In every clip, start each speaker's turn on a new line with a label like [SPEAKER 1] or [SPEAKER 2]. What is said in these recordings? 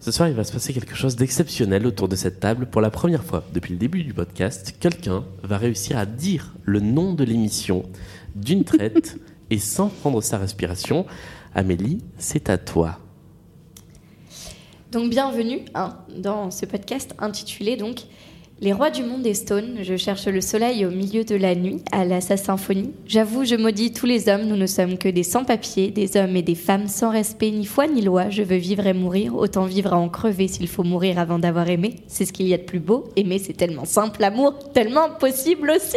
[SPEAKER 1] Ce soir, il va se passer quelque chose d'exceptionnel autour de cette table. Pour la première fois depuis le début du podcast, quelqu'un va réussir à dire le nom de l'émission d'une traite et sans prendre sa respiration. Amélie, c'est à toi.
[SPEAKER 2] Donc bienvenue hein, dans ce podcast intitulé donc Les rois du monde est stone, je cherche le soleil au milieu de la nuit à la sa symphonie. J'avoue, je maudis tous les hommes, nous ne sommes que des sans-papiers, des hommes et des femmes sans respect ni foi ni loi. Je veux vivre et mourir, autant vivre à en crever s'il faut mourir avant d'avoir aimé. C'est ce qu'il y a de plus beau, aimer c'est tellement simple, l'amour tellement possible aussi.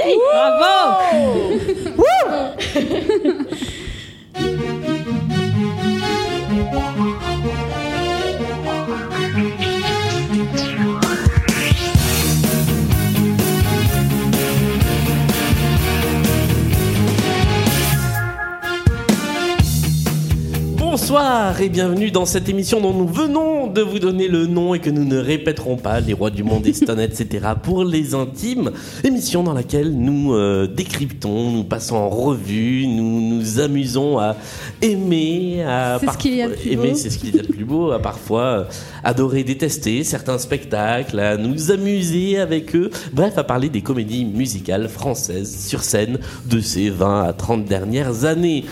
[SPEAKER 1] Bonsoir et bienvenue dans cette émission dont nous venons de vous donner le nom et que nous ne répéterons pas, les rois du monde, Eston, etc. pour les intimes. Émission dans laquelle nous euh, décryptons, nous passons en revue, nous nous amusons à aimer, à
[SPEAKER 3] C'est ce qu'il y a de
[SPEAKER 1] parfois-
[SPEAKER 3] plus
[SPEAKER 1] aimer,
[SPEAKER 3] beau.
[SPEAKER 1] c'est ce qu'il y a de plus beau, à parfois euh, adorer, détester certains spectacles, à nous amuser avec eux, bref, à parler des comédies musicales françaises sur scène de ces 20 à 30 dernières années.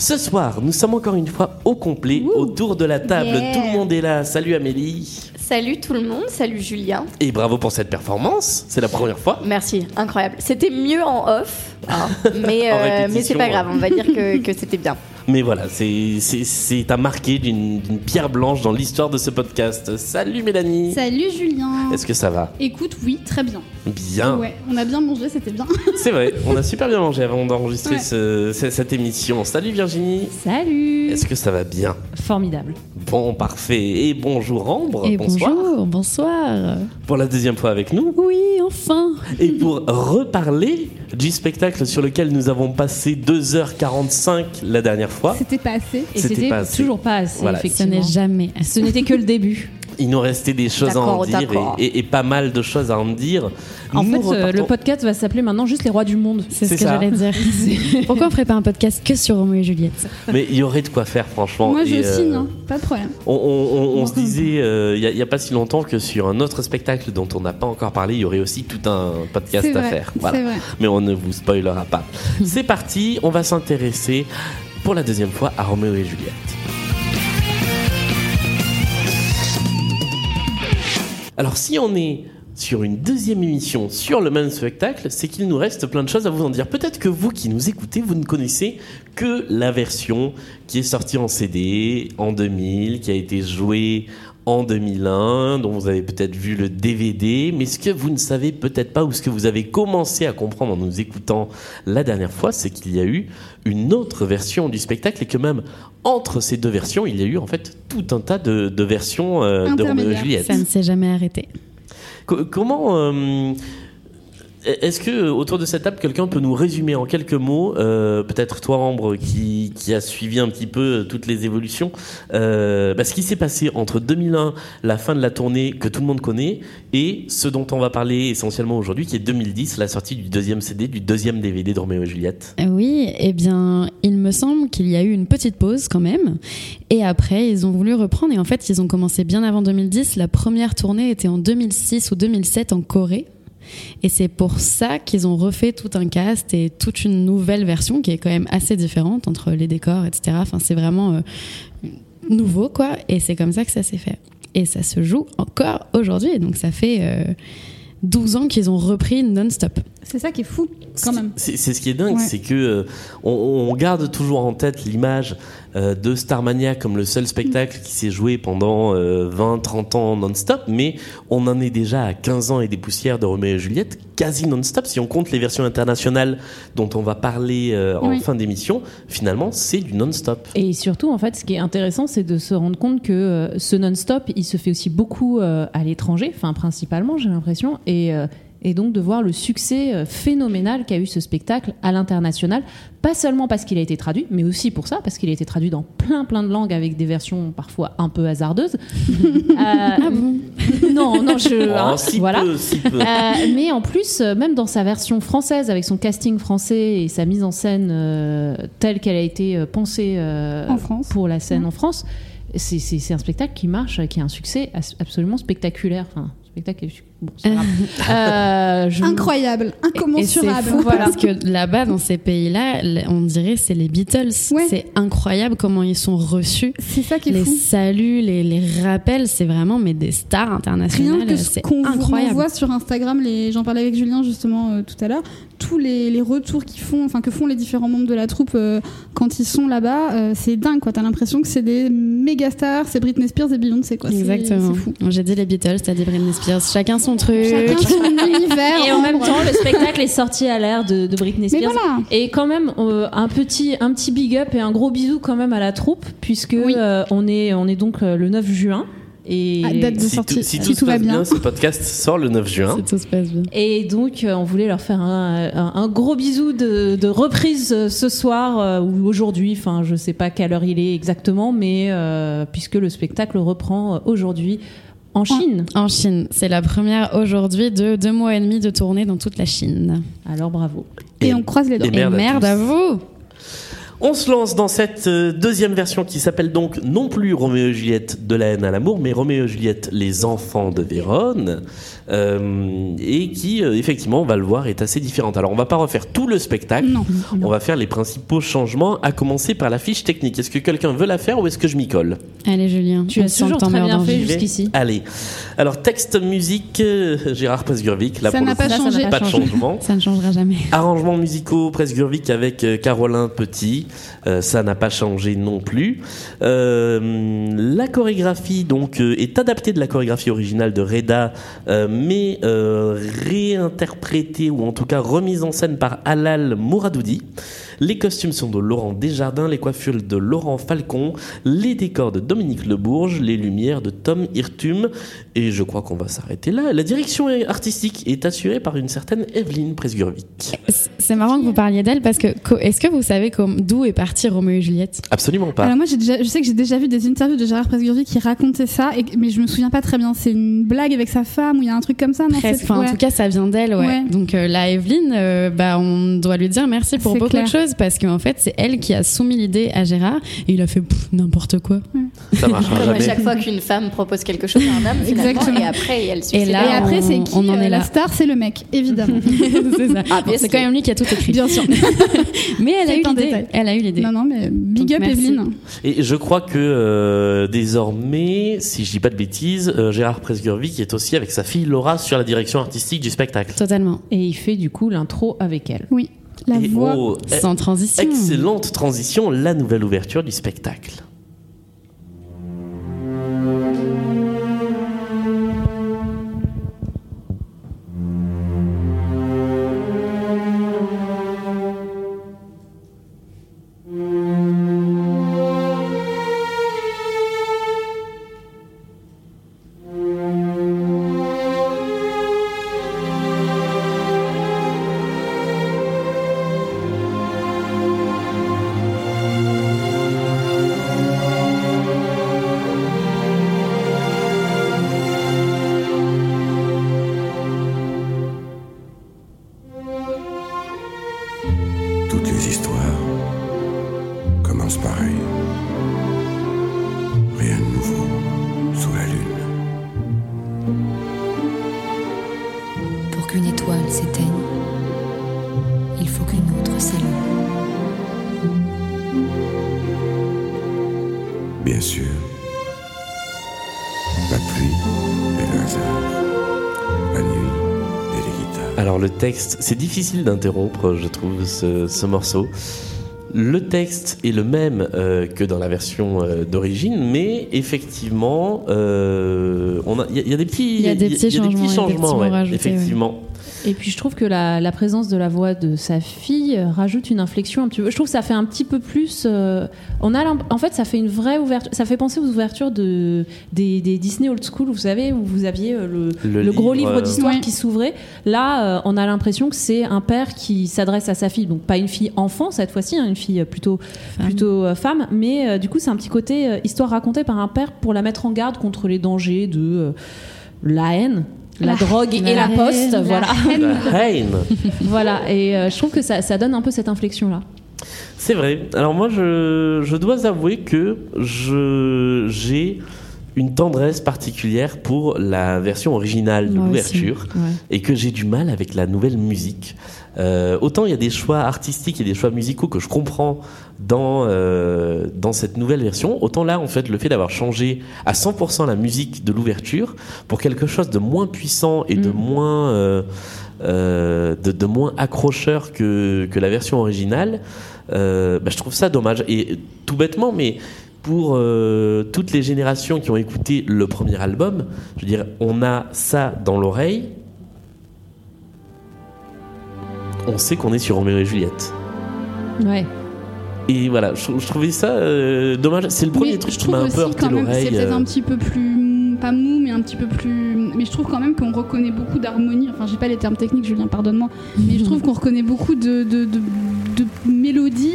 [SPEAKER 1] Ce soir, nous sommes encore une fois au complet autour de la table.
[SPEAKER 2] Yeah.
[SPEAKER 1] Tout le monde est là. Salut Amélie.
[SPEAKER 2] Salut tout le monde, salut Julien.
[SPEAKER 1] Et bravo pour cette performance. C'est la première fois.
[SPEAKER 2] Merci, incroyable. C'était mieux en off, hein, mais, euh,
[SPEAKER 1] En répétition, hein.
[SPEAKER 2] mais c'est pas
[SPEAKER 1] ouais.
[SPEAKER 2] grave, on va dire que, que c'était bien.
[SPEAKER 1] Mais voilà, c'est- c'est c'est à marquer d'une d'une pierre blanche dans l'histoire de ce podcast. Salut Mélanie.
[SPEAKER 3] Salut Julien.
[SPEAKER 1] Est-ce que Ah. ça va
[SPEAKER 3] Écoute, oui, très bien.
[SPEAKER 1] Bien.
[SPEAKER 3] Ouais, on a bien mangé, c'était bien.
[SPEAKER 1] C'est vrai, on a super bien mangé avant d'enregistrer
[SPEAKER 3] Ouais.
[SPEAKER 1] ce- ce- cette émission. Salut Virginie.
[SPEAKER 4] Salut
[SPEAKER 1] Est-ce que ça va bien
[SPEAKER 4] Formidable.
[SPEAKER 1] Bon, parfait. Et bonjour Ambre.
[SPEAKER 4] Et
[SPEAKER 1] Bonsoir.
[SPEAKER 4] bonjour, bonsoir.
[SPEAKER 1] Pour la deuxième fois avec nous.
[SPEAKER 4] Oui, enfin.
[SPEAKER 1] Et pour reparler du spectacle sur lequel nous avons passé 2h45 la dernière fois,
[SPEAKER 3] C'était pas assez.
[SPEAKER 4] Et
[SPEAKER 1] C'était
[SPEAKER 4] c'était
[SPEAKER 1] pas assez.
[SPEAKER 4] toujours pas assez,
[SPEAKER 1] Voilà.
[SPEAKER 4] Ce n'est jamais. Ce n'était que le début.
[SPEAKER 1] il nous restait des choses à en
[SPEAKER 2] D'accord,
[SPEAKER 1] dire
[SPEAKER 2] d'accord.
[SPEAKER 1] et, et- et pas mal de choses à en dire.
[SPEAKER 4] En
[SPEAKER 1] Nous
[SPEAKER 4] fait, euh,
[SPEAKER 1] repartons-
[SPEAKER 4] le podcast va s'appeler maintenant juste les rois du monde.
[SPEAKER 5] C'est ce
[SPEAKER 1] C'est
[SPEAKER 5] que
[SPEAKER 1] ça.
[SPEAKER 5] j'allais dire. Pourquoi on ferait pas un podcast que sur Roméo et Juliette
[SPEAKER 1] Mais il y aurait de quoi faire, franchement.
[SPEAKER 3] Moi, je
[SPEAKER 1] Et, euh,
[SPEAKER 3] signe, hein, pas de problème.
[SPEAKER 1] On, on- on- on se disait euh, il n'y a, pas si longtemps que sur un autre spectacle dont on n'a pas encore parlé, il y aurait aussi tout un podcast
[SPEAKER 3] C'est
[SPEAKER 1] à
[SPEAKER 3] vrai,
[SPEAKER 1] faire.
[SPEAKER 3] c'est
[SPEAKER 1] Voilà.
[SPEAKER 3] vrai.
[SPEAKER 1] Mais on ne vous spoilera pas. C'est parti, on va s'intéresser pour la deuxième fois à Roméo et Juliette. Alors si on est sur une deuxième émission sur le même spectacle, c'est qu'il nous reste plein de choses à vous en dire. Peut-être que vous qui nous écoutez, vous ne connaissez que la version qui est sortie en CD en 2000, qui a été jouée en 2001, dont vous avez peut-être vu le DVD, mais ce que vous ne savez peut-être pas ou ce que vous avez commencé à comprendre en nous écoutant la dernière fois, c'est qu'il y a eu une autre version du spectacle et que même entre ces deux versions, il y a eu en fait tout un tas de, de versions euh, de Roméo et
[SPEAKER 3] Intermédiaires.
[SPEAKER 1] Juliette.
[SPEAKER 5] Ça ne s'est jamais arrêté.
[SPEAKER 1] Co- comment. euh, est-ce que euh, autour de cette table, quelqu'un peut nous résumer en quelques mots, euh, peut-être toi Ambre qui, qui a suivi un petit peu euh, toutes les évolutions, euh, bah, ce qui s'est passé entre 2001, la fin de la tournée que tout le monde connaît, et ce dont on va parler essentiellement aujourd'hui, qui est 2010, la sortie du deuxième CD, du deuxième DVD de Roméo et Juliette.
[SPEAKER 5] Oui, eh bien, il me semble qu'il y a eu une petite pause quand même. Et après, ils ont voulu reprendre. Et en fait, ils ont commencé bien avant 2010. La première tournée était en 2006 ou 2007 en Corée. Et c'est pour ça qu'ils ont refait tout un cast et toute une nouvelle version qui est quand même assez différente entre les décors, etc. Enfin, c'est vraiment euh, nouveau, quoi. Et c'est comme ça que ça s'est fait. Et ça se joue encore aujourd'hui. Donc, ça fait euh, 12 ans qu'ils ont repris non-stop.
[SPEAKER 3] C'est ça qui est fou, quand même.
[SPEAKER 1] C'est c'est ce qui est dingue,
[SPEAKER 3] Ouais.
[SPEAKER 1] c'est que euh, on, on garde toujours en tête l'image euh, de Starmania comme le seul spectacle qui s'est joué pendant euh, 20-30 ans non-stop, mais on en est déjà à 15 ans et des poussières de Roméo et Juliette, quasi non-stop. Si on compte les versions internationales dont on va parler euh, en
[SPEAKER 3] Oui.
[SPEAKER 1] fin d'émission, finalement, c'est du non-stop.
[SPEAKER 6] Et surtout, en fait, ce qui est intéressant, c'est de se rendre compte que euh, ce non-stop, il se fait aussi beaucoup euh, à l'étranger, enfin principalement, j'ai l'impression, et, euh, et donc de voir le succès euh, phénoménal qu'a eu ce spectacle à l'international, pas seulement parce qu'il a été traduit, mais aussi pour ça, parce qu'il a été traduit dans plein plein de langues avec des versions parfois un peu hasardeuses. Euh, Non, non, je... hein,
[SPEAKER 3] Ah,
[SPEAKER 1] Oh, si
[SPEAKER 6] voilà.
[SPEAKER 1] peu, si peu.
[SPEAKER 6] Euh, mais en plus, euh, même dans sa version française, avec son casting français et sa mise en scène euh, telle qu'elle a été euh, pensée euh,
[SPEAKER 3] En France.
[SPEAKER 6] pour la scène
[SPEAKER 3] Mhm.
[SPEAKER 6] en France, c'est- c'est c'est un spectacle qui marche, qui a un succès as- absolument spectaculaire. Enfin, spectacle. Bon, c'est pas grave. Euh, je-
[SPEAKER 3] Incroyable,
[SPEAKER 6] Et- et c'est
[SPEAKER 3] incommensurable.
[SPEAKER 6] fou, voilà.
[SPEAKER 5] Parce que là-bas, dans ces pays-là, l- on dirait c'est les Beatles.
[SPEAKER 3] Ouais.
[SPEAKER 5] C'est incroyable comment ils sont reçus.
[SPEAKER 3] C'est ça qui est
[SPEAKER 5] Les
[SPEAKER 3] fou.
[SPEAKER 5] saluts, les, les rappels, c'est vraiment mais des stars internationales.
[SPEAKER 3] Rien que ce
[SPEAKER 5] euh, c'est
[SPEAKER 3] qu'on vous
[SPEAKER 5] incroyable.
[SPEAKER 3] renvoie sur Instagram, les... j'en parlais avec Julien justement euh, tout à l'heure, tous les, les retours qu'ils font, enfin que font les différents membres de la troupe euh, quand ils sont là-bas, euh, c'est dingue quoi. T'as l'impression que c'est des méga stars, c'est Britney Spears et Beyoncé quoi. C'est-
[SPEAKER 5] Exactement.
[SPEAKER 3] C'est fou.
[SPEAKER 5] J'ai dit les Beatles, t'as dit Britney Spears. Chacun son truc.
[SPEAKER 3] Chacun son univers.
[SPEAKER 6] Et
[SPEAKER 3] en
[SPEAKER 6] en même
[SPEAKER 3] vrai.
[SPEAKER 6] temps, le spectacle est sorti à l'ère de, de Britney
[SPEAKER 3] Mais
[SPEAKER 6] Spears.
[SPEAKER 3] voilà.
[SPEAKER 6] Et quand même euh, un petit un petit big up et un gros bisou quand même à la troupe puisque
[SPEAKER 3] Oui.
[SPEAKER 6] euh, on est on est donc euh, le 9 juin et
[SPEAKER 3] Ah, date de
[SPEAKER 1] Si
[SPEAKER 3] sortie.
[SPEAKER 1] tout, si tout se
[SPEAKER 3] va
[SPEAKER 1] passe bien.
[SPEAKER 3] bien.
[SPEAKER 1] ce podcast sort le 9 juin.
[SPEAKER 5] Si tout se passe bien.
[SPEAKER 6] Et donc, euh, on voulait leur faire un, un- un gros bisou de, de reprise euh, ce soir euh, ou aujourd'hui. Enfin, je sais pas quelle heure il est exactement, mais euh, puisque le spectacle reprend euh, aujourd'hui en Chine.
[SPEAKER 5] En Chine, c'est la première aujourd'hui de deux mois et demi de tournée dans toute la Chine.
[SPEAKER 6] Alors, bravo.
[SPEAKER 3] Et on croise les doigts.
[SPEAKER 1] Et merde à
[SPEAKER 5] merde
[SPEAKER 1] tous.
[SPEAKER 5] à vous
[SPEAKER 1] On se lance dans cette euh, deuxième version qui s'appelle donc non plus Roméo et Juliette de la haine à l'amour, mais Roméo et Juliette les enfants de Vérone, euh, et qui euh, effectivement, on va le voir, est assez différente. Alors on va pas refaire tout le spectacle,
[SPEAKER 3] Non.
[SPEAKER 1] on va faire les principaux changements, à commencer par la fiche technique. Est-ce que quelqu'un veut la faire ou est-ce que je m'y colle
[SPEAKER 5] Allez Julien,
[SPEAKER 6] Tu
[SPEAKER 5] on
[SPEAKER 6] as
[SPEAKER 5] sent le
[SPEAKER 6] toujours
[SPEAKER 5] temps
[SPEAKER 6] très bien
[SPEAKER 5] mordant.
[SPEAKER 6] fait
[SPEAKER 1] J'y vais
[SPEAKER 6] jusqu'ici.
[SPEAKER 1] Allez. Alors texte, musique, euh, Gérard Presgurvic, là
[SPEAKER 3] Ça
[SPEAKER 1] pour
[SPEAKER 3] n'a
[SPEAKER 1] le
[SPEAKER 3] pas
[SPEAKER 1] coup,
[SPEAKER 6] ça
[SPEAKER 3] changé.
[SPEAKER 6] n'a
[SPEAKER 1] pas de changement.
[SPEAKER 5] Ça ne changera jamais.
[SPEAKER 1] Arrangements musicaux, Presgurvic avec euh, Carolin Petit, Euh, ça n'a pas changé non plus. Euh, la chorégraphie donc euh, est adaptée de la chorégraphie originale de Reda, euh, mais euh, réinterprétée ou en tout cas remise en scène par Alal Mouradoudi. Les costumes sont de Laurent Desjardins, les coiffures de Laurent Falcon, les décors de Dominique Lebourge, les lumières de Tom Hirtum. Et je crois qu'on va s'arrêter là. La direction est- artistique est assurée par une certaine Evelyne Presgurvic.
[SPEAKER 5] C'est- C'est marrant que vous parliez d'elle parce que co- est-ce que vous savez comme- d'où est parti Roméo et Juliette
[SPEAKER 1] Absolument pas.
[SPEAKER 3] Alors moi, j'ai déjà, je sais que j'ai déjà vu des interviews de Gérard Presgurvi qui racontait ça, et, mais je me souviens pas très bien. C'est une blague avec sa femme ou il y a un truc comme ça, non
[SPEAKER 5] Presque.
[SPEAKER 3] c'est-
[SPEAKER 5] Enfin,
[SPEAKER 3] ouais.
[SPEAKER 5] En tout cas, ça vient d'elle, ouais.
[SPEAKER 3] Ouais.
[SPEAKER 5] Donc euh, la Evelyne, euh, bah, on doit lui dire merci pour
[SPEAKER 3] C'est
[SPEAKER 5] beaucoup
[SPEAKER 3] clair.
[SPEAKER 5] de choses parce qu'en fait, c'est elle qui a soumis l'idée à Gérard et il a fait pff, n'importe quoi.
[SPEAKER 1] Ça marchera
[SPEAKER 2] Comme à
[SPEAKER 1] jamais.
[SPEAKER 2] chaque fois qu'une femme propose quelque chose à un homme, finalement,
[SPEAKER 3] Exactement.
[SPEAKER 2] et après, elle suit.
[SPEAKER 5] là,
[SPEAKER 3] et après,
[SPEAKER 5] on-
[SPEAKER 3] c'est qui
[SPEAKER 5] on en
[SPEAKER 3] euh,
[SPEAKER 5] est
[SPEAKER 3] La
[SPEAKER 5] là.
[SPEAKER 3] star, c'est le mec, évidemment.
[SPEAKER 5] c'est ça.
[SPEAKER 2] Ah, bien
[SPEAKER 5] C'est
[SPEAKER 2] sûr.
[SPEAKER 5] quand même lui qui a tout écrit.
[SPEAKER 3] bien sûr.
[SPEAKER 5] Mais elle a,
[SPEAKER 3] C'est
[SPEAKER 5] eu
[SPEAKER 3] un
[SPEAKER 5] l'idée.
[SPEAKER 3] détail.
[SPEAKER 5] elle a eu l'idée.
[SPEAKER 3] non, non, mais big
[SPEAKER 5] Donc,
[SPEAKER 3] up,
[SPEAKER 5] merci.
[SPEAKER 3] Evelyne.
[SPEAKER 1] Et je crois que euh, désormais, si je dis pas de bêtises, euh, Gérard Presgurvic est aussi avec sa fille Laura sur la direction artistique du spectacle.
[SPEAKER 5] Totalement.
[SPEAKER 6] Et il fait du coup l'intro avec elle.
[SPEAKER 3] Oui, la
[SPEAKER 1] Et
[SPEAKER 3] voix.
[SPEAKER 1] oh, eh,
[SPEAKER 5] Sans transition.
[SPEAKER 1] excellente transition, la nouvelle ouverture du spectacle.
[SPEAKER 7] Toutes les histoires commencent pareil. Rien de nouveau sous la lune.
[SPEAKER 8] Pour qu'une étoile s'éteigne, il faut qu'une autre s'allume.
[SPEAKER 7] Bien sûr, la pluie et le hasard. La nuit et les guitares.
[SPEAKER 1] Alors le texte, c'est difficile d'interrompre, je trouve, ce, ce morceau. Le texte est le même euh, que dans la version euh, d'origine, mais effectivement, euh, on a- il y, a- il y a des petits,
[SPEAKER 5] Il y a des
[SPEAKER 1] il
[SPEAKER 5] petits
[SPEAKER 1] il y a
[SPEAKER 5] changements, il y a des petits mots
[SPEAKER 1] ouais,
[SPEAKER 5] rajoutés, ouais.
[SPEAKER 1] effectivement.
[SPEAKER 6] Et puis je trouve que la, la présence de la voix de sa fille euh, rajoute une inflexion un petit peu. Je trouve que ça fait un petit peu plus. euh, on a l'imp- en fait, ça fait une vraie ouverture. Ça fait penser aux ouvertures de des, des Disney old school, vous savez, où vous aviez euh, le,
[SPEAKER 1] Le
[SPEAKER 6] le gros
[SPEAKER 1] livre, euh,
[SPEAKER 6] livre, d'histoire
[SPEAKER 3] Ouais.
[SPEAKER 6] qui s'ouvrait. Là, euh, on a l'impression que c'est un père qui s'adresse à sa fille, donc pas une fille enfant cette fois-ci, hein, une fille plutôt plutôt euh, femme, mais euh, du coup, c'est un petit côté euh, histoire racontée par un père pour la mettre en garde contre les dangers de euh, la haine. La, drogue et la,
[SPEAKER 5] haine,
[SPEAKER 6] poste,
[SPEAKER 5] la
[SPEAKER 6] voilà.
[SPEAKER 1] La reine.
[SPEAKER 6] Voilà, et euh, je trouve que ça, ça donne un peu cette inflexion-là.
[SPEAKER 1] C'est vrai. Alors moi, je, je dois avouer que je j'ai une tendresse particulière pour la version originale de
[SPEAKER 5] Moi aussi.
[SPEAKER 1] l'ouverture et que j'ai du mal avec la nouvelle musique. Euh, autant il y a des choix artistiques et des choix musicaux que je comprends dans, euh, dans cette nouvelle version, autant là, en fait, le fait d'avoir changé à 100% la musique de l'ouverture pour quelque chose de moins puissant et de
[SPEAKER 6] Mm.
[SPEAKER 1] moins... euh, euh, de, de moins accrocheur que, que la version originale, euh, bah, je trouve ça dommage. Et euh, tout bêtement, mais pour euh, toutes les générations qui ont écouté le premier album, je veux dire, on a ça dans l'oreille, on sait qu'on est sur Roméo et Juliette.
[SPEAKER 6] Ouais.
[SPEAKER 1] Et voilà, je, je trouvais ça euh, dommage. C'est le premier
[SPEAKER 3] Mais
[SPEAKER 1] truc
[SPEAKER 3] je
[SPEAKER 1] qui m'a
[SPEAKER 3] trouve
[SPEAKER 1] un peu
[SPEAKER 3] aussi
[SPEAKER 1] heurté
[SPEAKER 3] quand même que c'est
[SPEAKER 1] l'oreille.
[SPEAKER 3] peut-être
[SPEAKER 1] euh,
[SPEAKER 3] un petit peu plus mou- pas mou mais un petit peu plus mais je trouve quand même qu'on reconnaît beaucoup d'harmonie enfin j'ai pas les termes techniques Julien pardonne-moi mais je trouve qu'on reconnaît beaucoup de, de, de- de mélodies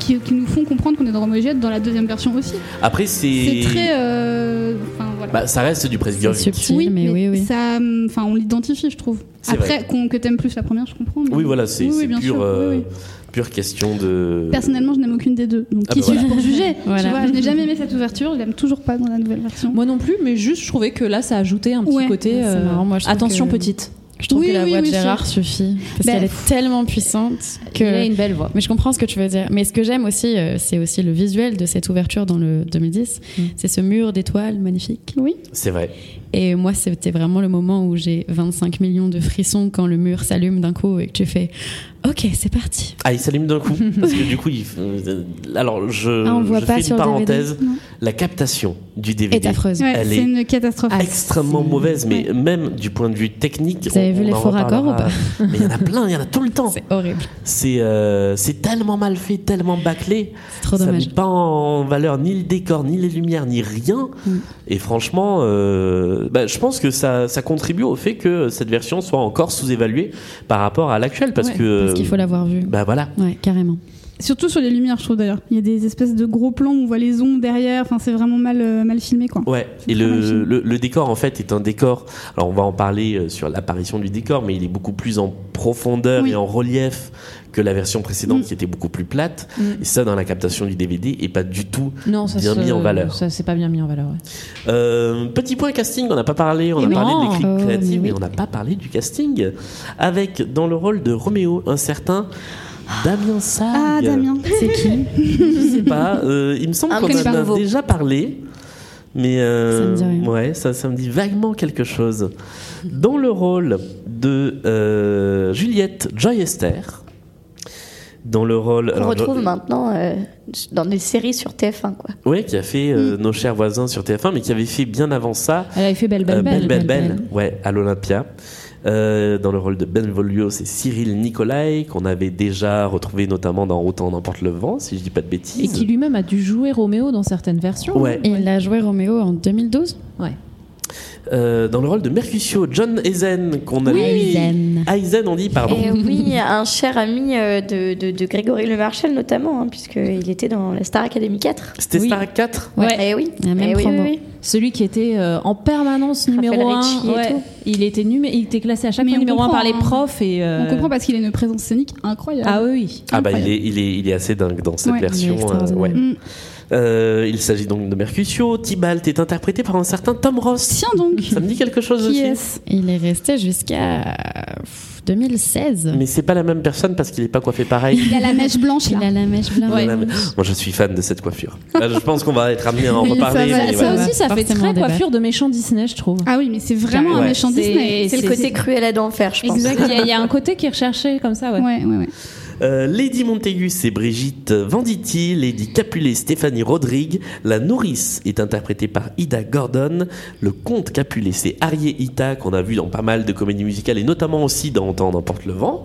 [SPEAKER 3] qui, qui nous font comprendre qu'on est dans Roméo et Juliette dans la deuxième version aussi
[SPEAKER 1] Après,
[SPEAKER 3] c'est
[SPEAKER 1] c'est.
[SPEAKER 3] très euh, enfin voilà
[SPEAKER 1] Bah, ça reste du Presbyterian.
[SPEAKER 5] C'est subtil, mais, oui, oui.
[SPEAKER 3] ça hum, enfin on l'identifie je trouve
[SPEAKER 1] C'est
[SPEAKER 3] après qu'on que t'aimes plus la première je comprends mais-
[SPEAKER 1] Oui, voilà, c'est
[SPEAKER 3] Oui, oui,
[SPEAKER 1] c'est
[SPEAKER 3] bien
[SPEAKER 1] pure,
[SPEAKER 3] sûr,
[SPEAKER 1] euh,
[SPEAKER 3] oui, oui.
[SPEAKER 1] pure question de.
[SPEAKER 3] personnellement je n'aime aucune des deux donc
[SPEAKER 1] Ah
[SPEAKER 3] qui
[SPEAKER 1] bah
[SPEAKER 3] suis-je
[SPEAKER 1] voilà.
[SPEAKER 3] pour juger Tu
[SPEAKER 5] Voilà.
[SPEAKER 3] vois, je n'ai jamais aimé cette ouverture je l'aime toujours pas dans la nouvelle version
[SPEAKER 6] Moi non plus, mais juste, je trouvais que là, ça ajoutait un petit
[SPEAKER 3] Ouais.
[SPEAKER 6] côté.
[SPEAKER 5] C'est
[SPEAKER 6] euh,
[SPEAKER 5] marrant, moi, je trouve
[SPEAKER 6] attention,
[SPEAKER 5] que-
[SPEAKER 6] petite.
[SPEAKER 5] Je trouve
[SPEAKER 3] Oui,
[SPEAKER 5] que la
[SPEAKER 3] oui,
[SPEAKER 5] voix de
[SPEAKER 3] oui,
[SPEAKER 5] Gérard suffit parce
[SPEAKER 3] Bah,
[SPEAKER 5] qu'elle est tellement puissante que.
[SPEAKER 6] belle voix.
[SPEAKER 5] Mais je comprends ce que tu veux dire. Mais ce que j'aime aussi, euh, c'est aussi le visuel de cette ouverture dans le 2010.
[SPEAKER 6] Mm.
[SPEAKER 5] C'est ce mur d'étoiles magnifique.
[SPEAKER 3] oui
[SPEAKER 1] C'est vrai.
[SPEAKER 5] Et moi, c'était vraiment le moment où j'ai 25 millions de frissons quand le mur s'allume d'un coup et que tu fais Ok, c'est parti.
[SPEAKER 1] Ah, il s'allume d'un coup. parce que du coup, il. euh, Alors, je,
[SPEAKER 5] Ah, on le voit
[SPEAKER 1] je
[SPEAKER 5] pas
[SPEAKER 1] fais
[SPEAKER 5] sur
[SPEAKER 1] une
[SPEAKER 5] le DVD,
[SPEAKER 1] parenthèse.
[SPEAKER 3] non.
[SPEAKER 1] la captation du DVD.
[SPEAKER 5] Est affreuse.
[SPEAKER 3] Ouais,
[SPEAKER 1] Elle
[SPEAKER 3] c'est
[SPEAKER 1] est-
[SPEAKER 3] une catastrophe.
[SPEAKER 5] Ah,
[SPEAKER 1] extrêmement
[SPEAKER 5] c'est-
[SPEAKER 1] mauvaise, mais même du point de vue technique.
[SPEAKER 5] Vous avez vu les
[SPEAKER 1] en
[SPEAKER 5] faux raccords ou
[SPEAKER 1] reparlera. Mais il y en a plein, il y en a tout le temps.
[SPEAKER 5] C'est horrible.
[SPEAKER 1] C'est euh, c'est tellement mal fait, tellement bâclé.
[SPEAKER 5] C'est trop
[SPEAKER 1] ça
[SPEAKER 5] dommage.
[SPEAKER 1] met pas en valeur ni le décor, ni les lumières, ni rien.
[SPEAKER 5] Mm.
[SPEAKER 1] Et franchement, euh, bah, je pense que ça, ça contribue au fait que cette version soit encore sous-évaluée par rapport à l'actuelle, parce
[SPEAKER 5] Ouais,
[SPEAKER 1] que.
[SPEAKER 5] Parce qu'il faut l'avoir vu.
[SPEAKER 1] Bah voilà.
[SPEAKER 5] Ouais, carrément.
[SPEAKER 3] Surtout sur les lumières, je trouve d'ailleurs. Il y a des espèces de gros plans où on voit les ondes derrière. Enfin, c'est vraiment mal, euh, mal filmé, quoi.
[SPEAKER 1] Ouais, et
[SPEAKER 3] très mal
[SPEAKER 1] le,
[SPEAKER 3] filmé.
[SPEAKER 1] le, le décor en fait est un décor. Alors on va en parler euh, sur l'apparition du décor, mais il est beaucoup plus en profondeur
[SPEAKER 3] Oui.
[SPEAKER 1] et en relief que la version précédente
[SPEAKER 3] Mm.
[SPEAKER 1] qui était beaucoup plus plate.
[SPEAKER 6] Mm.
[SPEAKER 1] Et ça, dans la captation du DVD, est pas du tout.
[SPEAKER 6] Non, ça
[SPEAKER 1] Bien
[SPEAKER 6] se-
[SPEAKER 1] mis en valeur.
[SPEAKER 6] Ça, c'est pas bien mis en valeur. ouais.
[SPEAKER 1] Euh, petit point casting, on n'a pas parlé. On
[SPEAKER 6] Et
[SPEAKER 1] a
[SPEAKER 6] non.
[SPEAKER 1] parlé des clips
[SPEAKER 5] Oh,
[SPEAKER 1] créatifs,
[SPEAKER 5] mais
[SPEAKER 1] mais,
[SPEAKER 5] oui.
[SPEAKER 1] on n'a pas parlé du casting. Avec dans le rôle de Roméo un certain Damien Sargue.
[SPEAKER 3] Ah, Damien.
[SPEAKER 5] C'est qui
[SPEAKER 1] Je sais pas. euh, il me semble
[SPEAKER 2] Un
[SPEAKER 1] qu'on
[SPEAKER 2] petit
[SPEAKER 1] en a
[SPEAKER 2] nouveau.
[SPEAKER 1] déjà parlé. Mais euh,
[SPEAKER 5] Ça me dit rien.
[SPEAKER 1] ouais, ça, ça me dit vaguement quelque chose. Dans le rôle de euh, Juliette Joy Esther, dans le rôle.
[SPEAKER 2] On
[SPEAKER 1] alors,
[SPEAKER 2] retrouve
[SPEAKER 1] Jo-
[SPEAKER 2] maintenant euh, dans des séries sur TF1, quoi.
[SPEAKER 1] Ouais, qui a fait
[SPEAKER 5] Mm.
[SPEAKER 1] euh, Nos chers voisins sur TF1, mais qui avait fait bien avant ça
[SPEAKER 6] Elle avait fait belle, belle,
[SPEAKER 1] euh,
[SPEAKER 6] belle.
[SPEAKER 1] ouais, à l'Olympia. Euh, dans le rôle de Benvolio, c'est Cyril Nicolai, qu'on avait déjà retrouvé notamment dans Autant n'emporte le vent, si je dis pas de bêtises.
[SPEAKER 6] Et qui lui-même a dû jouer Roméo dans certaines versions.
[SPEAKER 1] Ouais.
[SPEAKER 5] Et Il a joué Roméo en 2012.
[SPEAKER 6] Ouais.
[SPEAKER 1] Euh, dans le rôle de Mercutio, John Eisen, qu'on a
[SPEAKER 5] Eisen.
[SPEAKER 1] Eisen, on dit, pardon.
[SPEAKER 2] Et Eh oui, un cher ami euh, de, de, de Grégory Le Marchal notamment, hein, puisqu'il était dans la Star Academy 4.
[SPEAKER 1] C'était
[SPEAKER 6] Oui.
[SPEAKER 1] Star 4
[SPEAKER 2] Eh oui.
[SPEAKER 5] La même
[SPEAKER 2] Eh oui,
[SPEAKER 5] promo.
[SPEAKER 2] oui, oui.
[SPEAKER 6] Celui qui était euh, en permanence
[SPEAKER 2] Raphaël
[SPEAKER 6] numéro 1.
[SPEAKER 2] Ricci et tout.
[SPEAKER 6] Il, était numé- il était classé à chaque
[SPEAKER 3] Mais
[SPEAKER 6] fois
[SPEAKER 3] on
[SPEAKER 6] numéro 1 par les
[SPEAKER 3] comprend, hein.
[SPEAKER 6] profs. Et, euh,
[SPEAKER 3] On comprend parce qu'il a une présence scénique incroyable.
[SPEAKER 6] Ah oui, oui.
[SPEAKER 1] Ah bah il
[SPEAKER 3] Incroyable.
[SPEAKER 1] est, il, est, il est assez dingue dans cette
[SPEAKER 3] Ouais, il est
[SPEAKER 1] version. euh,
[SPEAKER 5] extraordinaire.
[SPEAKER 1] ouais.
[SPEAKER 3] Mm.
[SPEAKER 1] Euh, il s'agit donc de Mercutio. Tybalt est interprété par un certain Tom Ross.
[SPEAKER 3] Tiens donc.
[SPEAKER 1] Ça me dit quelque chose
[SPEAKER 3] Qui
[SPEAKER 1] aussi
[SPEAKER 3] est-ce
[SPEAKER 5] Il est resté jusqu'à pff, 2016.
[SPEAKER 1] Mais c'est pas la même personne parce qu'il est pas coiffé pareil.
[SPEAKER 3] Il a la mèche blanche
[SPEAKER 5] Il
[SPEAKER 3] là.
[SPEAKER 5] a la mèche blanche.
[SPEAKER 1] Moi je suis fan de cette coiffure. Bah, je pense qu'on va être amené à en
[SPEAKER 3] Ça
[SPEAKER 1] reparler.
[SPEAKER 3] va,
[SPEAKER 1] mais
[SPEAKER 3] ça
[SPEAKER 1] voilà.
[SPEAKER 6] Ça
[SPEAKER 5] va
[SPEAKER 6] aussi, ça fait
[SPEAKER 5] forcément
[SPEAKER 6] très
[SPEAKER 5] débattre.
[SPEAKER 6] coiffure de méchant Disney, je trouve.
[SPEAKER 3] Ah oui, mais c'est vraiment
[SPEAKER 1] Ouais.
[SPEAKER 3] un méchant
[SPEAKER 6] C'est-
[SPEAKER 3] Disney.
[SPEAKER 2] C'est le côté cruel à d'enfer, je pense.
[SPEAKER 6] Il y, a- il y a un côté qui est recherché comme ça, ouais.
[SPEAKER 3] Ouais, ouais, ouais.
[SPEAKER 1] Euh, Lady Montaigu, c'est Brigitte Venditti. Lady Capulet, Stéphanie Rodrigue. La nourrice est interprétée par Ida Gordon. Le comte Capulet, c'est Harriet Ita, qu'on a vu dans pas mal de comédies musicales et notamment aussi dans Entend emporte le vent.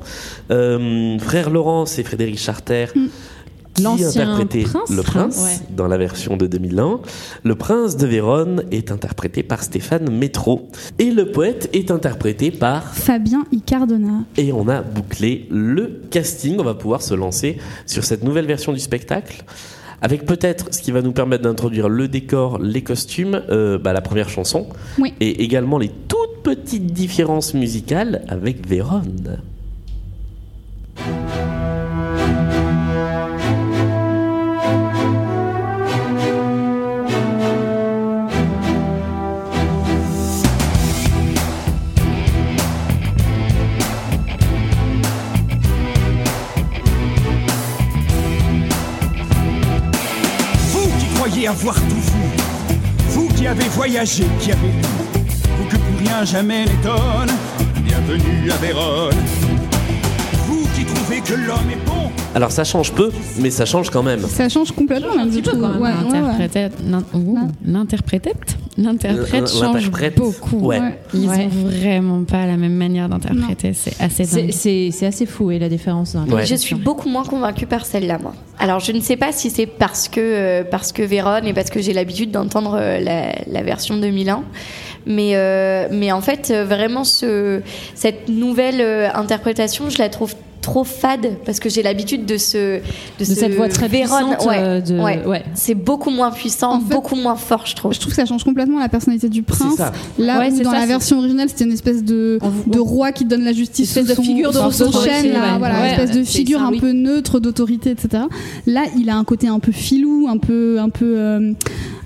[SPEAKER 1] Euh, Frère Laurent, c'est Frédéric Charter. Qui
[SPEAKER 6] Mm. L'ancien
[SPEAKER 1] interprétait
[SPEAKER 6] prince.
[SPEAKER 1] le prince
[SPEAKER 6] Ouais.
[SPEAKER 1] dans la version de 2001. Le prince de Vérone est interprété par Stéphane Métro. Et le poète est interprété par
[SPEAKER 3] Fabien Icardona.
[SPEAKER 1] et on a bouclé le casting. On va pouvoir se lancer sur cette nouvelle version du spectacle. Avec peut-être ce qui va nous permettre d'introduire le décor, les costumes, euh, bah, la première chanson,
[SPEAKER 3] Oui.
[SPEAKER 1] et également les toutes petites différences musicales avec Vérone.
[SPEAKER 9] Vous qui croyez avoir tout vu, vous qui avez voyagé, qui avez lu, vous que plus rien jamais n'étonne, bienvenue à Vérone. Vous qui trouvez que l'homme est bon,
[SPEAKER 1] Alors ça change peu, mais ça change quand même.
[SPEAKER 3] Ça change complètement, même, du coup. Ouais, ouais, ouais.
[SPEAKER 5] L'interprète, l'in- ouh, l'interprétette, l'interprète change
[SPEAKER 1] L'interprète,
[SPEAKER 5] beaucoup.
[SPEAKER 1] ouais.
[SPEAKER 5] Ils
[SPEAKER 6] Ouais.
[SPEAKER 5] ont vraiment pas la même manière d'interpréter. C'est assez
[SPEAKER 6] C'est-
[SPEAKER 5] dingue.
[SPEAKER 6] C'est c'est assez fou, et la différence. hein. dans la
[SPEAKER 1] Ouais.
[SPEAKER 2] Je suis beaucoup moins convaincue par celle-là, moi. Alors, je ne sais pas si c'est parce que, euh, parce que Vérone et parce que j'ai l'habitude d'entendre euh, la, la version 2001. Mais, euh, mais en fait, euh, vraiment, ce, cette nouvelle euh, interprétation, je la trouve trop fade parce que j'ai l'habitude de ce de,
[SPEAKER 6] de cette voix très
[SPEAKER 2] Vérone
[SPEAKER 6] puissante,
[SPEAKER 2] ouais,
[SPEAKER 6] euh, de-
[SPEAKER 2] ouais.
[SPEAKER 6] ouais.
[SPEAKER 2] c'est beaucoup moins puissant
[SPEAKER 3] En fait-
[SPEAKER 2] beaucoup moins fort je trouve
[SPEAKER 3] Je trouve que ça change complètement la personnalité du prince.
[SPEAKER 1] ça.
[SPEAKER 3] Là
[SPEAKER 6] Ouais,
[SPEAKER 3] où
[SPEAKER 6] c'est
[SPEAKER 3] dans
[SPEAKER 6] ça,
[SPEAKER 3] la
[SPEAKER 6] c'est-
[SPEAKER 3] version originale, c'était une espèce de, de roi qui donne la justice
[SPEAKER 6] Espèce
[SPEAKER 3] sous
[SPEAKER 6] de
[SPEAKER 3] son-
[SPEAKER 6] figure de
[SPEAKER 3] sous son
[SPEAKER 6] ressource,
[SPEAKER 3] chêne,
[SPEAKER 6] ouais,
[SPEAKER 3] là,
[SPEAKER 6] ouais.
[SPEAKER 3] voilà,
[SPEAKER 6] Ouais,
[SPEAKER 3] espèce de
[SPEAKER 6] c'est
[SPEAKER 3] figure
[SPEAKER 6] ça,
[SPEAKER 3] un
[SPEAKER 6] oui.
[SPEAKER 3] peu neutre d'autorité, etc. Là, il a un côté un peu filou, un peu, un peu. euh,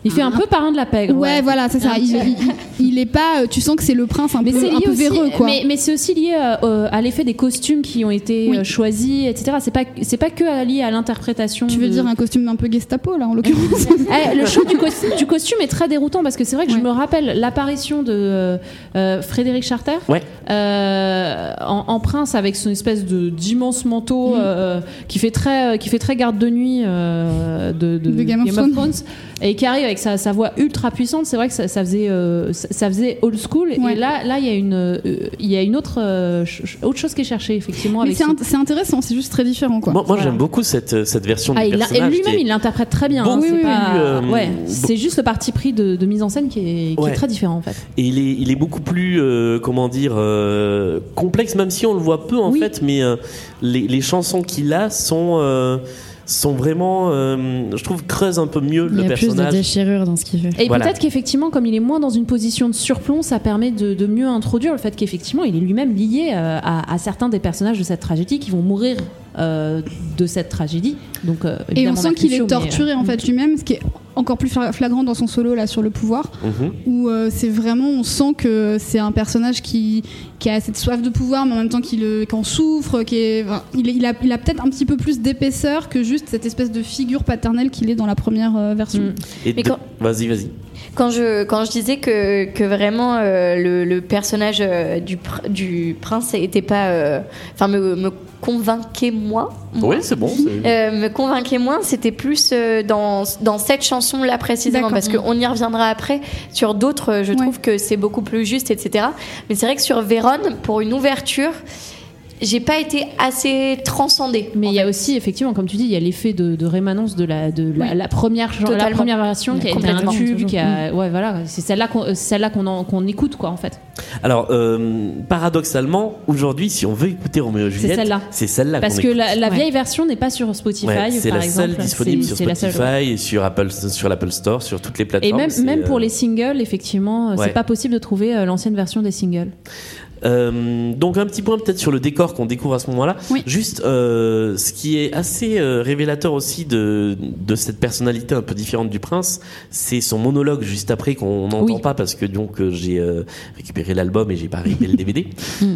[SPEAKER 6] Il fait un peu parrain de la pègre.
[SPEAKER 3] Ouais, voilà, c'est ça. Il, il- il est pas. euh, Tu sens que c'est le prince un
[SPEAKER 6] Mais
[SPEAKER 3] peu,
[SPEAKER 6] c'est
[SPEAKER 3] un
[SPEAKER 6] lié
[SPEAKER 3] peu
[SPEAKER 6] aussi-
[SPEAKER 3] véreux, quoi.
[SPEAKER 6] Mais, mais c'est aussi lié euh, euh, à l'effet des costumes qui ont été
[SPEAKER 3] Oui.
[SPEAKER 6] euh, choisis, etc. C'est pas c'est pas que lié à l'interprétation.
[SPEAKER 3] Tu veux
[SPEAKER 6] de-
[SPEAKER 3] dire un costume un peu Gestapo, là, en l'occurrence.
[SPEAKER 6] Eh, le choix du, cos- du costume est très déroutant parce que c'est vrai que je
[SPEAKER 3] Ouais.
[SPEAKER 6] me rappelle l'apparition de euh, euh, Frédéric Charter
[SPEAKER 1] Ouais.
[SPEAKER 6] euh, en, en prince avec son espèce de d'immense manteau euh, qui fait très qui fait très garde de nuit euh, de, de
[SPEAKER 3] De Game of Thrones.
[SPEAKER 6] et qui arrive avec sa, sa voix ultra puissante. C'est vrai que ça, ça faisait euh, ça, ça faisait old school
[SPEAKER 3] Ouais.
[SPEAKER 6] et là là il y a une euh, il y a une autre euh, ch- autre chose qui est cherchée effectivement
[SPEAKER 3] Mais
[SPEAKER 6] avec
[SPEAKER 3] c'est
[SPEAKER 6] ce-
[SPEAKER 3] int- c'est intéressant, c'est juste très différent, quoi.
[SPEAKER 1] Moi, moi,
[SPEAKER 6] Voilà.
[SPEAKER 1] j'aime beaucoup cette, euh, cette version
[SPEAKER 6] Ah,
[SPEAKER 1] du
[SPEAKER 6] il l'a- et
[SPEAKER 1] personnage. qui
[SPEAKER 6] lui-même,
[SPEAKER 1] est-
[SPEAKER 6] il l'interprète très bien.
[SPEAKER 1] Beaucoup
[SPEAKER 6] hein, c'est
[SPEAKER 1] plus,
[SPEAKER 6] pas-
[SPEAKER 1] euh,
[SPEAKER 6] ouais,
[SPEAKER 1] be-
[SPEAKER 6] c'est juste le parti pris de, de mise en scène qui est, qui
[SPEAKER 1] Ouais.
[SPEAKER 6] est très différent en fait.
[SPEAKER 1] Et il est, il est beaucoup plus, euh, comment dire, euh, complexe, même si on le voit peu en
[SPEAKER 6] Oui.
[SPEAKER 1] fait, mais euh, les, les chansons qu'il a sont, euh, sont vraiment, euh, je trouve, creusent un peu mieux
[SPEAKER 5] Il
[SPEAKER 1] le
[SPEAKER 5] y a plus de
[SPEAKER 1] personnage.
[SPEAKER 5] déchirure dans ce qu'il fait.
[SPEAKER 6] Et
[SPEAKER 1] Voilà.
[SPEAKER 6] peut-être qu'effectivement, comme il est moins dans une position de surplomb, ça permet de, de mieux introduire le fait qu'effectivement, il est lui-même lié euh, à, à certains des personnages de cette tragédie qui vont mourir euh, de cette tragédie. Donc, euh,
[SPEAKER 3] Et
[SPEAKER 6] évidemment,
[SPEAKER 3] on sent qu'il est
[SPEAKER 6] Mercutio, mais, euh,
[SPEAKER 3] torturé en fait lui-même, ce qui est encore plus fla- flagrant dans son solo là sur le pouvoir,
[SPEAKER 1] Mhm.
[SPEAKER 3] où euh, c'est vraiment, on sent que c'est un personnage qui, qui a cette soif de pouvoir, mais en même temps qu'il euh, qu'en souffre, qui est, enfin, il, est- il a, il a peut-être un petit peu plus d'épaisseur que juste cette espèce de figure paternelle qu'il est dans la première euh, version.
[SPEAKER 6] Mm.
[SPEAKER 1] Et
[SPEAKER 2] Mais
[SPEAKER 1] de-
[SPEAKER 2] quand-
[SPEAKER 1] Vas-y, vas-y.
[SPEAKER 2] Quand je, quand je disais que, que vraiment euh, le, le personnage euh, du, pr- du prince était pas. euh, Enfin, me, me convainquait moi. moi,
[SPEAKER 1] Oui, c'est bon. c'est-
[SPEAKER 2] euh, me convainquait moins, c'était plus euh, dans, dans cette chanson-là précisément,
[SPEAKER 3] D'accord.
[SPEAKER 2] parce qu'on y reviendra après. Sur d'autres, euh, je
[SPEAKER 3] Ouais.
[SPEAKER 2] trouve que c'est beaucoup plus juste, etc. Mais c'est vrai que sur Vérone, pour une ouverture, j'ai pas été assez transcendée.
[SPEAKER 6] Mais
[SPEAKER 2] en
[SPEAKER 6] il y a
[SPEAKER 2] fait.
[SPEAKER 6] aussi, effectivement, comme tu dis, il y a l'effet de, de rémanence de la, de la, la première, genre, la
[SPEAKER 2] Totalement.
[SPEAKER 6] première version qui a été un
[SPEAKER 2] Complètement.
[SPEAKER 6] tube, qui a, ouais, voilà, c'est celle-là qu'on, euh, celle-là qu'on, en- qu'on écoute, quoi, en fait.
[SPEAKER 1] Alors, euh, paradoxalement, aujourd'hui, si on veut écouter Roméo et
[SPEAKER 6] C'est
[SPEAKER 1] Juliette,
[SPEAKER 6] celle-là.
[SPEAKER 1] c'est celle-là. Ah,
[SPEAKER 6] Parce
[SPEAKER 1] qu'on
[SPEAKER 6] que
[SPEAKER 1] écoute.
[SPEAKER 6] la, la
[SPEAKER 5] Ouais.
[SPEAKER 6] vieille version n'est pas sur Spotify,
[SPEAKER 1] Ouais,
[SPEAKER 6] par
[SPEAKER 1] c'est la seule
[SPEAKER 6] exemple.
[SPEAKER 1] disponible
[SPEAKER 6] C'est-
[SPEAKER 1] sur
[SPEAKER 6] c'est la seule,
[SPEAKER 1] Spotify et sur Apple, sur l'Apple Store, sur toutes les
[SPEAKER 6] Et
[SPEAKER 1] plateformes.
[SPEAKER 6] même,
[SPEAKER 1] c'est,
[SPEAKER 6] même pour
[SPEAKER 1] euh,
[SPEAKER 6] les singles, effectivement, euh,
[SPEAKER 1] Ouais.
[SPEAKER 6] c'est pas possible de trouver euh, l'ancienne version des singles.
[SPEAKER 1] Euh, donc un petit point peut-être sur le décor qu'on découvre à ce moment-là.
[SPEAKER 3] Oui.
[SPEAKER 1] Juste euh, ce qui est assez euh, révélateur aussi de, de cette personnalité un peu différente du prince, c'est son monologue juste après qu'on n'entend
[SPEAKER 6] Oui.
[SPEAKER 1] pas parce que donc euh, j'ai euh, récupéré l'album et j'ai pas récupéré le DVD,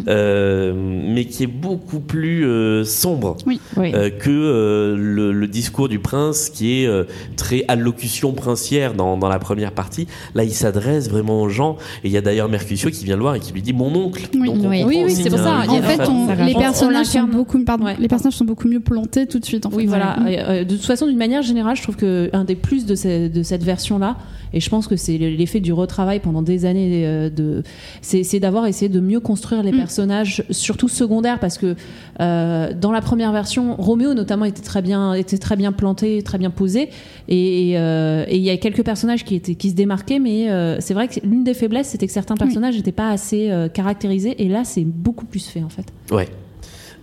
[SPEAKER 1] Euh, mais qui est beaucoup plus euh, sombre.
[SPEAKER 6] Oui.
[SPEAKER 1] euh, que euh, le, le discours du prince qui est euh, très allocution princière dans, dans la première partie. Là, il s'adresse vraiment aux gens. Et il y a d'ailleurs Mercutio qui vient le voir et qui lui dit Mon oncle Oui, dont on
[SPEAKER 5] oui.
[SPEAKER 1] comprend
[SPEAKER 5] Oui, oui,
[SPEAKER 1] aussi
[SPEAKER 5] c'est pour
[SPEAKER 1] qu'il y a
[SPEAKER 5] ça,
[SPEAKER 1] un-
[SPEAKER 5] Ah, il y a-
[SPEAKER 3] En fait, on-
[SPEAKER 5] Ça
[SPEAKER 3] les,
[SPEAKER 5] raconte-
[SPEAKER 3] personnages
[SPEAKER 6] on
[SPEAKER 3] sont
[SPEAKER 6] l'incarne.
[SPEAKER 3] beaucoup, pardon, les personnages sont beaucoup mieux plantés tout de suite. En
[SPEAKER 6] Oui,
[SPEAKER 3] fait.
[SPEAKER 6] voilà.
[SPEAKER 3] Mm.
[SPEAKER 6] Euh, euh, De toute façon, d'une manière générale, je trouve que un des plus de, ce- de cette version-là, et je pense que c'est l'effet du retravail pendant des années, euh, de, c'est c'est d'avoir essayé de mieux construire les personnages, surtout secondaires, parce que euh, dans la première version, Roméo notamment était très bien, était très bien planté, très bien posé, et euh, et il y a quelques personnages qui étaient, qui se démarquaient, mais euh, c'est vrai que l'une des faiblesses, c'était que certains personnages n'étaient pas assez euh, caractérisés, et là, c'est beaucoup plus fait en fait.
[SPEAKER 1] Ouais.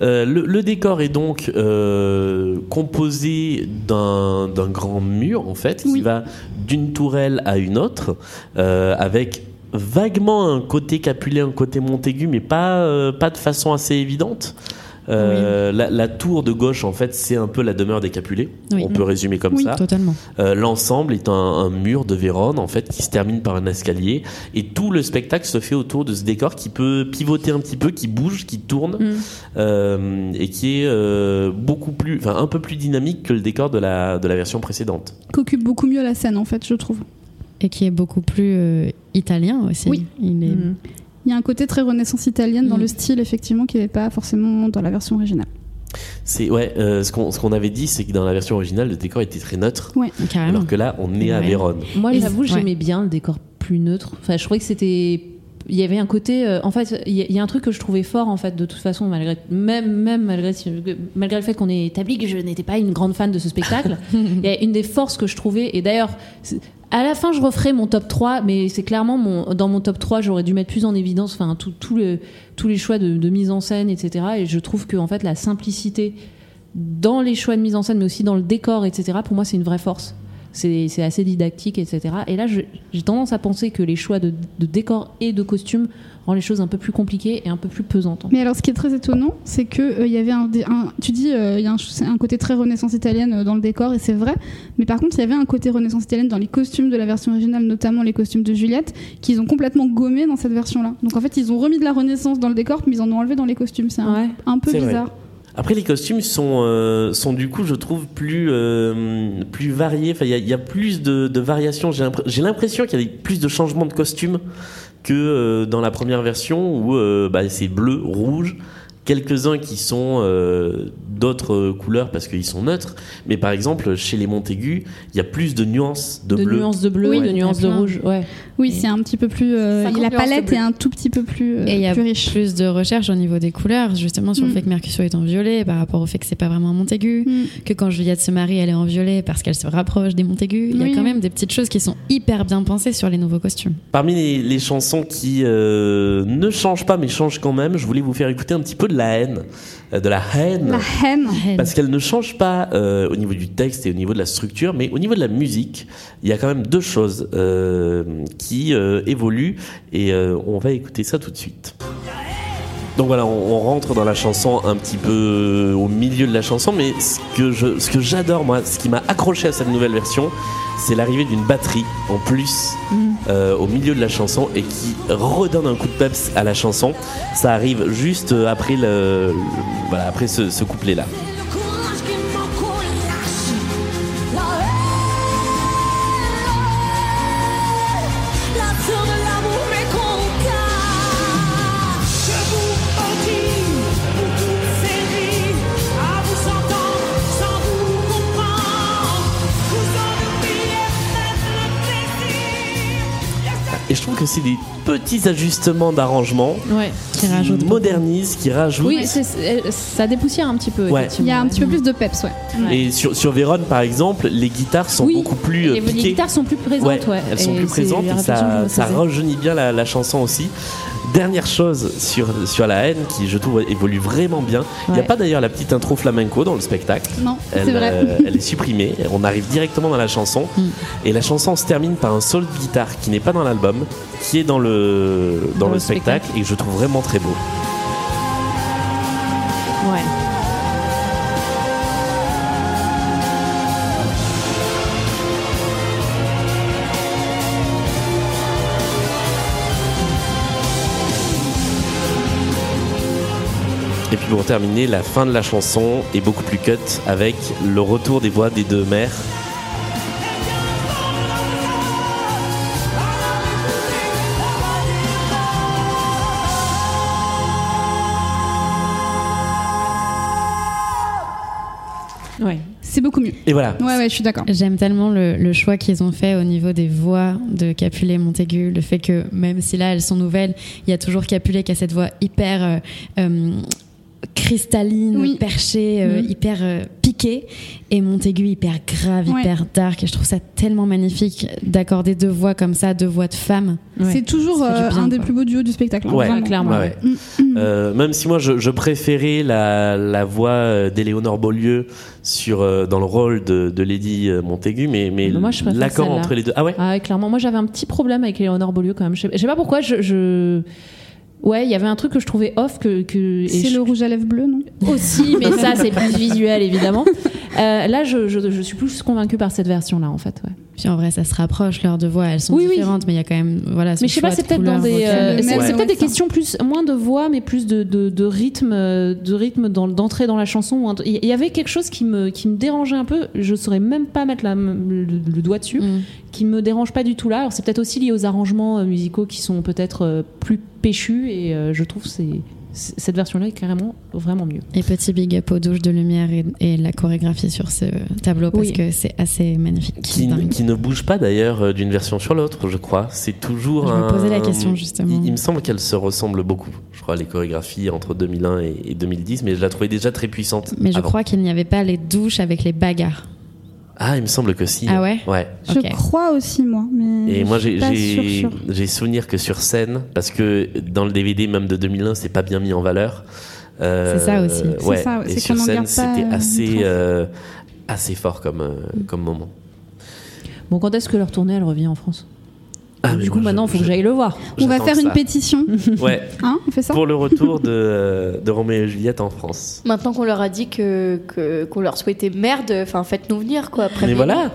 [SPEAKER 1] Euh, le, le décor est donc euh, composé d'un d'un grand mur, en fait, qui va d'une tourelle à une autre, euh, avec vaguement un côté Capulet, un côté Montaigu, mais pas, euh, pas de façon assez évidente. Euh, la, la tour de gauche, en fait, c'est un peu la demeure des Capulets.
[SPEAKER 5] Oui.
[SPEAKER 1] On peut résumer comme
[SPEAKER 5] Oui,
[SPEAKER 1] ça.
[SPEAKER 5] totalement.
[SPEAKER 1] Euh, L'ensemble est un, un mur de Vérone, en fait, qui se termine par un escalier. Et tout le spectacle se fait autour de ce décor qui peut pivoter un petit peu, qui bouge, qui tourne, euh, et qui est euh, beaucoup plus, enfin, un peu plus dynamique que le décor de la, de la version précédente.
[SPEAKER 3] Qu'occupe beaucoup mieux la scène, en fait, je trouve.
[SPEAKER 5] Et qui est beaucoup plus euh, italien aussi.
[SPEAKER 3] Oui.
[SPEAKER 5] Il est...
[SPEAKER 3] Il y a un côté très renaissance italienne dans
[SPEAKER 5] Mm.
[SPEAKER 3] le style, effectivement, qui n'est pas forcément dans la version originale.
[SPEAKER 1] C'est ouais, euh, ce qu'on ce qu'on avait dit, c'est que dans la version originale, le décor était très neutre,
[SPEAKER 3] Ouais.
[SPEAKER 5] Carrément.
[SPEAKER 1] alors que là, on est à
[SPEAKER 5] Ouais.
[SPEAKER 1] Vérone.
[SPEAKER 6] Moi,
[SPEAKER 5] Et-
[SPEAKER 6] j'avoue,
[SPEAKER 5] ouais.
[SPEAKER 6] j'aimais bien le décor plus neutre. Enfin, je trouvais que c'était. Il y avait un côté. euh, en fait, il y, a- il y a un truc que je trouvais fort, en fait, de toute façon, malgré. Même, même malgré, malgré le fait qu'on ait établi que je n'étais pas une grande fan de ce spectacle, il y a une des forces que je trouvais. Et d'ailleurs. c'est- À la fin, je referai mon top 3, mais c'est clairement mon, dans mon top 3, j'aurais dû mettre plus en évidence enfin, tout, tout le- tous les choix de, de mise en scène, etc. Et je trouve que en fait, la simplicité dans les choix de mise en scène, mais aussi dans le décor, etc., pour moi, c'est une vraie force. C'est c'est assez didactique, etc. Et là, je- j'ai tendance à penser que les choix de, de décor et de costume rendent les choses un peu plus compliquées et un peu plus pesantes.
[SPEAKER 3] Mais alors, ce qui est très étonnant, c'est que euh, il y avait un, dé- un- tu dis, euh, il y a un, ch- c'est un côté très Renaissance italienne euh, dans le décor, et c'est vrai. Mais par contre, il y avait un côté Renaissance italienne dans les costumes de la version originale, notamment les costumes de Juliette, qu'ils ont complètement gommé dans cette version-là. Donc en fait, ils ont remis de la Renaissance dans le décor, mais ils en ont enlevé dans les costumes. C'est un, un peu
[SPEAKER 1] C'est vrai.
[SPEAKER 3] bizarre.
[SPEAKER 1] Après, les costumes sont, euh, sont du coup, je trouve, plus, euh, plus variés. Enfin, il y a, il y a plus de, de variations. J'ai l'impr- j'ai l'impression qu'il y a des- plus de changements de costumes que euh, dans la première version où euh, bah, c'est bleu, rouge. Quelques-uns qui sont euh, d'autres couleurs parce qu'ils sont neutres. Mais par exemple, chez les Montaigu, il y a plus de nuances de,
[SPEAKER 6] de
[SPEAKER 1] bleu.
[SPEAKER 6] nuances de bleu,
[SPEAKER 3] Oui,
[SPEAKER 6] de
[SPEAKER 3] il y a
[SPEAKER 6] nuances de
[SPEAKER 3] plein.
[SPEAKER 6] rouge. Ouais.
[SPEAKER 3] Oui, c'est un petit peu plus. euh,
[SPEAKER 6] 50
[SPEAKER 3] la
[SPEAKER 6] nuances de
[SPEAKER 3] palette
[SPEAKER 6] bleu.
[SPEAKER 3] est un tout petit peu plus, euh,
[SPEAKER 5] Et il y a
[SPEAKER 3] plus riche.
[SPEAKER 5] plus de recherche au niveau des couleurs, justement sur le fait que Mercutio est en violet par rapport au fait que c'est pas vraiment un Montaigu,
[SPEAKER 3] Mm.
[SPEAKER 5] que quand Juliette se marie, elle est en violet parce qu'elle se rapproche des Montaigu. Il y
[SPEAKER 3] Oui.
[SPEAKER 5] a quand même des petites choses qui sont hyper bien pensées sur les nouveaux costumes.
[SPEAKER 1] Parmi les, les chansons qui euh, ne changent pas mais changent quand même, je voulais vous faire écouter un petit peu de la haine. Euh, de la haine.
[SPEAKER 3] La haine.
[SPEAKER 1] Parce qu'elle ne change pas euh, au niveau du texte et au niveau de la structure, mais au niveau de la musique, il y a quand même deux choses euh, qui euh, évoluent et euh, on va écouter ça tout de suite. Donc voilà, on, on rentre dans la chanson un petit peu euh, au milieu de la chanson, mais ce que je, ce que j'adore moi, ce qui m'a accroché à cette nouvelle version, c'est l'arrivée d'une batterie en plus euh, au milieu de la chanson et qui redonne un coup de peps à la chanson. Ça arrive juste euh, après le, le- voilà après ce, ce couplet là.
[SPEAKER 10] La fleur de l'amour mais conquête. Je vous maudis pour toutes ces vies. À vous entendre sans vous comprendre. Vous en oubliez même le plaisir.
[SPEAKER 1] Et je trouve que c'est des petits ajustements d'arrangement
[SPEAKER 6] Ouais.
[SPEAKER 1] qui, modernisent, qui rajoutent.
[SPEAKER 6] Oui, c'est- c'est- ça dépoussière un petit peu.
[SPEAKER 1] Ouais.
[SPEAKER 3] Il y a un
[SPEAKER 6] effectivement.
[SPEAKER 3] petit peu plus de peps, ouais.
[SPEAKER 1] Et sur, sur Vérone, par exemple, les guitares sont
[SPEAKER 6] Oui,
[SPEAKER 1] beaucoup plus euh,
[SPEAKER 6] les, les
[SPEAKER 1] piquées.
[SPEAKER 6] guitares sont plus présentes. Ouais,
[SPEAKER 1] Elles sont
[SPEAKER 6] Et
[SPEAKER 1] plus
[SPEAKER 6] c'est
[SPEAKER 1] présentes
[SPEAKER 6] la
[SPEAKER 1] et
[SPEAKER 6] réflexion que je
[SPEAKER 1] ça,
[SPEAKER 6] me
[SPEAKER 1] ça
[SPEAKER 6] faisais.
[SPEAKER 1] rajeunit bien la, la chanson aussi. Dernière chose sur, sur la haine qui, je trouve, évolue vraiment bien. Il n'y a
[SPEAKER 3] Ouais.
[SPEAKER 1] pas d'ailleurs la petite intro flamenco dans le spectacle.
[SPEAKER 3] Non,
[SPEAKER 1] Elle,
[SPEAKER 3] c'est vrai.
[SPEAKER 1] euh, elle est supprimée. On arrive directement dans la chanson.
[SPEAKER 6] Mm.
[SPEAKER 1] Et la chanson se termine par un solo de guitare qui n'est pas dans l'album, qui est dans le, dans
[SPEAKER 6] Dans
[SPEAKER 1] le
[SPEAKER 6] le
[SPEAKER 1] spectacle, et que je trouve vraiment très beau.
[SPEAKER 6] Ouais.
[SPEAKER 1] Et puis pour terminer, la fin de la chanson est beaucoup plus cut avec le retour des voix des deux mères.
[SPEAKER 3] C'est beaucoup mieux.
[SPEAKER 1] Et voilà.
[SPEAKER 3] Ouais, ouais, je suis d'accord.
[SPEAKER 5] J'aime tellement le, le choix qu'ils ont fait au niveau des voix de Capulet et Montaigu, le fait que même si là elles sont nouvelles, il y a toujours Capulet qui a cette voix hyper euh, euh, cristalline, perchée, euh,
[SPEAKER 6] Mm.
[SPEAKER 4] Mhm.
[SPEAKER 5] hyper euh, piquée, et Montaigu hyper grave,
[SPEAKER 3] Ouais.
[SPEAKER 5] hyper dark. Et je trouve ça tellement magnifique d'accorder deux voix comme ça, deux voix de femmes.
[SPEAKER 3] C'est toujours
[SPEAKER 5] Ça fait du
[SPEAKER 3] euh,
[SPEAKER 5] bien,
[SPEAKER 3] un des
[SPEAKER 5] quoi.
[SPEAKER 3] plus beaux duos du spectacle. hein,
[SPEAKER 1] Ouais,
[SPEAKER 3] vraiment.
[SPEAKER 1] clairement. Ouais,
[SPEAKER 5] Mm,
[SPEAKER 1] ouais. Euh, même si moi je, je préférais la, la voix euh, d'Éléonore Beaulieu sur, euh, dans le rôle de, de Lady euh, Montaigu, mais, mais
[SPEAKER 6] Moi, je préfère
[SPEAKER 1] l'accord
[SPEAKER 6] celle-là.
[SPEAKER 1] entre les deux. Ah ouais
[SPEAKER 6] Ah ouais, clairement. Moi, j'avais un petit problème avec Eleanor Beaulieu quand même. Je sais, je sais pas pourquoi. Je, je- ouais, il y avait un truc que je trouvais off que. que et
[SPEAKER 3] C'est
[SPEAKER 6] je-
[SPEAKER 3] le rouge à lèvres bleu, non
[SPEAKER 6] aussi, mais ça, c'est plus visuel évidemment. Euh, là, je, je- je suis plus convaincue par cette version-là, en fait. ouais.
[SPEAKER 5] Puis en vrai, ça se rapproche, leurs deux voix, elles sont
[SPEAKER 6] Oui, oui.
[SPEAKER 5] différentes, mais il y a quand même. Voilà, ce
[SPEAKER 6] Mais je sais pas,
[SPEAKER 5] choix
[SPEAKER 6] c'est
[SPEAKER 5] de
[SPEAKER 6] peut-être dans
[SPEAKER 5] couleur
[SPEAKER 6] des,
[SPEAKER 5] vocale.
[SPEAKER 6] euh, c'est- c'est
[SPEAKER 5] Ouais.
[SPEAKER 6] peut-être des questions plus, moins de voix, mais plus de, de, de rythme, euh, de rythme dans- d'entrée dans la chanson. ou un tr- Il y avait quelque chose qui me, qui me dérangeait un peu. Je saurais même pas mettre la, le, le doigt dessus, qui me dérange pas du tout là. Alors c'est peut-être aussi lié aux arrangements euh, musicaux qui sont peut-être euh, plus péchus, et euh, je trouve c'est c'est- cette version-là est carrément vraiment mieux.
[SPEAKER 5] Et petit big up aux douches de lumière et, et la chorégraphie sur ce tableau parce
[SPEAKER 6] Oui.
[SPEAKER 5] que c'est assez magnifique.
[SPEAKER 1] qui, n- qui ne bouge pas d'ailleurs euh, d'une version sur l'autre, je crois. C'est toujours
[SPEAKER 5] Je me
[SPEAKER 1] un-
[SPEAKER 5] posais la question, justement.
[SPEAKER 1] Il, il me semble qu'elles se ressemblent beaucoup, je crois, les chorégraphies entre 2001 et, et 2010, mais je la trouvais déjà très puissante.
[SPEAKER 5] Mais je
[SPEAKER 1] avant.
[SPEAKER 5] crois qu'il n'y avait pas les douches avec les bagarres.
[SPEAKER 1] Ah, il me semble que si.
[SPEAKER 5] Ah ouais
[SPEAKER 1] Ouais.
[SPEAKER 3] Je
[SPEAKER 5] Ok.
[SPEAKER 3] crois aussi, moi. Mais
[SPEAKER 1] Et moi,
[SPEAKER 3] je
[SPEAKER 1] j'ai-
[SPEAKER 3] suis pas sûre,
[SPEAKER 1] j'ai
[SPEAKER 3] sûre.
[SPEAKER 1] j'ai souvenir que sur scène, parce que dans le DVD même de 2001, c'est pas bien mis en valeur. Euh,
[SPEAKER 5] C'est ça aussi. C'est
[SPEAKER 1] Ouais.
[SPEAKER 5] ça, ouais,
[SPEAKER 1] Et
[SPEAKER 5] c'est
[SPEAKER 1] sur
[SPEAKER 5] qu'on en
[SPEAKER 1] scène,
[SPEAKER 5] garde pas,
[SPEAKER 1] c'était
[SPEAKER 5] euh,
[SPEAKER 1] assez,
[SPEAKER 5] trace.
[SPEAKER 1] euh, assez fort comme, euh, comme moment.
[SPEAKER 6] Bon, quand est-ce que leur tournée elle revient en France
[SPEAKER 1] Ah,
[SPEAKER 6] Du coup, maintenant, il faut que j'aille le voir.
[SPEAKER 3] On va
[SPEAKER 1] j'attends
[SPEAKER 3] faire
[SPEAKER 1] que
[SPEAKER 3] une
[SPEAKER 1] ça.
[SPEAKER 3] pétition.
[SPEAKER 1] Ouais.
[SPEAKER 3] Hein, on fait ça
[SPEAKER 1] Pour le retour de, euh, de Roméo et Juliette en France.
[SPEAKER 2] Maintenant qu'on leur a dit que que- qu'on leur souhaitait merde, enfin faites-nous venir quoi. après
[SPEAKER 1] Mais voilà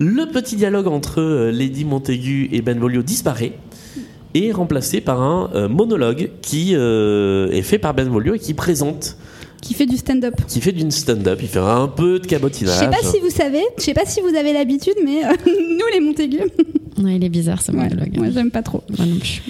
[SPEAKER 1] Le petit dialogue entre euh, Lady Montaigu et Benvolio disparaît et est remplacé par un euh, monologue qui euh, est fait par Benvolio et qui présente,
[SPEAKER 3] Qui fait du stand-up.
[SPEAKER 1] qui fait d'une stand-up, il fait un peu de
[SPEAKER 3] Je
[SPEAKER 1] cabotinage.
[SPEAKER 3] sais pas si vous savez, je sais pas si vous avez l'habitude, mais euh, nous les Montaigu,
[SPEAKER 5] Ouais, il est bizarre ce monologue.
[SPEAKER 3] moi j'aime pas trop.
[SPEAKER 5] Moi non plus.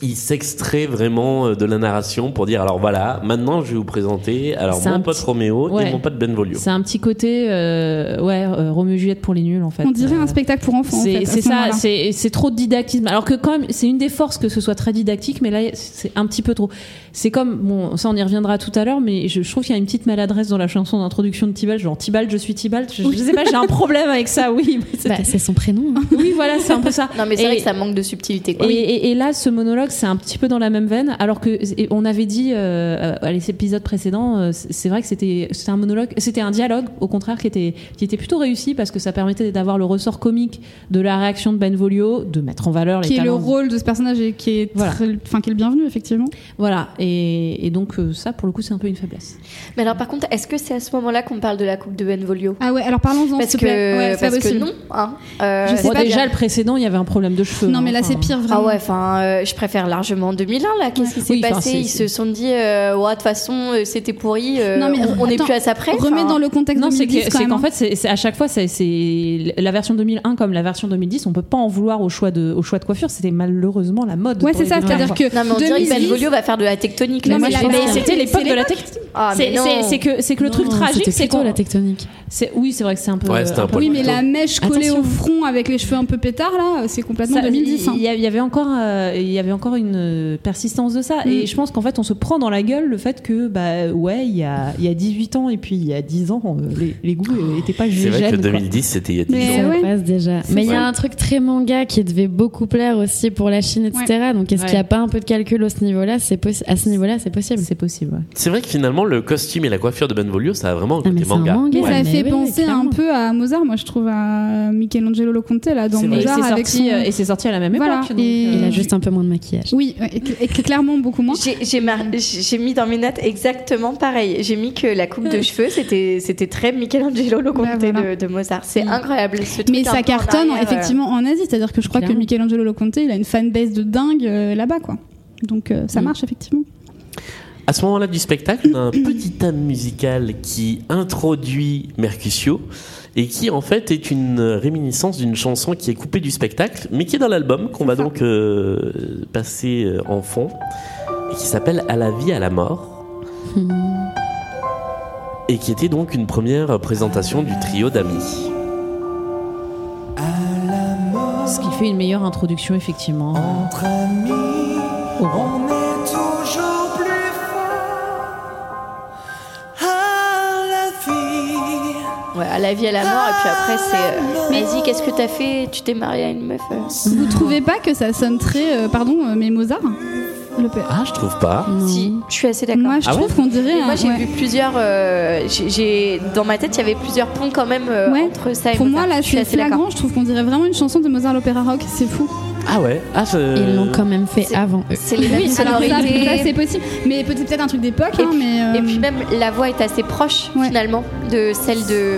[SPEAKER 1] Il s'extrait vraiment euh, de la narration pour dire alors voilà, maintenant je vais vous présenter alors
[SPEAKER 6] C'est
[SPEAKER 1] mon
[SPEAKER 6] un
[SPEAKER 1] pote
[SPEAKER 6] petit-
[SPEAKER 1] Roméo et
[SPEAKER 6] Ouais.
[SPEAKER 1] mon pote Benvolio.
[SPEAKER 6] C'est un petit côté, euh, ouais, euh, Roméo et Juliette pour les nuls, en fait. euh,
[SPEAKER 3] On dirait un spectacle pour enfants. en
[SPEAKER 6] C'est
[SPEAKER 3] fait, à
[SPEAKER 6] c'est
[SPEAKER 3] ce
[SPEAKER 6] ça,
[SPEAKER 3] moment-là.
[SPEAKER 6] c'est c'est trop de didactisme. Alors que quand même, c'est une des forces que ce soit très didactique, mais là, c'est un petit peu trop. C'est comme, bon, ça on y reviendra tout à l'heure, mais je, je trouve qu'il y a une petite maladresse dans la chanson d'introduction de Tibalt, genre Tibalt, je suis Tibalt. Je, je sais pas, j'ai un problème avec ça, oui.
[SPEAKER 5] Bah, c'est son prénom. hein.
[SPEAKER 6] Oui, voilà, c'est un peu ça.
[SPEAKER 2] Non mais c'est vrai
[SPEAKER 6] Et-
[SPEAKER 2] que ça manque de subtilité.
[SPEAKER 6] et,
[SPEAKER 2] Quoi.
[SPEAKER 6] et- et là, ce monologue, c'est un petit peu dans la même veine, alors que et on avait dit euh, à l'épisode précédent, euh, c'est c'est vrai que c'était c'était un monologue, c'était un dialogue, au contraire, qui était qui était plutôt réussi parce que ça permettait d'avoir le ressort comique de la réaction de Benvolio, de mettre en valeur les
[SPEAKER 3] Qui est le
[SPEAKER 6] talents.
[SPEAKER 3] rôle de ce personnage et qui est,
[SPEAKER 6] Voilà.
[SPEAKER 3] très- enfin, qui est le bienvenu, effectivement.
[SPEAKER 6] Voilà, et, et donc euh, ça, pour le coup, c'est un peu une faiblesse.
[SPEAKER 2] Mais alors par contre, est-ce que c'est à ce moment-là qu'on parle de la coupe de Benvolio
[SPEAKER 3] Ah ouais, alors parlons-en.
[SPEAKER 2] Parce
[SPEAKER 3] s'il te
[SPEAKER 2] que,
[SPEAKER 3] plaît. Ouais, c'est pas
[SPEAKER 2] parce que
[SPEAKER 3] possible.
[SPEAKER 2] non. hein. Euh,
[SPEAKER 3] Je sais
[SPEAKER 2] c'est
[SPEAKER 6] Bon,
[SPEAKER 2] pas
[SPEAKER 6] déjà,
[SPEAKER 2] bien.
[SPEAKER 6] le précédent, il y avait un problème de cheveux. hein,
[SPEAKER 3] Non, mais là,
[SPEAKER 6] enfin.
[SPEAKER 3] c'est pire, vraiment.
[SPEAKER 2] Ah ouais, enfin, euh, je préfère largement 2001 là. Qu'est-ce qui s'est
[SPEAKER 6] Oui, enfin,
[SPEAKER 2] passé
[SPEAKER 6] c'est-
[SPEAKER 2] Ils
[SPEAKER 6] c'est-
[SPEAKER 2] se sont dit, euh, Ouais, de toute façon, euh, c'était pourri. euh,
[SPEAKER 3] Non, mais
[SPEAKER 2] on- on n'est
[SPEAKER 3] attends,
[SPEAKER 2] plus à sa presse.
[SPEAKER 3] Remets
[SPEAKER 2] enfin.
[SPEAKER 3] dans le contexte
[SPEAKER 6] Non, c'est que-
[SPEAKER 3] 2010 quand
[SPEAKER 6] c'est
[SPEAKER 3] même,
[SPEAKER 6] qu'en
[SPEAKER 3] hein.
[SPEAKER 6] fait, c'est- c'est à chaque fois, c'est- c'est la version 2001 comme la version 2010. On peut pas en vouloir au choix de, au choix de coiffure. C'était malheureusement la mode.
[SPEAKER 3] Ouais,
[SPEAKER 6] pour
[SPEAKER 3] c'est
[SPEAKER 6] les
[SPEAKER 3] ça,
[SPEAKER 6] Américains,
[SPEAKER 3] c'est-à-dire
[SPEAKER 6] quoi.
[SPEAKER 3] que
[SPEAKER 2] Non, mais on dirait que
[SPEAKER 3] 2010,
[SPEAKER 2] Benvolio va faire de la tectonique. là.
[SPEAKER 3] Non,
[SPEAKER 2] Moi,
[SPEAKER 3] mais la-
[SPEAKER 2] je pense
[SPEAKER 3] la-
[SPEAKER 2] que-
[SPEAKER 3] c'est-
[SPEAKER 6] c'était l'époque de la tech.
[SPEAKER 2] Ah, mais
[SPEAKER 6] C'est
[SPEAKER 2] non.
[SPEAKER 6] c'est- c'est que c'est que le truc
[SPEAKER 5] Non,
[SPEAKER 6] tragique,
[SPEAKER 5] c'était
[SPEAKER 6] c'est
[SPEAKER 5] plutôt
[SPEAKER 6] qu'on-
[SPEAKER 5] la tectonique.
[SPEAKER 6] c'est- Oui, c'est vrai que c'est un peu. euh,
[SPEAKER 1] Ouais, c'était un
[SPEAKER 6] un peu-
[SPEAKER 1] poil
[SPEAKER 3] Oui, mais
[SPEAKER 1] plutôt.
[SPEAKER 3] la mèche collée
[SPEAKER 6] Attention.
[SPEAKER 3] au front avec les cheveux un peu pétards, là, c'est complètement
[SPEAKER 6] Ça,
[SPEAKER 3] 2010. hein.
[SPEAKER 6] Il y, a- il y avait encore, euh, il y avait encore une euh, persistance de ça. Et je pense qu'en fait, on se prend dans la gueule le fait que, bah ouais, il y a, il y a 18 ans et puis il y a 10 ans, euh, les, les goûts n'étaient pas
[SPEAKER 1] C'est
[SPEAKER 6] jugés.
[SPEAKER 1] vrai que 2010 c'était il y a 10
[SPEAKER 3] Mais
[SPEAKER 1] ans.
[SPEAKER 5] Ça
[SPEAKER 3] ouais.
[SPEAKER 5] passe déjà. Mais il y
[SPEAKER 1] ça.
[SPEAKER 5] a un truc très manga qui devait beaucoup plaire aussi pour la Chine, etc. Donc est-ce
[SPEAKER 6] Ouais.
[SPEAKER 5] qu'il n'y a pas un peu de calcul au ce niveau-là C'est possi- À ce niveau-là, c'est possible.
[SPEAKER 6] C'est possible. ouais.
[SPEAKER 1] C'est vrai que finalement le costume et la coiffure de Benvolio ça a vraiment un
[SPEAKER 5] Ah,
[SPEAKER 1] côté
[SPEAKER 5] mais c'est un
[SPEAKER 1] manga.
[SPEAKER 5] manga.
[SPEAKER 3] Mais ça
[SPEAKER 5] Ouais,
[SPEAKER 3] a
[SPEAKER 5] mais
[SPEAKER 3] fait
[SPEAKER 5] oui,
[SPEAKER 3] penser un
[SPEAKER 5] clairement.
[SPEAKER 3] peu à Mozart, moi je trouve, à Michelangelo Loconte, là, dans
[SPEAKER 1] C'est vrai.
[SPEAKER 6] Et
[SPEAKER 3] Mozart,
[SPEAKER 6] c'est
[SPEAKER 3] avec
[SPEAKER 6] sorti,
[SPEAKER 3] son-
[SPEAKER 6] euh, et c'est sorti à la même
[SPEAKER 3] Voilà,
[SPEAKER 6] époque. donc,
[SPEAKER 3] et-
[SPEAKER 6] euh,
[SPEAKER 5] Il a juste un peu moins de maquillage.
[SPEAKER 3] Oui, euh, et cl- et cl- clairement beaucoup moins.
[SPEAKER 2] J'ai- J'ai mar- j'ai- j'ai mis dans mes notes exactement pareil. J'ai mis que la coupe de cheveux, c'était c'était très Michelangelo le comté
[SPEAKER 3] Ouais, Bah, voilà. Mm.
[SPEAKER 2] de, de Mozart. C'est incroyable ce truc.
[SPEAKER 3] Mais
[SPEAKER 2] un
[SPEAKER 3] ça
[SPEAKER 2] peu en
[SPEAKER 3] cartonne
[SPEAKER 2] arrière, euh.
[SPEAKER 3] effectivement en Asie, c'est-à-dire que je crois que
[SPEAKER 6] Clairement.
[SPEAKER 3] Michelangelo Loconte, il a une fanbase de dingue euh, là-bas, quoi. Donc euh, ça
[SPEAKER 5] Mm.
[SPEAKER 3] marche effectivement.
[SPEAKER 1] À ce moment-là du spectacle, on a un petit thème musical qui introduit Mercutio et qui en fait est une réminiscence d'une chanson qui est coupée du spectacle mais qui est dans l'album qu'on va
[SPEAKER 3] ça.
[SPEAKER 1] donc euh, passer
[SPEAKER 5] Hmm.
[SPEAKER 1] euh, en fond et qui s'appelle À la vie, à la mort. et qui était donc une première présentation du trio d'amis.
[SPEAKER 6] Ce qui fait une meilleure introduction, effectivement. Entre amis,
[SPEAKER 10] On est toujours plus fort à la vie.
[SPEAKER 2] Ouais, à la vie, à la mort, et puis après, c'est. euh, Mais vas-y, qu'est-ce que t'as fait Tu t'es marié à une meuf euh.
[SPEAKER 3] Vous trouvez pas que ça sonne très, euh, pardon, euh, mais Mozart le père.
[SPEAKER 1] Ah, je trouve pas.
[SPEAKER 5] Hmm.
[SPEAKER 2] Si, je suis assez d'accord.
[SPEAKER 3] Moi, je
[SPEAKER 1] Ah
[SPEAKER 3] trouve
[SPEAKER 1] ouais
[SPEAKER 3] qu'on dirait.
[SPEAKER 2] Et moi,
[SPEAKER 3] un-
[SPEAKER 2] j'ai
[SPEAKER 3] ouais.
[SPEAKER 2] vu plusieurs. euh, j'ai- j'ai dans ma tête, il y avait plusieurs ponts quand même euh, entre ça et
[SPEAKER 3] Pour moi,
[SPEAKER 2] Mozart.
[SPEAKER 3] là,
[SPEAKER 2] Je suis
[SPEAKER 3] c'est
[SPEAKER 2] assez d'accord.
[SPEAKER 3] flagrant. Je trouve qu'on dirait vraiment une chanson de Mozart l'opéra rock. C'est fou.
[SPEAKER 1] Ah ouais ah, je-
[SPEAKER 5] Ils l'ont quand même fait avant eux.
[SPEAKER 2] C'est les mêmes
[SPEAKER 3] Oui, alors ça,
[SPEAKER 2] sonorités.
[SPEAKER 3] ça, c'est possible. Mais peut- peut-être un truc d'époque, hein, mais. euh,
[SPEAKER 2] Et puis bah, même la voix est assez proche finalement de celle de,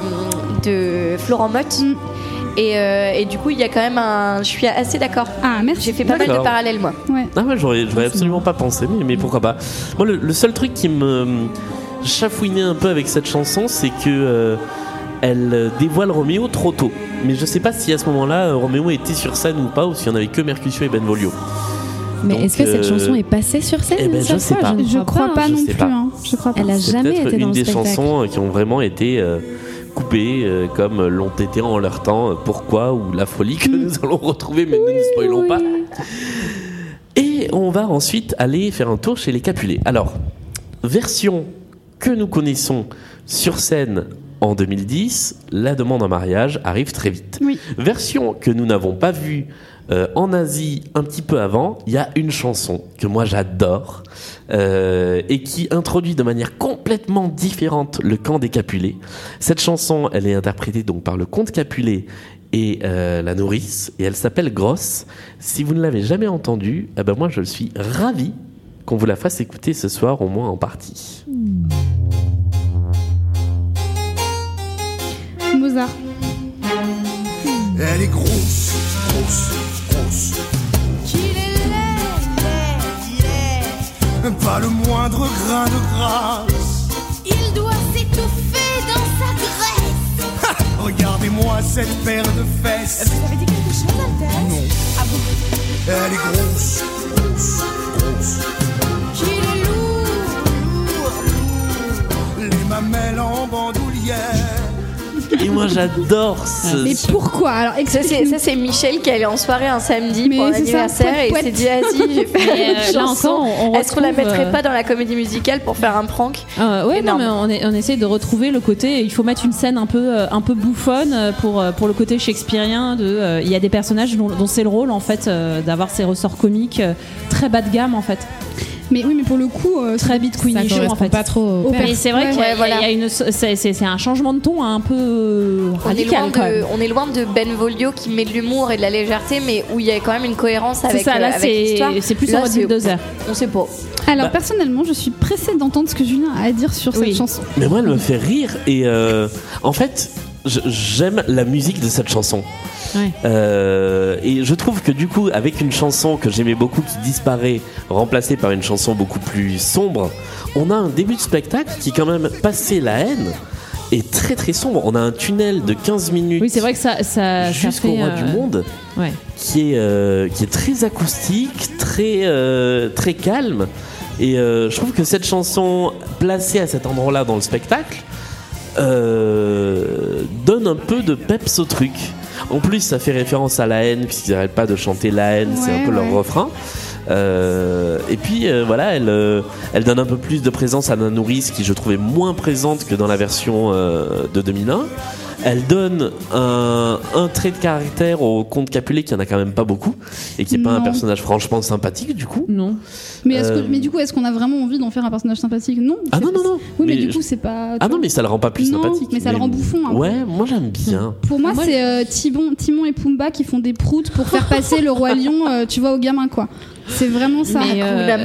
[SPEAKER 2] de Florent Mott.
[SPEAKER 3] Mm.
[SPEAKER 2] Et, euh, et du coup, il y a quand même un. Je suis assez d'accord.
[SPEAKER 3] Ah, merci.
[SPEAKER 2] J'ai fait pas mal de
[SPEAKER 1] D'accord.
[SPEAKER 2] parallèles, moi.
[SPEAKER 1] Ah ouais, j'aurais, j'aurais absolument pas pensé, mais, mais pourquoi pas. Moi, le, le seul truc qui me chafouinait un peu avec cette chanson, c'est que euh, elle euh, dévoile Roméo trop tôt. Mais je sais pas si à ce moment-là, euh, Roméo était sur scène ou pas, ou s'il y en avait que Mercutio et Ben Benvolio.
[SPEAKER 5] Mais
[SPEAKER 1] Donc,
[SPEAKER 5] est-ce que cette
[SPEAKER 1] euh,
[SPEAKER 5] chanson est passée sur scène
[SPEAKER 1] eh ben,
[SPEAKER 5] une
[SPEAKER 1] je
[SPEAKER 5] seule
[SPEAKER 1] sais
[SPEAKER 5] fois
[SPEAKER 1] pas.
[SPEAKER 5] ne
[SPEAKER 1] Je crois pas
[SPEAKER 5] hein.
[SPEAKER 1] non Je sais plus, pas. hein.
[SPEAKER 5] Elle a
[SPEAKER 1] C'est
[SPEAKER 5] jamais
[SPEAKER 1] peut-être
[SPEAKER 5] été
[SPEAKER 1] une
[SPEAKER 5] dans le
[SPEAKER 1] des
[SPEAKER 5] spectacle.
[SPEAKER 1] chansons euh, qui ont vraiment été euh, coupées, euh, comme l'ont été en leur temps, euh, Pourquoi ou La folie
[SPEAKER 5] Mm.
[SPEAKER 1] que nous allons retrouver, mais nous ne spoilons pas. Et on va ensuite aller faire un tour chez les Capulet. Alors, version que nous connaissons sur scène en 2010, la demande en mariage arrive très vite. Version que nous n'avons pas vue euh, en Asie un petit peu avant, il y a une chanson que moi j'adore euh, et qui introduit de manière complètement différente le camp des Capulet. Cette chanson, elle est interprétée donc par le comte Capulet et euh, la nourrice et elle s'appelle Grosse. Si vous ne l'avez jamais entendue, eh ben moi je suis ravi qu'on vous la fasse écouter ce soir au moins en partie.
[SPEAKER 3] Mozart.
[SPEAKER 7] Elle est grosse, grosse, grosse.
[SPEAKER 10] Qu'il est laid, laid, laid.
[SPEAKER 7] Pas le moindre grain de grâce.
[SPEAKER 10] Il doit s'étouffer dans sa graisse.
[SPEAKER 7] Ha Regardez-moi cette paire de fesses.
[SPEAKER 10] Vous avez dit quelque chose, Altesse Non. Ah bon
[SPEAKER 7] Elle est grosse, grosse, grosse.
[SPEAKER 10] Qu'il est
[SPEAKER 7] Les mamelles en bandoulière.
[SPEAKER 1] Et moi j'adore ce,
[SPEAKER 2] Mais
[SPEAKER 3] pourquoi Alors,
[SPEAKER 2] ça, c'est, ça, c'est Michel qui est allé en soirée un samedi pour un
[SPEAKER 3] c'est ça,
[SPEAKER 2] anniversaire
[SPEAKER 3] poète,
[SPEAKER 2] et il
[SPEAKER 3] poète.
[SPEAKER 2] s'est dit Vas-y, j'ai fait
[SPEAKER 6] Mais,
[SPEAKER 2] une
[SPEAKER 6] euh, là
[SPEAKER 2] chanson.
[SPEAKER 6] encore, on- on
[SPEAKER 2] Est-ce qu'on la
[SPEAKER 6] retrouve,
[SPEAKER 2] mettrait
[SPEAKER 6] euh,
[SPEAKER 2] pas dans la comédie musicale pour faire un prank
[SPEAKER 6] Euh, ouais,
[SPEAKER 2] Énorme.
[SPEAKER 6] non, mais on, est- on essaie de retrouver le côté. Il faut mettre une scène un peu, euh, un peu bouffonne euh, pour, euh, pour le côté shakespearien. De, euh, il y a des personnages dont, dont c'est le rôle en fait euh, d'avoir ces ressorts comiques euh, très bas de gamme en fait.
[SPEAKER 3] Mais oui, mais pour le coup, euh,
[SPEAKER 6] très vite Queen
[SPEAKER 5] ça
[SPEAKER 6] Show en
[SPEAKER 5] correspond
[SPEAKER 6] fait.
[SPEAKER 5] pas trop. au
[SPEAKER 6] Mais
[SPEAKER 5] père.
[SPEAKER 6] c'est vrai qu'il y a,
[SPEAKER 2] Ouais, voilà.
[SPEAKER 6] il y a une, c'est, c'est- c'est un changement de ton hein, un peu euh,
[SPEAKER 2] on est,
[SPEAKER 6] radical
[SPEAKER 2] loin
[SPEAKER 6] quand même.
[SPEAKER 2] de, on est loin de Benvolio qui met de l'humour et de la légèreté, mais où il y a quand même une cohérence
[SPEAKER 6] C'est
[SPEAKER 2] avec,
[SPEAKER 6] ça,
[SPEAKER 2] euh,
[SPEAKER 6] là,
[SPEAKER 2] avec
[SPEAKER 6] c'est-
[SPEAKER 2] l'histoire.
[SPEAKER 6] c'est plus en
[SPEAKER 2] Là,
[SPEAKER 6] mode bulldozer.
[SPEAKER 2] On sait pas.
[SPEAKER 3] Alors,
[SPEAKER 1] Bah.
[SPEAKER 3] personnellement, je suis pressée d'entendre ce que Julien a à dire sur cette chanson.
[SPEAKER 1] Mais moi, elle me fait rire et euh, en fait, je- j'aime la musique de cette chanson.
[SPEAKER 5] Ouais.
[SPEAKER 1] Euh, et je trouve que du coup, avec une chanson que j'aimais beaucoup qui disparaît, remplacée par une chanson beaucoup plus sombre, on a un début de spectacle qui, quand même, passé la haine, est très très sombre. On a un tunnel de 15 minutes
[SPEAKER 6] Oui, c'est vrai que ça, ça, ça
[SPEAKER 1] jusqu'au
[SPEAKER 6] fait,
[SPEAKER 1] roi
[SPEAKER 6] euh,
[SPEAKER 1] du monde
[SPEAKER 6] Ouais.
[SPEAKER 1] qui est, euh, qui est très acoustique, très, euh, très calme. Et euh, je trouve que cette chanson, placée à cet endroit-là dans le spectacle, euh, donne un peu de peps au truc. En plus, ça fait référence à la haine, puisqu'ils n'arrêtent pas de chanter la haine, c'est
[SPEAKER 11] Ouais,
[SPEAKER 1] un peu leur
[SPEAKER 11] ouais.
[SPEAKER 1] refrain. Euh, et puis euh, voilà, elle, euh, elle donne un peu plus de présence à la nourrice qui je trouvais moins présente que dans la version euh, de 2001. Elle donne un, un trait de caractère au comte Capulet qui en a quand même pas beaucoup et qui est pas un
[SPEAKER 3] Non.
[SPEAKER 1] personnage franchement sympathique du coup.
[SPEAKER 6] Non.
[SPEAKER 3] Mais, est-ce que-
[SPEAKER 1] Euh,
[SPEAKER 3] mais du coup, est-ce qu'on a vraiment envie d'en faire un personnage sympathique Non.
[SPEAKER 1] Ah
[SPEAKER 3] c'est-
[SPEAKER 1] non non non.
[SPEAKER 3] Oui, mais, du coup, c'est pas.
[SPEAKER 1] Ah non mais ça le rend pas plus
[SPEAKER 3] Non,
[SPEAKER 1] sympathique.
[SPEAKER 3] mais ça le rend bouffon, hein. un peu.
[SPEAKER 1] ouais, moi j'aime bien.
[SPEAKER 3] Pour moi, c'est euh, Timon, Timon et Pumba qui font des proutes pour faire passer le roi lion, euh, tu vois, aux gamins, quoi. C'est vraiment ça.
[SPEAKER 6] Mais, euh,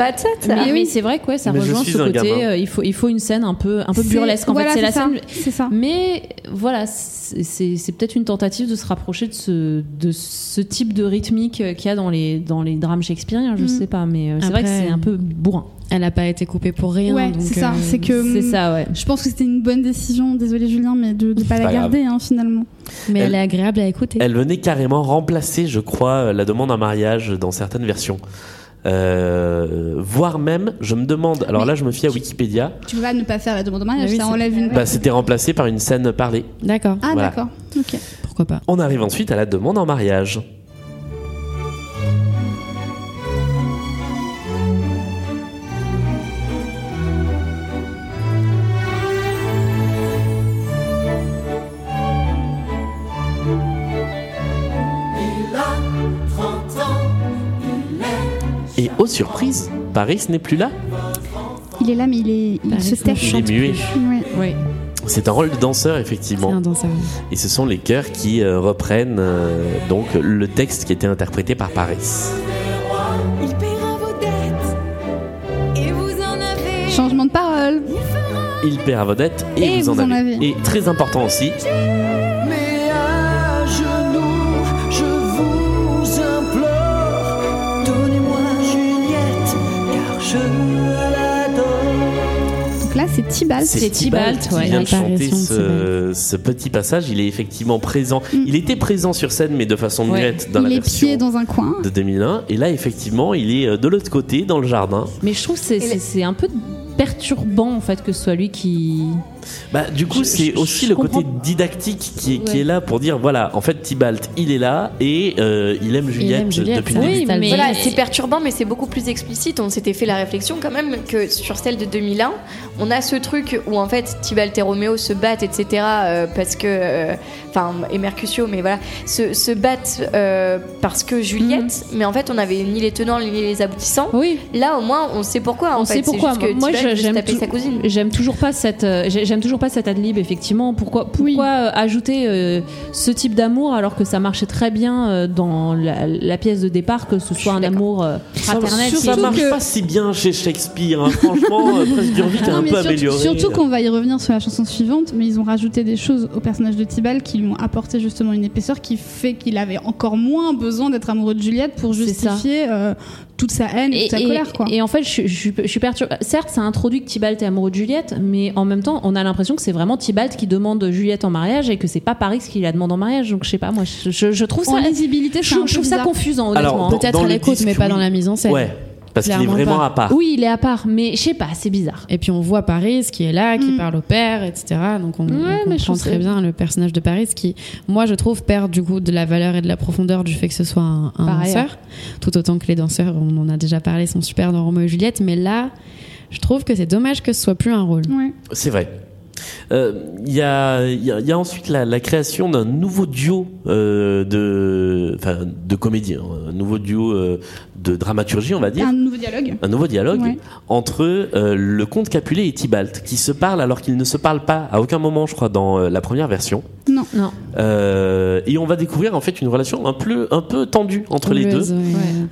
[SPEAKER 6] mais oui, c'est vrai que ouais, ça
[SPEAKER 3] Mais je
[SPEAKER 6] rejoint
[SPEAKER 3] suis
[SPEAKER 6] ce
[SPEAKER 3] un
[SPEAKER 6] côté.
[SPEAKER 3] gamin.
[SPEAKER 6] euh, il faut, il faut une scène un peu, un peu
[SPEAKER 3] C'est-
[SPEAKER 6] burlesque. En
[SPEAKER 3] voilà,
[SPEAKER 6] fait, c'est la
[SPEAKER 3] c'est ça,
[SPEAKER 6] scène.
[SPEAKER 3] Mais
[SPEAKER 6] voilà, c'est c'est- c'est peut-être une tentative de se rapprocher de ce, de ce type de rythmique euh, qu'il y a dans les, dans les drames shakespeariens. Je
[SPEAKER 5] Mm.
[SPEAKER 6] sais pas, mais euh, c'est vrai que
[SPEAKER 5] Après,
[SPEAKER 6] c'est un peu bourrin.
[SPEAKER 5] Elle a pas été coupée pour rien.
[SPEAKER 6] hein,
[SPEAKER 3] Ouais,
[SPEAKER 5] donc,
[SPEAKER 3] c'est ça.
[SPEAKER 5] euh,
[SPEAKER 3] C'est que. mm, Je pense que c'était une bonne décision, désolé Julien, mais de ne pas la
[SPEAKER 1] pas grave.
[SPEAKER 3] garder, hein, finalement.
[SPEAKER 5] Mais
[SPEAKER 1] elle
[SPEAKER 5] elle est agréable à écouter.
[SPEAKER 1] Elle venait carrément remplacer, je crois, euh, la demande en mariage dans certaines versions. euh, voire même, je me demande, alors là je me fie à Wikipédia,
[SPEAKER 3] Tu peux pas ne pas faire la demande en mariage,
[SPEAKER 1] Oui,
[SPEAKER 3] ça enlève une.
[SPEAKER 1] bah, c'était remplacé par une scène parlée.
[SPEAKER 5] D'accord.
[SPEAKER 3] Ah,
[SPEAKER 1] Bah, Voilà.
[SPEAKER 3] d'accord. Ok.
[SPEAKER 5] Pourquoi pas
[SPEAKER 1] On arrive ensuite à la demande en mariage.
[SPEAKER 10] Il a 30 ans, il est
[SPEAKER 1] Et aux surprises, Paris n'est plus là.
[SPEAKER 3] Il est là, mais il, est, il se
[SPEAKER 1] il
[SPEAKER 3] tâche.
[SPEAKER 1] est muet.
[SPEAKER 3] Ouais.
[SPEAKER 1] C'est un rôle de danseur, effectivement. Et ce sont les chœurs qui euh, reprennent euh, donc le texte qui était interprété par Paris.
[SPEAKER 10] roi, il paiera vos dettes et vous en avez.
[SPEAKER 3] Changement de parole.
[SPEAKER 1] Il perd à vedette et,
[SPEAKER 3] Et
[SPEAKER 1] vous, en, avez. Et très important aussi,
[SPEAKER 10] Mais à genoux, je vous implore, donnez-moi Juliette, car je l'adore.
[SPEAKER 3] Donc là, c'est Tibalt.
[SPEAKER 1] c'est Tibalt qui vient de chanter ce, ce petit passage. Il est effectivement présent. Il était présent sur scène, mais de façon muette dans
[SPEAKER 3] il
[SPEAKER 1] la
[SPEAKER 3] est
[SPEAKER 1] version
[SPEAKER 3] pieds dans un coin.
[SPEAKER 1] de 2001. Et là, effectivement, il est euh, de l'autre côté, dans le jardin.
[SPEAKER 6] Mais je trouve que c'est- c'est c'est un peu perturbant en fait que ce soit lui qui.
[SPEAKER 1] Bah, du coup,
[SPEAKER 6] Je-
[SPEAKER 1] c'est
[SPEAKER 6] je-
[SPEAKER 1] aussi
[SPEAKER 6] je
[SPEAKER 1] le
[SPEAKER 6] comprends
[SPEAKER 1] côté didactique qui est, qui
[SPEAKER 6] Ouais.
[SPEAKER 1] est là pour dire voilà, en fait, Tibalt, il est là et euh, il aime Juliette, depuis le début.
[SPEAKER 2] Voilà, c'est perturbant, mais c'est beaucoup plus explicite. On s'était fait la réflexion quand même que sur celle de 2001, on a ce truc où en fait Tibalt et Roméo se battent, etc. euh, parce que, euh, enfin, et Mercutio, mais voilà, se, se battent euh, parce que Juliette.
[SPEAKER 6] Mhm.
[SPEAKER 2] Mais en fait, on avait ni les tenants ni les aboutissants.
[SPEAKER 6] Oui.
[SPEAKER 2] Là, au moins, on sait pourquoi. en
[SPEAKER 6] on
[SPEAKER 2] fait.
[SPEAKER 6] sait
[SPEAKER 2] C'est
[SPEAKER 6] pourquoi.
[SPEAKER 2] juste que
[SPEAKER 6] Moi,
[SPEAKER 2] Tybalt
[SPEAKER 6] je-
[SPEAKER 2] veut se
[SPEAKER 6] j'aime
[SPEAKER 2] taper
[SPEAKER 6] tou-
[SPEAKER 2] sa cousine.
[SPEAKER 6] j'aime toujours pas cette, euh, j'ai- j'aime toujours pas cette adlib. Effectivement, pourquoi, pourquoi euh, ajouter euh, ce type d'amour alors que ça marchait très bien euh, dans la, la pièce de départ, que ce soit un amour euh, fraternel.
[SPEAKER 1] ça,
[SPEAKER 6] qui-
[SPEAKER 1] marche pas si bien chez Shakespeare, hein. franchement, euh, Presque Durville a
[SPEAKER 3] Non,
[SPEAKER 1] un
[SPEAKER 3] Ah, mais
[SPEAKER 1] peu
[SPEAKER 3] surtout,
[SPEAKER 1] amélioré.
[SPEAKER 3] surtout qu'on va y revenir sur la chanson suivante, mais ils ont rajouté des choses au personnage de Tibal qui lui ont apporté justement une épaisseur qui fait qu'il avait encore moins besoin d'être amoureux de Juliette pour justifier euh, toute sa haine et, toute sa colère. Quoi.
[SPEAKER 6] et en fait, je, je- je suis perturbée. Certes, ça introduit que Tybalt est amoureux de Juliette, mais en même temps, on a l'impression que c'est vraiment Tybalt qui demande Juliette en mariage et que c'est pas Paris qui la demande en mariage. Donc, je sais pas, moi, je, je- je trouve
[SPEAKER 5] En
[SPEAKER 6] ça.
[SPEAKER 5] lisibilité, c'est
[SPEAKER 6] je,
[SPEAKER 5] un peu
[SPEAKER 6] je trouve ça
[SPEAKER 5] bizarre.
[SPEAKER 6] confusant,
[SPEAKER 1] Alors,
[SPEAKER 6] honnêtement.
[SPEAKER 1] dans- Peut-être dans à le l'écoute, disque, mais pas oui. dans la
[SPEAKER 5] mise en scène.
[SPEAKER 1] Ouais, parce qu'il est
[SPEAKER 5] Clairement
[SPEAKER 1] vraiment
[SPEAKER 5] pas.
[SPEAKER 1] à part.
[SPEAKER 6] Oui, il est à part, mais je sais pas, c'est bizarre.
[SPEAKER 5] Et puis on voit Paris qui est là, qui parle au père, etc. Donc on, on
[SPEAKER 6] Ouais, mais je
[SPEAKER 5] comprend
[SPEAKER 6] trouve
[SPEAKER 5] très
[SPEAKER 6] ça-
[SPEAKER 5] bien le personnage de Paris qui, moi je trouve, perd du coup de la valeur et de la profondeur du fait que ce soit un, un
[SPEAKER 6] Par ailleurs.
[SPEAKER 5] danseur. Tout autant que les danseurs, on en a déjà parlé, sont super dans Roméo et Juliette. Mais là, je trouve que c'est dommage que ce soit plus un rôle.
[SPEAKER 1] C'est vrai. Euh, Il y, a, il y a- il y a ensuite la, la création d'un nouveau duo euh, de, enfin, de comédiens, un nouveau duo euh, de dramaturgie, on va dire.
[SPEAKER 3] Un nouveau dialogue.
[SPEAKER 1] un nouveau dialogue
[SPEAKER 3] Ouais.
[SPEAKER 1] entre euh, le comte Capulet et Tybalt qui se parlent alors qu'ils ne se parlent pas à aucun moment je crois dans euh, la première version
[SPEAKER 3] Non.
[SPEAKER 6] Non.
[SPEAKER 1] Euh, et on va découvrir en fait une relation un peu, un peu tendue entre les deux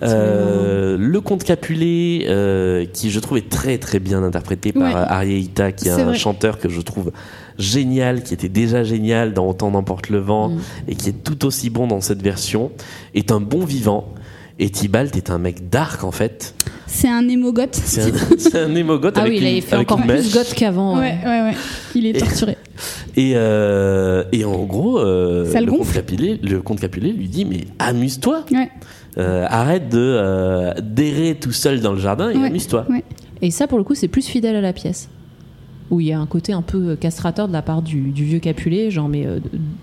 [SPEAKER 1] Euh, le comte Capulet euh, qui je trouve est très très bien interprété par
[SPEAKER 3] Ouais.
[SPEAKER 1] euh, Arietta qui est,
[SPEAKER 3] C'est
[SPEAKER 1] un
[SPEAKER 3] vrai.
[SPEAKER 1] chanteur que je trouve génial qui était déjà génial dans Autant n'emporte le vent
[SPEAKER 6] Mm.
[SPEAKER 1] et qui est tout aussi bon dans cette version est un bon vivant et Tybalt est un mec dark en fait
[SPEAKER 3] C'est un émogote.
[SPEAKER 1] c'est un, c'est un hémogote
[SPEAKER 6] Ah
[SPEAKER 1] avec
[SPEAKER 6] oui, là,
[SPEAKER 1] une-
[SPEAKER 6] il fait
[SPEAKER 1] avec
[SPEAKER 6] encore
[SPEAKER 1] une
[SPEAKER 6] plus
[SPEAKER 1] mèche.
[SPEAKER 6] goth qu'avant.
[SPEAKER 3] Ouais,
[SPEAKER 6] ouais.
[SPEAKER 3] ouais, ouais. Il est torturé.
[SPEAKER 1] Et, euh, et en gros, euh,
[SPEAKER 3] Ça le
[SPEAKER 1] le,
[SPEAKER 3] gonfle.
[SPEAKER 1] comte Capulet, le comte Capulet lui dit Mais amuse-toi
[SPEAKER 3] Ouais.
[SPEAKER 1] Euh, Arrête de euh, d'errer tout seul dans le jardin et
[SPEAKER 6] Ouais.
[SPEAKER 1] amuse-toi.
[SPEAKER 6] Et ça, pour le coup, c'est plus fidèle à la pièce. Où il y a un côté un peu euh, castrateur de la part du, du vieux Capulet, genre, mais euh,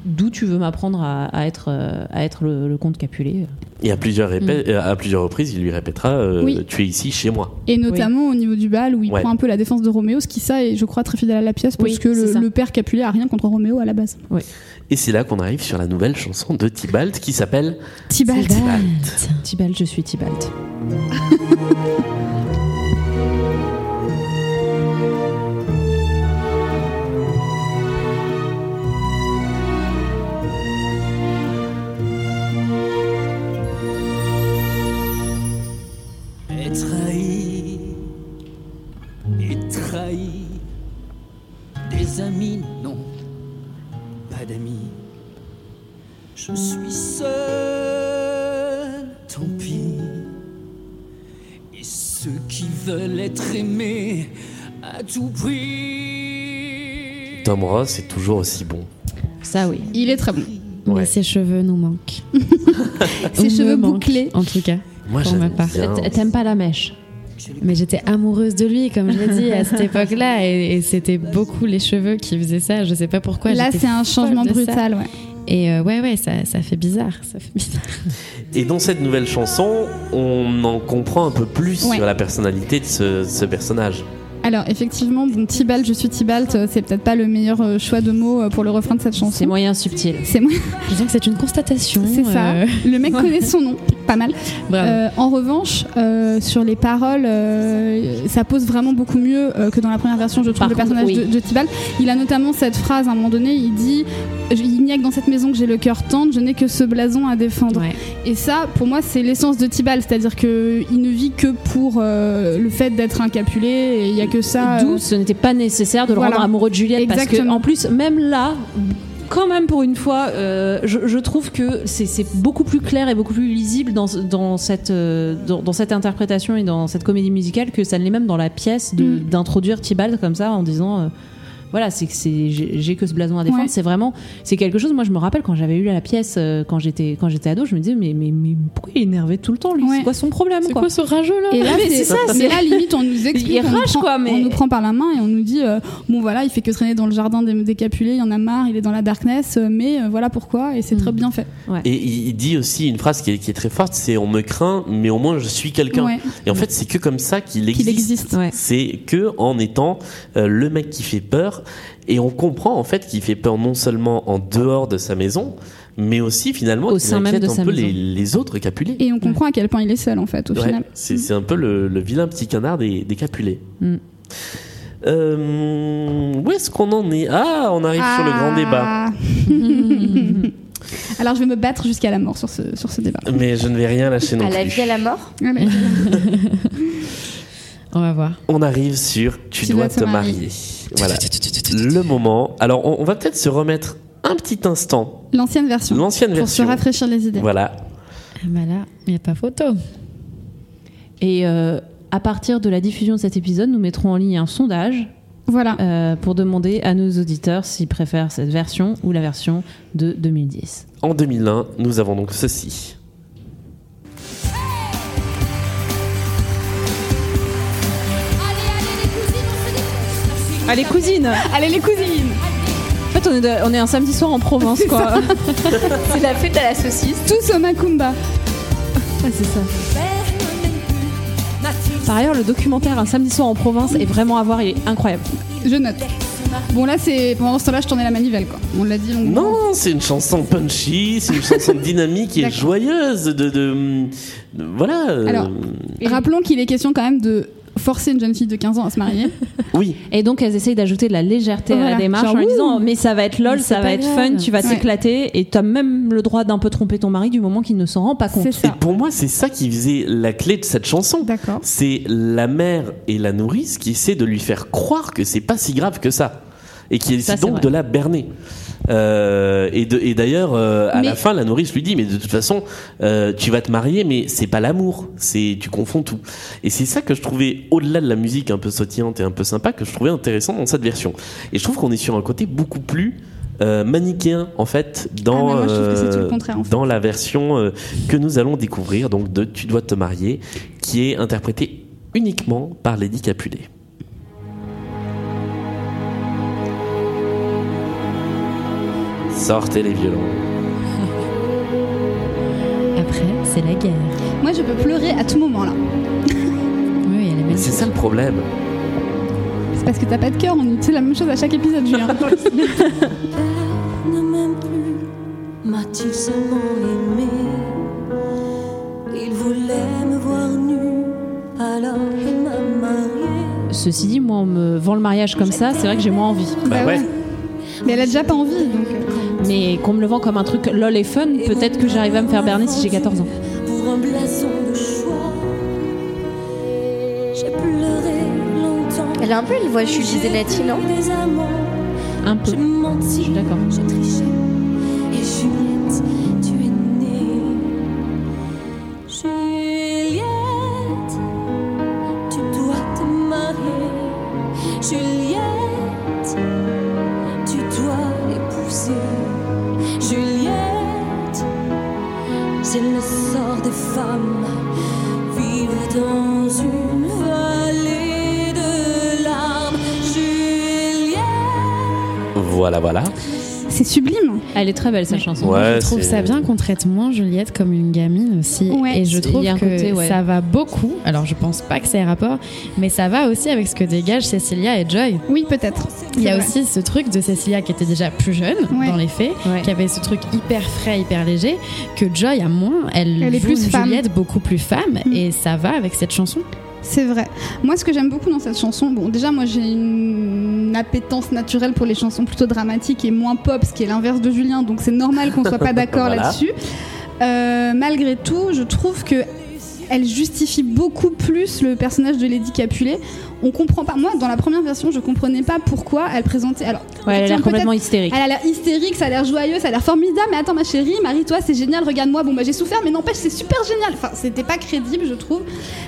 [SPEAKER 6] d'où tu veux m'apprendre à, à être, euh, à être le, le comte Capulet
[SPEAKER 1] Et à plusieurs,
[SPEAKER 5] Mm.
[SPEAKER 1] répè- euh, à plusieurs reprises, il lui répétera euh,
[SPEAKER 3] Oui.
[SPEAKER 1] Tu es ici chez moi.
[SPEAKER 3] Et notamment au niveau du bal où il
[SPEAKER 1] Ouais.
[SPEAKER 3] prend un peu la défense de Roméo, ce qui ça est, je crois, très fidèle à la pièce parce
[SPEAKER 6] Oui,
[SPEAKER 3] que
[SPEAKER 6] c'est
[SPEAKER 3] le,
[SPEAKER 6] ça.
[SPEAKER 3] le père Capulet a rien contre Roméo à la base.
[SPEAKER 1] Et c'est là qu'on arrive sur la nouvelle chanson de Tybalt qui s'appelle
[SPEAKER 3] Tibalt.
[SPEAKER 6] Tibalt, je suis Tibalt.
[SPEAKER 10] Et trahi, et trahi, des amis, non, pas d'amis. Je suis seul, tant pis. Et ceux qui veulent être aimés à tout prix.
[SPEAKER 1] Tom Ross est toujours aussi bon.
[SPEAKER 6] Ça, oui.
[SPEAKER 3] Il est très bon.
[SPEAKER 5] Mais ses cheveux nous manquent.
[SPEAKER 3] Ses
[SPEAKER 5] Ou me
[SPEAKER 3] cheveux
[SPEAKER 5] manquent,
[SPEAKER 3] bouclés.
[SPEAKER 5] En tout cas.
[SPEAKER 1] Moi,
[SPEAKER 5] pour ma
[SPEAKER 1] j'aime
[SPEAKER 5] part.
[SPEAKER 1] bien.
[SPEAKER 5] T-
[SPEAKER 6] T'aimes pas la mèche
[SPEAKER 5] Mais j'étais amoureuse de lui, comme je l'ai dit, à cette époque-là. Et, et c'était beaucoup les cheveux qui faisaient ça. Je sais pas pourquoi.
[SPEAKER 3] Là,
[SPEAKER 5] j'étais
[SPEAKER 3] c'est un
[SPEAKER 5] folle
[SPEAKER 3] changement
[SPEAKER 5] de ça.
[SPEAKER 3] brutal, ouais.
[SPEAKER 5] Et euh, ouais, ouais, ça, ça fait bizarre. Ça fait bizarre.
[SPEAKER 1] Et dans cette nouvelle chanson, on en comprend un peu plus
[SPEAKER 3] Ouais.
[SPEAKER 1] sur la personnalité de ce, ce personnage.
[SPEAKER 3] Alors, effectivement, bon, Tibalt, je suis Tibalt, euh, c'est peut-être pas le meilleur euh, choix de mots euh, pour le refrain de cette chanson.
[SPEAKER 6] C'est moyen subtil.
[SPEAKER 3] C'est moi.
[SPEAKER 5] Disons que c'est une constatation.
[SPEAKER 3] C'est ça.
[SPEAKER 5] euh.
[SPEAKER 3] Le mec connaît son nom, pas mal.
[SPEAKER 5] Bravo.
[SPEAKER 3] Euh, en revanche, euh, sur les paroles, euh, ça pose vraiment beaucoup mieux euh, que dans la première version, je trouve,
[SPEAKER 6] Par
[SPEAKER 3] le
[SPEAKER 6] contre,
[SPEAKER 3] personnage
[SPEAKER 6] oui.
[SPEAKER 3] de, de Tibalt. Il a notamment cette phrase à un moment donné, il dit « Il n'y a que dans cette maison que j'ai le cœur tendre, je n'ai que ce blason à défendre
[SPEAKER 5] Ouais.
[SPEAKER 3] Et ça, pour moi, c'est l'essence de Tibalt, c'est-à-dire qu'il ne vit que pour euh, le fait d'être un Capulet, et il n'y a que ça... euh,
[SPEAKER 6] D'où ce n'était pas nécessaire de le
[SPEAKER 3] Voilà.
[SPEAKER 6] rendre amoureux de Juliette parce que
[SPEAKER 3] Exactement.
[SPEAKER 6] en plus même là quand même pour une fois euh, je, je trouve que c'est c'est beaucoup plus clair et beaucoup plus lisible dans, ce- dans cette, euh, dans, dans cette interprétation et dans cette comédie musicale que ça ne l'est même dans la pièce
[SPEAKER 3] Mm.
[SPEAKER 6] de- d'introduire Tibalt comme ça en disant euh, voilà c'est que c'est- j'ai j'ai que ce blason à défendre
[SPEAKER 3] Ouais.
[SPEAKER 6] c'est vraiment c'est quelque chose moi je me rappelle quand j'avais eu la pièce euh, quand j'étais quand j'étais ado je me disais mais, mais, mais pourquoi il est énervé tout le temps lui c'est
[SPEAKER 3] Ouais.
[SPEAKER 6] quoi son problème
[SPEAKER 5] C'est quoi ce rageux là
[SPEAKER 3] Et là,
[SPEAKER 6] Ah, Mais
[SPEAKER 3] c'est
[SPEAKER 6] c'est ça,
[SPEAKER 3] mais
[SPEAKER 6] c'est-
[SPEAKER 3] là, limite, on nous
[SPEAKER 6] Il
[SPEAKER 3] explique, on,
[SPEAKER 6] rage,
[SPEAKER 3] nous prend,
[SPEAKER 6] quoi, mais-
[SPEAKER 3] on nous prend par la main et on nous dit, euh, bon voilà, il fait que traîner dans le jardin des, des Capulets, il y en a marre, il est dans la darkness, euh, mais euh, voilà pourquoi, et c'est
[SPEAKER 6] Mm.
[SPEAKER 3] très bien fait.
[SPEAKER 1] Et il il dit aussi une phrase qui est, qui est très forte, c'est on me craint, mais au moins je suis quelqu'un.
[SPEAKER 3] Ouais.
[SPEAKER 1] Et en fait, c'est que comme ça qu'il existe.
[SPEAKER 3] Qu'il existe.
[SPEAKER 1] C'est que en étant euh, le mec qui fait peur, et on comprend en fait qu'il fait peur non seulement en dehors de sa maison, mais aussi finalement
[SPEAKER 6] Au
[SPEAKER 1] qu'il
[SPEAKER 6] sein même
[SPEAKER 1] inquiète
[SPEAKER 6] de
[SPEAKER 1] un
[SPEAKER 6] sa
[SPEAKER 1] peu
[SPEAKER 6] maison.
[SPEAKER 1] les, les autres Capulets.
[SPEAKER 3] Et on comprend à quel point il est seul, en fait, au
[SPEAKER 1] Ouais,
[SPEAKER 3] final.
[SPEAKER 1] c'est c'est un peu le, le vilain petit canard des, des Capulets.
[SPEAKER 6] Mm.
[SPEAKER 1] Euh, où est-ce qu'on en est Ah, on arrive sur le grand
[SPEAKER 6] Ah.
[SPEAKER 1] débat.
[SPEAKER 3] débat. Alors, je vais me battre jusqu'à la mort sur ce, sur ce débat.
[SPEAKER 1] Mais je ne vais rien lâcher non
[SPEAKER 2] À la
[SPEAKER 1] plus.
[SPEAKER 2] vie, à la mort
[SPEAKER 3] Voilà.
[SPEAKER 5] On va voir.
[SPEAKER 1] On arrive sur Tu, dois, te marier. Voilà. Le moment. Alors, on, on va peut-être se remettre un petit instant.
[SPEAKER 3] L'ancienne version.
[SPEAKER 1] L'ancienne
[SPEAKER 3] Pour
[SPEAKER 1] version.
[SPEAKER 3] se rafraîchir les idées.
[SPEAKER 1] Voilà.
[SPEAKER 5] Ah bah là, il n'y a pas photo.
[SPEAKER 6] Et euh, à partir de la diffusion de cet épisode, nous mettrons en ligne un sondage
[SPEAKER 3] Voilà.
[SPEAKER 6] euh, pour demander à nos auditeurs s'ils préfèrent cette version ou la version de 2010.
[SPEAKER 1] En 2001, nous avons donc ceci.
[SPEAKER 6] Allez, cousine
[SPEAKER 3] Allez, les cousines
[SPEAKER 6] En fait, on est, de- on est un samedi soir en Provence, quoi.
[SPEAKER 2] C'est la fête à la saucisse.
[SPEAKER 3] Tous au Macumba.
[SPEAKER 6] c'est ça. Par ailleurs, le documentaire Un samedi soir en Provence est vraiment à voir, il est incroyable.
[SPEAKER 3] Je note. Bon, là, c'est pendant ce temps-là, je tournais la manivelle, quoi. On l'a dit longuement.
[SPEAKER 1] Non, c'est une chanson punchy, c'est une chanson dynamique et
[SPEAKER 3] D'accord.
[SPEAKER 1] joyeuse. De, de- de- voilà. euh,
[SPEAKER 3] Alors, Rappelons qu'il est question quand même de forcer une jeune fille de 15 ans à se marier.
[SPEAKER 1] oui.
[SPEAKER 6] Et donc, elles essayent d'ajouter de la légèreté à
[SPEAKER 3] Voilà.
[SPEAKER 6] la démarche
[SPEAKER 3] Genre,
[SPEAKER 6] en lui disant
[SPEAKER 3] ouh.
[SPEAKER 6] Mais ça va être
[SPEAKER 5] Mais
[SPEAKER 6] lol,
[SPEAKER 5] c'est
[SPEAKER 6] ça
[SPEAKER 5] pas
[SPEAKER 6] va être
[SPEAKER 5] grave.
[SPEAKER 6] fun, tu vas
[SPEAKER 3] Ouais.
[SPEAKER 6] t'éclater, et t'as même le droit d'un peu tromper ton mari du moment qu'il ne s'en rend pas compte.
[SPEAKER 3] C'est
[SPEAKER 1] Et
[SPEAKER 3] ça.
[SPEAKER 1] pour moi, c'est ça qui faisait la clé de cette chanson.
[SPEAKER 3] D'accord.
[SPEAKER 1] C'est la mère et la nourrice qui essaient de lui faire croire que c'est pas si grave que ça. Et qui
[SPEAKER 6] Ça,
[SPEAKER 1] essaient
[SPEAKER 6] c'est
[SPEAKER 1] donc
[SPEAKER 6] vrai.
[SPEAKER 1] de la berner. Euh, et de- et d'ailleurs, euh, à
[SPEAKER 3] Mais-
[SPEAKER 1] la fin, la nourrice lui dit Mais de toute façon, euh, tu vas te marier, mais c'est pas l'amour. C'est Tu confonds tout. Et c'est ça que je trouvais, au-delà de la musique un peu sautillante et un peu sympa, que je trouvais intéressant dans cette version. Et je trouve qu'on est sur un côté beaucoup plus. euh, manichéen en fait dans
[SPEAKER 3] Ah, mais moi, je trouve que c'est tout le
[SPEAKER 1] euh,
[SPEAKER 3] contraire, en fait.
[SPEAKER 1] dans la version euh, que nous allons découvrir, donc de Tu dois te marier, qui est interprétée uniquement par Lady Capulet. Sortez les violons.
[SPEAKER 5] Après, c'est la guerre.
[SPEAKER 3] Moi, je peux pleurer à tout moment, là.
[SPEAKER 5] Oui, elle est
[SPEAKER 1] Mais
[SPEAKER 5] magnifique.
[SPEAKER 1] c'est ça le problème.
[SPEAKER 3] C'est parce que t'as pas de cœur, on dit la même chose à chaque épisode, Julien.
[SPEAKER 8] ne m'aime plus, m'a-t-il seulement aimé Il voulait me voir nue, alors il m'a mariée.
[SPEAKER 6] Ceci dit, moi, on me vend le mariage comme ça, c'est vrai que j'ai moins envie.
[SPEAKER 3] Bah ouais. Mais elle a déjà pas envie, donc. euh,
[SPEAKER 6] Mais qu'on me le vend comme un truc lol et fun, peut-être que j'arrive à me faire berner si j'ai 14 ans.
[SPEAKER 8] Pour un blason de choix, j'ai pleuré longtemps.
[SPEAKER 2] Elle a un peu une voix Julie Zenati, non
[SPEAKER 8] Des amants,
[SPEAKER 6] Un peu.
[SPEAKER 8] j'ai menti.
[SPEAKER 6] Je suis d'accord.
[SPEAKER 8] J'ai triché. Et Juliette, tu es née. Juliette, tu dois te marier. Juliette, tu dois épouser. Juliette, c'est le sort des femmes.
[SPEAKER 10] dans une vallée de larmes, Juliette.
[SPEAKER 1] Voilà, voilà.
[SPEAKER 3] C'est sublime.
[SPEAKER 6] Elle est très belle, cette chanson.
[SPEAKER 1] Ouais,
[SPEAKER 5] je trouve
[SPEAKER 1] c'est-
[SPEAKER 5] ça bien qu'on traite moins Juliette comme une gamine aussi.
[SPEAKER 3] Ouais.
[SPEAKER 5] et je
[SPEAKER 6] Il
[SPEAKER 5] trouve
[SPEAKER 6] y a un
[SPEAKER 5] que
[SPEAKER 6] côté, ouais.
[SPEAKER 5] ça va beaucoup. Alors je pense pas que ça ait rapport, mais ça va aussi avec ce que dégagent Cecilia et Joy.
[SPEAKER 3] Oui, peut-être.
[SPEAKER 5] Il y a
[SPEAKER 3] C'est vrai.
[SPEAKER 5] aussi ce truc de Cecilia qui était déjà plus jeune,
[SPEAKER 3] Ouais.
[SPEAKER 5] dans les faits,
[SPEAKER 6] Ouais.
[SPEAKER 5] qui avait ce truc hyper frais, hyper léger, que Joy a moins. Elle,
[SPEAKER 3] Elle est
[SPEAKER 5] joue
[SPEAKER 3] plus
[SPEAKER 5] une
[SPEAKER 3] femme.
[SPEAKER 5] Juliette beaucoup plus femme,
[SPEAKER 3] Mm.
[SPEAKER 5] et ça va avec cette chanson.
[SPEAKER 3] C'est vrai. Moi, ce que j'aime beaucoup dans cette chanson, bon, déjà, moi, j'ai une appétence naturelle pour les chansons plutôt dramatiques et moins pop, ce qui est l'inverse de Julien, donc c'est normal qu'on soit pas d'accord
[SPEAKER 1] Voilà.
[SPEAKER 3] là-dessus. Euh, malgré tout, je trouve que elle justifie beaucoup plus le personnage de Lady Capulet. On comprend pas. Moi, dans la première version, je comprenais pas pourquoi elle présentait. Alors,
[SPEAKER 6] Ouais, elle a
[SPEAKER 3] tiens,
[SPEAKER 6] l'air
[SPEAKER 3] peut-être-
[SPEAKER 6] complètement hystérique.
[SPEAKER 3] Elle a l'air hystérique, ça a l'air joyeux, ça a l'air formidable. Mais attends, ma chérie, marie-toi, c'est génial, regarde-moi. Bon, bah j'ai souffert, mais n'empêche, c'est super génial. Enfin, c'était pas crédible, je trouve.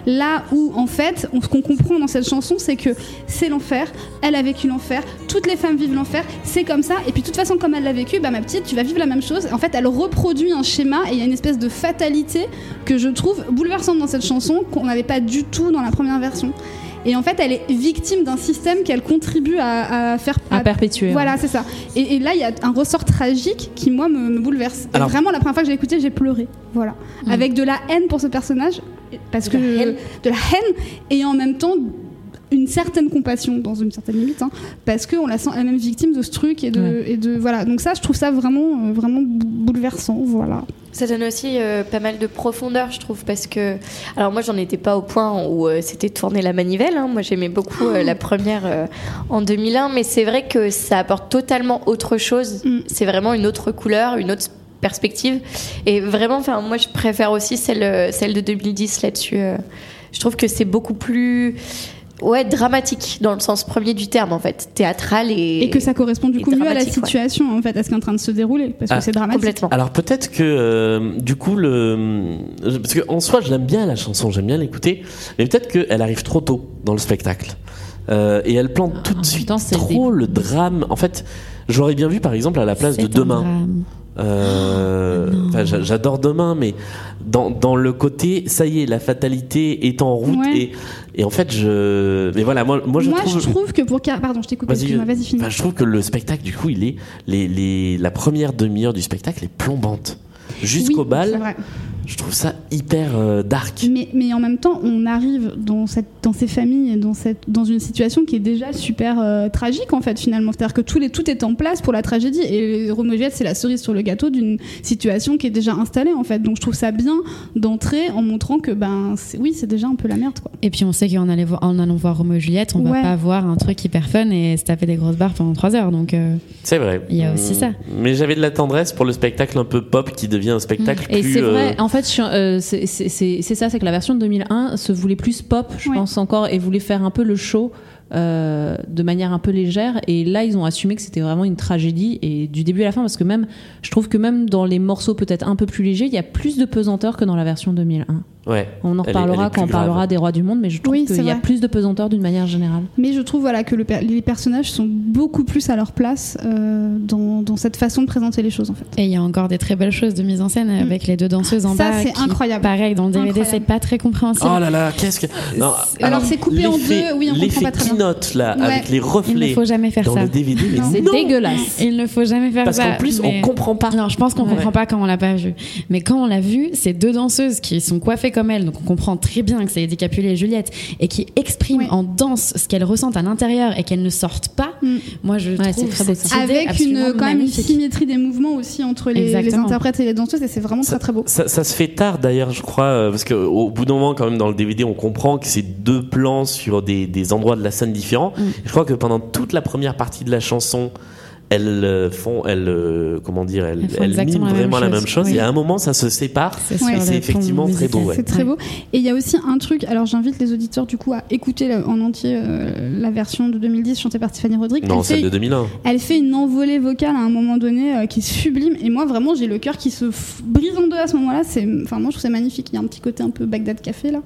[SPEAKER 3] Là où, en fait, on- ce qu'on comprend dans cette chanson, c'est que c'est l'enfer, elle a vécu l'enfer, toutes les femmes vivent l'enfer, c'est comme ça. Et puis, de toute façon, comme elle l'a vécu, bah ma petite, tu vas vivre la même chose. En fait, elle reproduit un schéma et il y a une espèce de fatalité que je trouve bouleversante dans cette chanson, qu'on n'avait pas du tout dans la première version. Et en fait, elle est victime d'un système qu'elle contribue à, à faire
[SPEAKER 6] À perpétuer.
[SPEAKER 1] hein.
[SPEAKER 6] ouais.
[SPEAKER 3] voilà, c'est ça. Et, et là, il y a un ressort tragique qui, moi, me, me bouleverse. Et
[SPEAKER 1] Alors- Mm.
[SPEAKER 3] vraiment, la première fois que j'ai écouté, j'ai pleuré. Voilà. Avec de la haine pour ce personnage. Parce que. De la haine. Et en même temps, une certaine compassion, dans une certaine limite. hein, parce qu'on la sent la même victime de ce truc. Et de,
[SPEAKER 6] Ouais.
[SPEAKER 3] et de, voilà. Donc, ça, je trouve ça vraiment, euh, vraiment bou- bouleversant. Voilà.
[SPEAKER 2] Ça donne aussi euh, pas mal de profondeur, je trouve, parce que. Alors, moi, j'en étais pas au point où euh, c'était tourner la manivelle. hein. Moi, j'aimais beaucoup euh, la première euh, en 2001, mais c'est vrai que ça apporte totalement autre chose.
[SPEAKER 3] Mm.
[SPEAKER 2] C'est vraiment une autre couleur, une autre perspective. Et vraiment, enfin, moi, je préfère aussi celle, euh, celle de 2010 là-dessus. euh. Je trouve que c'est beaucoup plus. Ouais, dramatique dans le sens premier du terme, en fait. Théâtral et.
[SPEAKER 3] Et, que ça correspond du
[SPEAKER 2] et
[SPEAKER 3] coup mieux à la
[SPEAKER 2] dramatique, ouais.
[SPEAKER 3] situation, en fait, à ce qui est en train de se dérouler. Parce
[SPEAKER 1] Ah,
[SPEAKER 3] que c'est dramatique.
[SPEAKER 2] Complètement.
[SPEAKER 1] Alors peut-être que euh, du coup le parce que en soi je l'aime bien la chanson, j'aime bien l'écouter, mais peut-être qu'elle arrive trop tôt dans le spectacle Euh, et elle plante tout de suite
[SPEAKER 6] putain, c'est
[SPEAKER 1] trop le drame. En fait, j'aurais bien vu par exemple à la place de
[SPEAKER 5] C'est un
[SPEAKER 1] demain.
[SPEAKER 5] drame.
[SPEAKER 1] Euh, enfin, j'a- J'adore demain, mais dans, dans le côté, ça y est, la fatalité est en route
[SPEAKER 3] Ouais.
[SPEAKER 1] et, et en fait, je. Mais voilà, moi, moi je
[SPEAKER 3] moi,
[SPEAKER 1] trouve.
[SPEAKER 3] je trouve que pour. Car- Pardon, je t'ai coupé.
[SPEAKER 1] Vas-y,
[SPEAKER 3] Excuse-moi, bah, vas-y, finis.
[SPEAKER 1] enfin, je trouve que le spectacle, du coup, il est les, les- la première demi-heure du spectacle est plombante jusqu'au
[SPEAKER 3] Oui, c'est
[SPEAKER 1] bal.
[SPEAKER 3] vrai.
[SPEAKER 1] Je trouve ça hyper euh, dark.
[SPEAKER 3] Mais, mais en même temps, on arrive dans, cette, dans ces familles, et dans, cette, dans une situation qui est déjà super euh, tragique, en fait, finalement. C'est-à-dire que tout, les, tout est en place pour la tragédie. Et Roméo et Juliette, c'est la cerise sur le gâteau d'une situation qui est déjà installée, en fait. Donc je trouve ça bien d'entrer en montrant que, ben, c'est- oui, c'est déjà un peu la merde, quoi.
[SPEAKER 5] Et puis on sait qu'en allait vo- en allant voir Roméo et Juliette, on
[SPEAKER 3] Ouais.
[SPEAKER 5] va pas voir un truc hyper fun et se taper des grosses barres pendant 3 heures. Donc euh,
[SPEAKER 1] C'est vrai.
[SPEAKER 5] Il y a aussi
[SPEAKER 1] Hum,
[SPEAKER 5] ça.
[SPEAKER 1] Mais j'avais de la tendresse pour le spectacle un peu pop qui devient un spectacle
[SPEAKER 3] Mm.
[SPEAKER 6] Et
[SPEAKER 1] plus.
[SPEAKER 6] c'est
[SPEAKER 1] euh,
[SPEAKER 6] vrai, en fait, je suis- euh, c'est c'est- c'est- c'est ça, c'est que la version de 2001 se voulait plus pop, je
[SPEAKER 3] Ouais.
[SPEAKER 6] pense encore, et voulait faire un peu le show euh, de manière un peu légère. Et là, ils ont assumé que c'était vraiment une tragédie, et du début à la fin, parce que même, je trouve que même dans les morceaux peut-être un peu plus légers, il y a plus de pesanteur que dans la version 2001.
[SPEAKER 1] euh, Ouais.
[SPEAKER 6] On en
[SPEAKER 1] Elle est- elle
[SPEAKER 6] reparlera
[SPEAKER 1] est plus
[SPEAKER 6] quand on parlera
[SPEAKER 1] grave.
[SPEAKER 6] des Rois du Monde, mais je trouve
[SPEAKER 3] Oui, c'est
[SPEAKER 6] qu'il y a
[SPEAKER 3] vrai.
[SPEAKER 6] plus de pesanteur d'une manière générale.
[SPEAKER 3] Mais je trouve voilà, que le per- les personnages sont beaucoup plus à leur place euh, dans, dans cette façon de présenter les choses, en fait.
[SPEAKER 5] Et il y a encore des très belles choses de mise en scène avec les deux danseuses en
[SPEAKER 3] Mm. Ça,
[SPEAKER 5] bas.
[SPEAKER 3] c'est
[SPEAKER 5] qui,
[SPEAKER 3] incroyable.
[SPEAKER 5] Pareil, dans le DVD,
[SPEAKER 3] Incroyable.
[SPEAKER 5] c'est pas très compréhensible.
[SPEAKER 1] Oh là là, qu'est-ce que. Non,
[SPEAKER 3] C'est- alors, c'est coupé en
[SPEAKER 1] l'effet-
[SPEAKER 3] deux, oui, on comprend
[SPEAKER 1] l'effet
[SPEAKER 3] pas très bien.
[SPEAKER 1] keynote, là,
[SPEAKER 3] Ouais.
[SPEAKER 1] avec les
[SPEAKER 5] Il ne
[SPEAKER 1] reflets
[SPEAKER 5] faut jamais faire
[SPEAKER 1] dans
[SPEAKER 5] ça.
[SPEAKER 1] le DVD, mais
[SPEAKER 3] Non.
[SPEAKER 6] C'est dégueulasse.
[SPEAKER 5] Il ne faut jamais faire
[SPEAKER 1] Parce
[SPEAKER 5] ça.
[SPEAKER 6] bah,
[SPEAKER 1] qu'en plus, on comprend pas.
[SPEAKER 5] Non, je pense qu'on
[SPEAKER 6] Ouais.
[SPEAKER 5] comprend pas quand on l'a pas vu. Mais quand on l'a vu, c'est deux danseuses qui sont coiffées comme elles, donc on comprend très bien que c'est Eddie Capulet et Juliette, et qui expriment
[SPEAKER 3] Ouais.
[SPEAKER 5] en danse ce qu'elles ressentent à l'intérieur et qu'elles ne sortent pas.
[SPEAKER 3] Mm.
[SPEAKER 5] Moi, je
[SPEAKER 6] Ouais, c'est
[SPEAKER 5] trouve
[SPEAKER 6] très beau,
[SPEAKER 5] cette
[SPEAKER 6] ça.
[SPEAKER 5] idée
[SPEAKER 3] Avec une,
[SPEAKER 5] absolument
[SPEAKER 3] quand même une
[SPEAKER 5] magnifique.
[SPEAKER 3] symétrie des mouvements aussi entre les, les
[SPEAKER 5] Exactement.
[SPEAKER 3] interprètes et les danseuses, et c'est vraiment très très beau.
[SPEAKER 1] Ça, ça se fait tard d'ailleurs, je crois, euh, parce qu'au bout d'un moment, quand même, dans le DVD, on comprend que c'est deux plans sur des, des endroits de la scène différents.
[SPEAKER 5] Mm.
[SPEAKER 1] Je crois que pendant toute la première partie de la chanson, elles euh, font, elles, euh, comment dire, elles,
[SPEAKER 5] Elles font
[SPEAKER 1] elles
[SPEAKER 5] exactement
[SPEAKER 1] miment
[SPEAKER 5] la même
[SPEAKER 1] vraiment la
[SPEAKER 5] chose,
[SPEAKER 1] même chose.
[SPEAKER 5] oui.
[SPEAKER 1] Et à un moment, ça se sépare.
[SPEAKER 5] C'est sur
[SPEAKER 3] Et
[SPEAKER 5] le
[SPEAKER 1] c'est
[SPEAKER 5] fond
[SPEAKER 1] effectivement très beau,
[SPEAKER 5] musical.
[SPEAKER 1] ouais.
[SPEAKER 3] C'est très
[SPEAKER 5] Ouais.
[SPEAKER 3] beau. Et il y a aussi un truc, alors j'invite les auditeurs du coup à écouter la- en entier euh, la version de 2010 chantée par Stéphanie Rodrigue.
[SPEAKER 1] Non,
[SPEAKER 3] elle,
[SPEAKER 1] celle
[SPEAKER 3] fait,
[SPEAKER 1] de 2001.
[SPEAKER 3] elle fait une envolée vocale à un moment donné euh, qui est sublime. Et moi vraiment j'ai le cœur qui se f- brise en deux à ce moment-là. C'est, enfin moi je trouve c'est magnifique. Il y a un petit côté un peu Bagdad Café là.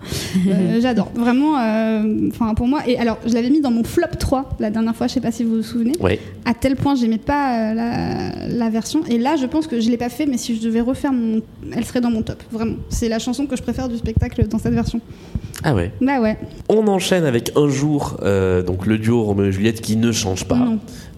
[SPEAKER 3] Euh, J'adore. Vraiment, euh, enfin pour moi. Et alors je l'avais mis dans mon flop 3 la dernière fois. Je sais pas si vous vous souvenez.
[SPEAKER 1] Ouais.
[SPEAKER 3] À tel point j'aimais pas euh, la, la version. Et là je pense que je l'ai pas fait. Mais si je devais refaire mon, elle serait dans mon top. Vraiment. C'est la chanson que je préfère du spectacle dans cette version.
[SPEAKER 1] Ah ouais.
[SPEAKER 3] Bah ouais.
[SPEAKER 1] On enchaîne avec un jour, euh, donc le duo Roméo et Juliette qui ne change pas.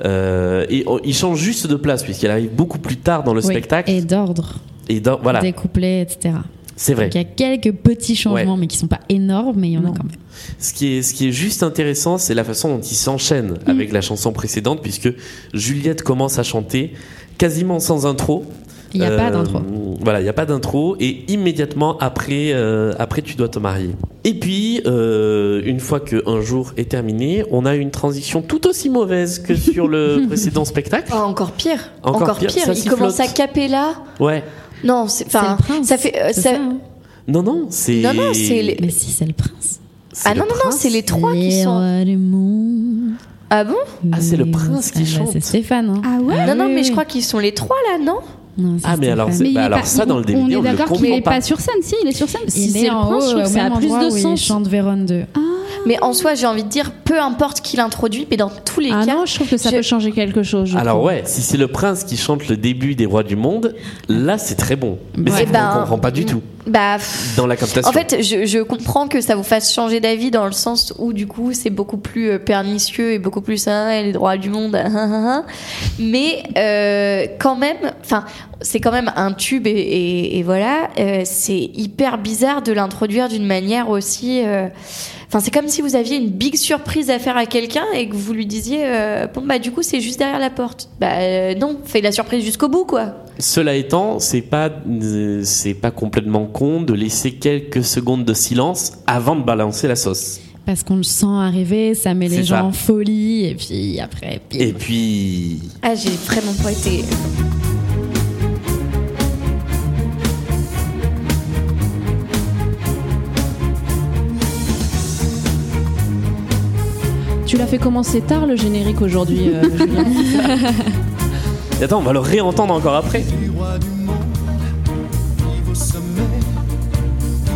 [SPEAKER 1] Euh, et on- il change juste de place puisqu'elle arrive beaucoup plus tard dans le
[SPEAKER 5] Oui,
[SPEAKER 1] spectacle.
[SPEAKER 5] Et d'ordre,
[SPEAKER 1] Et dans- voilà,
[SPEAKER 5] des couplets, etc.
[SPEAKER 1] c'est vrai.
[SPEAKER 5] Donc il y a quelques petits changements, mais qui sont pas énormes, mais il y en a quand même.
[SPEAKER 1] Ce qui est, ce qui est juste intéressant, c'est la façon dont ils s'enchaînent
[SPEAKER 2] Mm.
[SPEAKER 1] avec la chanson précédente, puisque Juliette commence à chanter quasiment sans intro. Euh,
[SPEAKER 5] Il y a pas d'intro.
[SPEAKER 1] Voilà, il n'y a pas d'intro, et immédiatement après, euh, après, tu dois te marier. Et puis, euh, une fois que un jour est terminé, on a une transition tout aussi mauvaise que sur le précédent spectacle.
[SPEAKER 2] encore pire.
[SPEAKER 1] Encore
[SPEAKER 2] Encore,
[SPEAKER 1] pire,
[SPEAKER 2] pire.
[SPEAKER 1] ça
[SPEAKER 2] Il
[SPEAKER 1] s'y
[SPEAKER 2] commence à
[SPEAKER 1] flotte.
[SPEAKER 2] capella.
[SPEAKER 1] Ouais.
[SPEAKER 2] Non, c'est enfin, ça fait euh, ça-
[SPEAKER 1] Non, non, c'est.
[SPEAKER 2] Non, non, c'est les-
[SPEAKER 5] hein. Mais si, c'est le prince. euh,
[SPEAKER 2] Ah non non non, c'est les trois qui sont. Ah bon
[SPEAKER 1] Ah, c'est le prince qui
[SPEAKER 5] Ah bah,
[SPEAKER 1] chante.
[SPEAKER 5] c'est Stéphane. hein.
[SPEAKER 3] Ah
[SPEAKER 2] Non non, mais je crois qu'ils sont les trois là, non
[SPEAKER 5] Non, c'est
[SPEAKER 1] Ah, mais alors,
[SPEAKER 5] Stéphane.
[SPEAKER 1] c'est- bah, alors ça, dans le DVD, on,
[SPEAKER 3] on est
[SPEAKER 1] ne le
[SPEAKER 3] d'accord qu'il
[SPEAKER 1] comprend
[SPEAKER 3] est
[SPEAKER 1] pas.
[SPEAKER 3] pas sur scène, si, il est sur scène.
[SPEAKER 5] Il
[SPEAKER 3] si
[SPEAKER 5] est
[SPEAKER 3] c'est
[SPEAKER 5] en
[SPEAKER 3] le prince, je
[SPEAKER 5] haut,
[SPEAKER 3] trouve que
[SPEAKER 5] au
[SPEAKER 3] ça
[SPEAKER 5] même
[SPEAKER 3] a plus
[SPEAKER 5] endroit
[SPEAKER 3] de
[SPEAKER 5] où il
[SPEAKER 3] sens. Ah.
[SPEAKER 5] chante Véronne 2.
[SPEAKER 2] Mais en soi, j'ai envie de dire peu importe qui l'introduit, mais dans tous les
[SPEAKER 6] Ah
[SPEAKER 2] cas,
[SPEAKER 6] non, je trouve que ça peut changer quelque chose. je
[SPEAKER 1] Alors
[SPEAKER 6] trouve.
[SPEAKER 1] ouais, si c'est le prince qui chante le début des rois du monde, là c'est très bon. Mais
[SPEAKER 2] Ouais.
[SPEAKER 1] c'est
[SPEAKER 2] Eh ben,
[SPEAKER 1] qu'on comprend pas du tout
[SPEAKER 2] bah pff,
[SPEAKER 1] dans la captation.
[SPEAKER 2] En fait, je, je comprends que ça vous fasse changer d'avis dans le sens où, du coup, c'est beaucoup plus euh, pernicieux et beaucoup plus hein, et les droits du monde. hein, hein, hein. Mais euh, quand même, enfin, c'est quand même un tube et, et- et voilà. euh, c'est hyper bizarre de l'introduire d'une manière aussi. euh, Enfin, c'est comme si vous aviez une big surprise à faire à quelqu'un et que vous lui disiez euh, bon bah du coup c'est juste derrière la porte. Bah euh, non, fais la surprise jusqu'au bout quoi.
[SPEAKER 1] Cela étant, c'est pas euh, c'est pas complètement con de laisser quelques secondes de silence avant de balancer la sauce.
[SPEAKER 5] Parce qu'on le sent arriver, ça met
[SPEAKER 1] C'est
[SPEAKER 5] les
[SPEAKER 1] ça.
[SPEAKER 5] gens en folie, et puis après. puis-
[SPEAKER 1] Et puis
[SPEAKER 2] Ah j'ai vraiment pas été.
[SPEAKER 6] Tu l'as fait commencer tard le générique aujourd'hui. euh, Julien.
[SPEAKER 1] Et attends, on va le réentendre encore après.
[SPEAKER 11] Les rois du monde vivent au sommet.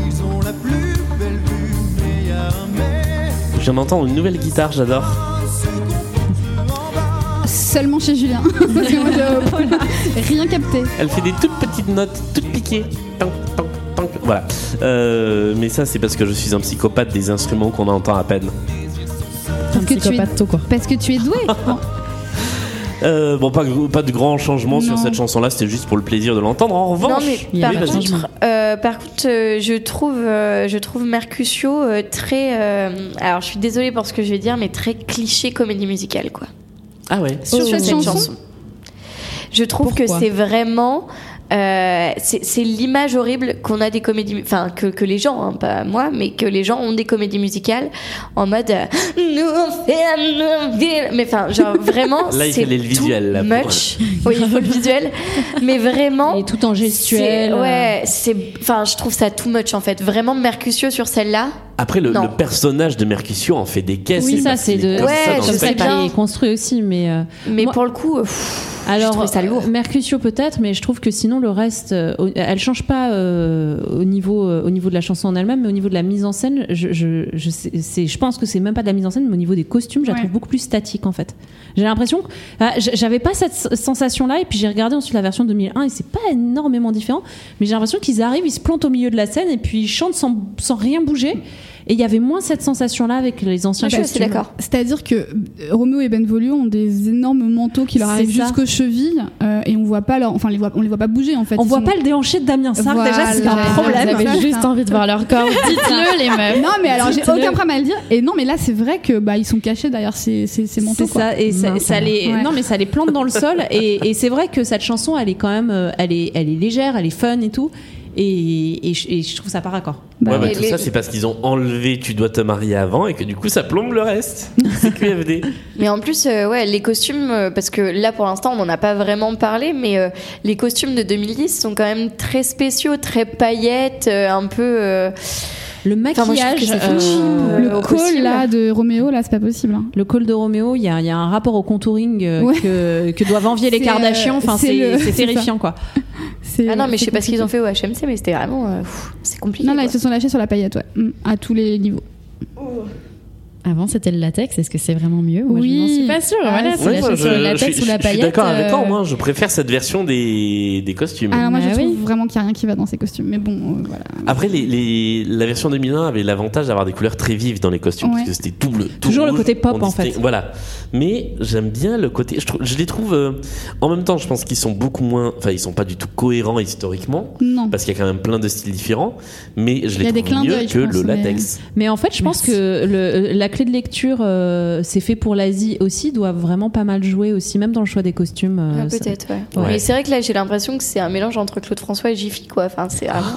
[SPEAKER 11] Ils ont la plus belle vue, mais y a un mais.
[SPEAKER 1] Je viens d'entendre une nouvelle guitare, j'adore.
[SPEAKER 3] Seulement chez Julien. Parce que moi, je- Rien capté.
[SPEAKER 1] Elle fait des toutes petites notes, toutes piquées. Tank, tank, tank. Voilà. Euh, mais ça c'est parce que je suis un psychopathe des instruments qu'on entend à peine.
[SPEAKER 3] Parce que, tu es... Parce que tu es doué.
[SPEAKER 1] Euh, bon, pas, pas de grand changement
[SPEAKER 2] Non.
[SPEAKER 1] sur cette chanson-là, c'était juste pour le plaisir de l'entendre. En revanche,
[SPEAKER 2] Non, mais
[SPEAKER 1] Oui,
[SPEAKER 2] par,
[SPEAKER 1] vas-y.
[SPEAKER 2] contre, euh, par contre, euh, je trouve, euh, je trouve Mercutio euh, très. euh, alors, je suis désolée pour ce que je vais dire, mais très cliché comédie musicale, quoi.
[SPEAKER 1] Ah ouais.
[SPEAKER 5] Oh,
[SPEAKER 2] Sur cette chanson. Je trouve
[SPEAKER 5] Pourquoi
[SPEAKER 2] que c'est vraiment. euh, c'est c'est l'image horrible qu'on a des comédies, enfin que, que les gens, hein, pas moi, mais que les gens ont des comédies musicales en mode euh, nous on fait un nouvel- mais enfin genre vraiment
[SPEAKER 1] Là, il
[SPEAKER 2] c'est
[SPEAKER 1] fallait le visuel, là,
[SPEAKER 2] too
[SPEAKER 1] pour-
[SPEAKER 2] much. oui, il faut le visuel, mais vraiment et
[SPEAKER 6] tout en euh, gestuel,
[SPEAKER 3] euh.
[SPEAKER 2] Ouais, c'est enfin je trouve ça too much en fait. Vraiment Mercutio sur celle-là.
[SPEAKER 1] Après, le,
[SPEAKER 2] Non.
[SPEAKER 1] le personnage de Mercutio en fait des caisses.
[SPEAKER 6] oui,
[SPEAKER 1] il
[SPEAKER 6] ça
[SPEAKER 1] passe-
[SPEAKER 6] c'est
[SPEAKER 1] il est
[SPEAKER 6] de
[SPEAKER 1] comme ça dans
[SPEAKER 6] comme
[SPEAKER 1] le
[SPEAKER 6] ça
[SPEAKER 1] spectacle.
[SPEAKER 6] qu'il est construit aussi, mais euh,
[SPEAKER 2] Mais
[SPEAKER 6] moi-
[SPEAKER 2] pour le coup, euh,
[SPEAKER 6] alors euh, Mercutio peut-être, mais je trouve que sinon le reste, euh, au- elle change pas euh, au niveau euh, au niveau de la chanson en elle-même, mais au niveau de la mise en scène, je je je, sais- c'est- je pense que c'est même pas de la mise en scène, mais au niveau des costumes, je la
[SPEAKER 3] Ouais.
[SPEAKER 6] trouve beaucoup plus statique en fait. J'ai l'impression que ah, j- j'avais pas cette sensation là, et puis j'ai regardé ensuite la version 2001 et c'est pas énormément différent, mais j'ai l'impression qu'ils arrivent, ils se plantent au milieu de la scène et puis ils chantent sans sans rien bouger. Et il y avait moins cette sensation-là avec les anciens costumes.
[SPEAKER 3] C'est-à-dire que euh, Roméo et Benvolio ont des énormes manteaux qui leur
[SPEAKER 6] C'est
[SPEAKER 3] arrivent
[SPEAKER 6] ça.
[SPEAKER 3] jusqu'aux chevilles euh, et on voit pas leur, enfin les voit- on les voit pas bouger en fait.
[SPEAKER 6] On
[SPEAKER 3] Ils
[SPEAKER 6] voit
[SPEAKER 3] sont-
[SPEAKER 6] pas le déhanché de Damien Sark, déjà c'est
[SPEAKER 3] Voilà.
[SPEAKER 6] un problème.
[SPEAKER 3] Vous avez juste
[SPEAKER 5] envie de voir leur corps. Dites-le, les meufs.
[SPEAKER 3] Euh, Non mais alors j'ai
[SPEAKER 5] Dites-le.
[SPEAKER 3] aucun problème à le dire. Et non mais là c'est vrai que bah ils sont cachés derrière ces, ces, ces manteaux.
[SPEAKER 6] C'est ça, et ça, ça les,
[SPEAKER 3] Ouais.
[SPEAKER 6] non mais ça les plante dans le sol. Et, et c'est vrai que cette chanson, elle est quand même, euh, elle est, elle est légère, elle est fun et tout. Et, et je- et je trouve ça pas raccord.
[SPEAKER 1] Ouais, bah,
[SPEAKER 6] Et
[SPEAKER 1] tout
[SPEAKER 6] les-
[SPEAKER 1] ça, c'est parce qu'ils ont enlevé Tu dois te marier avant et que du coup, ça plombe le reste. C'est QFD.
[SPEAKER 2] Mais en plus, euh, ouais, les costumes, euh, parce que là pour l'instant on n'en a pas vraiment parlé, mais euh, les costumes de 2010 sont quand même très spéciaux, très paillettes, euh, un peu.
[SPEAKER 6] Le
[SPEAKER 3] maquillage, euh, le col là de Roméo là c'est pas possible. hein.
[SPEAKER 6] Le col de Roméo, il y a, il y a un rapport au contouring euh,
[SPEAKER 3] Ouais.
[SPEAKER 6] que, que doivent envier les
[SPEAKER 3] C'est,
[SPEAKER 6] Kardashians.
[SPEAKER 3] euh,
[SPEAKER 6] Enfin,
[SPEAKER 3] c'est
[SPEAKER 6] c'est
[SPEAKER 3] le-
[SPEAKER 6] c'est
[SPEAKER 3] c'est ça.
[SPEAKER 6] terrifiant quoi.
[SPEAKER 2] Ah non, mais je
[SPEAKER 3] euh, c'est
[SPEAKER 2] sais pas ce qu'ils ont
[SPEAKER 3] compliqué.
[SPEAKER 2] fait au HMC, mais c'était vraiment. euh, pff, c'est compliqué.
[SPEAKER 3] Non là
[SPEAKER 2] quoi.
[SPEAKER 3] ils se sont lâchés sur la paillette ouais, Mm, à tous les niveaux.
[SPEAKER 5] Avant, c'était le latex. Est-ce que c'est vraiment mieux Moi,
[SPEAKER 4] Oui.
[SPEAKER 5] Je n'en suis pas sûre.
[SPEAKER 4] Ah,
[SPEAKER 5] voilà, c'est
[SPEAKER 1] Ouais,
[SPEAKER 5] la
[SPEAKER 1] moi,
[SPEAKER 5] chose sur
[SPEAKER 1] je-
[SPEAKER 5] le
[SPEAKER 1] je
[SPEAKER 5] latex
[SPEAKER 1] suis-
[SPEAKER 5] ou
[SPEAKER 1] Je
[SPEAKER 5] la
[SPEAKER 1] suis
[SPEAKER 5] paillette.
[SPEAKER 1] d'accord avec toi,
[SPEAKER 5] euh,
[SPEAKER 1] moi, je préfère cette version des, des costumes.
[SPEAKER 3] Alors moi, je
[SPEAKER 5] Bah
[SPEAKER 3] trouve
[SPEAKER 5] oui.
[SPEAKER 3] vraiment qu'il n'y a rien qui va dans ces costumes. Mais bon, euh, voilà.
[SPEAKER 1] Après, les, les- la version 2001 avait l'avantage d'avoir des couleurs très vives dans les costumes,
[SPEAKER 3] Ouais.
[SPEAKER 1] parce que c'était double. tout
[SPEAKER 6] Toujours le
[SPEAKER 1] rouge,
[SPEAKER 6] côté pop,
[SPEAKER 1] on
[SPEAKER 6] en
[SPEAKER 1] distingue-
[SPEAKER 6] fait.
[SPEAKER 1] Voilà. Mais j'aime bien le côté. Je, trouve- je les trouve. euh, en même temps, je pense qu'ils sont beaucoup moins. Enfin, ils sont pas du tout cohérents historiquement,
[SPEAKER 3] Non.
[SPEAKER 1] parce qu'il y a quand même plein de styles différents. Mais je
[SPEAKER 3] Il y a
[SPEAKER 1] les
[SPEAKER 3] des
[SPEAKER 1] trouve
[SPEAKER 3] clins
[SPEAKER 1] mieux
[SPEAKER 3] d'œil, je
[SPEAKER 1] que
[SPEAKER 3] pense,
[SPEAKER 1] le
[SPEAKER 3] mais-
[SPEAKER 1] latex.
[SPEAKER 6] Mais en fait, je pense que le- la clé de lecture, euh, c'est fait pour l'Asie aussi, doit vraiment pas mal jouer aussi, même dans le choix des costumes. euh,
[SPEAKER 2] Ah,
[SPEAKER 6] ça-
[SPEAKER 2] peut-être, ouais.
[SPEAKER 6] Ouais.
[SPEAKER 2] Mais c'est vrai que là, j'ai l'impression que c'est un mélange entre Claude François et Jiffy, quoi. Enfin, c'est vraiment-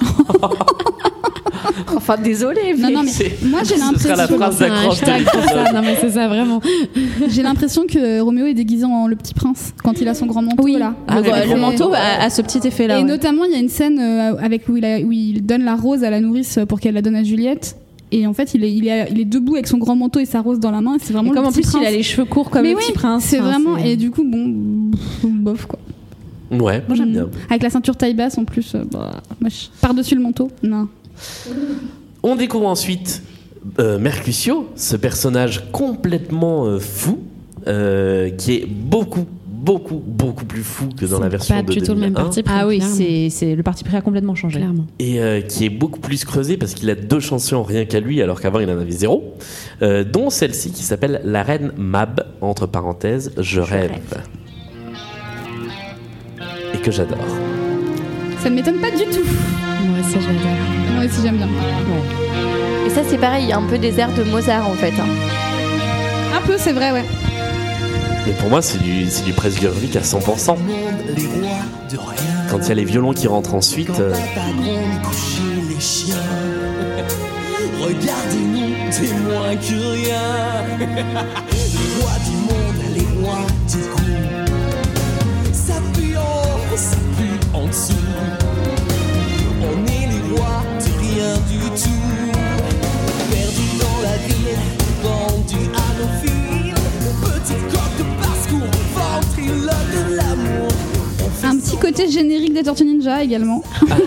[SPEAKER 2] enfin, désolé,
[SPEAKER 3] Non, non, mais moi j'ai l'impression.
[SPEAKER 5] c'est un hashtag pour ça. Non, mais c'est ça, vraiment.
[SPEAKER 3] J'ai l'impression que Roméo est déguisé en le petit prince quand il a son grand manteau là.
[SPEAKER 6] Ah,
[SPEAKER 3] Le-
[SPEAKER 6] le, le manteau a, a ce petit effet-là.
[SPEAKER 3] Et
[SPEAKER 6] ouais.
[SPEAKER 3] notamment, il y a une scène euh, avec où il, a- où il donne la rose à la nourrice euh, pour qu'elle la donne à Juliette. Et en fait, il est, il est, il est debout avec son grand manteau et sa rose dans la main. et C'est vraiment le
[SPEAKER 6] Et comme en
[SPEAKER 3] petit
[SPEAKER 6] plus il a
[SPEAKER 3] prince.
[SPEAKER 6] les cheveux courts comme
[SPEAKER 3] Mais
[SPEAKER 6] le
[SPEAKER 3] oui,
[SPEAKER 6] petit prince. hein,
[SPEAKER 3] C'est
[SPEAKER 6] enfin,
[SPEAKER 3] vraiment. Et du coup, bon, pff, bof quoi. Mm.
[SPEAKER 1] Ouais, moi j'aime bien.
[SPEAKER 3] Avec la ceinture taille basse en plus, euh, bah, moche. Par-dessus le manteau, non.
[SPEAKER 1] On découvre ensuite euh, Mercutio, ce personnage complètement euh, fou, euh, qui est beaucoup, beaucoup, beaucoup plus fou que dans la version
[SPEAKER 5] Pas
[SPEAKER 1] de hein.
[SPEAKER 5] du tout le même
[SPEAKER 1] 2001,
[SPEAKER 5] parti pris.
[SPEAKER 6] Ah oui,
[SPEAKER 5] clairement.
[SPEAKER 6] c'est c'est- le parti pris a complètement changé.
[SPEAKER 5] Clairement.
[SPEAKER 1] Et euh, qui est beaucoup plus creusé parce qu'il a deux chansons rien qu'à lui, alors qu'avant il en avait zéro, euh, dont celle-ci qui s'appelle La Reine Mab, entre parenthèses, Je, rêve. Et que j'adore.
[SPEAKER 3] Ça ne m'étonne pas du tout.
[SPEAKER 5] Moi, ça, j'adore.
[SPEAKER 3] Moi aussi, j'aime bien.
[SPEAKER 2] Et ça, c'est pareil, il y a un peu des airs de Mozart, en fait. hein.
[SPEAKER 3] Un peu, c'est vrai, ouais.
[SPEAKER 1] Mais pour moi, c'est du, c'est du Presburvic à 100%.
[SPEAKER 11] les rois de rien.
[SPEAKER 1] Quand il y a les violons qui rentrent ensuite.
[SPEAKER 11] Quand
[SPEAKER 1] euh,
[SPEAKER 11] Patagone couchait les chiens, regardez-nous, témoins que rien. les rois du monde, les rois du coup, ça pue en, ça pue en dessous. On est les rois de rien du tout. Perdus dans la ville, vendus à nos fils. Petite coque de basse-cour, ventriloque de l'amour.
[SPEAKER 3] Un petit côté générique des Tortues Ninja également.
[SPEAKER 1] Alors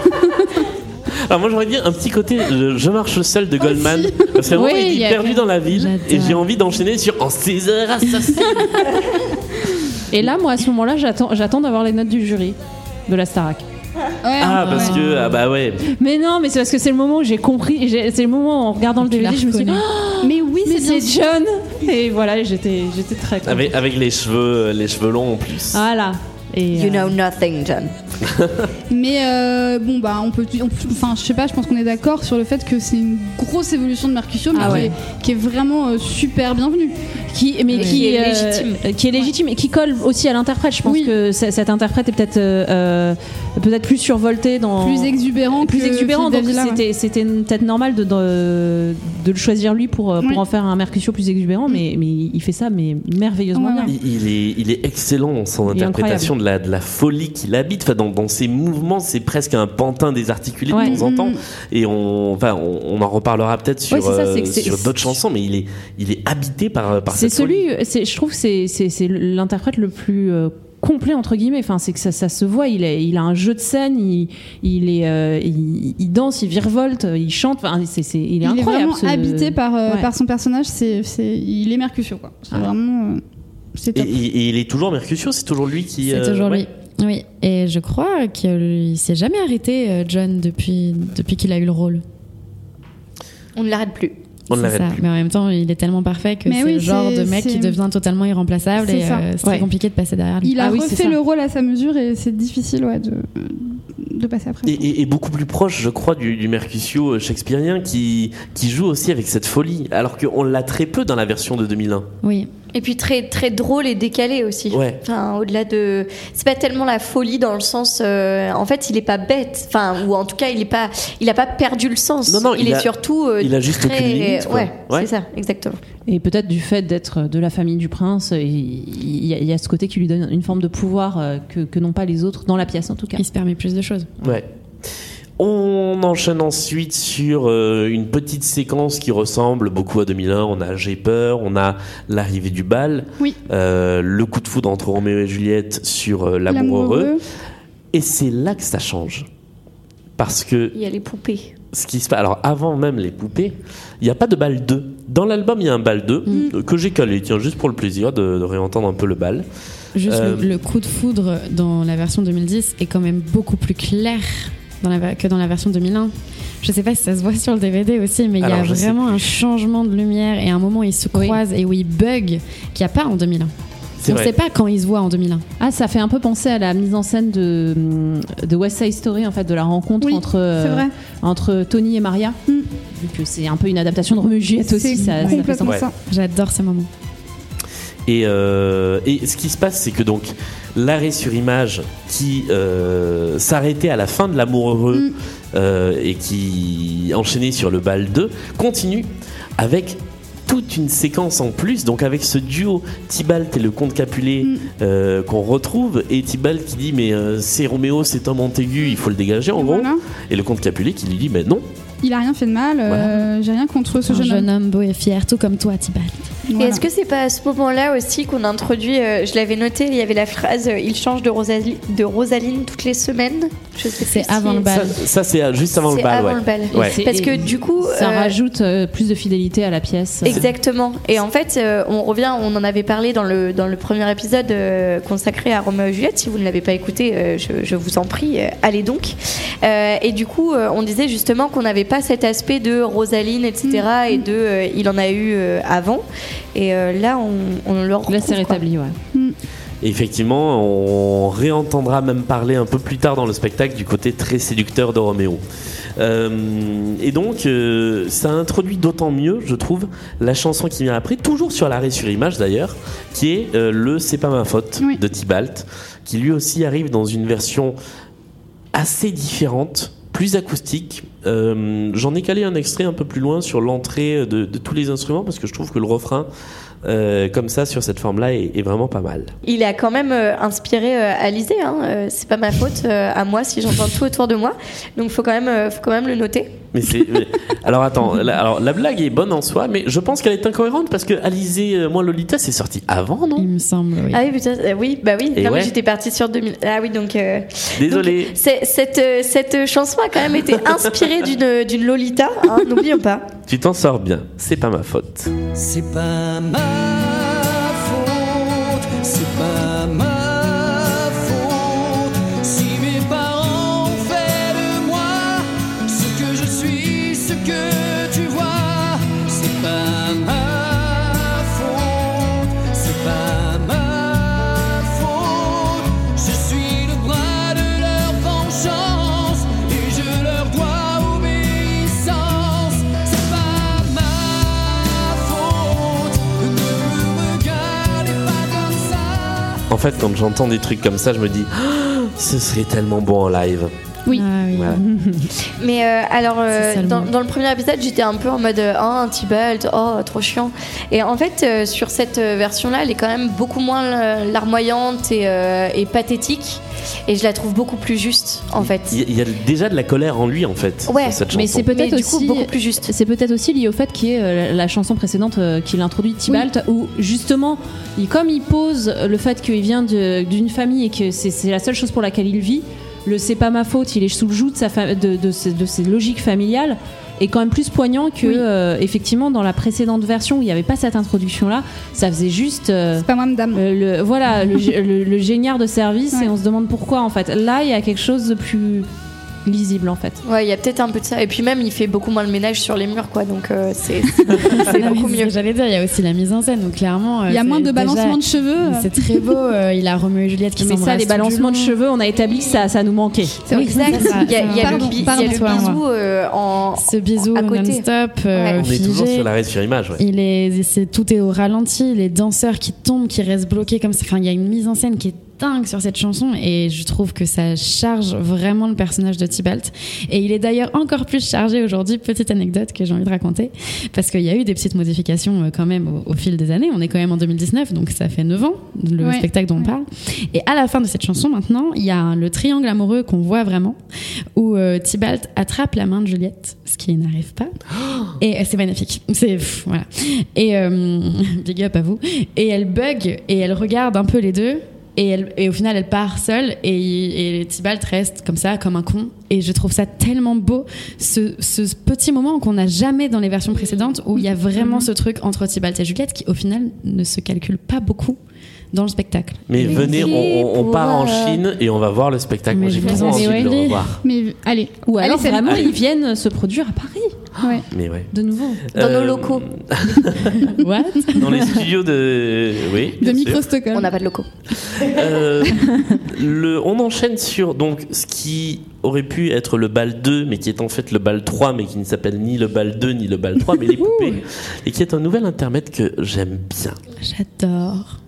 [SPEAKER 1] Ah, moi j'aurais bien un petit côté je, je marche seul de Goldman parce que vraiment
[SPEAKER 5] Oui,
[SPEAKER 1] je
[SPEAKER 5] il
[SPEAKER 1] suis
[SPEAKER 5] y a-
[SPEAKER 1] perdu dans la ville et
[SPEAKER 5] J'adore.
[SPEAKER 1] j'ai envie d'enchaîner sur en César assassin.
[SPEAKER 6] Et là, moi, à ce moment-là, j'attends j'attends d'avoir les notes du jury de la Starac.
[SPEAKER 3] Ouais, hein.
[SPEAKER 1] ah parce
[SPEAKER 3] ouais.
[SPEAKER 1] que ah bah ouais.
[SPEAKER 6] Mais non, mais c'est parce que c'est le moment où j'ai compris. j'ai- C'est le moment où, en regardant le
[SPEAKER 5] Tu la
[SPEAKER 6] DVD, je me suis dit,
[SPEAKER 5] reconnais.
[SPEAKER 6] Ah,
[SPEAKER 3] Mais oui,
[SPEAKER 6] mais
[SPEAKER 3] c'est bien.
[SPEAKER 6] c'est John Et voilà, j'étais j'étais très contente.
[SPEAKER 1] Avec, avec les cheveux les cheveux longs en plus.
[SPEAKER 6] Voilà. Et,
[SPEAKER 2] You
[SPEAKER 6] euh,
[SPEAKER 2] know nothing, John.
[SPEAKER 3] Mais euh, bon, bah, on peut. on peut- Enfin, je sais pas, je pense qu'on est d'accord sur le fait que c'est une grosse évolution de Mercutio, mais
[SPEAKER 6] Ah
[SPEAKER 3] qui,
[SPEAKER 6] ouais.
[SPEAKER 3] est, qui est vraiment euh, super bienvenue.
[SPEAKER 6] qui, mais
[SPEAKER 2] Oui.
[SPEAKER 6] qui,
[SPEAKER 2] Qui est
[SPEAKER 6] euh,
[SPEAKER 2] légitime.
[SPEAKER 6] qui est légitime et qui colle aussi à l'interprète. Je pense
[SPEAKER 3] Oui.
[SPEAKER 6] que c- cette interprète est peut-être euh, euh, peut-être plus survoltée dans
[SPEAKER 3] Plus exubérant
[SPEAKER 6] plus
[SPEAKER 3] que
[SPEAKER 6] exubérant.
[SPEAKER 3] Euh, Philippe
[SPEAKER 6] Donc
[SPEAKER 3] Davila, ouais.
[SPEAKER 6] c'était c'était peut-être normal de, de de le choisir lui pour euh, pour
[SPEAKER 3] Oui.
[SPEAKER 6] en faire un Mercutio plus exubérant. Mais mais il fait ça mais merveilleusement
[SPEAKER 3] Mm. Ouais, ouais.
[SPEAKER 6] bien.
[SPEAKER 1] Il, il est, il est excellent dans son
[SPEAKER 6] Il est
[SPEAKER 1] interprétation de la, de la folie qu'il habite. Enfin, dans, dans ses mouvements, c'est presque un pantin désarticulé
[SPEAKER 6] Ouais. Mm-hmm.
[SPEAKER 1] de temps en temps.
[SPEAKER 3] Mm.
[SPEAKER 1] Et on, enfin, on, on en reparlera peut-être sur,
[SPEAKER 6] Ouais, c'est ça,
[SPEAKER 1] euh,
[SPEAKER 6] c'est que c'est-
[SPEAKER 1] sur d'autres chansons, mais il est, il est habité par, par
[SPEAKER 6] C'est
[SPEAKER 1] cette folie.
[SPEAKER 6] celui, c'est- je trouve, que c'est c'est- c'est l'interprète le plus euh, complet entre guillemets. Enfin, c'est que ça, ça se voit. Il a, il a un jeu de scène. Il, il est, euh, il, il danse, il virevolte, il chante. Enfin, c'est, c'est- il est
[SPEAKER 3] Il est
[SPEAKER 6] incroyable.
[SPEAKER 3] vraiment
[SPEAKER 6] ce-
[SPEAKER 3] habité par, euh,
[SPEAKER 6] Ouais. Ah.
[SPEAKER 3] par son personnage, c'est, c'est- il est Mercutio, quoi. C'est
[SPEAKER 6] Ouais.
[SPEAKER 3] vraiment. euh, c'est
[SPEAKER 1] Et, et-
[SPEAKER 3] top.
[SPEAKER 1] et il est toujours Mercutio, c'est toujours lui qui.
[SPEAKER 5] C'est
[SPEAKER 1] euh,
[SPEAKER 5] toujours
[SPEAKER 1] ouais.
[SPEAKER 5] lui. Oui, et je crois qu'il s'est jamais arrêté, euh, John, depuis, depuis qu'il a eu le rôle.
[SPEAKER 2] On ne l'arrête plus.
[SPEAKER 1] On ne
[SPEAKER 5] C'est
[SPEAKER 1] l'arrête
[SPEAKER 5] ça. Mais en même temps, il est tellement parfait que
[SPEAKER 3] Mais
[SPEAKER 5] c'est
[SPEAKER 3] oui,
[SPEAKER 5] le genre
[SPEAKER 3] c'est-
[SPEAKER 5] de mec
[SPEAKER 3] c'est-
[SPEAKER 5] qui devient totalement irremplaçable
[SPEAKER 3] C'est
[SPEAKER 5] et
[SPEAKER 3] ça.
[SPEAKER 5] euh, c'est très
[SPEAKER 6] Ouais.
[SPEAKER 5] compliqué de passer derrière lui.
[SPEAKER 3] Il a
[SPEAKER 6] Ah oui, c'est
[SPEAKER 3] refait
[SPEAKER 6] ça.
[SPEAKER 3] le rôle à sa mesure et c'est difficile ouais, de, de passer après.
[SPEAKER 1] Et, et- et beaucoup plus proche, je crois, du, du Mercutio euh, shakespearien qui, qui joue aussi avec cette folie, alors qu'on l'a très peu dans la version de 2001.
[SPEAKER 5] Oui,
[SPEAKER 2] Et puis très très drôle et décalé aussi.
[SPEAKER 1] Ouais.
[SPEAKER 2] Enfin, au-delà de, c'est pas tellement la folie dans le sens. euh, en fait, il est pas bête. Enfin, ou en tout cas, il est pas, il a pas perdu le sens.
[SPEAKER 1] Non, non,
[SPEAKER 2] il,
[SPEAKER 1] il
[SPEAKER 2] est
[SPEAKER 1] a-
[SPEAKER 2] surtout. euh,
[SPEAKER 1] il a juste
[SPEAKER 2] très-
[SPEAKER 1] aucune limite, quoi.
[SPEAKER 2] Ouais,
[SPEAKER 1] Ouais.
[SPEAKER 2] c'est ça, exactement.
[SPEAKER 6] Et peut-être du fait d'être de la famille du prince, il, il y a, il y a ce côté qui lui donne une forme de pouvoir euh, que, que n'ont pas les autres dans la pièce en tout cas.
[SPEAKER 5] il se permet plus de choses.
[SPEAKER 1] Ouais. On enchaîne ensuite sur euh, une petite séquence qui ressemble beaucoup à 2001. On a J'ai peur, on a l'arrivée du bal,
[SPEAKER 3] Oui.
[SPEAKER 1] euh, le coup de foudre entre Roméo et Juliette sur euh, l'amour heureux. Et c'est là que ça change. Parce que
[SPEAKER 2] Il y a les poupées.
[SPEAKER 1] ce qui se passe. Alors, avant même les poupées, il n'y a pas de bal 2 Dans l'album, il y a un bal 2 euh, que j'ai calé, tiens, juste pour le plaisir de, de réentendre un peu le bal.
[SPEAKER 5] Juste
[SPEAKER 1] Euh,
[SPEAKER 5] le, le coup de foudre dans la version 2010 est quand même beaucoup plus clair dans la ver- que dans la version 2001. Je sais pas si ça se voit sur le DVD aussi, mais il y a
[SPEAKER 1] Alors, je sais
[SPEAKER 5] vraiment un changement de lumière et un moment où ils se croisent et où ils bug qu'il n'y a pas en 2001.
[SPEAKER 6] C'est
[SPEAKER 5] On
[SPEAKER 6] vrai.
[SPEAKER 5] sait pas quand ils se voient en 2001.
[SPEAKER 6] Ah, ça fait un peu penser à la mise en scène de, de West Side Story, en fait, de la rencontre entre, euh,
[SPEAKER 3] c'est vrai.
[SPEAKER 6] entre Tony et Maria.
[SPEAKER 2] Mm.
[SPEAKER 6] Vu que c'est un peu une adaptation de Romeo et Juliette aussi, ça, ça fait
[SPEAKER 1] complètement ça.
[SPEAKER 5] J'adore ces moments.
[SPEAKER 1] Et, euh, et ce qui se passe, c'est que donc l'arrêt sur image qui euh, s'arrêtait à la fin de l'amour heureux
[SPEAKER 2] Mm.
[SPEAKER 1] euh, et qui enchaînait sur le bal 2 continue avec toute une séquence en plus, donc avec ce duo Tibalt et le comte Capulet
[SPEAKER 2] Mm.
[SPEAKER 1] euh, qu'on retrouve, et Tibalt qui dit mais euh, c'est Roméo, c'est Tom Montaigu, il faut le dégager en
[SPEAKER 3] Voilà.
[SPEAKER 1] gros, et le comte Capulet qui lui dit mais non,
[SPEAKER 3] Il a rien fait de mal, euh, j'ai rien contre ce
[SPEAKER 5] Un
[SPEAKER 3] jeune,
[SPEAKER 5] jeune homme beau et fier, tout comme toi, Tibalt.
[SPEAKER 2] Et est-ce que c'est pas à ce moment-là aussi qu'on a introduit, euh, je l'avais noté, il y avait la phrase euh, il change de, Rosalie- de Rosaline toutes les semaines Je sais
[SPEAKER 5] C'est avant
[SPEAKER 2] le
[SPEAKER 1] ça, ça, c'est euh, juste avant
[SPEAKER 2] Ah
[SPEAKER 1] le
[SPEAKER 2] C'est
[SPEAKER 1] bal.
[SPEAKER 2] avant
[SPEAKER 1] ouais.
[SPEAKER 2] le bal.
[SPEAKER 1] Ouais.
[SPEAKER 2] Et Parce que du coup,
[SPEAKER 6] Ça
[SPEAKER 2] euh,
[SPEAKER 6] rajoute euh, plus de fidélité à la pièce.
[SPEAKER 2] Exactement. Et en fait, euh, on revient, on en avait parlé dans le, dans le premier épisode euh, consacré à Roméo et Juliette. Si vous ne l'avez pas écouté, euh, je, je vous en prie, euh, allez donc. Euh, et du coup, euh, on disait justement qu'on n'avait pas cet aspect de Rosaline, etc. Et de euh, il en a eu euh, avant. Et euh, là, on, on le retrouve. Là, c'est rétabli,
[SPEAKER 6] ouais.
[SPEAKER 1] Effectivement, on réentendra même parler un peu plus tard dans le spectacle du côté très séducteur de Roméo. Euh, et donc, euh, ça introduit d'autant mieux, je trouve, la chanson qui vient après, toujours sur l'arrêt sur image d'ailleurs, qui est euh, le C'est pas ma faute de Tibalt, qui lui aussi arrive dans une version assez différente, plus acoustique. Euh, J'en ai calé un extrait un peu plus loin sur l'entrée de, de tous les instruments parce que je trouve que le refrain, euh, comme ça, sur cette forme-là, est- est vraiment pas mal.
[SPEAKER 2] Il a quand même euh, inspiré euh, Alizé, hein. Euh, c'est pas ma faute euh, à moi si j'entends tout autour de moi. Donc faut quand même, euh, faut quand même le noter.
[SPEAKER 1] Mais c'est. mais- alors attends, la, alors la blague est bonne en soi, mais je pense qu'elle est incohérente parce que Alizé, euh, moi Lolita, c'est sorti avant, non
[SPEAKER 5] Il me semble, oui.
[SPEAKER 2] Ah oui, putain, euh, oui, bah oui.
[SPEAKER 1] Et
[SPEAKER 2] non,
[SPEAKER 1] ouais.
[SPEAKER 2] mais j'étais partie sur 2000. Ah oui, donc. euh,
[SPEAKER 1] Désolé.
[SPEAKER 2] donc, c'est- cette, euh, cette chanson a quand même été inspirée d'une d'une Lolita, hein, n'oublions pas.
[SPEAKER 1] Tu t'en sors bien, c'est pas ma faute.
[SPEAKER 11] C'est pas ma faute, c'est pas ma faute. Si mes parents ont fait de moi ce que je suis, ce que tu vois, c'est pas ma faute, c'est pas ma faute. Je suis le bras de leur vengeance et je leur dois obéissance. C'est pas ma faute, ne me regardez pas comme ça.
[SPEAKER 1] En fait, quand j'entends des trucs comme ça, je me dis, Ah, ce serait tellement bon en live.
[SPEAKER 5] Ah Oui.
[SPEAKER 1] Voilà.
[SPEAKER 2] Mais euh, alors, euh,
[SPEAKER 5] ça, le
[SPEAKER 2] dans,
[SPEAKER 5] mot.
[SPEAKER 2] dans le premier épisode, j'étais un peu en mode euh, oh, un Tibalt, oh, trop chiant. Et en fait, euh, sur cette euh, version-là, elle est quand même beaucoup moins euh, larmoyante et, euh, et pathétique. Et je la trouve beaucoup plus juste, en fait.
[SPEAKER 1] Il y a- il y, a déjà de la colère en lui, en fait. dans cette chanson.
[SPEAKER 6] mais c'est peut-être
[SPEAKER 2] Mais du coup,
[SPEAKER 6] aussi
[SPEAKER 2] beaucoup plus juste.
[SPEAKER 6] C'est peut-être aussi lié au fait qu'il y ait euh, la, la chanson précédente euh, qu'il introduit Tibalt où justement, il, comme il pose le fait qu'il vient de- d'une famille et que c'est c'est la seule chose pour laquelle il vit, le c'est pas ma faute, il est sous le joug de sa fa- de, de ses- de ses logiques familiales est quand même plus poignant que euh, effectivement dans la précédente version où il n'y avait pas cette introduction là ça faisait juste euh, euh, le, voilà le, gé- le- le géniard de service et on se demande pourquoi en fait là il y a quelque chose de plus lisible en fait
[SPEAKER 2] Ouais, il y a peut-être un peu de ça. Et puis même, il fait beaucoup moins le ménage sur les murs, quoi. Donc euh, c'est c'est- c'est
[SPEAKER 5] Non, mais
[SPEAKER 2] beaucoup
[SPEAKER 5] c'est ce
[SPEAKER 2] mieux.
[SPEAKER 5] que J'allais dire, il y a aussi la mise en scène, donc clairement. euh,
[SPEAKER 2] Il y a
[SPEAKER 5] c'est
[SPEAKER 2] moins de balancement de cheveux.
[SPEAKER 5] C'est très beau. euh, il a Roméo et Juliette qui
[SPEAKER 6] Mais
[SPEAKER 5] s'embrassent.
[SPEAKER 6] ça, les balancements de cheveux, on a établi que ça, ça nous manquait.
[SPEAKER 5] Oui,
[SPEAKER 2] Exact.
[SPEAKER 5] c'est ça,
[SPEAKER 2] Il y a, il y a
[SPEAKER 5] c'est ça.
[SPEAKER 2] le, bi- il y a
[SPEAKER 5] Pardon,
[SPEAKER 2] le
[SPEAKER 5] pardon,
[SPEAKER 2] bisou
[SPEAKER 5] toi,
[SPEAKER 2] euh, en.
[SPEAKER 5] Ce bisou
[SPEAKER 2] à côté.
[SPEAKER 5] non-stop.
[SPEAKER 1] On
[SPEAKER 5] euh,
[SPEAKER 1] est
[SPEAKER 5] figé.
[SPEAKER 1] toujours sur l'arrêt sur image, ouais.
[SPEAKER 5] Il est, c'est- tout est au ralenti, les danseurs qui tombent, qui restent bloqués comme ça. Enfin, il y a une mise en scène qui est dingue sur cette chanson et je trouve que ça charge vraiment le personnage de Tibalt. Et il est d'ailleurs encore plus chargé aujourd'hui. Petite anecdote que j'ai envie de raconter parce qu'il y a eu des petites modifications euh, quand même au, au fil des années. On est quand même en 2019, donc ça fait 9 ans le
[SPEAKER 4] Ouais.
[SPEAKER 5] spectacle dont on parle. Et à la fin de cette chanson, maintenant, il y a un- le triangle amoureux qu'on voit vraiment où euh, Tybalt attrape la main de Juliette, ce qui n'arrive pas. Et euh, c'est magnifique. C'est pff, voilà. Et euh, big up à vous. Et elle bug et elle regarde un peu les deux. Et, elle- et au final, elle part seule et, il- et Tybalt reste comme ça, comme un con. Et je trouve ça tellement beau, ce, ce petit moment qu'on n'a jamais dans les versions précédentes où il y a vraiment ce truc entre Tybalt et Juliette qui, au final, ne se calcule pas beaucoup dans le spectacle.
[SPEAKER 1] Mais venez, on, on- on part en
[SPEAKER 5] Pour, euh,
[SPEAKER 1] Chine et on va voir le spectacle. Moi, j'ai
[SPEAKER 5] vous
[SPEAKER 1] trop
[SPEAKER 5] en
[SPEAKER 1] envie de le
[SPEAKER 5] dirai.
[SPEAKER 1] revoir.
[SPEAKER 3] Mais allez.
[SPEAKER 6] Ou alors
[SPEAKER 3] Allez, salut.
[SPEAKER 6] vraiment,
[SPEAKER 3] Allez.
[SPEAKER 6] ils viennent euh, se produire à Paris.
[SPEAKER 3] Ouais.
[SPEAKER 1] Mais ouais.
[SPEAKER 6] De nouveau.
[SPEAKER 1] Dans Euh, nos locaux.
[SPEAKER 5] What
[SPEAKER 1] Dans les studios de. Oui. bien sûr.
[SPEAKER 2] Stockholm. On n'a pas de locaux.
[SPEAKER 1] Euh, le, on enchaîne sur donc ce qui aurait pu être le bal 2, mais qui est en fait le bal 3, mais qui ne s'appelle ni le bal 2 ni le bal 3, mais les poupées, et qui est un nouvel intermède que j'aime bien.
[SPEAKER 5] J'adore.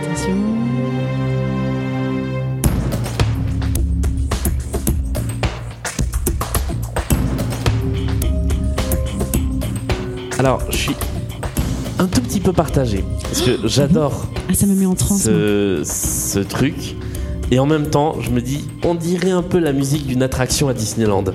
[SPEAKER 5] Attention.
[SPEAKER 1] Alors, je suis un tout petit peu partagé parce que j'adore
[SPEAKER 5] Ah, ça me met en transe. moi.
[SPEAKER 1] ce, ce truc, et en même temps, je me dis, on dirait un peu la musique d'une attraction à Disneyland.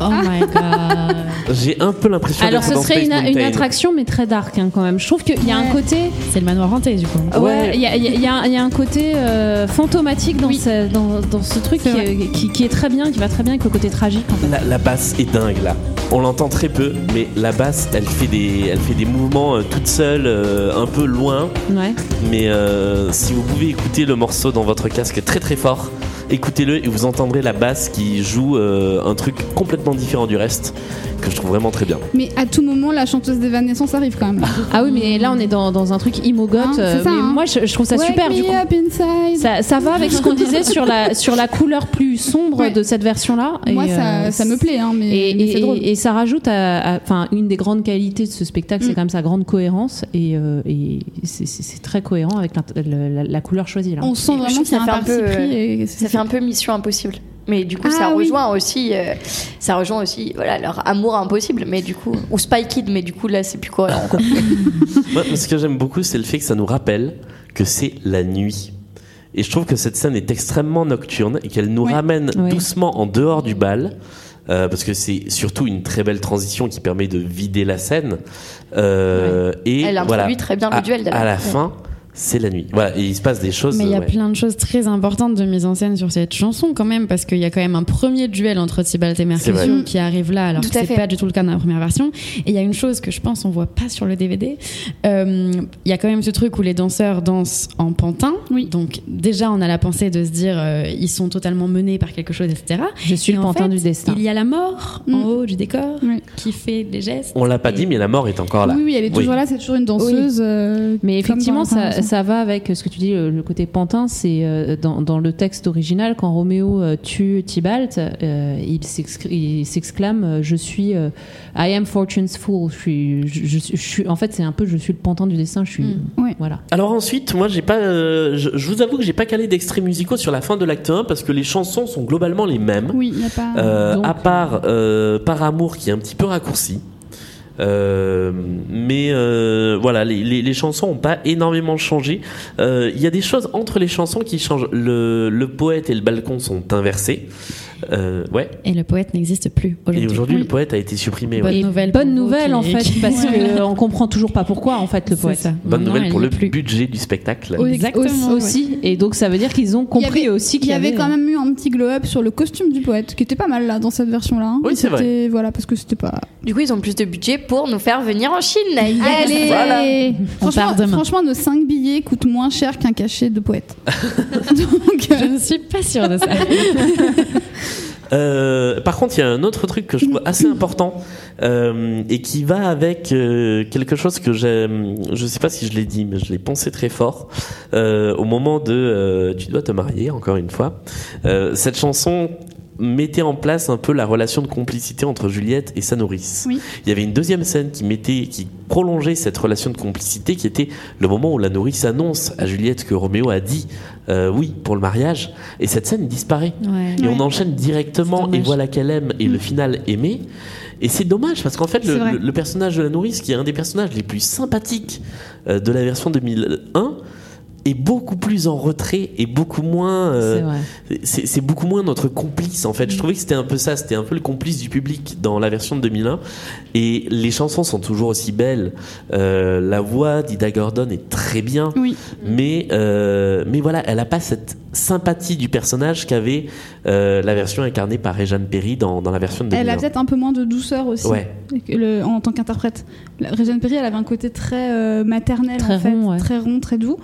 [SPEAKER 5] Oh my god.
[SPEAKER 1] J'ai un peu l'impression
[SPEAKER 6] Alors
[SPEAKER 1] d'être
[SPEAKER 6] ce
[SPEAKER 1] dans
[SPEAKER 6] serait
[SPEAKER 1] Space
[SPEAKER 6] une, une
[SPEAKER 1] Mountain.
[SPEAKER 6] attraction mais très dark hein, quand même. Je trouve qu'il y a un côté...
[SPEAKER 5] C'est le manoir hanté, du coup.
[SPEAKER 6] Ouais, il y, a- il y a- il y a- il y a un côté euh, fantomatique dans, ce, dans, dans ce truc qui, est- qui- qui est très bien, qui va très bien avec le côté tragique. en fait.
[SPEAKER 1] La, la basse est dingue là. On l'entend très peu, mais la basse, elle fait des, elle fait des mouvements euh, toute seule, euh, un peu loin.
[SPEAKER 6] Ouais.
[SPEAKER 1] Mais euh, si vous pouvez écouter le morceau dans votre casque très très fort, écoutez-le et vous entendrez la basse qui joue euh, un truc complètement différent du reste, que je trouve vraiment très bien.
[SPEAKER 3] Mais à tout moment, la chanteuse d'Evanescence arrive quand même.
[SPEAKER 6] Ah oui, mais là on est dans, dans un truc imogote.
[SPEAKER 3] Hein, c'est
[SPEAKER 6] euh,
[SPEAKER 3] ça,
[SPEAKER 6] mais
[SPEAKER 3] hein.
[SPEAKER 6] Moi je, je trouve ça
[SPEAKER 3] Wake
[SPEAKER 6] super. du
[SPEAKER 3] me
[SPEAKER 6] coup.
[SPEAKER 3] up inside.
[SPEAKER 6] Ça, ça va avec ce qu'on disait sur la, sur la couleur plus sombre de cette version-là.
[SPEAKER 3] Moi,
[SPEAKER 6] Et,
[SPEAKER 3] ça-
[SPEAKER 6] euh,
[SPEAKER 3] ça me plaît, hein, mais-
[SPEAKER 6] et,
[SPEAKER 3] mais
[SPEAKER 6] et-
[SPEAKER 3] c'est drôle.
[SPEAKER 6] et ça rajoute à, à- enfin, une des grandes qualités de ce spectacle,
[SPEAKER 3] Mm.
[SPEAKER 6] c'est quand même sa grande cohérence et, euh, et c'est- c'est c'est très cohérent avec la, le- la- la couleur choisie. Là.
[SPEAKER 3] On sent
[SPEAKER 2] Je
[SPEAKER 3] vraiment
[SPEAKER 2] trouve
[SPEAKER 3] qu'il y a
[SPEAKER 2] ça
[SPEAKER 3] un
[SPEAKER 2] fait un
[SPEAKER 3] parti
[SPEAKER 2] peu, euh,
[SPEAKER 3] pris. et-
[SPEAKER 2] ça fait un peu Mission Impossible. Mais du coup,
[SPEAKER 3] Ah
[SPEAKER 2] ça
[SPEAKER 3] oui.
[SPEAKER 2] rejoint aussi, euh, ça rejoint aussi, voilà, leur amour impossible. Mais du coup, ou Spy Kid, mais du coup là, c'est plus cohérent. quoi.
[SPEAKER 1] Moi, ce que j'aime beaucoup, c'est le fait que ça nous rappelle que c'est la nuit. Et je trouve que cette scène est extrêmement nocturne et qu'elle nous ramène doucement en dehors du bal. euh, parce que c'est surtout une très belle transition qui permet de vider la scène. Euh, Et
[SPEAKER 2] Elle introduit
[SPEAKER 1] voilà,
[SPEAKER 2] très bien le
[SPEAKER 1] à-
[SPEAKER 2] duel, d'ailleurs.
[SPEAKER 1] À la
[SPEAKER 2] Ouais.
[SPEAKER 1] fin, c'est la nuit. Voilà, et il se passe des choses.
[SPEAKER 5] Mais il y a
[SPEAKER 1] ouais.
[SPEAKER 5] plein de choses très importantes de mise en scène sur cette chanson quand même, parce qu'il y a quand même un premier duel entre Tybalt et
[SPEAKER 1] C'est
[SPEAKER 5] Mercutio
[SPEAKER 1] vrai.
[SPEAKER 5] qui arrive là, alors
[SPEAKER 2] Tout
[SPEAKER 5] que
[SPEAKER 2] à
[SPEAKER 5] c'est
[SPEAKER 2] fait.
[SPEAKER 5] pas du tout le cas dans la première version. Et il y a une chose que je pense on voit pas sur le DVD, Euh, il y a quand même ce truc où les danseurs dansent en pantin, donc déjà on a la pensée de se dire euh, ils sont totalement menés par quelque chose, etc.
[SPEAKER 6] Je suis
[SPEAKER 5] Et
[SPEAKER 6] le
[SPEAKER 5] en
[SPEAKER 6] pantin
[SPEAKER 5] fait,
[SPEAKER 6] du destin.
[SPEAKER 5] Il y a la mort
[SPEAKER 6] Mm.
[SPEAKER 5] en haut du décor qui fait des gestes.
[SPEAKER 1] On l'a pas dit, mais la mort est encore là.
[SPEAKER 3] Oui, oui, elle est toujours là, c'est toujours une danseuse. euh,
[SPEAKER 6] Mais
[SPEAKER 3] comme
[SPEAKER 6] effectivement,
[SPEAKER 3] dans la
[SPEAKER 6] ça,
[SPEAKER 3] chanson.
[SPEAKER 6] ça va avec ce que tu dis, le, le côté pantin. C'est euh, dans, dans le texte original, quand Roméo euh, tue Tybalt, euh, il s'excl- il s'exclame euh, Je suis. euh, I am fortune's fool. Je suis, je, je suis- je suis- en fait, c'est un peu Je suis le pantin du dessin. Je suis.
[SPEAKER 3] Mm.
[SPEAKER 6] Voilà.
[SPEAKER 1] Alors ensuite, moi j'ai pas, euh, je, je vous avoue que j'ai pas calé d'extraits musicaux sur la fin de l'acte 1 parce que les chansons sont globalement les mêmes.
[SPEAKER 3] Oui, il n'y a pas.
[SPEAKER 5] Ah,
[SPEAKER 1] Euh, à part euh, Par Amour qui est un petit peu raccourci. Euh, mais euh, voilà, les, les- les chansons n'ont pas énormément changé. Euh, Il y a des choses entre les chansons qui changent. Le, le poète et le balcon sont inversés. Euh, ouais.
[SPEAKER 5] Et le poète n'existe plus Bah,
[SPEAKER 1] Et
[SPEAKER 5] aujourd'hui.
[SPEAKER 1] aujourd'hui, le poète a été supprimé.
[SPEAKER 5] Bonne
[SPEAKER 1] ouais.
[SPEAKER 5] nouvelle.
[SPEAKER 6] Bonne
[SPEAKER 5] pour vous
[SPEAKER 6] nouvelle,
[SPEAKER 5] qui-
[SPEAKER 6] en fait,
[SPEAKER 5] qui-
[SPEAKER 6] parce qu'on comprend toujours pas pourquoi, en fait, le
[SPEAKER 5] C'est
[SPEAKER 6] poète.
[SPEAKER 5] ça.
[SPEAKER 1] Bonne
[SPEAKER 5] Non,
[SPEAKER 1] nouvelle
[SPEAKER 5] elle
[SPEAKER 1] pour
[SPEAKER 5] y
[SPEAKER 1] le
[SPEAKER 5] est plus.
[SPEAKER 1] budget du spectacle.
[SPEAKER 3] Au- Exactement,
[SPEAKER 6] Aussi. Et donc, ça veut dire qu'ils ont
[SPEAKER 3] Il y
[SPEAKER 6] compris
[SPEAKER 3] avait-
[SPEAKER 6] aussi qu'il euh,
[SPEAKER 3] Il y avait quand même eu un petit glow-up sur le costume du poète, qui était pas mal là dans cette version-là. hein.
[SPEAKER 1] Oui, c'est vrai.
[SPEAKER 3] C'était- Voilà, parce que c'était pas.
[SPEAKER 2] Du coup, ils ont plus de budget pour nous faire venir en Chine. Yes.
[SPEAKER 3] Allez
[SPEAKER 2] Voilà.
[SPEAKER 5] On part
[SPEAKER 3] franchement,
[SPEAKER 5] demain.
[SPEAKER 3] franchement, nos 5 billets coûtent moins cher qu'un cachet de poète. euh,
[SPEAKER 5] Je ne suis pas sûre de ça.
[SPEAKER 1] Euh, par contre, il y a un autre truc que je trouve assez important euh, et qui va avec euh, quelque chose que j'aime. Je sais pas si je l'ai dit, mais je l'ai pensé très fort euh, au moment de euh, "Tu dois te marier" encore une fois. Euh, cette chanson mettait en place un peu la relation de complicité entre Juliette et sa nourrice.
[SPEAKER 3] Oui.
[SPEAKER 1] Il y avait une deuxième scène qui mettait, qui prolongeait cette relation de complicité, qui était le moment où la nourrice annonce à Juliette que Roméo a dit euh, oui pour le mariage, et cette scène disparaît.
[SPEAKER 5] Ouais. Mm.
[SPEAKER 1] Et on enchaîne directement et voilà qu'elle aime et le final aimé. Et c'est dommage parce qu'en fait le,
[SPEAKER 5] C'est vrai.
[SPEAKER 1] le- le personnage de la nourrice, qui est un des personnages les plus sympathiques euh, de la version 2001, est beaucoup plus en retrait et beaucoup moins. euh,
[SPEAKER 6] C'est vrai.
[SPEAKER 1] c'est c'est beaucoup moins notre complice en fait. Je trouvais que c'était un peu ça, c'était un peu le complice du public dans la version de 2001. Et les chansons sont toujours aussi belles. Euh, la voix d'Ida Gordon est très bien, mais euh, mais voilà, elle a pas cette sympathie du personnage qu'avait euh, la version incarnée par Réjeanne Perry dans, dans la version de 2001.
[SPEAKER 3] Elle a peut-être un peu moins de douceur aussi
[SPEAKER 1] Ouais.
[SPEAKER 3] que le- en tant qu'interprète. La- Réjeanne Perry, elle avait un côté très euh, maternel,
[SPEAKER 6] Très
[SPEAKER 3] en fait,
[SPEAKER 6] rond, ouais.
[SPEAKER 3] très rond, très doux,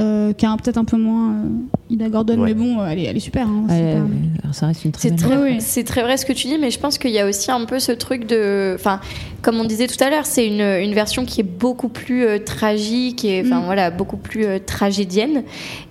[SPEAKER 3] euh, qui a peut-être un peu moins euh, Ida Gordon, mais bon, euh, elle est, elle est super. hein, c'est
[SPEAKER 6] Ouais,
[SPEAKER 3] pas-
[SPEAKER 6] alors ça reste une très
[SPEAKER 2] C'est
[SPEAKER 6] belle-
[SPEAKER 2] très, c'est très vrai ce que tu dis, mais je pense qu'il y a aussi un peu ce truc de. Enfin, comme on disait tout à l'heure, c'est une, une version qui est beaucoup plus euh, tragique et
[SPEAKER 3] Mm.
[SPEAKER 2] enfin, voilà, beaucoup plus euh, tragédienne.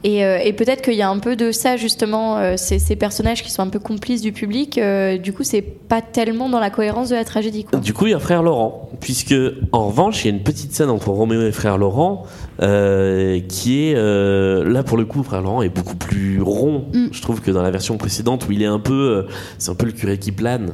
[SPEAKER 2] Et, euh, et peut-être qu'il y a un peu de ça, justement, euh, ces, ces personnages qui sont un peu complices du public. euh, du coup, c'est pas tellement dans la cohérence de la tragédie. Quoi.
[SPEAKER 1] Du coup, il y a Frère Laurent, puisque en revanche, il y a une petite scène entre Roméo et Frère Laurent euh, qui est euh, là pour le coup, Frère Laurent est beaucoup plus rond.
[SPEAKER 2] Mm.
[SPEAKER 1] Je trouve que dans la version précédente, où il est un peu, euh, c'est un peu le curé qui plane.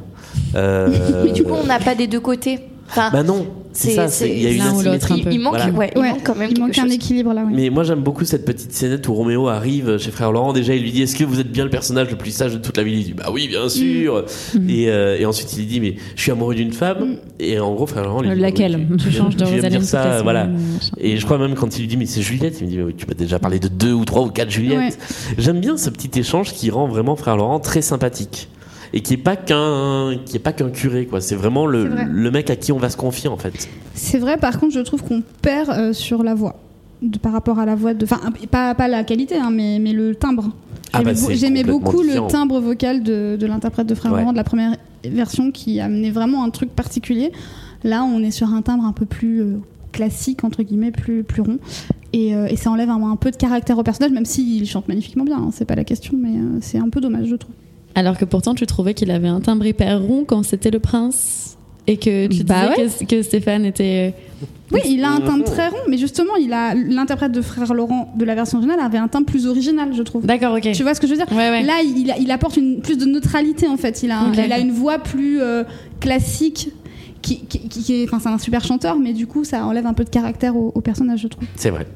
[SPEAKER 1] Euh,
[SPEAKER 2] Mais du coup, on n'a pas des deux côtés. Enfin,
[SPEAKER 1] Bah non, c'est ça. c'est- Il y a une
[SPEAKER 2] l'un ou l'autre,
[SPEAKER 1] asymétrie.
[SPEAKER 2] un peu. Il, manque,
[SPEAKER 1] Voilà.
[SPEAKER 2] ouais, il manque quand même
[SPEAKER 3] Il
[SPEAKER 2] quelque
[SPEAKER 3] manque un
[SPEAKER 2] chose.
[SPEAKER 3] équilibre là, oui.
[SPEAKER 1] Mais moi j'aime beaucoup cette petite scénette où Roméo arrive chez Frère Laurent. Déjà, il lui dit Est-ce que vous êtes bien le personnage le plus sage de toute la ville Il dit Bah oui, bien sûr. Et, euh, et ensuite, il lui dit Mais je suis amoureux d'une femme. Et en gros, Frère Laurent lui dit bah,
[SPEAKER 4] Laquelle
[SPEAKER 1] Oui, tu-
[SPEAKER 4] Je
[SPEAKER 1] tu
[SPEAKER 4] change de
[SPEAKER 1] viens
[SPEAKER 4] Rosaline
[SPEAKER 1] dire
[SPEAKER 4] toute la
[SPEAKER 1] ça,
[SPEAKER 4] semaine,
[SPEAKER 1] voilà.
[SPEAKER 4] machin.
[SPEAKER 1] Et je crois même quand il lui dit Mais c'est Juliette, il me dit Mais oui, Tu m'as déjà parlé de deux ou trois ou quatre Juliettes.
[SPEAKER 4] Ouais.
[SPEAKER 1] J'aime bien ce petit échange qui rend vraiment Frère Laurent très sympathique. Et qui est pas qu'un qui est pas qu'un curé quoi, c'est vraiment le,
[SPEAKER 3] C'est vrai.
[SPEAKER 1] le mec à qui on va se confier en fait.
[SPEAKER 3] C'est vrai, par contre, je trouve qu'on perd euh, sur la voix. De, par rapport à la voix de. Enfin, pas, pas la qualité, hein, mais, mais le timbre.
[SPEAKER 1] Ah
[SPEAKER 3] J'aimais
[SPEAKER 1] bah,
[SPEAKER 3] beau-
[SPEAKER 1] c'est
[SPEAKER 3] J'aimais
[SPEAKER 1] complètement
[SPEAKER 3] beaucoup
[SPEAKER 1] différent.
[SPEAKER 3] le timbre vocal de, de l'interprète de Frère
[SPEAKER 1] Ouais.
[SPEAKER 3] Laurent de la première version qui amenait vraiment un truc particulier. Là, on est sur un timbre un peu plus euh, classique, entre guillemets, plus, plus rond. Et, euh, et ça enlève un, un peu de caractère au personnage, même s'il chante magnifiquement bien, hein, c'est pas la question, mais euh, c'est un peu dommage, je trouve.
[SPEAKER 5] Alors que pourtant, tu trouvais qu'il avait un timbre hyper rond quand c'était le prince. Et que tu
[SPEAKER 3] Bah
[SPEAKER 5] disais que, que Stéphane était.
[SPEAKER 3] Oui, il a un timbre très rond, mais justement, il a l'interprète de Frère Laurent de la version originale avait un timbre plus original, je trouve.
[SPEAKER 5] D'accord, ok.
[SPEAKER 3] Tu vois ce que je veux dire Là, il, il apporte une, plus de neutralité en fait. Il a, un-
[SPEAKER 5] Ok.
[SPEAKER 3] il a une voix plus euh, classique. Qui, qui, qui- qui est, enfin, c'est un super chanteur, mais du coup, ça enlève un peu de caractère au, au personnage, je trouve.
[SPEAKER 1] C'est vrai.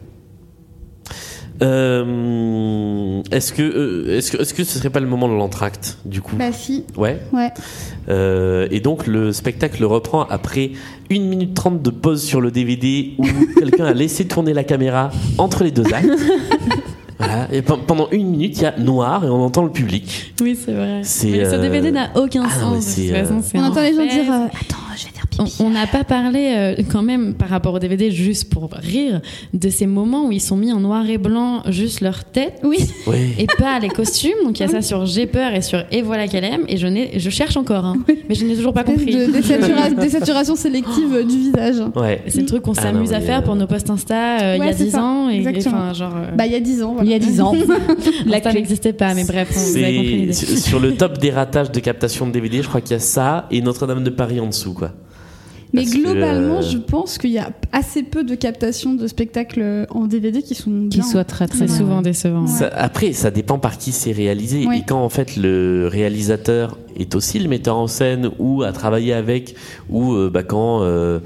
[SPEAKER 1] Euh, est-ce que euh, est-ce que est-ce que ce serait pas le moment de l'entracte du coup
[SPEAKER 3] Bah si.
[SPEAKER 1] Ouais.
[SPEAKER 3] Ouais.
[SPEAKER 1] Euh, et donc le spectacle reprend après 1 minute 30 de pause sur le DVD où quelqu'un a laissé tourner la caméra entre les deux actes. Voilà. Et pe- pendant une minute, il y a noir et on entend le public.
[SPEAKER 5] Oui, c'est vrai.
[SPEAKER 1] C'est,
[SPEAKER 5] Mais ce
[SPEAKER 1] euh,
[SPEAKER 5] DVD n'a aucun
[SPEAKER 1] ah non, mais
[SPEAKER 5] sens. de
[SPEAKER 1] c'est,
[SPEAKER 5] toute façon,
[SPEAKER 1] euh,
[SPEAKER 5] c'est
[SPEAKER 3] On
[SPEAKER 5] un
[SPEAKER 3] entend les gens
[SPEAKER 5] fait.
[SPEAKER 3] dire euh, Attends, je vais dire
[SPEAKER 5] On- On n'a pas parlé euh, quand même par rapport au DVD, juste pour rire, de ces moments où ils sont mis en noir et blanc, juste leur tête.
[SPEAKER 3] Oui.
[SPEAKER 1] Oui.
[SPEAKER 5] Et pas les costumes. Donc il y a ça sur J'ai peur et sur Et voilà qu'elle aime. Et je, n'ai- je cherche encore, hein. mais je n'ai toujours pas compris.
[SPEAKER 3] de désatura- désaturation sélective euh, du visage.
[SPEAKER 1] Ouais.
[SPEAKER 5] C'est le truc qu'on
[SPEAKER 1] Ah
[SPEAKER 5] s'amuse
[SPEAKER 1] non,
[SPEAKER 5] à
[SPEAKER 1] mais,
[SPEAKER 5] faire pour nos posts Insta euh, il y
[SPEAKER 3] Ouais,
[SPEAKER 5] a
[SPEAKER 3] c'est
[SPEAKER 5] 10
[SPEAKER 3] ça.
[SPEAKER 5] ans. Et, et,
[SPEAKER 3] Exactement.
[SPEAKER 5] enfin, genre, euh,
[SPEAKER 3] Bah, il y a 10 ans.
[SPEAKER 6] Il y a 10 ans.
[SPEAKER 5] Insta n'existait pas, mais bref, vous avez compris
[SPEAKER 1] C'est
[SPEAKER 5] l'idée.
[SPEAKER 1] sur sur le top des ratages de captation de DVD, je crois qu'il y a ça et Notre-Dame de Paris en dessous quoi.
[SPEAKER 3] Mais
[SPEAKER 1] Parce que,
[SPEAKER 3] globalement,
[SPEAKER 1] euh,
[SPEAKER 3] je pense qu'il y a assez peu de captations de spectacles en DVD qui sont
[SPEAKER 6] Qui
[SPEAKER 3] bien.
[SPEAKER 6] soit très très
[SPEAKER 5] C'est souvent décevant.
[SPEAKER 1] Ça- après, ça dépend par qui c'est réalisé.
[SPEAKER 3] Oui.
[SPEAKER 1] Et quand en fait le réalisateur est aussi le metteur en scène ou a travaillé avec, ou euh, bah, quand euh,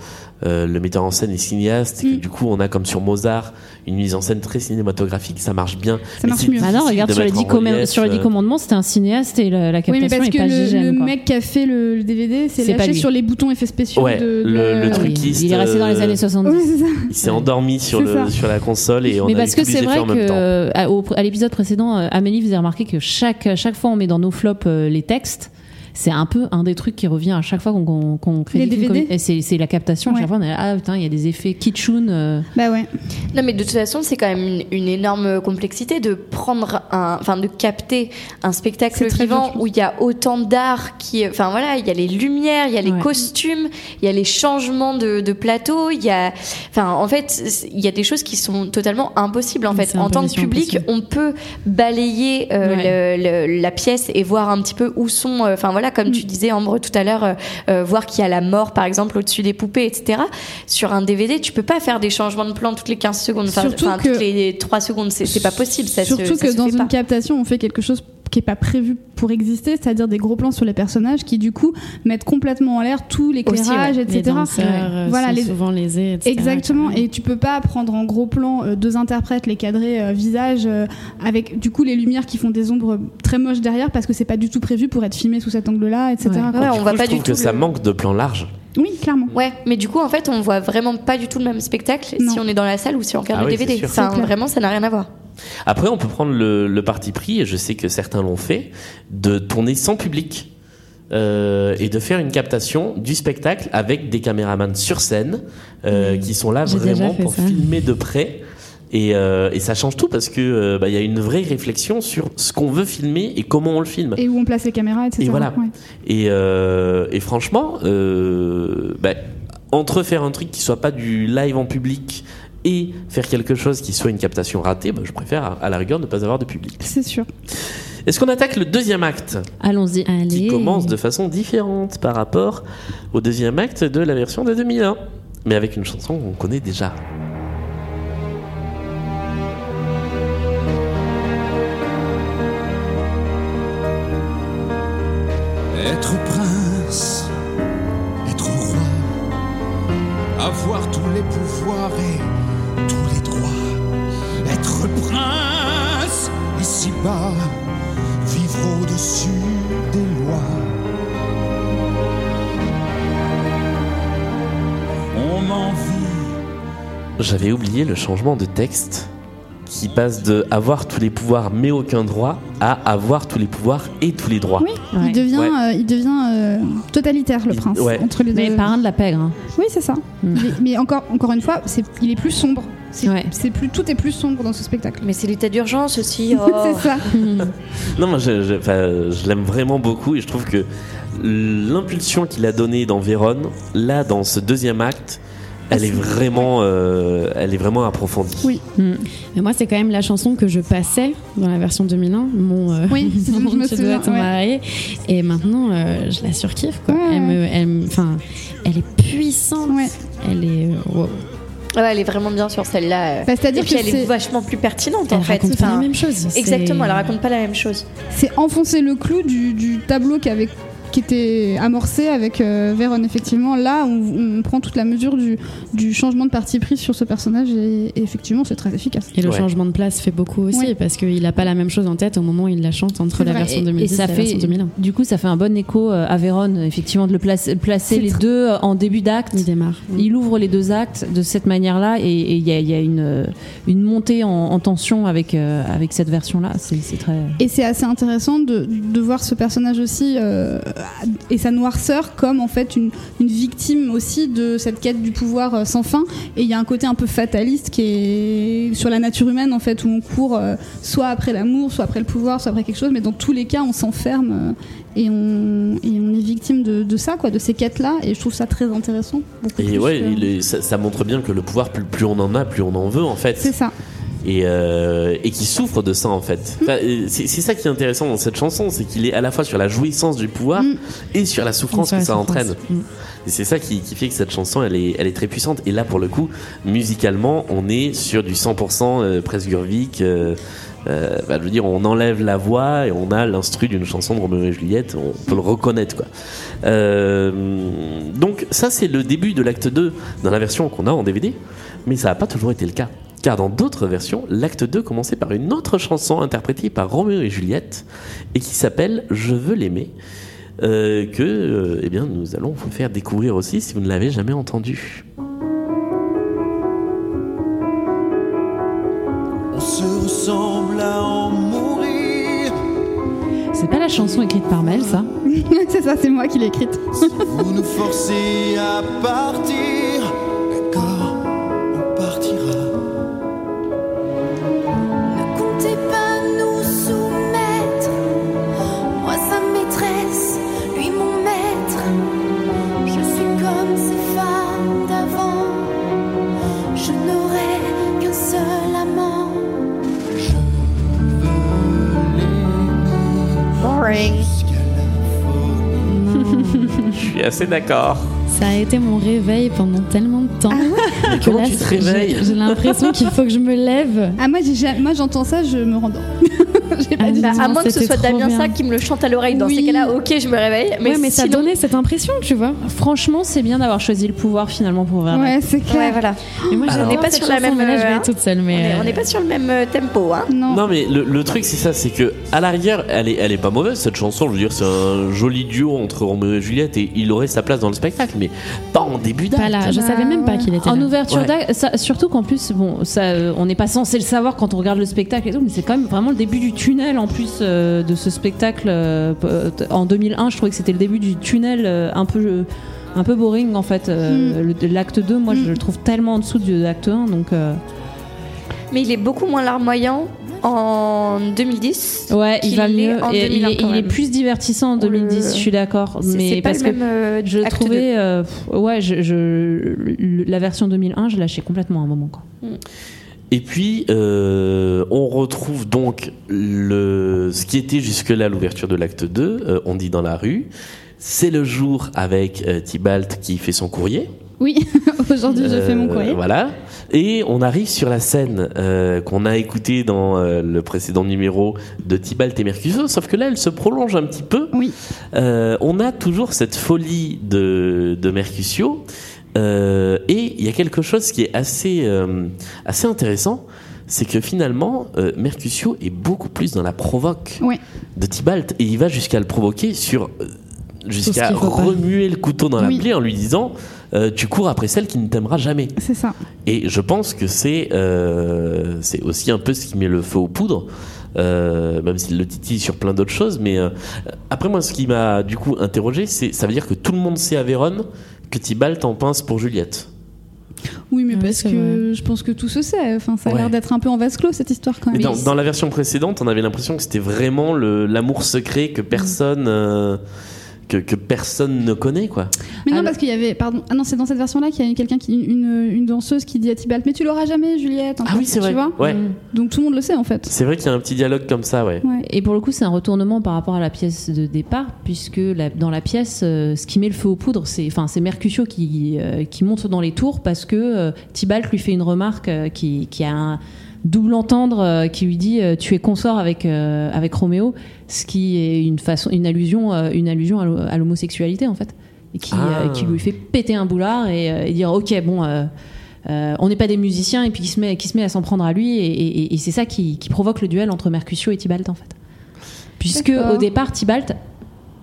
[SPEAKER 1] euh, le metteur en scène est cinéaste,
[SPEAKER 6] Mm.
[SPEAKER 1] et que du coup on a comme sur Mozart une mise en scène très cinématographique, ça marche bien. Mais c'est
[SPEAKER 6] Bah non,
[SPEAKER 1] difficile
[SPEAKER 6] regarde
[SPEAKER 1] de
[SPEAKER 6] sur les,
[SPEAKER 1] mettre
[SPEAKER 6] dix
[SPEAKER 1] en
[SPEAKER 6] commem-
[SPEAKER 1] relief,
[SPEAKER 6] sur les dix
[SPEAKER 1] euh,
[SPEAKER 6] commandements, c'était un cinéaste et la, la
[SPEAKER 3] Oui,
[SPEAKER 6] captation
[SPEAKER 3] mais parce
[SPEAKER 6] est
[SPEAKER 3] que
[SPEAKER 6] pas
[SPEAKER 3] le, le
[SPEAKER 6] Gigène, quoi.
[SPEAKER 3] mec qui a fait le, le DVD s'est
[SPEAKER 6] C'est pas
[SPEAKER 3] lâché
[SPEAKER 6] lui.
[SPEAKER 3] sur les boutons effets spéciaux
[SPEAKER 1] Ouais,
[SPEAKER 3] de, de-
[SPEAKER 1] le- le
[SPEAKER 3] Ah oui.
[SPEAKER 1] truquiste,
[SPEAKER 6] Il est resté dans les
[SPEAKER 1] euh,
[SPEAKER 6] années 70.
[SPEAKER 3] Ouais, c'est ça.
[SPEAKER 1] Il s'est endormi sur,
[SPEAKER 3] C'est
[SPEAKER 1] le,
[SPEAKER 3] ça.
[SPEAKER 1] sur la console et on
[SPEAKER 6] mais
[SPEAKER 1] a
[SPEAKER 6] parce
[SPEAKER 1] eu
[SPEAKER 6] que
[SPEAKER 1] tous les
[SPEAKER 6] c'est
[SPEAKER 1] effets
[SPEAKER 6] vrai
[SPEAKER 1] en même
[SPEAKER 6] que
[SPEAKER 1] temps.
[SPEAKER 6] euh, à, au- à l'épisode précédent, euh, Amélie faisait remarquer que chaque chaque fois on met dans nos flops euh, les textes. c'est un peu un des trucs qui revient à chaque fois qu'on- qu'on qu'on crée
[SPEAKER 2] Les
[SPEAKER 6] des films
[SPEAKER 2] DVD.
[SPEAKER 6] comme- et C'est c'est la captation. À chaque fois, on est là, ah putain, il y a des effets kitschoun. euh.
[SPEAKER 3] Bah ouais.
[SPEAKER 2] Non, mais de toute façon, c'est quand même une, une énorme complexité de prendre un, enfin, de capter un spectacle vivant où il y a autant d'art qui, enfin voilà, il y a les lumières, il y a les costumes, il y a les changements de, de plateau, il y a, enfin, en fait, c'est- il y a des choses qui sont totalement impossibles, en fait.
[SPEAKER 5] un
[SPEAKER 2] En
[SPEAKER 5] peu
[SPEAKER 2] tant que
[SPEAKER 5] mission
[SPEAKER 2] public,
[SPEAKER 5] impossible.
[SPEAKER 2] on peut balayer euh, le- le- la pièce et voir un petit peu où sont, euh, enfin voilà,
[SPEAKER 5] Mm.
[SPEAKER 2] comme tu disais Ambre tout à l'heure, euh, euh, voir qu'il y a la mort par exemple au-dessus des poupées, etc. Sur un DVD, tu peux pas faire des changements de plan toutes les 15 secondes, enfin
[SPEAKER 3] Surtout
[SPEAKER 2] enfin, toutes les 3 secondes, c'est c'est pas possible. Ça se-
[SPEAKER 3] Surtout
[SPEAKER 2] ça
[SPEAKER 3] que
[SPEAKER 2] se
[SPEAKER 3] dans
[SPEAKER 2] fait
[SPEAKER 3] une
[SPEAKER 2] pas.
[SPEAKER 3] captation, on fait quelque chose qui n'est pas prévu pour exister, c'est-à-dire des gros plans sur les personnages qui, du coup, mettent complètement en l'air tout l'éclairage,
[SPEAKER 5] ouais.
[SPEAKER 3] etc.
[SPEAKER 5] Les danseurs, euh, sont souvent lésés, etc.,
[SPEAKER 3] Exactement, et tu peux pas prendre en gros plan euh, deux interprètes, les cadrer euh, visage, euh, avec du coup les lumières qui font des ombres très moches derrière parce que c'est pas du tout prévu pour être filmé sous cet angle-là, etc. quoi.
[SPEAKER 1] Du coup, je trouve que ça manque de plan large.
[SPEAKER 3] Oui, clairement.
[SPEAKER 2] Ouais, mais du coup, en fait, on voit vraiment pas du tout le même spectacle si on est dans la salle ou si on regarde
[SPEAKER 1] Ah
[SPEAKER 2] le
[SPEAKER 1] oui, c'est
[SPEAKER 2] DVD.
[SPEAKER 1] sûr.
[SPEAKER 2] Ça,
[SPEAKER 1] C'est clair.
[SPEAKER 2] vraiment, ça n'a rien à voir.
[SPEAKER 1] Après, on peut prendre le, le parti pris, et je sais que certains l'ont fait, de tourner sans public euh, et de faire une captation du spectacle avec des caméramans sur scène euh, qui sont là
[SPEAKER 5] Mmh. J'ai déjà
[SPEAKER 1] vraiment
[SPEAKER 5] fait
[SPEAKER 1] pour
[SPEAKER 5] ça.
[SPEAKER 1] filmer de près. Et, euh, et ça change tout parce que euh, bah, il y a une vraie réflexion sur ce qu'on veut filmer et comment on le filme.
[SPEAKER 3] Et où on place les caméras, etc.
[SPEAKER 1] Et voilà.
[SPEAKER 3] Ouais.
[SPEAKER 1] Et, euh, et franchement, euh, bah, entre faire un truc qui soit pas du live en public et faire quelque chose qui soit une captation ratée, bah, je préfère à, à la rigueur ne pas avoir de public.
[SPEAKER 3] C'est sûr.
[SPEAKER 1] Est-ce qu'on attaque le deuxième acte
[SPEAKER 6] Allons-y.
[SPEAKER 1] qui commence de façon différente par rapport au deuxième acte de la version de 2001, mais avec une chanson qu'on connaît déjà.
[SPEAKER 7] Être prince, être roi, avoir tous les pouvoirs et tous les droits. Être prince, ici-bas, vivre au-dessus des lois. On m'envie,
[SPEAKER 1] J'avais oublié le changement de texte qui passe de avoir tous les pouvoirs mais aucun droit à avoir tous les pouvoirs et tous les droits.
[SPEAKER 3] Il devient,
[SPEAKER 1] Ouais.
[SPEAKER 3] euh, il devient euh, totalitaire le prince
[SPEAKER 1] ouais.
[SPEAKER 3] entre les deux.
[SPEAKER 6] Mais parrain de la pègre. hein.
[SPEAKER 3] Oui, c'est ça.
[SPEAKER 2] Hmm.
[SPEAKER 3] Mais, mais encore, encore une fois, c'est, il est plus sombre. C'est,
[SPEAKER 6] Ouais.
[SPEAKER 3] c'est plus, tout est plus sombre dans ce spectacle.
[SPEAKER 2] Mais c'est l'état d'urgence aussi. oh.
[SPEAKER 3] c'est ça.
[SPEAKER 1] Non, moi, je, je- enfin, je l'aime vraiment beaucoup et je trouve que l'impulsion qu'il a donnée dans Vérone, là, dans ce deuxième acte, elle est vraiment, euh, elle est vraiment approfondie.
[SPEAKER 3] Oui.
[SPEAKER 5] Mais moi, c'est quand même la chanson que je passais dans la version 2001. Mon, euh,
[SPEAKER 3] Oui, c'est ce que je
[SPEAKER 5] mon
[SPEAKER 3] me
[SPEAKER 5] Tu
[SPEAKER 3] souviens,
[SPEAKER 5] dois t'en
[SPEAKER 3] ouais.
[SPEAKER 5] marier. Et maintenant, euh, je la surkiffe. Quoi. Elle, me, elle, me- enfin, elle est puissante. Elle est. euh, wow.
[SPEAKER 2] Ouais, Ah, elle est vraiment bien sur celle-là. euh.
[SPEAKER 5] Bah, c'est-à-dire
[SPEAKER 2] Et puis
[SPEAKER 5] que
[SPEAKER 2] elle est...
[SPEAKER 5] c'est-
[SPEAKER 2] vachement plus pertinente en
[SPEAKER 5] Elle
[SPEAKER 2] fait.
[SPEAKER 5] raconte pas la même chose, c'est-
[SPEAKER 2] Exactement, elle raconte pas la même chose.
[SPEAKER 3] C'est enfoncer le clou du, du tableau qui, avait, qui était amorcé avec euh, Vérone. Effectivement, là, on, on prend toute la mesure du, du changement de parti pris sur ce personnage et, et effectivement, c'est très efficace.
[SPEAKER 5] Et le changement de place fait beaucoup aussi parce qu'il n'a pas la même chose en tête au moment où il la chante entre
[SPEAKER 6] C'est
[SPEAKER 5] la
[SPEAKER 6] vrai.
[SPEAKER 5] version
[SPEAKER 6] Et-
[SPEAKER 5] 2010
[SPEAKER 6] et
[SPEAKER 5] et,
[SPEAKER 6] ça
[SPEAKER 5] la
[SPEAKER 6] fait,
[SPEAKER 5] version 2001.
[SPEAKER 6] Du coup, ça fait un bon écho euh, à Vérone, effectivement, de le placer, placer les deux euh, en début d'acte. Il
[SPEAKER 5] démarre.
[SPEAKER 6] Il ouvre les deux actes de cette manière-là et et il y a, il y a une, euh, une montée en, en tension avec, euh, avec cette version-là. C'est c'est très.
[SPEAKER 3] Et c'est assez intéressant de, de voir ce personnage aussi euh, et sa noirceur comme en fait une, une victime aussi de cette quête du pouvoir euh, sans fin. Et il y a un côté un peu fataliste qui est sur la nature humaine en fait où on court euh, soit après l'amour, soit après le pouvoir, soit après quelque chose, mais dans tous les cas on s'enferme euh, et, on, et on est victime de, de ça quoi, de ces quêtes là. Et je trouve ça très intéressant. Beaucoup
[SPEAKER 1] Et
[SPEAKER 3] plus,
[SPEAKER 1] ouais,
[SPEAKER 3] euh,
[SPEAKER 1] il est- ça, ça montre bien que le pouvoir, plus, plus on en a, plus on en veut en fait.
[SPEAKER 3] C'est ça.
[SPEAKER 1] Et, euh, et qui souffre de ça en fait. Enfin, euh, c'est c'est ça qui est intéressant dans cette chanson, c'est qu'il est à la fois sur la jouissance du pouvoir et sur la souffrance
[SPEAKER 5] Sur la
[SPEAKER 1] que ça
[SPEAKER 5] souffrance. Mm.
[SPEAKER 1] entraîne. Et c'est ça qui, qui fait que cette chanson, elle est, elle est très puissante. Et là, pour le coup, musicalement, on est sur du 100% euh, presque urvique. euh, euh, bah, je veux dire, on enlève la voix et on a l'instru d'une chanson de Roméo et Juliette. On peut le reconnaître, quoi. Euh, donc, ça, c'est le début de l'acte 2 dans la version qu'on a en DVD. Mais ça n'a pas toujours été le cas. Car dans d'autres versions, l'acte 2 commençait par une autre chanson interprétée par Roméo et Juliette et qui s'appelle Je veux l'aimer euh, que euh, eh bien, nous allons vous faire découvrir aussi si vous ne l'avez jamais entendu.
[SPEAKER 11] On se ressemble à en mourir.
[SPEAKER 6] C'est pas la chanson écrite par Mel, ça
[SPEAKER 3] C'est ça, c'est moi qui l'ai écrite.
[SPEAKER 11] Vous nous forcez à partir. D'accord, on partira.
[SPEAKER 10] comptez pas nous soumettre. Moi, sa maîtresse, lui, mon maître. Je suis comme ces femmes d'avant. Je n'aurai qu'un seul amant.
[SPEAKER 1] Je suis assez d'accord.
[SPEAKER 5] Ça a été mon réveil pendant tellement de temps.
[SPEAKER 6] Ah.
[SPEAKER 1] Mais
[SPEAKER 5] que
[SPEAKER 1] comment
[SPEAKER 5] là,
[SPEAKER 1] tu te
[SPEAKER 5] j'ai-
[SPEAKER 1] réveilles
[SPEAKER 5] J'ai l'impression qu'il faut que je me lève.
[SPEAKER 3] Ah, moi, j'ai jamais- moi, j'entends ça, je me rendors. J'ai pas dit
[SPEAKER 2] Bah, à
[SPEAKER 5] Non,
[SPEAKER 2] moins que ce
[SPEAKER 5] c'était
[SPEAKER 2] soit
[SPEAKER 5] trop
[SPEAKER 2] Damien
[SPEAKER 5] bien.
[SPEAKER 2] Sack qui me le chante à l'oreille. Dans ces cas-là, ok, je me réveille. Mais,
[SPEAKER 5] ouais, mais ça
[SPEAKER 2] sinon-
[SPEAKER 5] donnait cette impression, tu vois.
[SPEAKER 6] Franchement, c'est bien d'avoir choisi le pouvoir finalement pour Werner.
[SPEAKER 3] Ouais, c'est clair.
[SPEAKER 2] Ouais, voilà.
[SPEAKER 5] Mais moi,
[SPEAKER 2] on
[SPEAKER 5] j'adore
[SPEAKER 2] n'est pas
[SPEAKER 5] cette
[SPEAKER 2] sur la
[SPEAKER 5] chanson,
[SPEAKER 2] même.
[SPEAKER 5] mais là, je vais
[SPEAKER 2] euh,
[SPEAKER 5] être toute seule,
[SPEAKER 2] on
[SPEAKER 5] mais.
[SPEAKER 2] est- on n'est pas sur le même euh, tempo, hein.
[SPEAKER 3] Non.
[SPEAKER 1] Non mais le, le truc c'est ça, c'est que à l'arrière, elle est, elle est pas mauvaise cette chanson. Je veux dire, c'est un joli duo entre Roméo et Juliette et il aurait sa place dans le spectacle, mais pas en début
[SPEAKER 5] Pas
[SPEAKER 1] d'acte.
[SPEAKER 5] là, je
[SPEAKER 3] Bah,
[SPEAKER 5] savais même pas
[SPEAKER 3] ouais.
[SPEAKER 5] qu'il était
[SPEAKER 6] En
[SPEAKER 5] là.
[SPEAKER 6] ouverture
[SPEAKER 1] Ouais.
[SPEAKER 6] d'acte, ça- surtout qu'en plus, bon, ça, euh, on n'est pas censé le savoir quand on regarde le spectacle et tout, mais c'est quand même vraiment le début du tunnel en plus euh, de ce spectacle. euh, p- euh, en 2001, je trouvais que c'était le début du tunnel euh, un peu. euh, un peu boring en fait. euh,
[SPEAKER 5] Hmm.
[SPEAKER 6] le- L'acte 2, moi je
[SPEAKER 3] Mm.
[SPEAKER 6] le trouve tellement en dessous de l'acte 1, donc euh,
[SPEAKER 2] Mais il est beaucoup moins larmoyant en 2010.
[SPEAKER 6] ouais, il
[SPEAKER 2] qu'il
[SPEAKER 6] va
[SPEAKER 2] l'est
[SPEAKER 6] mieux.
[SPEAKER 2] en
[SPEAKER 6] Et il,
[SPEAKER 2] 2001
[SPEAKER 6] est,
[SPEAKER 2] quand
[SPEAKER 6] il est
[SPEAKER 2] même.
[SPEAKER 6] plus divertissant en
[SPEAKER 2] On le-
[SPEAKER 6] 2010, je suis d'accord.
[SPEAKER 2] C'est-
[SPEAKER 6] Mais
[SPEAKER 2] c'est pas
[SPEAKER 6] parce
[SPEAKER 2] le
[SPEAKER 6] que
[SPEAKER 2] même. euh,
[SPEAKER 6] je
[SPEAKER 2] acte
[SPEAKER 6] trouvais. euh, pff, ouais, je, je- le- la version 2001, je lâchais complètement à un moment. Quoi.
[SPEAKER 1] Et puis euh, on retrouve donc le ce qui était jusque là l'ouverture de l'acte 2, euh, on dit dans la rue. C'est le jour avec euh, Tybalt qui fait son courrier.
[SPEAKER 3] Oui, aujourd'hui, je fais mon
[SPEAKER 1] Euh,
[SPEAKER 3] courrier.
[SPEAKER 1] Voilà. Et on arrive sur la scène euh, qu'on a écoutée dans euh, le précédent numéro de Tybalt et Mercutio, sauf que là, elle se prolonge un petit peu.
[SPEAKER 3] Oui.
[SPEAKER 1] Euh, on a toujours cette folie de, de Mercutio. euh, et il y a quelque chose qui est assez, euh, assez intéressant, c'est que finalement, euh, Mercutio est beaucoup plus dans la provoque
[SPEAKER 3] Ouais.
[SPEAKER 1] de Tybalt et il va jusqu'à le provoquer sur euh, jusqu'à
[SPEAKER 5] qu'il faut pas.
[SPEAKER 1] remuer le couteau dans la
[SPEAKER 3] Oui.
[SPEAKER 1] plaie en lui disant euh, tu cours après celle qui ne t'aimera jamais
[SPEAKER 3] C'est ça.
[SPEAKER 1] et je pense que c'est euh, c'est aussi un peu ce qui met le feu aux poudres euh, même s'il le titille sur plein d'autres choses mais euh, après moi ce qui m'a du coup interrogé c'est ça veut dire que tout le monde sait à Vérone que Tybalt en pince pour Juliette
[SPEAKER 3] Oui, mais
[SPEAKER 5] Ouais,
[SPEAKER 3] parce
[SPEAKER 5] c'est
[SPEAKER 3] que je pense que tout se sait. Enfin, ça a
[SPEAKER 1] Ouais.
[SPEAKER 3] l'air d'être un peu en vase clos cette histoire quand
[SPEAKER 1] mais
[SPEAKER 3] même.
[SPEAKER 1] dans, dans la version précédente on avait l'impression que c'était vraiment le- l'amour secret que personne euh, que, que personne ne connaît quoi
[SPEAKER 3] Mais non,
[SPEAKER 6] Alors-
[SPEAKER 3] parce qu'il y avait. Pardon. Ah non, c'est dans cette version-là qu'il y a quelqu'un qui, une, une danseuse qui dit à Tibalt, mais tu l'auras jamais, Juliette. en
[SPEAKER 1] ah
[SPEAKER 3] fait,
[SPEAKER 1] oui c'est
[SPEAKER 3] tu
[SPEAKER 1] vrai
[SPEAKER 3] vois
[SPEAKER 1] ouais
[SPEAKER 3] Donc tout le monde le sait en fait.
[SPEAKER 1] c'est vrai qu'il y a un petit dialogue comme ça ouais
[SPEAKER 6] Et pour le coup, c'est un retournement par rapport à la pièce de départ, puisque la- dans la pièce, euh, ce qui met le feu aux poudres, c'est enfin c'est Mercutio qui euh, qui monte dans les tours parce que euh, Tybalt lui fait une remarque euh, qui qui a un double entendre euh, qui lui dit euh, tu es consort avec euh, avec Roméo, ce qui est une façon une allusion euh, une allusion à l'ho- à l'homosexualité en fait, et qui
[SPEAKER 1] Ah.
[SPEAKER 6] euh, qui lui fait péter un boulard et, euh, et dire ok bon. euh, euh, on n'est pas des musiciens et puis qui se met, qui se met à s'en prendre à lui et, et- et- et c'est ça qui, qui provoque le duel entre Mercutio et Tybalt en fait. Puisque
[SPEAKER 3] D'accord.
[SPEAKER 6] au départ Tybalt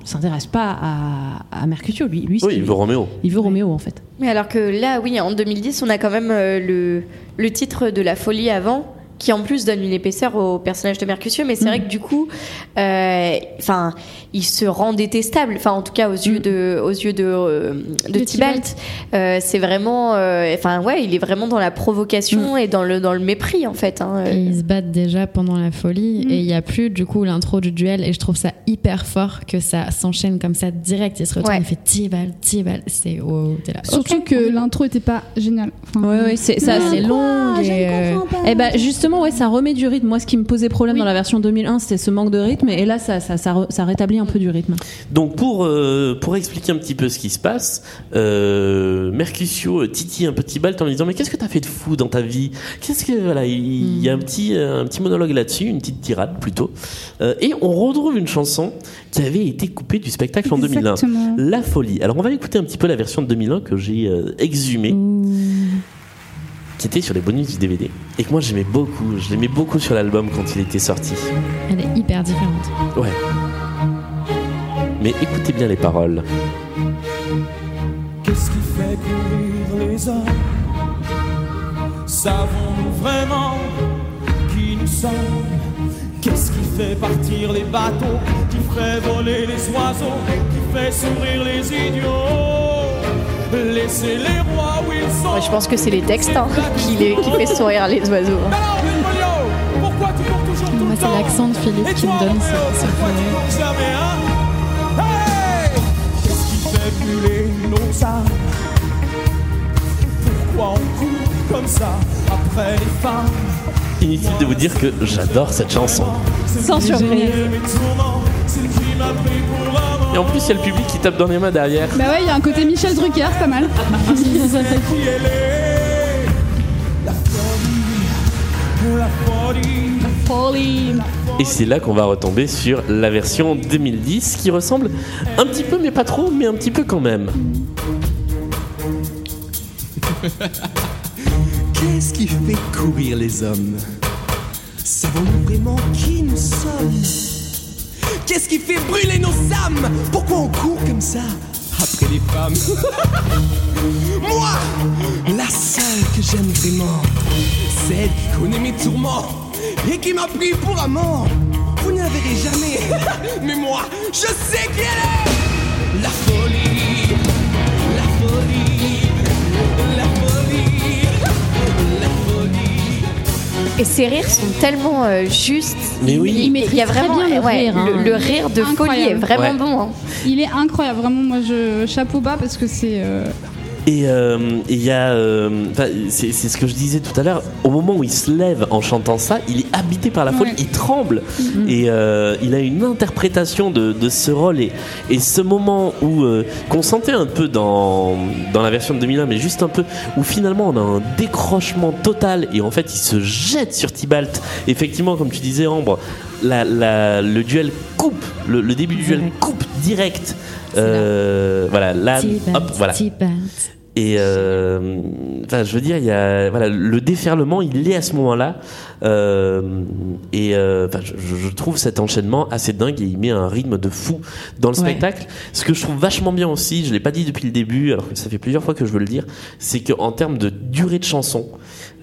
[SPEAKER 6] s'intéresse pas à, à Mercutio lui, lui ce
[SPEAKER 1] oui
[SPEAKER 6] qu'il-
[SPEAKER 1] il veut Roméo
[SPEAKER 6] il veut Roméo en fait.
[SPEAKER 2] Mais alors que là, oui, en 2010, on a quand même euh, le, le titre de la folie avant, qui en plus donne une épaisseur au personnage de Mercutio. Mais c'est vrai que du coup, euh, enfin, il se rend détestable. Enfin, en tout cas, aux yeux de, aux yeux de, euh, de
[SPEAKER 3] De
[SPEAKER 2] Tybalt, Euh, c'est vraiment, euh, enfin, ouais, il est vraiment dans la provocation et dans le, dans le mépris en fait. hein.
[SPEAKER 5] Et ils se battent déjà pendant la folie
[SPEAKER 3] Mm.
[SPEAKER 5] et il n'y a plus du coup l'intro du duel et je trouve ça hyper fort que ça s'enchaîne comme ça direct. Il se retourne,
[SPEAKER 2] Ouais.
[SPEAKER 5] il fait Tibal, Tibal, c'est wow, t'es là.
[SPEAKER 3] Surtout que l'intro était pas géniale. Enfin,
[SPEAKER 6] Ouais, ouais, c'est, ça,
[SPEAKER 5] Non,
[SPEAKER 6] c'est
[SPEAKER 5] je
[SPEAKER 6] long.
[SPEAKER 5] comprends, je
[SPEAKER 6] et,
[SPEAKER 5] ne
[SPEAKER 6] euh,
[SPEAKER 5] comprends pas.
[SPEAKER 6] eh ben, justement, ouais, ça remet du rythme. Moi, ce qui me posait problème
[SPEAKER 5] Oui.
[SPEAKER 6] dans la version 2001, c'était ce manque de rythme. Et là, ça, ça, ça, re- ça rétablit un peu du rythme.
[SPEAKER 1] Donc pour euh, pour expliquer un petit peu ce qui se passe, euh, Mercutio titille un petit balte en lui disant mais qu'est-ce que t'as fait de fou dans ta vie Qu'est-ce que voilà il il y a un petit euh, un petit monologue là-dessus, une petite tirade plutôt, Euh, et on retrouve une chanson qui avait été coupée du spectacle en 2001.
[SPEAKER 3] Exactement.
[SPEAKER 1] La folie. Alors on va écouter un petit peu la version de 2001 que j'ai euh, exhumée, qui était sur les bonus du DVD et que moi j'aimais beaucoup. Je l'aimais beaucoup sur l'album quand il était sorti.
[SPEAKER 5] Elle est hyper différente.
[SPEAKER 1] Ouais. Mais écoutez bien les paroles.
[SPEAKER 11] Qu'est-ce qui fait courir les hommes Savons-nous vraiment qui nous sommes Qu'est-ce qui fait partir les bateaux Qui fait voler les oiseaux Qui fait sourire les idiots Laissez les rois où ils sont
[SPEAKER 2] Ouais, je pense que c'est les textes hein, qui, les- qui fait sourire les oiseaux.
[SPEAKER 11] Pourquoi tu cours toujours tout le
[SPEAKER 5] c'est
[SPEAKER 11] temps
[SPEAKER 5] l'accent de Philippe qui me donne ce, ce
[SPEAKER 11] Pourquoi tu cours jamais, hein Hey Qu'est-ce qui fait brûler nos âmes Pourquoi on court comme ça après les femmes
[SPEAKER 1] Inutile de vous dire que j'adore cette chanson.
[SPEAKER 11] Sans surprise. Et
[SPEAKER 1] en plus, il y a le public qui tape dans les mains derrière.
[SPEAKER 3] Bah ouais, il y a un côté Michel Drucker, c'est pas mal.
[SPEAKER 11] La folie.
[SPEAKER 1] Et c'est là qu'on va retomber sur la version 2010 qui ressemble un petit peu, mais pas trop, mais un petit peu quand même.
[SPEAKER 11] Qu'est-ce qui fait courir les hommes Savons-nous vraiment qui nous sommes Qu'est-ce qui fait brûler nos âmes Pourquoi on court comme ça après les femmes Moi, la seule que j'aime vraiment, celle qui connaît mes tourments et qui m'a pris pour amant. Vous ne la verrez jamais, mais moi, je sais qui elle est. La folie, la folie, la folie, la folie.
[SPEAKER 2] Et ces rires sont tellement euh, justes.
[SPEAKER 1] Mais oui.
[SPEAKER 2] il, il y a vraiment
[SPEAKER 3] très bien le
[SPEAKER 2] ouais,
[SPEAKER 3] rire, hein.
[SPEAKER 2] le, le rire de
[SPEAKER 3] Incroyable.
[SPEAKER 2] folie est vraiment
[SPEAKER 1] Ouais.
[SPEAKER 2] bon. hein.
[SPEAKER 3] Il est incroyable, vraiment. Moi, je chapeau bas parce que c'est. euh,
[SPEAKER 1] Et euh, et il y a. euh, enfin, c'est c'est ce que je disais tout à l'heure. Au moment où il se lève en chantant ça, il est habité par la folie,
[SPEAKER 3] Ouais.
[SPEAKER 1] il tremble. Et euh, il a une interprétation de, de ce rôle. Et, et ce moment où. euh, qu'on sentait un peu dans, dans la version de 2001, mais juste un peu. Où finalement on a un décrochement total. Et en fait, il se jette sur Tibalt. Effectivement, comme tu disais, Ambre, la- la- le duel coupe. Le, le début du duel coupe direct. Euh, voilà, là,
[SPEAKER 5] Tibalt,
[SPEAKER 1] hop, voilà.
[SPEAKER 5] Tibalt.
[SPEAKER 1] Et euh, enfin, je veux dire, il y a voilà le déferlement, il est à ce moment-là. Euh, et euh, enfin, je, je trouve cet enchaînement assez dingue et il met un rythme de fou dans le
[SPEAKER 6] Ouais.
[SPEAKER 1] spectacle. Ce que je trouve vachement bien aussi, je l'ai pas dit depuis le début, alors que ça fait plusieurs fois que je veux le dire, c'est qu'en termes de durée de chanson,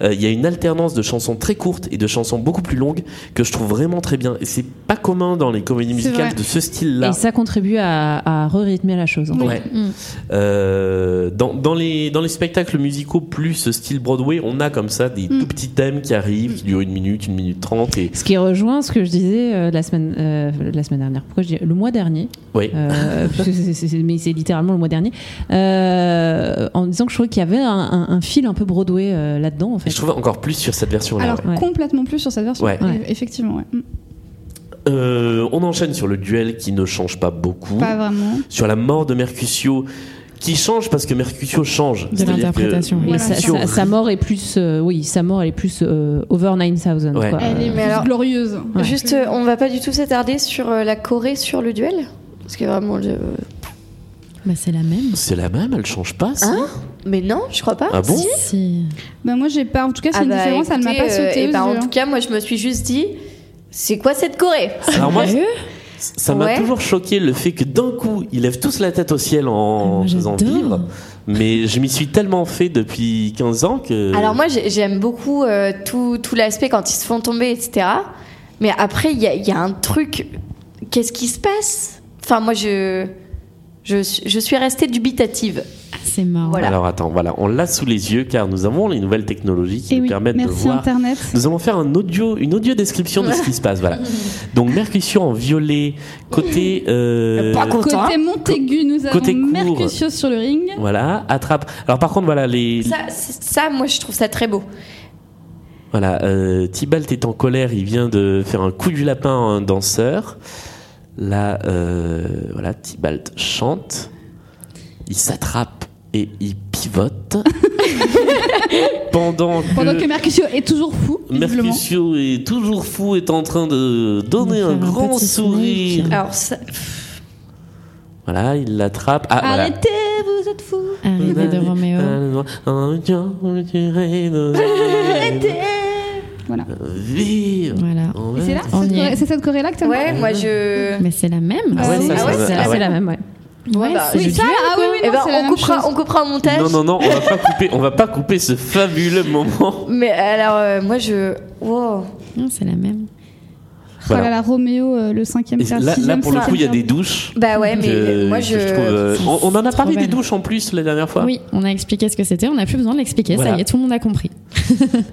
[SPEAKER 1] euh, il y a une alternance de chansons très courtes et de chansons beaucoup plus longues que je trouve vraiment très bien. Et c'est pas commun dans les comédies
[SPEAKER 6] C'est
[SPEAKER 1] musicales
[SPEAKER 6] vrai.
[SPEAKER 1] de ce style-là.
[SPEAKER 6] Et ça contribue à, à re-rythmer la chose. en fait.
[SPEAKER 1] Ouais. Euh, dans, dans les, dans les spectacles musicaux plus style Broadway, on a comme ça des tout petits thèmes qui arrivent, qui durent une minute, une minute trente. Et...
[SPEAKER 6] Ce qui rejoint ce que je disais euh, la, semaine, euh, la semaine dernière. Pourquoi je dis le mois dernier
[SPEAKER 1] Oui.
[SPEAKER 6] Euh, parce que c'est- c'est- c'est- mais c'est littéralement le mois dernier. Euh, en disant que je trouvais qu'il y avait un, un- un fil un peu Broadway euh, là-dedans, en fait.
[SPEAKER 1] Et je trouve encore plus sur cette version-là.
[SPEAKER 3] Alors,
[SPEAKER 1] ouais.
[SPEAKER 3] complètement plus sur cette version.
[SPEAKER 1] Ouais. Ouais.
[SPEAKER 3] Effectivement, ouais. Mm.
[SPEAKER 1] Euh, on enchaîne sur le duel qui ne change pas beaucoup.
[SPEAKER 3] Pas vraiment.
[SPEAKER 1] Sur la mort de Mercutio, qui change parce que Mercutio change.
[SPEAKER 5] De
[SPEAKER 1] C'est-à-dire que
[SPEAKER 5] l'interprétation.
[SPEAKER 6] Et sa,
[SPEAKER 1] Mercutio
[SPEAKER 6] sa- sa mort est plus, euh, oui, sa mort elle est plus euh, over 9000.
[SPEAKER 1] Ouais.
[SPEAKER 6] quoi. Euh,
[SPEAKER 1] Elle
[SPEAKER 3] Elle
[SPEAKER 2] Ah,
[SPEAKER 3] est
[SPEAKER 2] Mais
[SPEAKER 3] plus
[SPEAKER 2] alors-
[SPEAKER 3] Euh, glorieuse.
[SPEAKER 2] Juste, euh, on va pas du tout s'attarder sur euh, la Corée sur le duel Parce que vraiment. je-
[SPEAKER 5] Bah, c'est la même.
[SPEAKER 1] C'est la même, elle change pas. ça
[SPEAKER 2] Hein Mais non, je crois pas.
[SPEAKER 1] Ah bon
[SPEAKER 5] Si.
[SPEAKER 3] Bah, moi, j'ai pas. En tout cas, c'est
[SPEAKER 2] Ah
[SPEAKER 3] une
[SPEAKER 2] bah,
[SPEAKER 3] différence, elle m'a
[SPEAKER 2] écoutez,
[SPEAKER 3] pas
[SPEAKER 2] euh,
[SPEAKER 3] sauté.
[SPEAKER 2] eh
[SPEAKER 3] aux
[SPEAKER 2] ben, en
[SPEAKER 3] yeux. hein.
[SPEAKER 2] tout cas, moi, je me suis juste dit c'est quoi cette Corée
[SPEAKER 1] Alors moi,
[SPEAKER 5] Sérieux
[SPEAKER 1] ça m'a
[SPEAKER 2] Ouais.
[SPEAKER 1] toujours choqué le fait que d'un coup, ils lèvent tous la tête au ciel en
[SPEAKER 5] moi,
[SPEAKER 1] faisant
[SPEAKER 5] j'adore.
[SPEAKER 1] vivre. Mais je m'y suis tellement fait depuis 15 ans que.
[SPEAKER 2] Alors moi, j'ai- j'aime beaucoup euh, tout, tout l'aspect quand ils se font tomber, etc. Mais après, il y a, il y a un truc. Qu'est-ce qui se passe Enfin, moi, je, je, suis- je suis restée dubitative.
[SPEAKER 5] Ah, c'est marrant.
[SPEAKER 2] Voilà.
[SPEAKER 1] Alors attends, voilà, on l'a sous les yeux car nous avons les nouvelles technologies qui
[SPEAKER 3] Eh
[SPEAKER 1] nous
[SPEAKER 3] oui,
[SPEAKER 1] permettent de
[SPEAKER 3] merci
[SPEAKER 1] voir.
[SPEAKER 3] Internet.
[SPEAKER 1] Nous allons faire un audio, une audio description de ce qui se passe. Voilà. Donc Mercutio en violet, côté. euh,
[SPEAKER 3] Côté Montaigu, nous avons
[SPEAKER 1] Côté court.
[SPEAKER 3] Mercutio sur le ring.
[SPEAKER 1] Voilà, attrape. Alors par contre, voilà les.
[SPEAKER 2] Ça, c'est- ça, moi, je trouve ça très beau.
[SPEAKER 1] Voilà, euh, Tybalt est en colère, il vient de faire un coup du lapin à un danseur. Là, euh, voilà, Tybalt chante, il s'attrape et il pivote. Pendant que,
[SPEAKER 3] Pendant que Mercutio est toujours fou, visiblement.
[SPEAKER 1] Mercutio est toujours fou, est en train de donner
[SPEAKER 5] Il va
[SPEAKER 1] un
[SPEAKER 5] faire un
[SPEAKER 1] grand
[SPEAKER 5] petit
[SPEAKER 1] sourire.
[SPEAKER 5] snake.
[SPEAKER 2] Alors, ça-
[SPEAKER 1] Voilà, il l'attrape. Ah, voilà.
[SPEAKER 3] Arrêtez, vous êtes fous.
[SPEAKER 5] Arrivée de Roméo.
[SPEAKER 1] Euh, Arrêtez
[SPEAKER 3] Voilà.
[SPEAKER 1] Vivre
[SPEAKER 5] Voilà.
[SPEAKER 3] Et c'est là,
[SPEAKER 5] On
[SPEAKER 3] cette
[SPEAKER 5] y est.
[SPEAKER 3] Corée- c'est cette Corée-là que t'as
[SPEAKER 2] ouais, moi,
[SPEAKER 3] Mm.
[SPEAKER 2] je.
[SPEAKER 5] Mais c'est la même.
[SPEAKER 1] Ah ouais, ça, ça-
[SPEAKER 2] Ah ouais,
[SPEAKER 1] ah
[SPEAKER 2] c'est
[SPEAKER 6] Ah,
[SPEAKER 1] ouais.
[SPEAKER 6] C'est la même, ouais.
[SPEAKER 2] Ouais, bah,
[SPEAKER 3] Oui,
[SPEAKER 1] je-
[SPEAKER 3] ça, ah oui, oui,
[SPEAKER 2] eh
[SPEAKER 3] non,
[SPEAKER 2] ben,
[SPEAKER 3] c'est la
[SPEAKER 2] on,
[SPEAKER 3] même
[SPEAKER 2] coupera,
[SPEAKER 3] chose.
[SPEAKER 2] on coupera en montage.
[SPEAKER 1] Non, non, non, on va pas couper, on va pas couper ce fabuleux moment.
[SPEAKER 2] Mais alors, euh, moi, je. Wow.
[SPEAKER 5] Non, c'est la même.
[SPEAKER 3] Ah là là, Roméo, euh, le cinquième,
[SPEAKER 1] Et
[SPEAKER 3] c'est un
[SPEAKER 1] Là, là,
[SPEAKER 3] sixième,
[SPEAKER 1] pour le coup, il y a
[SPEAKER 3] cinquième.
[SPEAKER 1] des douches.
[SPEAKER 2] Bah ouais, mais
[SPEAKER 1] que-
[SPEAKER 2] moi
[SPEAKER 1] que
[SPEAKER 2] je.
[SPEAKER 1] trouve, euh, on, on en a parlé des
[SPEAKER 5] belle.
[SPEAKER 1] douches en plus la dernière fois.
[SPEAKER 5] Oui, on a expliqué ce que c'était, on n'a plus besoin de l'expliquer, ça
[SPEAKER 1] Voilà.
[SPEAKER 5] y est, tout le monde a compris.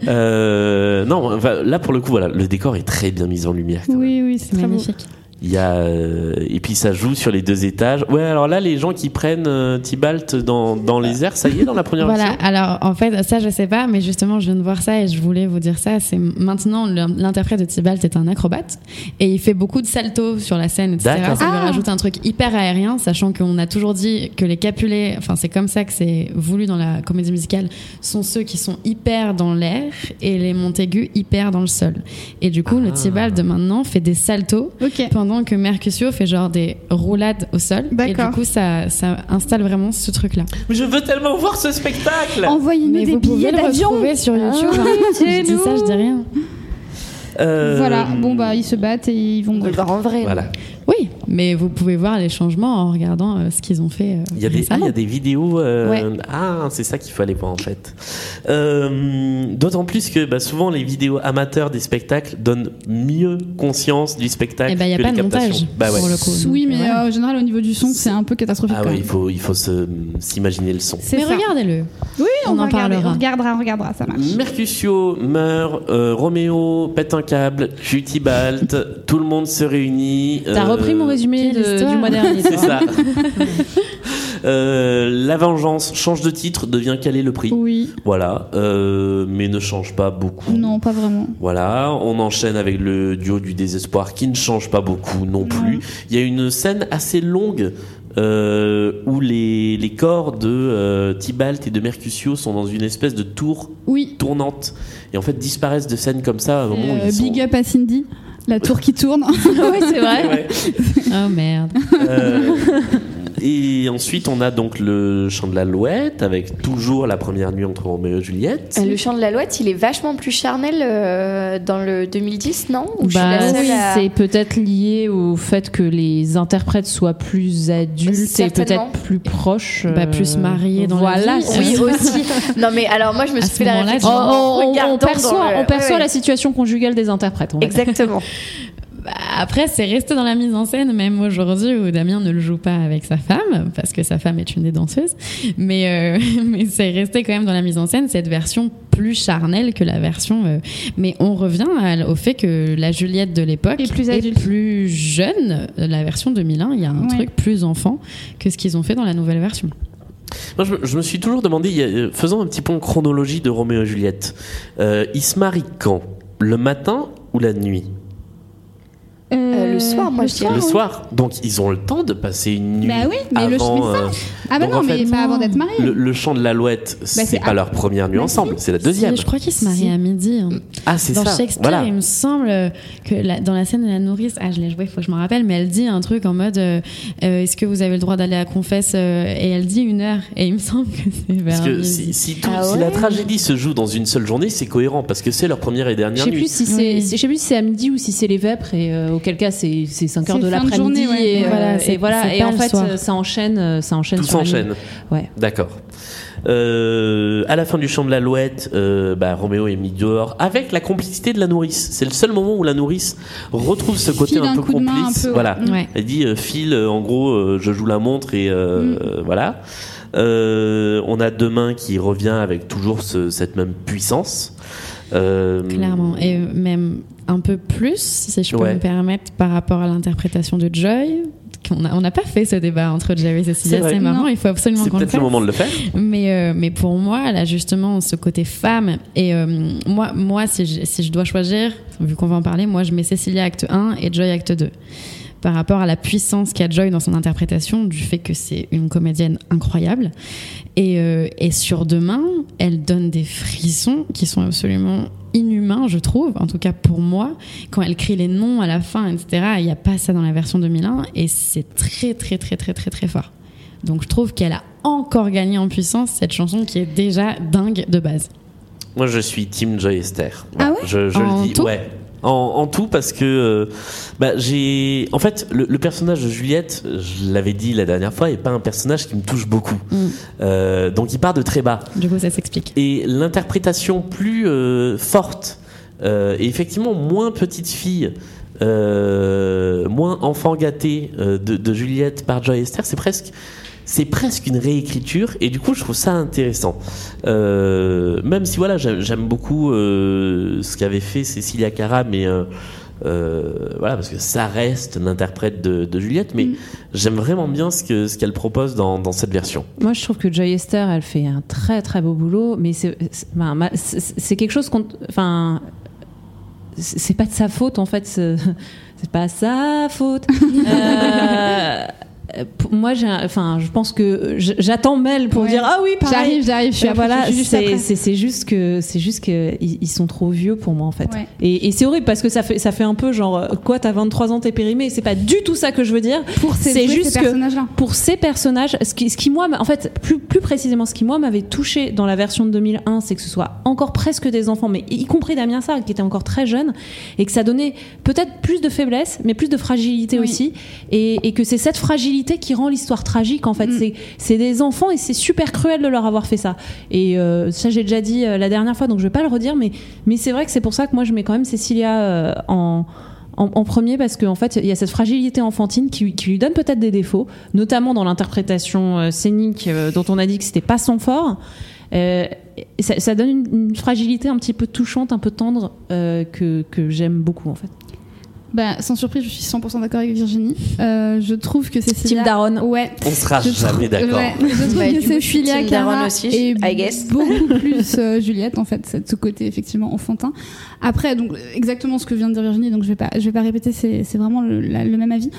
[SPEAKER 1] Euh, non, enfin, là pour le coup, voilà, le décor est très bien mis en lumière.
[SPEAKER 3] Oui, oui, c'est
[SPEAKER 5] très magnifique.
[SPEAKER 1] Il y a euh, et puis ça joue sur les deux étages. Ouais, alors là, les gens qui prennent euh, Tibalt dans, dans les airs, ça y est, dans la première
[SPEAKER 5] Voilà,
[SPEAKER 1] version
[SPEAKER 5] alors en fait, ça je sais pas, mais justement, je viens de voir ça et je voulais vous dire ça. C'est maintenant le- l'interprète de Tibalt est un acrobate et il fait beaucoup de saltos sur la scène, etc.
[SPEAKER 1] D'accord.
[SPEAKER 5] Ça lui
[SPEAKER 1] Ah.
[SPEAKER 5] rajoute un truc hyper aérien, sachant qu'on a toujours dit que les Capulets, enfin, c'est comme ça que c'est voulu dans la comédie musicale, sont ceux qui sont hyper dans l'air et les Montaigu hyper dans le sol. Et du coup, le Tibalt de maintenant fait des saltos pendant que Mercutio fait genre des roulades au sol. Et du coup, ça, ça installe vraiment ce truc-là.
[SPEAKER 1] Mais Je veux tellement voir ce spectacle.
[SPEAKER 5] Mais
[SPEAKER 3] Envoyez-nous des
[SPEAKER 5] vous pouvez
[SPEAKER 3] billets
[SPEAKER 5] le
[SPEAKER 3] d'avion.
[SPEAKER 5] retrouver sur YouTube, hein. Je dis ça, je dis rien.
[SPEAKER 1] Euh,
[SPEAKER 3] Voilà, bon bah ils se battent et ils vont le voir
[SPEAKER 2] en vrai.
[SPEAKER 1] Voilà.
[SPEAKER 5] Oui, mais vous pouvez voir les changements en regardant euh, ce qu'ils ont fait. euh,
[SPEAKER 1] Il y a des, ah, il
[SPEAKER 5] récemment.
[SPEAKER 1] y a des vidéos. euh,
[SPEAKER 5] Ouais.
[SPEAKER 1] Ah, c'est ça qu'il faut aller voir en fait. Euh, D'autant plus que bah, souvent les vidéos amateurs des spectacles donnent mieux conscience du spectacle.
[SPEAKER 5] Eh ben, il y a
[SPEAKER 1] que
[SPEAKER 5] pas
[SPEAKER 1] les
[SPEAKER 5] de montage,
[SPEAKER 1] captations. Bah ouais.
[SPEAKER 5] pour le coup.
[SPEAKER 3] Oui, mais euh, en général au niveau du son, c'est un peu catastrophique.
[SPEAKER 1] Ah
[SPEAKER 3] quand
[SPEAKER 1] oui,
[SPEAKER 3] même.
[SPEAKER 1] il faut, il faut se- s'imaginer le son.
[SPEAKER 5] Mais regardez-le.
[SPEAKER 3] Oui, on,
[SPEAKER 5] On en
[SPEAKER 3] va regarder,
[SPEAKER 5] parlera.
[SPEAKER 3] On regardera, on regardera, ça marche.
[SPEAKER 1] Mercutio meurt, euh, Roméo pète un câble, Jutibalt, tout le monde se réunit.
[SPEAKER 6] T'as
[SPEAKER 1] euh,
[SPEAKER 6] repris mon résumé
[SPEAKER 5] quelle
[SPEAKER 6] de-
[SPEAKER 5] histoire.
[SPEAKER 6] du mois dernier.
[SPEAKER 1] C'est
[SPEAKER 6] toi.
[SPEAKER 1] ça.
[SPEAKER 5] hein.
[SPEAKER 1] Euh, la vengeance change de titre, devient quel est le prix
[SPEAKER 3] Oui.
[SPEAKER 1] Voilà, euh, mais ne change pas beaucoup.
[SPEAKER 3] Non, pas vraiment.
[SPEAKER 1] Voilà, on enchaîne avec le duo du désespoir qui ne change pas beaucoup non plus. Il y a une scène assez longue euh, où les, les corps de euh, Tybalt et de Mercutio sont dans une espèce de tour
[SPEAKER 3] Oui.
[SPEAKER 1] tournante et en fait disparaissent de scène comme ça à un moment où
[SPEAKER 3] Euh,
[SPEAKER 1] ils sont-
[SPEAKER 3] big up à Cindy, la tour qui tourne.
[SPEAKER 5] oui, c'est vrai.
[SPEAKER 1] Ouais.
[SPEAKER 5] Oh merde.
[SPEAKER 1] Euh, et ensuite on a donc le chant de l'alouette avec toujours la première nuit entre Roméo et Juliette.
[SPEAKER 2] Euh, Le chant de la Louette, il est vachement plus charnel euh, dans le 2010, non Ou je suis
[SPEAKER 6] Bah
[SPEAKER 2] la seule
[SPEAKER 6] oui,
[SPEAKER 2] à-
[SPEAKER 6] c'est peut-être lié au fait que les interprètes soient plus adultes et
[SPEAKER 2] Certainement.
[SPEAKER 6] peut-être plus proches. euh,
[SPEAKER 5] Bah, plus mariés dans la
[SPEAKER 6] voilà,
[SPEAKER 5] vie.
[SPEAKER 6] c'est
[SPEAKER 2] Oui,
[SPEAKER 6] ça.
[SPEAKER 2] aussi. Non, mais alors moi, je me
[SPEAKER 5] À
[SPEAKER 2] suis
[SPEAKER 5] ce
[SPEAKER 2] fait la
[SPEAKER 5] moment-là,
[SPEAKER 2] réflexion.
[SPEAKER 6] On, on- on- on
[SPEAKER 2] Regardant dans
[SPEAKER 6] perçoit,
[SPEAKER 2] le-
[SPEAKER 6] on perçoit
[SPEAKER 2] ouais,
[SPEAKER 6] la
[SPEAKER 2] ouais.
[SPEAKER 6] situation conjugale des interprètes. on va dire.
[SPEAKER 2] Exactement.
[SPEAKER 5] Bah, Après, c'est resté dans la mise en scène, même aujourd'hui où Damien ne le joue pas avec sa femme, parce que sa femme est une des danseuses. Mais, euh, mais c'est resté quand même dans la mise en scène, cette version plus charnelle que la version. euh, mais on revient à- au fait que la Juliette de l'époque
[SPEAKER 3] Est plus adulte.
[SPEAKER 5] plus jeune. Euh, La version 2001, il y a un
[SPEAKER 3] Ouais.
[SPEAKER 5] truc plus enfant que ce qu'ils ont fait dans la nouvelle version.
[SPEAKER 1] Moi, je, me- je me suis toujours demandé, il y a- euh, faisons un petit point de chronologie de Roméo et Juliette. Euh, ils se marient quand Le matin ou la nuit
[SPEAKER 3] Euh,
[SPEAKER 2] le soir, moi, je dirais.
[SPEAKER 1] Le soir. Donc, ils ont le temps de passer une nuit.
[SPEAKER 3] Ah Bah oui, mais le
[SPEAKER 1] avant,
[SPEAKER 3] chemin de
[SPEAKER 1] euh,
[SPEAKER 3] Ah bah
[SPEAKER 1] Donc,
[SPEAKER 3] non,
[SPEAKER 1] en
[SPEAKER 3] mais
[SPEAKER 1] fait,
[SPEAKER 3] pas avant d'être marié.
[SPEAKER 1] le, le chant de l'alouette, c'est
[SPEAKER 3] c'est
[SPEAKER 1] pas
[SPEAKER 3] à-
[SPEAKER 1] leur première nuit ensemble, c'est la deuxième.
[SPEAKER 5] Si, je crois qu'ils se marient à midi. hein.
[SPEAKER 1] Ah, c'est
[SPEAKER 5] dans
[SPEAKER 1] ça.
[SPEAKER 5] Shakespeare,
[SPEAKER 1] Voilà.
[SPEAKER 5] il me semble que la- dans la scène de la nourrice, ah, je l'ai joué, il faut que je m'en rappelle, mais elle dit un truc en mode euh, euh, Est-ce que vous avez le droit d'aller à confesse Euh, Et elle dit une heure. Et il me semble que c'est vers.
[SPEAKER 1] Parce que
[SPEAKER 5] midi.
[SPEAKER 1] si, si tout-
[SPEAKER 5] Ah
[SPEAKER 1] si
[SPEAKER 5] ouais
[SPEAKER 1] la tragédie se joue dans une seule journée, c'est cohérent parce que c'est leur première et
[SPEAKER 6] Je
[SPEAKER 1] dernière
[SPEAKER 6] sais
[SPEAKER 1] nuit.
[SPEAKER 6] plus si c'est,
[SPEAKER 5] Oui.
[SPEAKER 6] c'est- je sais plus si c'est à midi ou si c'est les vêpres et euh, auquel cas c'est, c'est 5
[SPEAKER 3] C'est
[SPEAKER 6] heures de
[SPEAKER 3] fin de
[SPEAKER 6] l'après-midi
[SPEAKER 3] journée, ouais.
[SPEAKER 6] et,
[SPEAKER 3] Mais
[SPEAKER 6] euh,
[SPEAKER 5] voilà,
[SPEAKER 6] et
[SPEAKER 5] c'est-
[SPEAKER 6] voilà
[SPEAKER 5] c'est
[SPEAKER 6] et
[SPEAKER 5] pas
[SPEAKER 6] en
[SPEAKER 5] le
[SPEAKER 6] fait
[SPEAKER 5] soir.
[SPEAKER 6] euh, ça enchaîne, euh, ça enchaîne
[SPEAKER 1] Tout
[SPEAKER 6] sur la nuit.
[SPEAKER 1] s'enchaîne.
[SPEAKER 6] Ouais.
[SPEAKER 1] D'accord. Euh, à la fin du chant de l'alouette, euh, bah, Roméo est mis dehors avec la complicité de la nourrice. C'est le seul moment où la nourrice retrouve ce côté
[SPEAKER 3] File
[SPEAKER 1] un
[SPEAKER 3] un
[SPEAKER 1] peu
[SPEAKER 3] coup de main,
[SPEAKER 1] complice.
[SPEAKER 3] un peu, ouais.
[SPEAKER 1] Voilà.
[SPEAKER 5] Ouais.
[SPEAKER 1] Elle dit euh, file, euh, en gros, euh, je joue la montre et euh, euh, voilà. Euh, on a demain qui revient avec toujours ce- cette même puissance. Euh,
[SPEAKER 5] Clairement. Et même un peu plus, si je peux
[SPEAKER 1] Ouais.
[SPEAKER 5] me permettre, par rapport à l'interprétation de Joy. qu'on a- On n'a pas fait ce débat entre Joy et Cecilia,
[SPEAKER 1] C'est vrai.
[SPEAKER 5] c'est marrant,
[SPEAKER 3] Non.
[SPEAKER 5] il faut absolument
[SPEAKER 1] C'est
[SPEAKER 5] qu'on le
[SPEAKER 1] peut-être le
[SPEAKER 5] fasse.
[SPEAKER 1] moment de le faire.
[SPEAKER 5] Mais, euh, mais pour moi, elle a justement ce côté femme. Et euh, moi, moi si, je, si je dois choisir, vu qu'on va en parler, moi, je mets Cécilia acte 1 et Joy acte 2. Par rapport à la puissance qu'a Joy dans son interprétation, du fait que c'est une comédienne incroyable. Et, euh, et sur Demain, elle donne des frissons qui sont absolument inhumains, je trouve, en tout cas pour moi. Quand elle crie les noms à la fin, etc., il n'y a pas ça dans la version 2001. Et c'est très, très, très, très, très, très fort. Donc je trouve qu'elle a encore gagné en puissance cette chanson qui est déjà dingue de base.
[SPEAKER 1] Moi, je suis Team Joy Esther.
[SPEAKER 3] Ah
[SPEAKER 1] Voilà,
[SPEAKER 3] ouais
[SPEAKER 1] je, je
[SPEAKER 5] En
[SPEAKER 1] le dis,
[SPEAKER 5] tout
[SPEAKER 1] ouais. En, en tout, parce que euh, bah, j'ai. En fait, le, le personnage de Juliette, je l'avais dit la dernière fois, est pas un personnage qui me touche beaucoup. Euh, donc, il part de très bas.
[SPEAKER 5] Du coup, ça s'explique.
[SPEAKER 1] Et l'interprétation plus euh, forte euh, et effectivement moins petite fille euh, moins enfant gâté euh, de, de Juliette par Joy Esther, c'est presque c'est presque une réécriture et du coup je trouve ça intéressant Euh, même si voilà j'aime j'aime beaucoup euh, ce qu'avait fait Cécilia Cara mais euh, euh, voilà parce que ça reste l'interprète de, de Juliette
[SPEAKER 3] Mm.
[SPEAKER 1] mais j'aime vraiment bien ce que ce qu'elle propose dans, dans cette version
[SPEAKER 6] Moi, je trouve que Joy Esther, elle fait un très très beau boulot, mais c'est c'est- enfin, ma- c'est- c'est quelque chose qu'on. Enfin. C'est c'est pas de sa faute, en fait. C'est c'est pas sa faute. Euh, pour- Moi, j'ai un- enfin, je pense que j- j'attends Mel pour
[SPEAKER 4] Ouais.
[SPEAKER 6] dire ah oui, pareil.
[SPEAKER 4] J'arrive, j'arrive, je suis
[SPEAKER 3] Ah,
[SPEAKER 6] Euh,
[SPEAKER 4] après,
[SPEAKER 6] voilà.
[SPEAKER 4] je suis juste
[SPEAKER 6] C'est
[SPEAKER 4] après.
[SPEAKER 6] c'est- c'est juste que c'est juste que ils ils sont trop vieux pour moi en fait.
[SPEAKER 4] Ouais.
[SPEAKER 6] Et, et c'est horrible parce que ça fait ça fait un peu genre euh, quoi, t'as 23 ans, t'es périmé. C'est pas du tout ça que je veux dire.
[SPEAKER 3] Pour ces-
[SPEAKER 6] c'est
[SPEAKER 3] jouer
[SPEAKER 6] juste
[SPEAKER 3] ces
[SPEAKER 6] que
[SPEAKER 3] personnages-là.
[SPEAKER 6] pour ces personnages, ce qui, ce qui moi, m'a- en fait, plus, plus précisément, ce qui moi m'avait touché dans la version de 2001, c'est que ce soit encore presque des enfants, mais y compris Damien Sarr, qui était encore très jeune, et que ça donnait peut-être plus de faiblesse, mais plus de fragilité aussi, et, et que c'est cette fragilité qui rend l'histoire tragique, en fait. C'est- C'est des enfants et c'est super cruel de leur avoir fait ça. Et euh, ça, j'ai déjà dit euh, la dernière fois, donc je vais pas le redire, mais, mais c'est vrai que c'est pour ça que moi, je mets quand même Cécilia euh, en en, en premier parce qu'en fait, il y a cette fragilité enfantine qui, qui lui donne peut-être des défauts, notamment dans l'interprétation euh, scénique euh, dont on a dit que c'était pas son fort. Euh, et ça, ça donne une, une fragilité un petit peu touchante, un peu tendre euh, que, que j'aime beaucoup en fait.
[SPEAKER 3] Bah, sans surprise, je suis 100% d'accord avec Virginie. Euh, je trouve que Cécilia. Team
[SPEAKER 6] Daron.
[SPEAKER 3] Ouais.
[SPEAKER 1] On sera
[SPEAKER 3] Je
[SPEAKER 1] jamais d'accord.
[SPEAKER 3] Ouais, je trouve
[SPEAKER 2] Bah,
[SPEAKER 3] que
[SPEAKER 2] du coup, je suis
[SPEAKER 3] Cécilia
[SPEAKER 2] team
[SPEAKER 3] Cara
[SPEAKER 2] Daron aussi,
[SPEAKER 3] est
[SPEAKER 2] I guess.
[SPEAKER 3] beaucoup plus euh, Juliette en fait, c'est- ce côté effectivement enfantin. Après, donc exactement ce que vient de dire Virginie, donc je vais pas, je vais pas répéter, c'est c'est vraiment le, la- le même avis.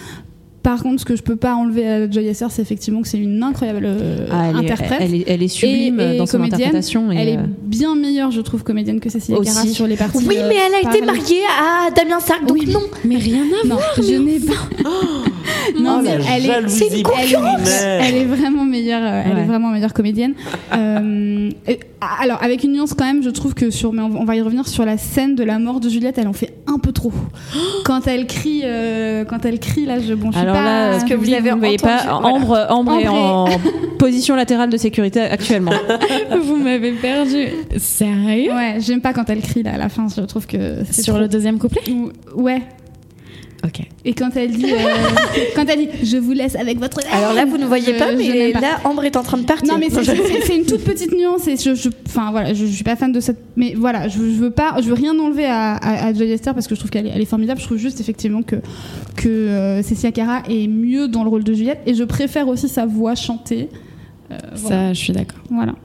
[SPEAKER 3] Par contre, ce que je peux pas enlever à Joy Esser, c'est effectivement que c'est une incroyable euh,
[SPEAKER 6] Ah, elle est-
[SPEAKER 3] interprète.
[SPEAKER 6] elle est- elle est sublime
[SPEAKER 3] Et- et
[SPEAKER 6] dans son
[SPEAKER 3] comédienne.
[SPEAKER 6] interprétation et,
[SPEAKER 3] elle est
[SPEAKER 6] euh,
[SPEAKER 3] bien meilleure, je trouve, comédienne que Cécilia
[SPEAKER 6] Aussi.
[SPEAKER 3] Cara sur les parties.
[SPEAKER 2] Oui,
[SPEAKER 3] euh,
[SPEAKER 2] mais elle a été
[SPEAKER 3] parallèles.
[SPEAKER 2] mariée à Damien Sark, donc non.
[SPEAKER 5] Mais rien à
[SPEAKER 3] Non, je n'ai pas. non,
[SPEAKER 5] Oh,
[SPEAKER 3] mais
[SPEAKER 5] la
[SPEAKER 3] elle est,
[SPEAKER 5] jalousie
[SPEAKER 1] Eh
[SPEAKER 3] elle est-
[SPEAKER 5] primaire.
[SPEAKER 3] elle est vraiment meilleure. euh, Elle
[SPEAKER 5] Ouais.
[SPEAKER 3] est vraiment meilleure comédienne. Euh, et- alors, avec une nuance quand même, je trouve que sur, mais on, on va y revenir sur la scène de la mort de Juliette, elle en fait un peu trop. Quand elle crie, euh, quand elle crie, là, je bon, je suis
[SPEAKER 6] Alors
[SPEAKER 3] pas.
[SPEAKER 6] là, euh, ce que vous avez, vous voyez pas, Ambre, Ambre est en position latérale de sécurité actuellement.
[SPEAKER 5] Vous m'avez perdu. Sérieux
[SPEAKER 3] Ouais, j'aime pas quand elle crie là à la fin. Je trouve que c'est
[SPEAKER 5] Sur
[SPEAKER 3] trop.
[SPEAKER 5] le deuxième couplet
[SPEAKER 3] Ouais.
[SPEAKER 5] Ok.
[SPEAKER 3] Et quand elle dit, euh, quand elle dit, je vous laisse avec votre.
[SPEAKER 2] Alors là, vous ne voyez
[SPEAKER 3] Je-
[SPEAKER 2] pas,
[SPEAKER 3] je
[SPEAKER 2] mais
[SPEAKER 3] n'aime pas.
[SPEAKER 2] là, Ambre est en train de partir.
[SPEAKER 3] Non, mais c'est-
[SPEAKER 2] Je-
[SPEAKER 3] c'est c'est une toute petite nuance et je, je- enfin voilà, je, je suis pas fan de cette, mais voilà, je, je veux pas, je veux rien enlever à, à, à Joy Esther parce que je trouve qu'elle est, elle est formidable. Je trouve juste effectivement que que euh, Cécilia Cara est mieux dans le rôle de Juliette et je préfère aussi sa voix chantée. Euh,
[SPEAKER 5] Ça,
[SPEAKER 3] voilà.
[SPEAKER 5] je suis d'accord.
[SPEAKER 3] Voilà.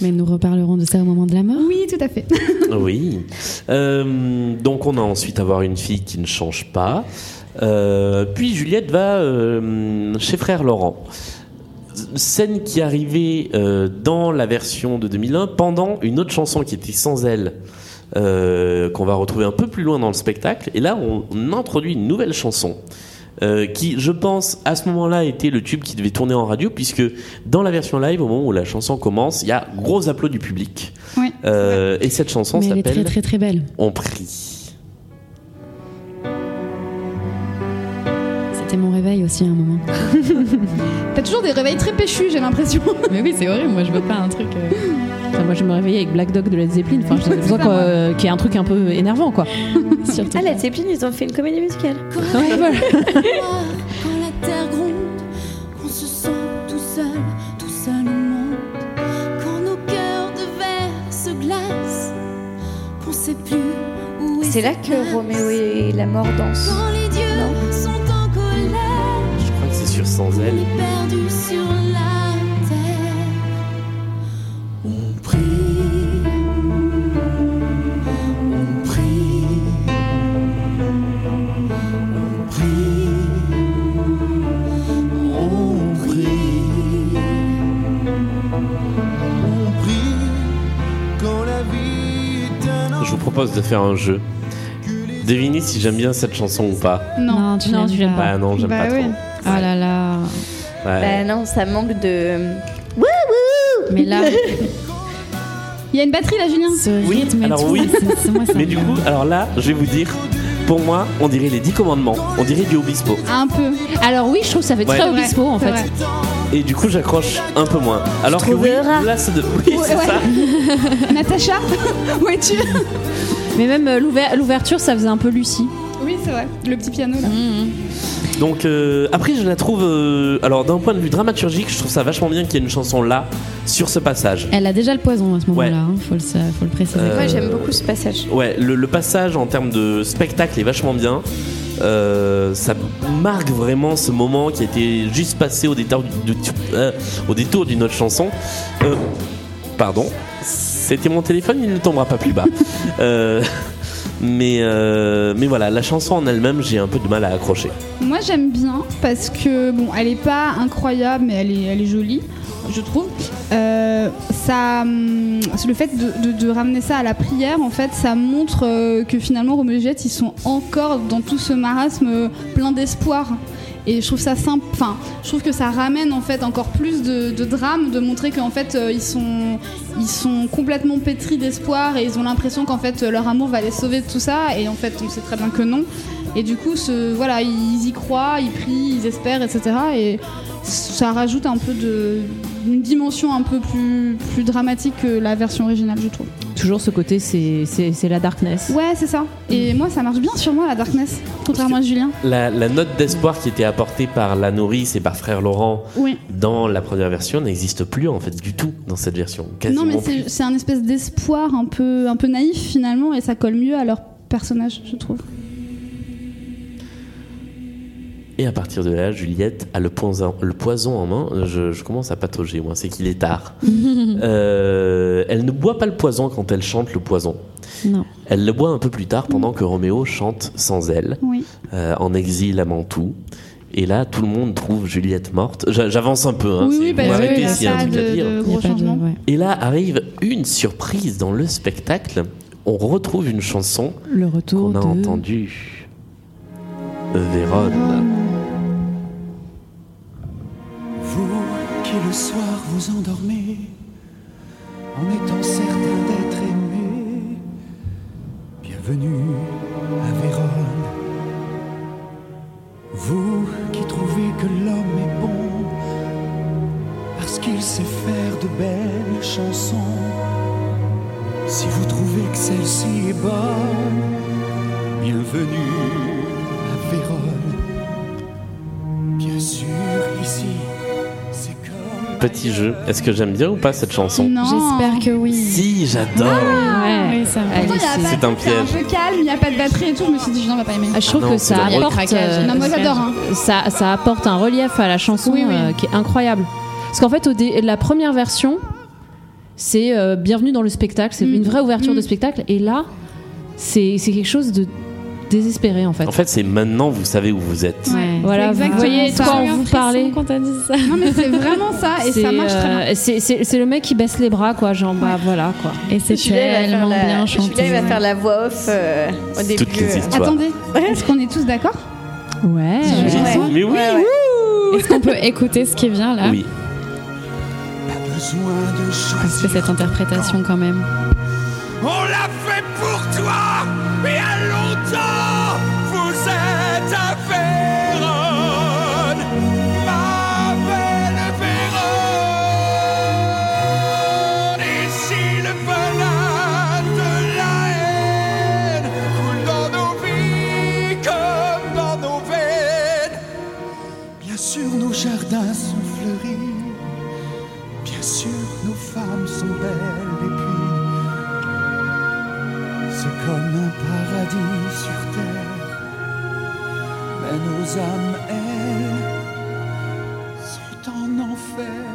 [SPEAKER 5] Mais nous reparlerons de ça au moment de la mort.
[SPEAKER 3] Oui, tout à fait.
[SPEAKER 1] Oui. Euh, donc on a ensuite avoir une fille qui ne change pas. Euh, puis Juliette va euh, chez frère Laurent. Scène qui arrivait euh, dans la version de 2001 pendant une autre chanson qui était sans elle. euh, qu'on va retrouver un peu plus loin dans le spectacle. Et là, on, on introduit une nouvelle chanson euh, qui, je pense, à ce moment-là, était le tube qui devait tourner en radio, puisque dans la version live, au moment où la chanson commence, il y a gros applauds du public.
[SPEAKER 3] Ouais.
[SPEAKER 1] Euh, et cette chanson
[SPEAKER 5] Mais elle est très
[SPEAKER 1] s'appelle
[SPEAKER 5] très très belle.
[SPEAKER 1] On prie.
[SPEAKER 5] C'était mon réveil aussi à un moment.
[SPEAKER 3] T'as toujours des réveils très péchus, j'ai l'impression.
[SPEAKER 5] Mais oui, c'est horrible. Moi, je veux pas un truc. euh.
[SPEAKER 6] Enfin, moi, je me réveillais avec Black Dog de Led Zeppelin. Enfin, j'ai besoin qu'on- euh, qu'il y ait un truc un peu énervant, quoi.
[SPEAKER 2] Ah, la Zeppelin, ils ont fait une comédie musicale.
[SPEAKER 6] Ouais, voilà.
[SPEAKER 8] Quand la terre gronde, qu'on se sent tout seul, tout seul au monde. Quand nos cœurs de verre se glacent, qu'on sait plus où est
[SPEAKER 2] C'est là
[SPEAKER 8] sa
[SPEAKER 2] que
[SPEAKER 8] place.
[SPEAKER 2] Roméo et la mort dansent.
[SPEAKER 8] Quand les dieux sont en colère,
[SPEAKER 1] Je crois que c'est sur Sans elle.
[SPEAKER 8] perdus sur la terre, on prie. On prie. On prie. On prie.
[SPEAKER 11] On prie quand la vie est un
[SPEAKER 1] Je vous propose de faire un jeu. Devinez si j'aime bien cette chanson ou pas.
[SPEAKER 3] Non,
[SPEAKER 5] tu
[SPEAKER 2] non, tu l'aimes
[SPEAKER 5] l'aimes pas.
[SPEAKER 1] Bah non, j'aime pas trop.
[SPEAKER 5] Oh là là.
[SPEAKER 2] Bah
[SPEAKER 1] Ouais.
[SPEAKER 2] non, ça manque de. Wouhou
[SPEAKER 5] Mais là,
[SPEAKER 3] Il y a une batterie là, Julien.
[SPEAKER 5] Oui,
[SPEAKER 1] alors oui. Mais du coup, alors là, je vais vous dire, pour moi, on dirait les 10 commandements. On dirait du Obispo.
[SPEAKER 3] Ah, Un peu.
[SPEAKER 6] Alors oui, je trouve que ça fait
[SPEAKER 1] Ouais.
[SPEAKER 6] très
[SPEAKER 1] C'est vrai,
[SPEAKER 6] obispo en
[SPEAKER 3] c'est
[SPEAKER 6] fait.
[SPEAKER 3] vrai.
[SPEAKER 1] Et du coup, j'accroche un peu moins. Alors que oui,
[SPEAKER 6] trouveras.
[SPEAKER 1] là, ça de... Oui, c'est ça.
[SPEAKER 3] Natacha, où es-tu
[SPEAKER 6] Mais même euh, l'ouver- l'ouverture, ça faisait un peu Lucie.
[SPEAKER 3] Oui, c'est vrai. Le petit piano, là.
[SPEAKER 1] Donc euh, après je la trouve euh, alors d'un point de vue dramaturgique je trouve ça vachement bien qu'il y ait une chanson là sur ce passage.
[SPEAKER 5] Elle a déjà le poison à ce moment-là, hein, faut, le, sa- faut le préciser.
[SPEAKER 1] Euh, Moi, j'aime beaucoup
[SPEAKER 2] ce passage.
[SPEAKER 1] Ouais le, le passage en termes de spectacle est vachement bien. Euh, ça marque vraiment ce moment qui a été juste passé au détour, du- du- euh, au détour d'une autre chanson. Euh, pardon, c'était mon téléphone, il ne tombera pas plus bas. Euh, mais, euh, mais voilà, la chanson en elle-même, j'ai un peu de mal à accrocher.
[SPEAKER 3] Moi j'aime bien parce que bon, elle est pas incroyable, mais elle est, elle est jolie, je trouve. Euh, ça, hum, c'est le fait de, de- de ramener ça à la prière, en fait, ça montre euh, que finalement Roméo et Juliette, ils sont encore dans tout ce marasme euh, plein d'espoir. Et je trouve ça simple. Enfin, je trouve que ça ramène en fait encore plus de, de drame, de montrer qu'en fait euh, ils sont ils sont complètement pétris d'espoir et ils ont l'impression qu'en fait leur amour va les sauver de tout ça. Et en fait, on sait très bien que non. Et du coup, ce, voilà, ils y croient, ils prient, ils espèrent, etc. Et ça rajoute un peu de une dimension un peu plus plus dramatique que la version originale, je trouve.
[SPEAKER 6] Toujours ce côté, c'est c'est- c'est la darkness.
[SPEAKER 3] Ouais, c'est ça. Et moi, ça marche bien sur moi la darkness, contrairement à Julien.
[SPEAKER 1] La, la note d'espoir qui était apportée par la nourrice et par frère Laurent
[SPEAKER 3] Oui.
[SPEAKER 1] dans la première version n'existe plus en fait du tout dans cette version. Quasiment
[SPEAKER 3] non, mais
[SPEAKER 1] plus.
[SPEAKER 3] c'est- c'est un espèce d'espoir un peu un peu naïf finalement, et ça colle mieux à leur personnage, je trouve.
[SPEAKER 1] Et à partir de là, Juliette a le poison, le poison en main. Euh, Je, je commence à patauger, moi, c'est qu'il est tard. Euh, elle ne boit pas le poison quand elle chante le poison.
[SPEAKER 5] Non.
[SPEAKER 1] Elle le boit un peu plus tard pendant que Roméo chante sans elle,
[SPEAKER 3] Oui.
[SPEAKER 1] euh, en exil à Mantoue. Et là, tout le monde trouve Juliette morte. J'a- J'avance un peu. Hein,
[SPEAKER 3] oui,
[SPEAKER 1] c'est-
[SPEAKER 3] oui,
[SPEAKER 1] vous
[SPEAKER 3] parce
[SPEAKER 1] m'arrêtez
[SPEAKER 3] qu'il y a
[SPEAKER 1] s'il y a un
[SPEAKER 3] pas
[SPEAKER 1] truc à
[SPEAKER 3] de,
[SPEAKER 1] dire.
[SPEAKER 3] de gros changements.
[SPEAKER 1] Et là arrive une surprise dans le spectacle. On retrouve une chanson
[SPEAKER 6] Le retour
[SPEAKER 1] qu'on a
[SPEAKER 6] de-
[SPEAKER 1] entendue. euh, Vérone.
[SPEAKER 11] Vous qui le soir vous endormez en étant certain d'être aimé, bienvenue à Vérone. Vous qui trouvez que l'homme est bon parce qu'il sait faire de belles chansons, si vous trouvez que celle-ci est bonne, bienvenue à Vérone. Bien sûr, ici, c'est que...
[SPEAKER 1] Petit jeu. Est-ce que j'aime bien ou pas cette chanson Ah
[SPEAKER 5] J'espère que oui.
[SPEAKER 1] Si, j'adore.
[SPEAKER 5] ouais. Ah, oui, ça va.
[SPEAKER 3] Pourtant, il y a
[SPEAKER 1] c'est-
[SPEAKER 3] pas-
[SPEAKER 1] c'est un piège.
[SPEAKER 3] peu calme, il n'y a pas de batterie et tout. Je me suis dit, Julien va pas aimer.
[SPEAKER 6] je trouve
[SPEAKER 1] Ah non,
[SPEAKER 6] que
[SPEAKER 1] c'est
[SPEAKER 6] ça
[SPEAKER 1] le
[SPEAKER 6] apporte,
[SPEAKER 3] craquage.
[SPEAKER 5] euh,
[SPEAKER 3] Non, moi, j'adore, hein.
[SPEAKER 6] ça, ça apporte un relief à la chanson euh, qui est incroyable. Parce qu'en fait, au dé- la première version, c'est euh, bienvenue dans le spectacle, c'est une vraie ouverture de spectacle. Et là, c'est c'est quelque chose de désespéré en fait.
[SPEAKER 1] En fait, c'est maintenant vous savez où vous êtes.
[SPEAKER 6] Voilà, vous voyez de quoi on vous parlait.
[SPEAKER 5] quand t'as dit ça.
[SPEAKER 3] Non, mais c'est vraiment ça, et ça marche très bien.
[SPEAKER 6] C'est euh, c'est- c'est le mec qui baisse les bras, quoi. Genre, bah voilà, quoi.
[SPEAKER 5] Et c'est
[SPEAKER 2] tellement bien chanté. Julia va faire la voix off euh, au
[SPEAKER 1] C'est
[SPEAKER 2] début.
[SPEAKER 1] toutes les
[SPEAKER 2] euh.
[SPEAKER 1] histoires. Attendez,
[SPEAKER 3] est-ce qu'on est tous d'accord
[SPEAKER 6] Ouais.
[SPEAKER 1] Mais oui.
[SPEAKER 5] Est-ce qu'on peut écouter ce qui vient là
[SPEAKER 1] Oui.
[SPEAKER 5] Parce que cette interprétation quand même.
[SPEAKER 10] On l'a fait pour toi, mais à longtemps, vous êtes à Vérone, ma belle Vérone. Et si le venin de la haine coule dans nos vies comme dans nos veines,
[SPEAKER 11] Bien sûr, nos jardins sont fleuris. Bien sûr, nos femmes sont belles. Et puis, c'est comme un paradis sur terre. Mais nos âmes, elles, sont en enfer.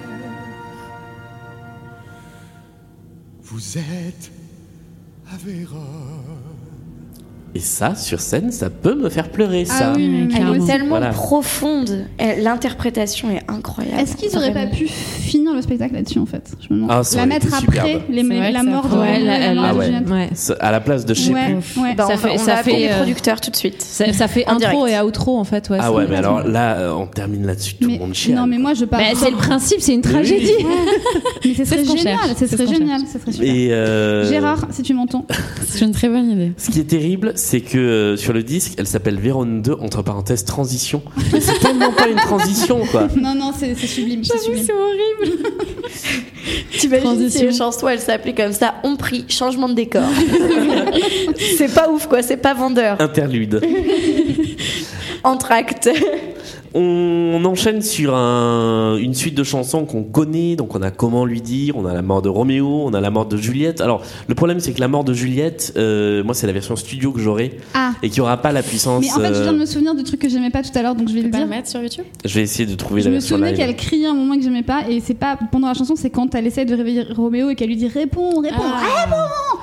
[SPEAKER 11] Vous êtes à Vérone.
[SPEAKER 1] Et ça, sur scène, ça peut me faire pleurer, ça.
[SPEAKER 2] Elle est tellement
[SPEAKER 1] Voilà.
[SPEAKER 2] profonde. Elle- L'interprétation est incroyable.
[SPEAKER 3] Est-ce qu'ils auraient pas pu finir le spectacle là-dessus en fait Je me demande.
[SPEAKER 1] Ah, ça
[SPEAKER 3] La
[SPEAKER 1] aurait
[SPEAKER 3] mettre
[SPEAKER 1] été
[SPEAKER 3] après
[SPEAKER 1] superbe.
[SPEAKER 3] les,
[SPEAKER 6] C'est vrai
[SPEAKER 3] la
[SPEAKER 6] que ça
[SPEAKER 3] mort de
[SPEAKER 6] pourrait- Ouais, la-
[SPEAKER 3] la mort
[SPEAKER 6] la-
[SPEAKER 1] Ah
[SPEAKER 3] de
[SPEAKER 1] ouais.
[SPEAKER 3] Juliette.
[SPEAKER 1] Ça- À la place de je sais plus.
[SPEAKER 3] Ouais, ouais.
[SPEAKER 2] Bah, on
[SPEAKER 6] Ça
[SPEAKER 2] va-
[SPEAKER 6] fait-
[SPEAKER 2] on
[SPEAKER 6] ça
[SPEAKER 2] va appeler
[SPEAKER 6] fait,
[SPEAKER 2] les
[SPEAKER 6] euh,
[SPEAKER 2] producteurs tout de suite.
[SPEAKER 6] Ça, ça fait
[SPEAKER 2] En
[SPEAKER 6] intro
[SPEAKER 2] direct.
[SPEAKER 6] et outro en fait. Ouais,
[SPEAKER 1] Ah
[SPEAKER 6] c'est
[SPEAKER 1] ouais, mais
[SPEAKER 6] complètement-
[SPEAKER 1] alors là, euh, on termine là-dessus, tout le monde chiale.
[SPEAKER 3] Non, mais moi je parle.
[SPEAKER 6] Bah, c'est le principe, c'est une tragédie.
[SPEAKER 3] mais ce serait
[SPEAKER 5] ce qu'on cherche.
[SPEAKER 3] génial, ce
[SPEAKER 5] C'est ce
[SPEAKER 3] serait
[SPEAKER 5] qu'on
[SPEAKER 3] génial, ce serait super.
[SPEAKER 1] Et euh,
[SPEAKER 3] Gérard, si tu m'entends.
[SPEAKER 5] C'est une très bonne idée.
[SPEAKER 1] ce qui est terrible, c'est que euh, sur le disque, elle s'appelle Vérone 2, entre parenthèses, transition. Mais c'est tellement pas une transition, quoi.
[SPEAKER 3] Non, non, c'est c'est sublime. Ah C'est sublime.
[SPEAKER 2] horrible. T'imagines si
[SPEAKER 3] Transition.
[SPEAKER 2] les chansons elles s'appelaient comme ça, on prie, changement de décor. c'est pas ouf quoi, c'est pas vendeur.
[SPEAKER 1] Interlude.
[SPEAKER 2] Entracte.
[SPEAKER 1] On enchaîne sur un- une suite de chansons qu'on connaît, donc on a Comment lui dire, on a la mort de Roméo, on a la mort de Juliette. Alors le problème c'est que la mort de Juliette, euh, moi c'est la version studio que j'aurai
[SPEAKER 3] Ah.
[SPEAKER 1] et qui aura pas la puissance.
[SPEAKER 3] Mais en fait, je viens de
[SPEAKER 1] euh,
[SPEAKER 3] me souvenir de trucs que j'aimais pas tout à l'heure, donc je vais le dire.
[SPEAKER 5] sur YouTube
[SPEAKER 1] je vais essayer de trouver
[SPEAKER 3] Je
[SPEAKER 1] la
[SPEAKER 3] me
[SPEAKER 1] version
[SPEAKER 3] souvenais
[SPEAKER 1] live.
[SPEAKER 3] qu'elle criait un moment que j'aimais pas, et c'est pas pendant la chanson, c'est quand elle essaie de réveiller Roméo et qu'elle lui dit Réponds,
[SPEAKER 5] Ah,
[SPEAKER 3] réponds, réponds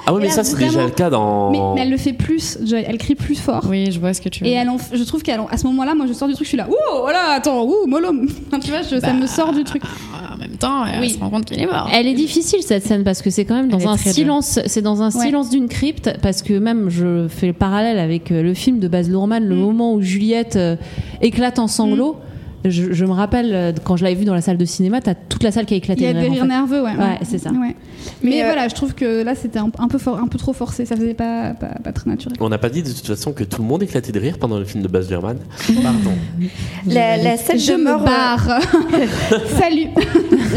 [SPEAKER 1] Ah oui,
[SPEAKER 3] Et
[SPEAKER 1] mais
[SPEAKER 3] là,
[SPEAKER 1] ça c'est
[SPEAKER 3] vraiment-
[SPEAKER 1] déjà le cas dans.
[SPEAKER 5] Oh.
[SPEAKER 3] Mais, mais elle le fait plus, je- elle crie plus fort.
[SPEAKER 5] ah, Oui, je vois ce que tu veux
[SPEAKER 3] Et
[SPEAKER 5] dire.
[SPEAKER 3] elle en f- je trouve qu'à ce moment-là, moi je sors du truc, je suis là, oh voilà, attends, ouh, mollo Tu vois,
[SPEAKER 5] Bah,
[SPEAKER 3] je- ça me sort du truc.
[SPEAKER 5] Ah, En même temps, elle
[SPEAKER 6] Oui.
[SPEAKER 5] se rend compte qu'il est mort.
[SPEAKER 6] Elle est difficile cette scène parce que c'est quand même dans
[SPEAKER 5] Elle est
[SPEAKER 6] un
[SPEAKER 5] très
[SPEAKER 6] silence, c'est dans un
[SPEAKER 5] Ouais.
[SPEAKER 6] silence d'une crypte parce que même je fais le parallèle avec euh, le film de Baz Luhrmann, le moment où Juliette euh, éclate en sanglots. Je, je me rappelle euh, quand je l'avais vu dans la salle de cinéma, t'as toute la salle qui a éclaté.
[SPEAKER 3] Il y a
[SPEAKER 6] de
[SPEAKER 3] des
[SPEAKER 6] rire, en
[SPEAKER 3] rires
[SPEAKER 6] fait.
[SPEAKER 3] nerveux, ouais.
[SPEAKER 6] Ouais, c'est ça.
[SPEAKER 3] Ouais. Mais,
[SPEAKER 6] Mais, euh,
[SPEAKER 3] voilà, je trouve que là c'était un, un peu fort, un peu trop forcé, ça faisait pas, pas, pas très naturel.
[SPEAKER 1] On n'a pas dit de toute façon que tout le monde éclatait de rire pendant le film de Baz Luhrmann. Pardon.
[SPEAKER 2] La, la scène
[SPEAKER 3] Je
[SPEAKER 2] de
[SPEAKER 3] me
[SPEAKER 5] euh,
[SPEAKER 2] mort.
[SPEAKER 3] barre. Salut.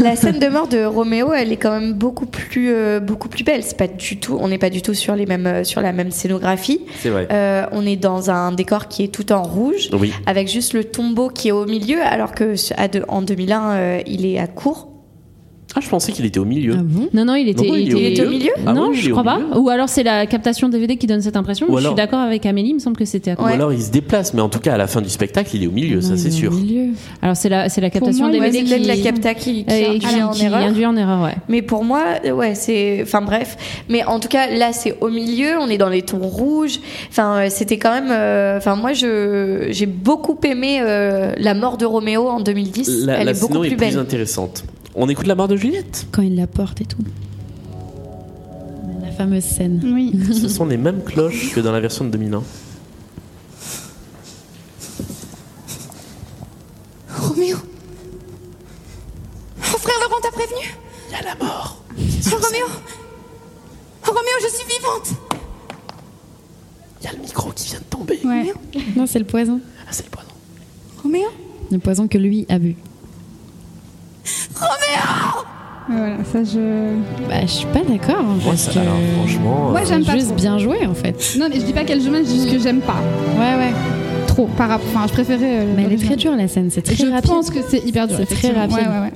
[SPEAKER 2] la scène de mort de Roméo, elle est quand même beaucoup plus, euh, beaucoup plus belle. C'est pas du tout, on n'est pas du tout sur les mêmes, euh, sur la même scénographie.
[SPEAKER 1] C'est vrai.
[SPEAKER 2] Euh, on est dans un décor qui est tout en rouge,
[SPEAKER 1] Euh, Oui.
[SPEAKER 2] avec juste le tombeau qui est au milieu, alors que ce- à deux- en 2001, euh, il est à court.
[SPEAKER 1] Ah, je pensais qu'il était au milieu.
[SPEAKER 6] Non, non, il était,
[SPEAKER 1] Non, non, il est au milieu. Ah
[SPEAKER 6] non,
[SPEAKER 1] oui, il est
[SPEAKER 6] je
[SPEAKER 1] au
[SPEAKER 6] crois pas.
[SPEAKER 1] milieu.
[SPEAKER 6] Ou alors c'est la captation DVD qui donne cette impression.
[SPEAKER 1] Ou
[SPEAKER 6] mais
[SPEAKER 1] alors-
[SPEAKER 6] Je suis d'accord avec Amélie, il me semble que c'était à
[SPEAKER 1] Ou alors il se déplace, mais en tout cas à la fin du spectacle, il est au milieu, ça c'est sûr.
[SPEAKER 6] Alors c'est la, c'est la captation
[SPEAKER 2] moi,
[SPEAKER 6] DVD
[SPEAKER 2] ouais,
[SPEAKER 6] qui
[SPEAKER 2] c'est peut-être la capta qui- qui
[SPEAKER 6] euh,
[SPEAKER 2] induit en erreur.
[SPEAKER 6] induit en erreur, ouais.
[SPEAKER 2] Mais pour moi, euh, ouais, c'est. Enfin bref. Mais en tout cas, là, c'est au milieu, on est dans les tons rouges. Enfin, euh, c'était quand même. euh, Enfin, moi, je j'ai beaucoup aimé euh, La mort de Roméo en 2010.
[SPEAKER 1] La,
[SPEAKER 2] Elle
[SPEAKER 1] la
[SPEAKER 2] est beaucoup
[SPEAKER 1] scéno
[SPEAKER 2] plus
[SPEAKER 1] est
[SPEAKER 2] belle.
[SPEAKER 1] plus intéressante. On écoute la mort de Juliette
[SPEAKER 5] Quand il la porte et tout. La fameuse scène.
[SPEAKER 3] Oui.
[SPEAKER 1] Ce sont les mêmes cloches que dans la version de 2001.
[SPEAKER 8] Roméo Mon frère Laurent t'a prévenu Il y a la mort Roméo Roméo, je suis vivante
[SPEAKER 1] Il y a le micro qui vient de tomber.
[SPEAKER 3] Ouais.
[SPEAKER 5] non, c'est le poison.
[SPEAKER 1] Ah, c'est le poison.
[SPEAKER 8] Roméo
[SPEAKER 5] Le poison que lui a bu.
[SPEAKER 8] Roméo
[SPEAKER 3] Ouais, Voilà, ça je.
[SPEAKER 5] Bah, je suis pas d'accord. parce que...
[SPEAKER 1] Alors franchement,
[SPEAKER 3] Moi,
[SPEAKER 1] euh,
[SPEAKER 3] j'aime pas
[SPEAKER 5] Oh, Juste
[SPEAKER 3] trop.
[SPEAKER 5] bien joué en fait.
[SPEAKER 3] Non, mais je dis pas qu'elle je m'aime, je dis juste que j'aime pas.
[SPEAKER 5] Ouais, ouais.
[SPEAKER 3] Trop. Par rapport. Enfin, je préférais. euh,
[SPEAKER 5] Mais elle est
[SPEAKER 3] l'original.
[SPEAKER 5] très dure la scène, c'est très
[SPEAKER 3] Je
[SPEAKER 5] rapide.
[SPEAKER 3] pense que c'est hyper dur.
[SPEAKER 5] C'est très
[SPEAKER 3] effectivement.
[SPEAKER 5] rapide.
[SPEAKER 3] Ouais, ouais, ouais.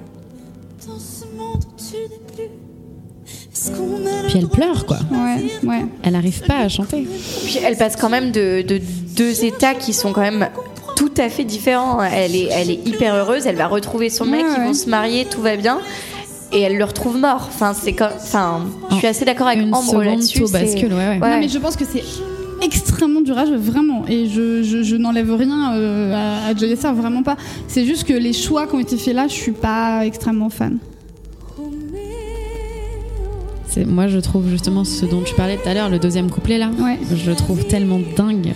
[SPEAKER 8] Dans ce monde où tu n'es plus, est-ce qu'on a le
[SPEAKER 5] Puis elle
[SPEAKER 8] droit
[SPEAKER 5] pleure quoi.
[SPEAKER 3] Ouais, ouais.
[SPEAKER 5] Elle arrive pas à chanter.
[SPEAKER 2] Puis elle passe quand même de, de deux états qui sont quand même tout à fait différents. Elle est, elle est hyper heureuse, elle va retrouver son mec,
[SPEAKER 3] Ouais,
[SPEAKER 2] ils
[SPEAKER 3] ouais.
[SPEAKER 2] vont se marier, tout va bien. Et elle le retrouve mort. Enfin, c'est comme, enfin, je suis assez d'accord avec
[SPEAKER 5] Une
[SPEAKER 2] Ambre
[SPEAKER 5] seconde,
[SPEAKER 2] là-dessus.
[SPEAKER 5] tout
[SPEAKER 2] c'est-
[SPEAKER 5] bascule, ouais, ouais.
[SPEAKER 3] Non, mais je pense que c'est extrêmement durage, vraiment. Et je, je, je n'enlève rien euh, à, à Joy Star, vraiment pas. C'est juste que les choix qui ont été faits là, je suis pas extrêmement fan.
[SPEAKER 5] C'est moi je trouve justement ce dont tu parlais tout à l'heure, le deuxième couplet là.
[SPEAKER 3] Ouais.
[SPEAKER 5] Je le trouve tellement dingue.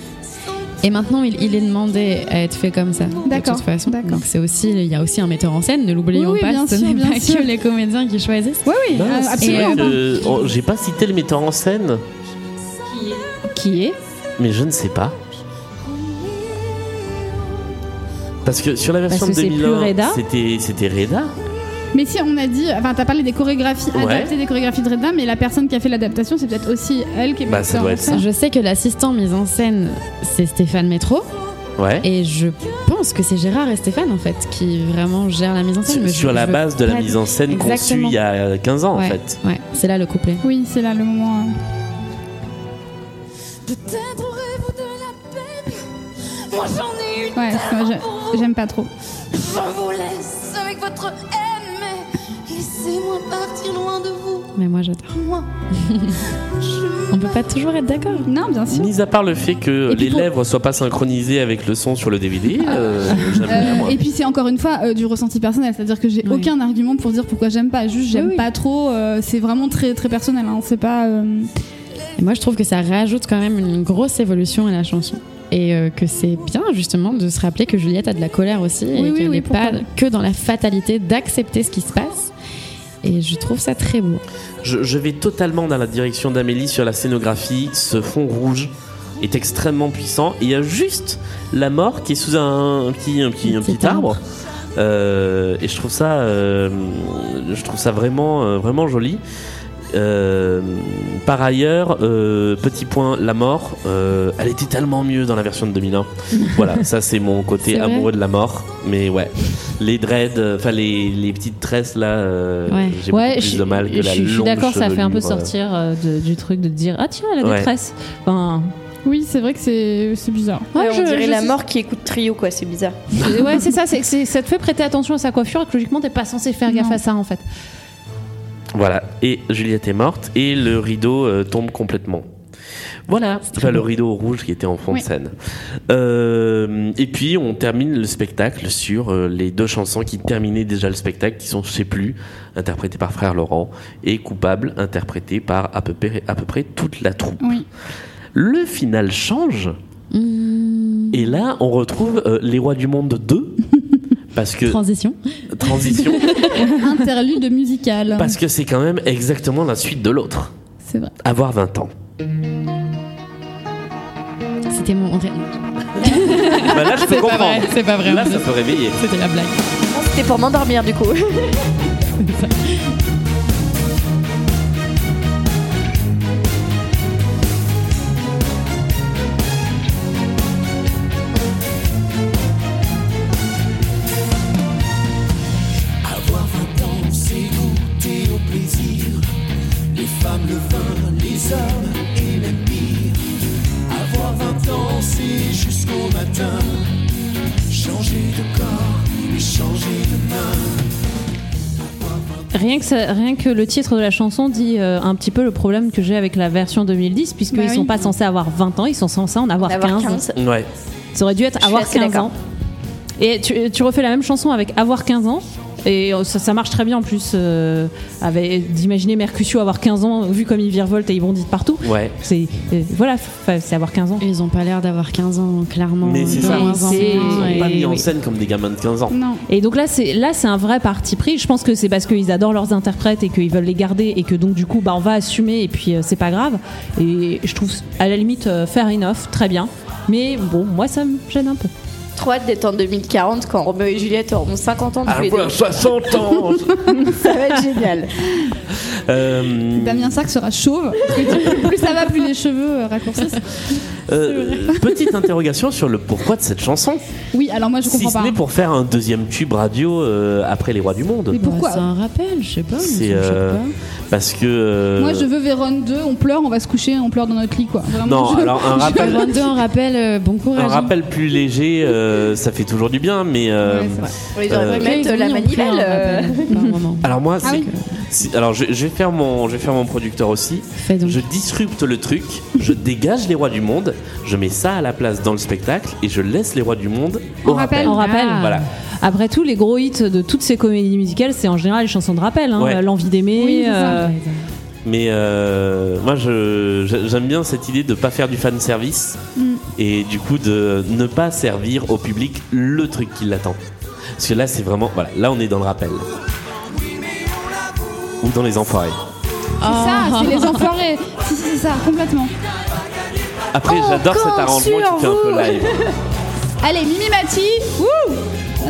[SPEAKER 5] Et maintenant il, il est demandé à être fait comme ça.
[SPEAKER 3] D'accord,
[SPEAKER 5] De toute façon.
[SPEAKER 3] d'accord.
[SPEAKER 5] Donc c'est aussi il y a aussi un metteur en scène, ne l'oublions
[SPEAKER 3] Oui, oui,
[SPEAKER 5] pas.
[SPEAKER 3] bien
[SPEAKER 5] ce
[SPEAKER 3] sûr,
[SPEAKER 5] n'est
[SPEAKER 3] bien
[SPEAKER 5] pas
[SPEAKER 3] sûr.
[SPEAKER 5] que les comédiens qui choisissent.
[SPEAKER 3] Ouais, oui,
[SPEAKER 1] non,
[SPEAKER 3] euh,
[SPEAKER 1] Bah, c'est
[SPEAKER 3] absolument.
[SPEAKER 1] vrai que- oh, j'ai pas cité le metteur en scène,
[SPEAKER 5] Qui est
[SPEAKER 1] mais je ne sais pas. Parce que sur la version
[SPEAKER 6] Parce
[SPEAKER 1] de
[SPEAKER 6] que c'est plus
[SPEAKER 1] 2001,
[SPEAKER 6] Reda.
[SPEAKER 1] c'était c'était Reda.
[SPEAKER 3] Mais si on a dit, enfin, t'as parlé des chorégraphies
[SPEAKER 1] Ouais.
[SPEAKER 3] adaptées des chorégraphies de Red Dam, mais la personne qui a fait l'adaptation, c'est peut-être aussi elle qui est
[SPEAKER 1] Bah, ça
[SPEAKER 3] metteur
[SPEAKER 1] doit
[SPEAKER 3] en
[SPEAKER 1] être
[SPEAKER 3] scène.
[SPEAKER 5] Je sais que l'assistant mise en scène c'est Stéphane Métro
[SPEAKER 1] Ouais.
[SPEAKER 5] et je pense que c'est Gérard et Stéphane en fait qui vraiment gèrent la mise en scène.
[SPEAKER 1] Sur,
[SPEAKER 5] mais je-
[SPEAKER 1] sur la
[SPEAKER 5] je-
[SPEAKER 1] base de la
[SPEAKER 5] pas-
[SPEAKER 1] mise en scène conçue
[SPEAKER 5] Exactement.
[SPEAKER 1] il y a 15 ans en
[SPEAKER 5] Ouais,
[SPEAKER 1] fait.
[SPEAKER 5] ouais. c'est là le couplet.
[SPEAKER 3] Oui, c'est là le moment. euh.
[SPEAKER 8] Peut-être aurez-vous de la peine Moi j'en ai eu
[SPEAKER 3] Ouais, c'est-
[SPEAKER 8] tellement
[SPEAKER 3] moi,
[SPEAKER 8] pour
[SPEAKER 3] je-
[SPEAKER 8] vous.
[SPEAKER 3] j'aime pas trop.
[SPEAKER 8] Je vous laisse avec votre haine, mais laissez-moi partir loin de vous.
[SPEAKER 5] Mais moi j'adore.
[SPEAKER 8] Moi, je
[SPEAKER 5] On peut pas toujours être d'accord.
[SPEAKER 3] Non, bien sûr.
[SPEAKER 1] Mis à part le fait que
[SPEAKER 3] Et puis
[SPEAKER 1] les
[SPEAKER 3] pour-
[SPEAKER 1] lèvres soient pas synchronisées avec le son sur le DVD, euh, j'aime
[SPEAKER 3] Euh,
[SPEAKER 1] bien moi.
[SPEAKER 3] et puis c'est encore une fois euh, du ressenti personnel, c'est-à-dire que j'ai
[SPEAKER 5] Ouais.
[SPEAKER 3] aucun argument pour dire pourquoi j'aime pas, juste j'aime
[SPEAKER 5] Oui, oui.
[SPEAKER 3] pas trop, euh, c'est vraiment très très personnel, hein, c'est pas... euh,
[SPEAKER 5] Et moi, je trouve que ça rajoute quand même une grosse évolution à la chanson. Et euh, que c'est bien, justement, de se rappeler que Juliette a de la colère aussi et
[SPEAKER 3] Oui, oui,
[SPEAKER 5] qu'elle
[SPEAKER 3] oui,
[SPEAKER 5] n'est pas
[SPEAKER 3] pourquoi
[SPEAKER 5] que dans la fatalité d'accepter ce qui se passe. Et je trouve ça très beau.
[SPEAKER 1] Je, je vais totalement dans la direction d'Amélie sur la scénographie, ce fond rouge. est extrêmement puissant. Et il y a juste la mort qui est sous un, un petit, un petit, un petit arbre. Euh, et je trouve ça, euh, je trouve ça vraiment, euh, vraiment joli. Euh, par ailleurs, euh, petit point, la mort, euh, elle était tellement mieux dans la version de 2001. voilà, ça c'est mon côté
[SPEAKER 5] C'est vrai
[SPEAKER 1] amoureux de la mort. Mais ouais, les dreads, euh, enfin les, les petites tresses là, euh,
[SPEAKER 6] Ouais.
[SPEAKER 1] j'ai
[SPEAKER 6] Ouais,
[SPEAKER 1] beaucoup plus
[SPEAKER 6] je-
[SPEAKER 1] de mal que
[SPEAKER 6] je
[SPEAKER 1] la
[SPEAKER 6] suis- Je suis
[SPEAKER 1] longue
[SPEAKER 6] d'accord, ça fait un peu
[SPEAKER 1] chevelure, euh,
[SPEAKER 6] sortir euh, de- du truc de te dire Ah tiens, elle a
[SPEAKER 1] Ouais.
[SPEAKER 6] des tresses. Enfin,
[SPEAKER 3] Oui, c'est vrai que c'est c'est bizarre.
[SPEAKER 2] Ouais, on dirait la mort qui écoute trio, quoi, c'est bizarre.
[SPEAKER 6] c'est- ouais, c'est ça, c'est, c'est- ça te fait prêter attention à sa coiffure et que logiquement t'es pas censé faire gaffe à ça en fait.
[SPEAKER 1] Voilà, et Juliette est morte et le rideau euh, tombe complètement. Voilà, enfin, le rideau rouge qui était en fond
[SPEAKER 6] Oui.
[SPEAKER 1] de scène. Euh, et puis on termine le spectacle sur euh, les deux chansons qui terminaient déjà le spectacle, qui sont Je sais plus, interprétées par Frère Laurent, et Coupable, interprétée par à peu près, à peu près toute la troupe. Le final change,
[SPEAKER 5] Mmh,
[SPEAKER 1] et là on retrouve euh, Les Rois du Monde 2, parce que.
[SPEAKER 5] Transition.
[SPEAKER 1] Transition,
[SPEAKER 3] Interlude musical.
[SPEAKER 1] parce que c'est quand même exactement la suite de l'autre.
[SPEAKER 3] C'est vrai.
[SPEAKER 1] Avoir 20 ans.
[SPEAKER 5] C'était mon rêve.
[SPEAKER 1] Bah là, je peux
[SPEAKER 5] C'est pas
[SPEAKER 1] comprendre.
[SPEAKER 5] vrai, c'est pas vrai,
[SPEAKER 1] Là,
[SPEAKER 5] en plus.
[SPEAKER 1] ça peut réveiller.
[SPEAKER 5] C'était la blague.
[SPEAKER 2] C'était pour m'endormir, du coup.
[SPEAKER 11] Avoir 20 ans, c'est goûter au plaisir. Les femmes, le vin, les hommes et même pire. Avoir 20 ans, c'est jusqu'au matin. Changer de corps et changer de main.
[SPEAKER 6] Rien que, ça- rien que le titre de la chanson dit euh, un petit peu le problème que j'ai avec la version 2010, puisqu'ils
[SPEAKER 2] Bah
[SPEAKER 6] ils
[SPEAKER 2] oui.
[SPEAKER 6] sont pas censés avoir 20 ans, ils sont censés en avoir,
[SPEAKER 2] Avoir
[SPEAKER 6] 15.
[SPEAKER 2] 15.
[SPEAKER 1] Ouais.
[SPEAKER 6] Ça aurait dû
[SPEAKER 2] Je
[SPEAKER 6] être
[SPEAKER 2] suis
[SPEAKER 6] avoir
[SPEAKER 2] assez
[SPEAKER 6] 15
[SPEAKER 2] d'accord.
[SPEAKER 6] ans. Et tu, tu refais la même chanson avec avoir 15 ans. Et euh, ça, ça marche très bien en plus euh, avec d'imaginer Mercutio avoir 15 ans vu comme il virevolte et il bondit de partout.
[SPEAKER 1] Ouais.
[SPEAKER 6] C'est euh, voilà, enfin, c'est avoir 15 ans.
[SPEAKER 5] Ils ont pas l'air d'avoir 15 ans, clairement.
[SPEAKER 1] Mais c'est ça,
[SPEAKER 5] moins
[SPEAKER 1] ils sont
[SPEAKER 5] et-
[SPEAKER 1] pas mis en
[SPEAKER 6] oui.
[SPEAKER 1] scène comme des gamins de 15 ans.
[SPEAKER 6] Et donc là, c'est là, c'est un vrai parti pris. Je pense que c'est parce qu'ils adorent leurs interprètes et qu'ils veulent les garder et que donc du coup, bah, on va assumer et puis euh, c'est pas grave. Et je trouve à la limite euh, fair enough, très bien. Mais bon, moi, ça me gêne un peu.
[SPEAKER 2] Trop hâte d'être en 2040 quand Roméo et Juliette auront 50 ans tous les deux.
[SPEAKER 1] Avoir 60 ans
[SPEAKER 2] Ça va être génial.
[SPEAKER 1] Euh,
[SPEAKER 3] Damien Sark sera chauve. parce que plus ça va, plus les cheveux euh, raccourcissent.
[SPEAKER 1] euh, petite interrogation sur le pourquoi de cette chanson.
[SPEAKER 3] Oui, alors moi je
[SPEAKER 1] Si
[SPEAKER 3] comprends
[SPEAKER 1] ce
[SPEAKER 3] pas.
[SPEAKER 1] n'est pour faire un deuxième tube radio euh, après Les Rois du Monde.
[SPEAKER 3] Mais pourquoi
[SPEAKER 5] C'est un rappel, je sais pas. mais ça me
[SPEAKER 1] C'est
[SPEAKER 5] choque
[SPEAKER 1] euh,
[SPEAKER 5] pas.
[SPEAKER 1] parce que. euh,
[SPEAKER 3] Moi je veux Véron 2, on pleure, on va se coucher, on pleure dans notre lit quoi. Vraiment,
[SPEAKER 1] Non,
[SPEAKER 3] je-
[SPEAKER 1] alors un
[SPEAKER 3] je-
[SPEAKER 1] rappel-
[SPEAKER 5] Véron 2, un rappel, euh, bon courage.
[SPEAKER 1] Un
[SPEAKER 5] hein.
[SPEAKER 1] rappel plus léger, euh, ça fait toujours du bien, mais. euh,
[SPEAKER 2] Ils auraient
[SPEAKER 1] euh,
[SPEAKER 2] pu mettre la manivelle. euh,
[SPEAKER 5] hein,
[SPEAKER 1] Alors moi,
[SPEAKER 3] Ah
[SPEAKER 1] c'est- si- alors je, je vais faire mon, je vais faire mon producteur aussi. Je disrupte le truc, je dégage les rois du monde, je mets ça à la place dans le spectacle et je laisse les rois du monde au rappel.
[SPEAKER 5] Ah.
[SPEAKER 1] Ah.
[SPEAKER 6] On rappelle.
[SPEAKER 1] Voilà.
[SPEAKER 6] Après tout, les gros hits de toutes ces comédies musicales, c'est en général les chansons de rappel. hein.
[SPEAKER 1] Ouais.
[SPEAKER 6] L'envie d'aimer. euh,
[SPEAKER 1] Mais euh, moi, je- je- j'aime bien cette idée de pas faire du fan service
[SPEAKER 6] Mm.
[SPEAKER 1] et du coup de ne pas servir au public le truc qui l'attend. Parce que là, c'est vraiment, voilà, là on est dans le rappel ou dans les enfoirés.
[SPEAKER 3] C'est ça, c'est les enfoirés. Si, si, c'est ça, complètement.
[SPEAKER 1] Après,
[SPEAKER 3] Oh,
[SPEAKER 1] j'adore cet
[SPEAKER 3] Encore
[SPEAKER 1] arrangement qui fait un
[SPEAKER 3] sur
[SPEAKER 1] peu
[SPEAKER 3] vous.
[SPEAKER 1] live.
[SPEAKER 3] Allez, Mimi Mati, wouh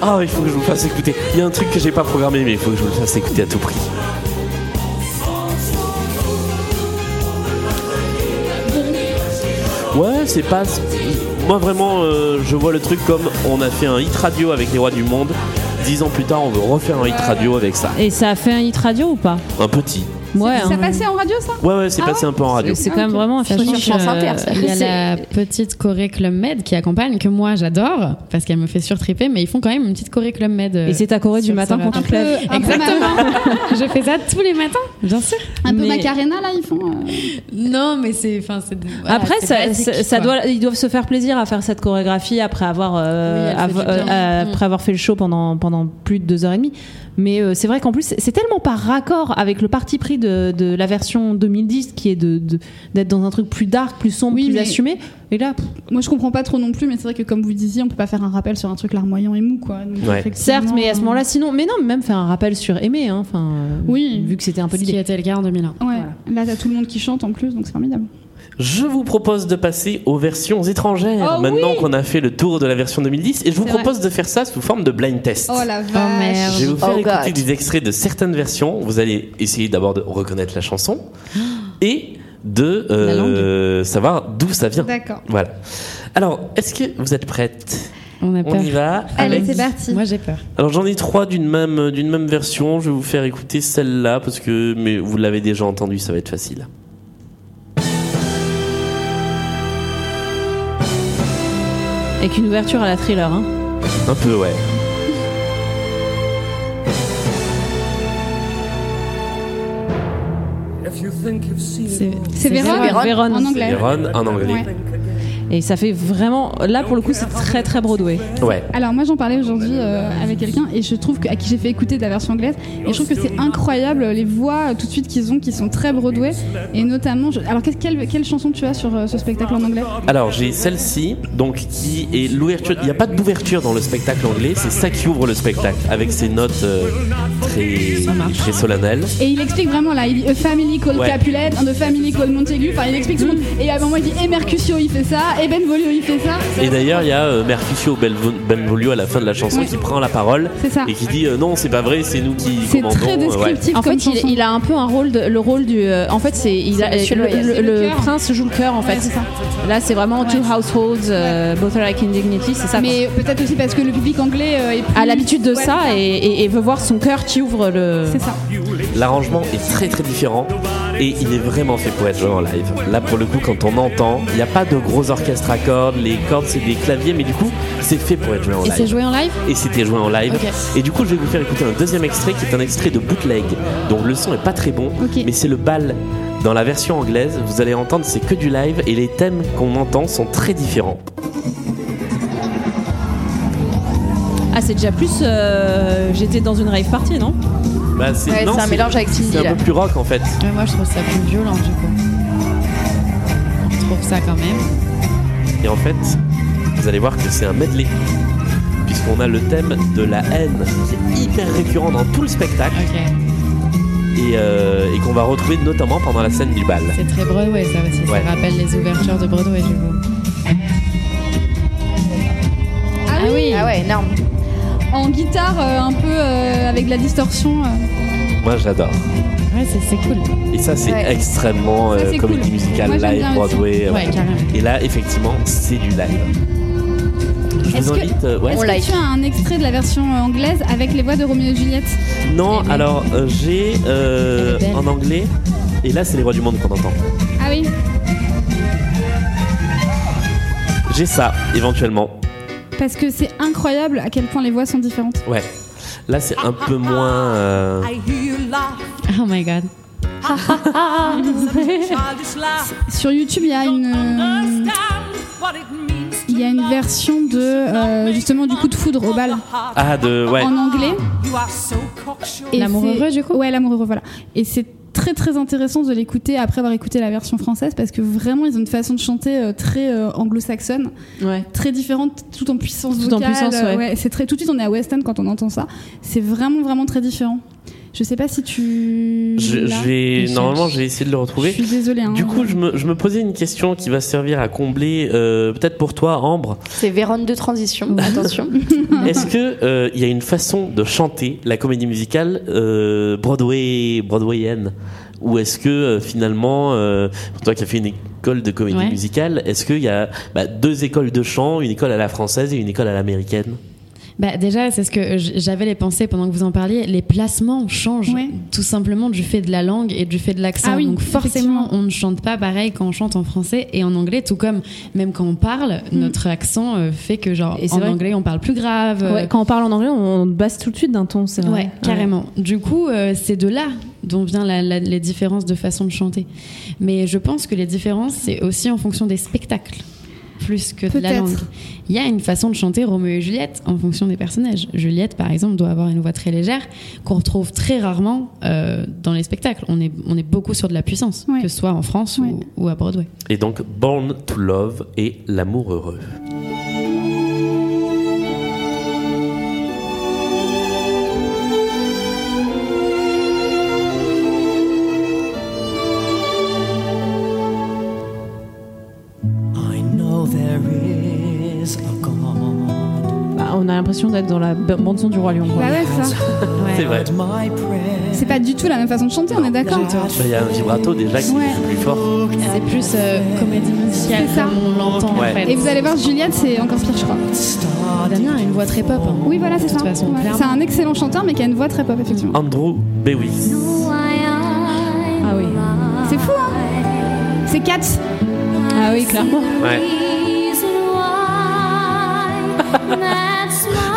[SPEAKER 1] Ah, il faut que je vous le fasse écouter. Il y a un truc que j'ai pas programmé, mais il faut que je vous le fasse écouter à tout prix. Ouais, c'est pas. Moi, vraiment, euh, je vois le truc comme on a fait un hit radio avec les rois du monde. Dix ans plus tard, on veut refaire un hit radio avec ça.
[SPEAKER 6] Et ça a fait un hit radio ou pas
[SPEAKER 1] Un petit.
[SPEAKER 6] Ouais.
[SPEAKER 3] Ça
[SPEAKER 6] hein.
[SPEAKER 3] passait en radio ça
[SPEAKER 1] Ouais, ouais, c'est
[SPEAKER 3] Ah
[SPEAKER 1] passé un peu en radio.
[SPEAKER 6] C'est quand même vraiment un
[SPEAKER 5] Sachant
[SPEAKER 6] film
[SPEAKER 5] que, euh, Il y a la petite Corée Club Med qui accompagne, que moi j'adore, parce qu'elle me fait surtriper, mais ils font quand même une petite Corée Club Med. euh,
[SPEAKER 6] Et c'est ta Corée du
[SPEAKER 5] sur
[SPEAKER 6] matin
[SPEAKER 5] ça
[SPEAKER 6] quand
[SPEAKER 5] va.
[SPEAKER 6] tu te lèves. Un peu- un peu
[SPEAKER 5] Exactement. Je fais ça tous les matins, bien sûr.
[SPEAKER 3] Un peu Macarena là, ils font. euh,
[SPEAKER 5] Non, mais c'est. enfin, c'est- voilà,
[SPEAKER 6] Après,
[SPEAKER 5] c'est
[SPEAKER 6] ça,
[SPEAKER 5] basique,
[SPEAKER 6] ça- ça
[SPEAKER 5] quoi.
[SPEAKER 6] doit, ils doivent se faire plaisir à faire cette chorégraphie après avoir, euh,
[SPEAKER 5] Oui, elle fait
[SPEAKER 6] av-
[SPEAKER 5] du bien. Mm.
[SPEAKER 6] euh, après avoir fait le show pendant, pendant plus de deux heures et demie. Mais euh, c'est vrai qu'en plus, c'est- c'est tellement par raccord avec le parti pris de, de la version 2010 qui est de- de- d'être dans un truc plus dark, plus sombre,
[SPEAKER 3] Oui,
[SPEAKER 6] plus
[SPEAKER 3] mais-
[SPEAKER 6] assumé. Et là, pff,
[SPEAKER 3] Moi je comprends pas trop non plus, mais c'est vrai que comme vous disiez, on peut pas faire un rappel sur un truc larmoyant et mou quoi. Donc,
[SPEAKER 1] Ouais.
[SPEAKER 3] effectivement,
[SPEAKER 6] certes, mais à ce moment-là, sinon, mais non, même faire un rappel sur aimer, hein, enfin, euh,
[SPEAKER 3] Oui.
[SPEAKER 6] vu que c'était un peu
[SPEAKER 5] Ce qui
[SPEAKER 6] l'idée.
[SPEAKER 3] euh,
[SPEAKER 5] était le cas en 2001.
[SPEAKER 3] Ouais, là t'as tout le monde qui chante en plus, donc c'est formidable.
[SPEAKER 1] Je vous propose de passer aux versions étrangères
[SPEAKER 3] Oh
[SPEAKER 1] maintenant
[SPEAKER 3] oui
[SPEAKER 1] qu'on a fait le tour de la version 2010 et je vous
[SPEAKER 3] C'est vrai.
[SPEAKER 1] propose de faire ça sous forme de blind test.
[SPEAKER 3] Oh la vache.
[SPEAKER 1] Je vais vous faire écouter des extraits de certaines versions. Vous allez essayer d'abord de reconnaître la chanson et de euh, savoir d'où ça vient.
[SPEAKER 3] D'accord.
[SPEAKER 1] Voilà. Alors, est-ce que vous êtes prête
[SPEAKER 5] On a
[SPEAKER 1] On y va.
[SPEAKER 5] Allez,
[SPEAKER 1] avec-
[SPEAKER 5] c'est parti. Moi, j'ai peur.
[SPEAKER 1] Alors j'en ai trois d'une même d'une même version. Je vais vous faire écouter celle-là parce que mais vous l'avez déjà entendue, ça va être facile.
[SPEAKER 6] Avec une ouverture à la thriller. hein.
[SPEAKER 1] Un peu ouais.
[SPEAKER 6] C'est
[SPEAKER 3] Véron,
[SPEAKER 6] Véron,
[SPEAKER 3] en
[SPEAKER 6] c'est
[SPEAKER 3] anglais.
[SPEAKER 1] Véron en anglais.
[SPEAKER 6] Et ça fait vraiment. Là, pour le coup, c'est très très Broadway.
[SPEAKER 1] Ouais.
[SPEAKER 3] Alors moi j'en parlais aujourd'hui euh, avec quelqu'un et je trouve que, à qui j'ai fait écouter de la version anglaise et je trouve que c'est incroyable les voix euh, tout de suite qu'ils ont qui sont très Broadway et notamment je- alors qu'est-ce- quelle, quelle chanson tu as sur euh, ce spectacle en anglais
[SPEAKER 1] Alors j'ai celle-ci donc qui est l'ouverture. Il n'y a pas d'ouverture dans le spectacle anglais. C'est ça qui ouvre le spectacle avec ses notes euh, très très solennelles.
[SPEAKER 3] et il explique vraiment là il dit a family called
[SPEAKER 1] Ouais.
[SPEAKER 3] Capulet and a family called Montaigu enfin il explique tout le monde et à un moment il dit et Mercutio il fait ça et Benvolio il fait ça
[SPEAKER 1] Et d'ailleurs, il y a euh, Mercutio Belvo- Benvolio à la fin de la chanson
[SPEAKER 3] Ouais.
[SPEAKER 1] qui prend la parole
[SPEAKER 3] C'est ça.
[SPEAKER 1] et qui dit euh, non, c'est pas vrai, c'est nous qui
[SPEAKER 3] C'est
[SPEAKER 1] commandons.
[SPEAKER 3] très
[SPEAKER 1] euh, ouais.
[SPEAKER 3] descriptif.
[SPEAKER 6] En fait, il, il a un peu un rôle, de- le rôle du. euh, en fait, c'est il a-
[SPEAKER 3] Monsieur
[SPEAKER 6] le,
[SPEAKER 3] Loyer.
[SPEAKER 6] le-
[SPEAKER 3] C'est le
[SPEAKER 6] le
[SPEAKER 3] cœur.
[SPEAKER 6] prince joue le cœur en
[SPEAKER 3] Ouais,
[SPEAKER 6] fait.
[SPEAKER 3] c'est ça.
[SPEAKER 6] Là, c'est vraiment two households, euh, both alike in dignity, c'est ça.
[SPEAKER 3] mais peut-être aussi parce que le public anglais euh, est plus-
[SPEAKER 6] a l'habitude de
[SPEAKER 3] Ouais,
[SPEAKER 6] ça et, et- et veut voir son cœur qui ouvre le.
[SPEAKER 3] C'est ça.
[SPEAKER 1] L'arrangement est très très différent et il est vraiment fait pour être joué en live. Là pour le coup quand on entend, il n'y a pas de gros orchestre à cordes, les cordes c'est des claviers mais du coup c'est fait pour être joué en
[SPEAKER 5] Et
[SPEAKER 1] live.
[SPEAKER 5] c'est joué en live
[SPEAKER 1] Et c'était joué en live.
[SPEAKER 5] Ok.
[SPEAKER 1] Et du coup je vais vous faire écouter un deuxième extrait qui est un extrait de bootleg. Donc le son est pas très bon mais c'est le bal. Dans la version anglaise, vous allez entendre c'est que du live et les thèmes qu'on entend sont très différents.
[SPEAKER 6] Ah, c'est déjà plus. euh, J'étais dans une rave party, non
[SPEAKER 1] Bah, c'est
[SPEAKER 6] Ouais,
[SPEAKER 1] non,
[SPEAKER 6] c'est un mélange avec Cindy,
[SPEAKER 1] C'est
[SPEAKER 6] là.
[SPEAKER 1] un peu plus rock en fait.
[SPEAKER 5] Mais moi, je trouve ça plus violent, du coup. Je trouve ça quand même.
[SPEAKER 1] Et en fait, vous allez voir que c'est un medley. Puisqu'on a le thème de la haine qui est hyper récurrent dans tout le spectacle. Et, euh, et qu'on va retrouver notamment pendant la scène du bal.
[SPEAKER 5] C'est très Broadway, ça aussi.
[SPEAKER 1] Ouais.
[SPEAKER 5] Ça rappelle les ouvertures de Broadway, du coup.
[SPEAKER 3] Ah oui,
[SPEAKER 2] Ah ouais, énorme.
[SPEAKER 3] en guitare euh, un peu euh, avec de la distorsion euh.
[SPEAKER 1] Moi j'adore.
[SPEAKER 5] Ouais, c'est, c'est cool.
[SPEAKER 1] Et ça c'est
[SPEAKER 3] Ouais.
[SPEAKER 1] extrêmement euh,
[SPEAKER 3] c'est
[SPEAKER 1] comédie
[SPEAKER 3] cool.
[SPEAKER 1] musicale,
[SPEAKER 3] Moi, j'aime
[SPEAKER 1] live,
[SPEAKER 3] bien aussi.
[SPEAKER 1] Broadway. euh,
[SPEAKER 3] Ouais, carrément.
[SPEAKER 1] Et là effectivement c'est du live. Je
[SPEAKER 3] Est-ce
[SPEAKER 1] vous
[SPEAKER 3] que-
[SPEAKER 1] invite. euh, ouais.
[SPEAKER 3] Est-ce que tu as un extrait de la version euh, anglaise avec les voix de Roméo et Juliette
[SPEAKER 1] Non, alors euh, j'ai euh,
[SPEAKER 3] Elle est belle.
[SPEAKER 1] en anglais. Et là c'est les rois du monde qu'on entend.
[SPEAKER 3] Ah oui
[SPEAKER 1] J'ai ça éventuellement.
[SPEAKER 3] Parce que c'est incroyable à quel point les voix sont différentes.
[SPEAKER 1] Ouais. Là c'est un peu moins. euh,
[SPEAKER 5] Oh my god.
[SPEAKER 3] Sur YouTube, il y a une. euh, Il y a une version de. euh, justement, du coup de foudre au bal.
[SPEAKER 1] Ah de ouais.
[SPEAKER 3] En anglais. Et
[SPEAKER 5] L'amour
[SPEAKER 3] c'est-
[SPEAKER 5] heureux, du coup
[SPEAKER 3] Ouais, l'amour heureux, voilà. Et c'est très très intéressant de l'écouter après avoir écouté la version française parce que vraiment ils ont une façon de chanter euh, très euh, anglo-saxonne très différente tout en puissance
[SPEAKER 6] Tout en
[SPEAKER 3] vocale,
[SPEAKER 6] puissance,
[SPEAKER 3] euh,
[SPEAKER 6] ouais.
[SPEAKER 3] c'est très tout de suite on est à West End quand on entend ça c'est vraiment vraiment très différent je sais pas si tu
[SPEAKER 1] Je-
[SPEAKER 3] l'as.
[SPEAKER 1] j'ai normalement j'ai essayé de le retrouver.
[SPEAKER 3] je suis désolée hein.
[SPEAKER 1] Du coup, je me, je me posais une question qui va servir à combler euh, peut-être pour toi, Ambre.
[SPEAKER 2] C'est Véronne de transition, attention.
[SPEAKER 1] Est-ce que euh, il y a une façon de chanter la comédie musicale euh, Broadway Broadwayienne ou est-ce que euh, finalement, euh, pour toi qui as fait une école de comédie
[SPEAKER 5] Ouais.
[SPEAKER 1] musicale, est-ce qu'il y a bah, deux écoles de chant, une école à la française et une école à l'américaine
[SPEAKER 5] Bah déjà, c'est ce que j- j'avais les pensées pendant que vous en parliez. Les placements changent tout simplement du fait de la langue et du fait de l'accent.
[SPEAKER 3] Ah oui,
[SPEAKER 5] Donc forcément, on ne chante pas pareil quand on chante en français et en anglais, tout comme même quand on parle, notre accent euh, fait que genre
[SPEAKER 6] Mm. Et c'est
[SPEAKER 5] en
[SPEAKER 6] vrai.
[SPEAKER 5] anglais on parle plus grave. euh,
[SPEAKER 6] Ouais, quand on parle en anglais, on basse tout de suite d'un ton, c'est
[SPEAKER 5] Ouais,
[SPEAKER 6] vrai.
[SPEAKER 5] carrément. Du coup, euh, c'est de là dont viennent la- la- les différences de façon de chanter. Mais je pense que les différences, c'est aussi en fonction des spectacles, plus que de la
[SPEAKER 3] Peut-être.
[SPEAKER 5] langue. Il y a une façon de chanter Roméo et Juliette en fonction des personnages. Juliette, par exemple, doit avoir une voix très légère qu'on retrouve très rarement euh, dans les spectacles. On est, on est beaucoup sur de la puissance, que ce soit en France ou- ou à Broadway.
[SPEAKER 1] Et donc, Born to Love et L'amour heureux.
[SPEAKER 11] there is a God.
[SPEAKER 6] Bah, on a l'impression d'être dans la ba- bande son du roi lion. quoi.
[SPEAKER 3] Bah ouais, c'est ça.
[SPEAKER 1] C'est vrai. Bah,
[SPEAKER 3] C'est pas du tout la même façon de chanter, on est d'accord
[SPEAKER 1] Il y a un vibrato déjà qui
[SPEAKER 3] Ouais.
[SPEAKER 1] est plus fort.
[SPEAKER 3] C'est plus euh, comédie musicale comme on l'entend
[SPEAKER 1] en Ouais. fait.
[SPEAKER 3] Et vous allez voir, Juliette, c'est encore pire, je crois.
[SPEAKER 5] Oh, Damien a une voix très pop. hein.
[SPEAKER 3] Oui, voilà, c'est ça. Ouais.
[SPEAKER 5] clairement.
[SPEAKER 3] C'est un excellent chanteur, mais qui a une voix très pop, effectivement.
[SPEAKER 1] Andrew Bewis.
[SPEAKER 3] Ah oui. C'est fou, hein C'est Cats. Ah oui, clairement.
[SPEAKER 1] Ouais.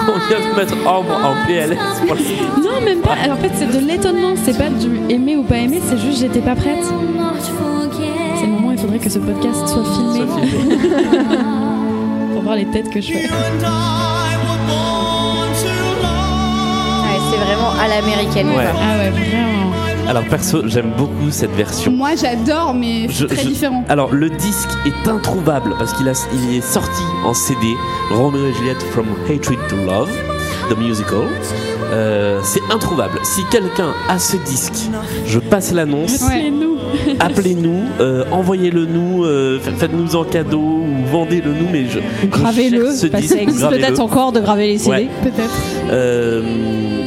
[SPEAKER 1] On vient de mettre Ambre en PLS. pour le-
[SPEAKER 5] Non, même pas. Alors, en fait, c'est de l'étonnement. C'est pas du aimer ou pas aimer, c'est juste j'étais pas prête. C'est le moment où il faudrait que ce podcast soit filmé. Pour voir les têtes que je fais.
[SPEAKER 2] Ouais, c'est vraiment à l'américaine.
[SPEAKER 1] Ouais.
[SPEAKER 2] quoi.
[SPEAKER 1] Ah
[SPEAKER 3] ouais, vraiment.
[SPEAKER 1] Alors perso, j'aime beaucoup cette version.
[SPEAKER 3] Moi, j'adore, mais
[SPEAKER 1] Je-
[SPEAKER 3] c'est très
[SPEAKER 1] je-
[SPEAKER 3] différent.
[SPEAKER 1] Alors le disque est introuvable parce qu'il a- il est sorti en CD, Romeo et Juliette From Hatred to Love, The Musical. Euh, c'est introuvable. Si quelqu'un a ce disque, je passe l'annonce.
[SPEAKER 5] nous
[SPEAKER 1] Appelez-nous, euh, envoyez-le nous, euh, fa- faites-nous en cadeau ou vendez-le nous, mais je. je
[SPEAKER 6] Gravez-le,
[SPEAKER 1] cherche ce
[SPEAKER 6] parce que
[SPEAKER 1] disque,
[SPEAKER 6] ça existe
[SPEAKER 1] gravez-le.
[SPEAKER 6] peut-être encore de graver les CD.
[SPEAKER 1] Ouais. Euh,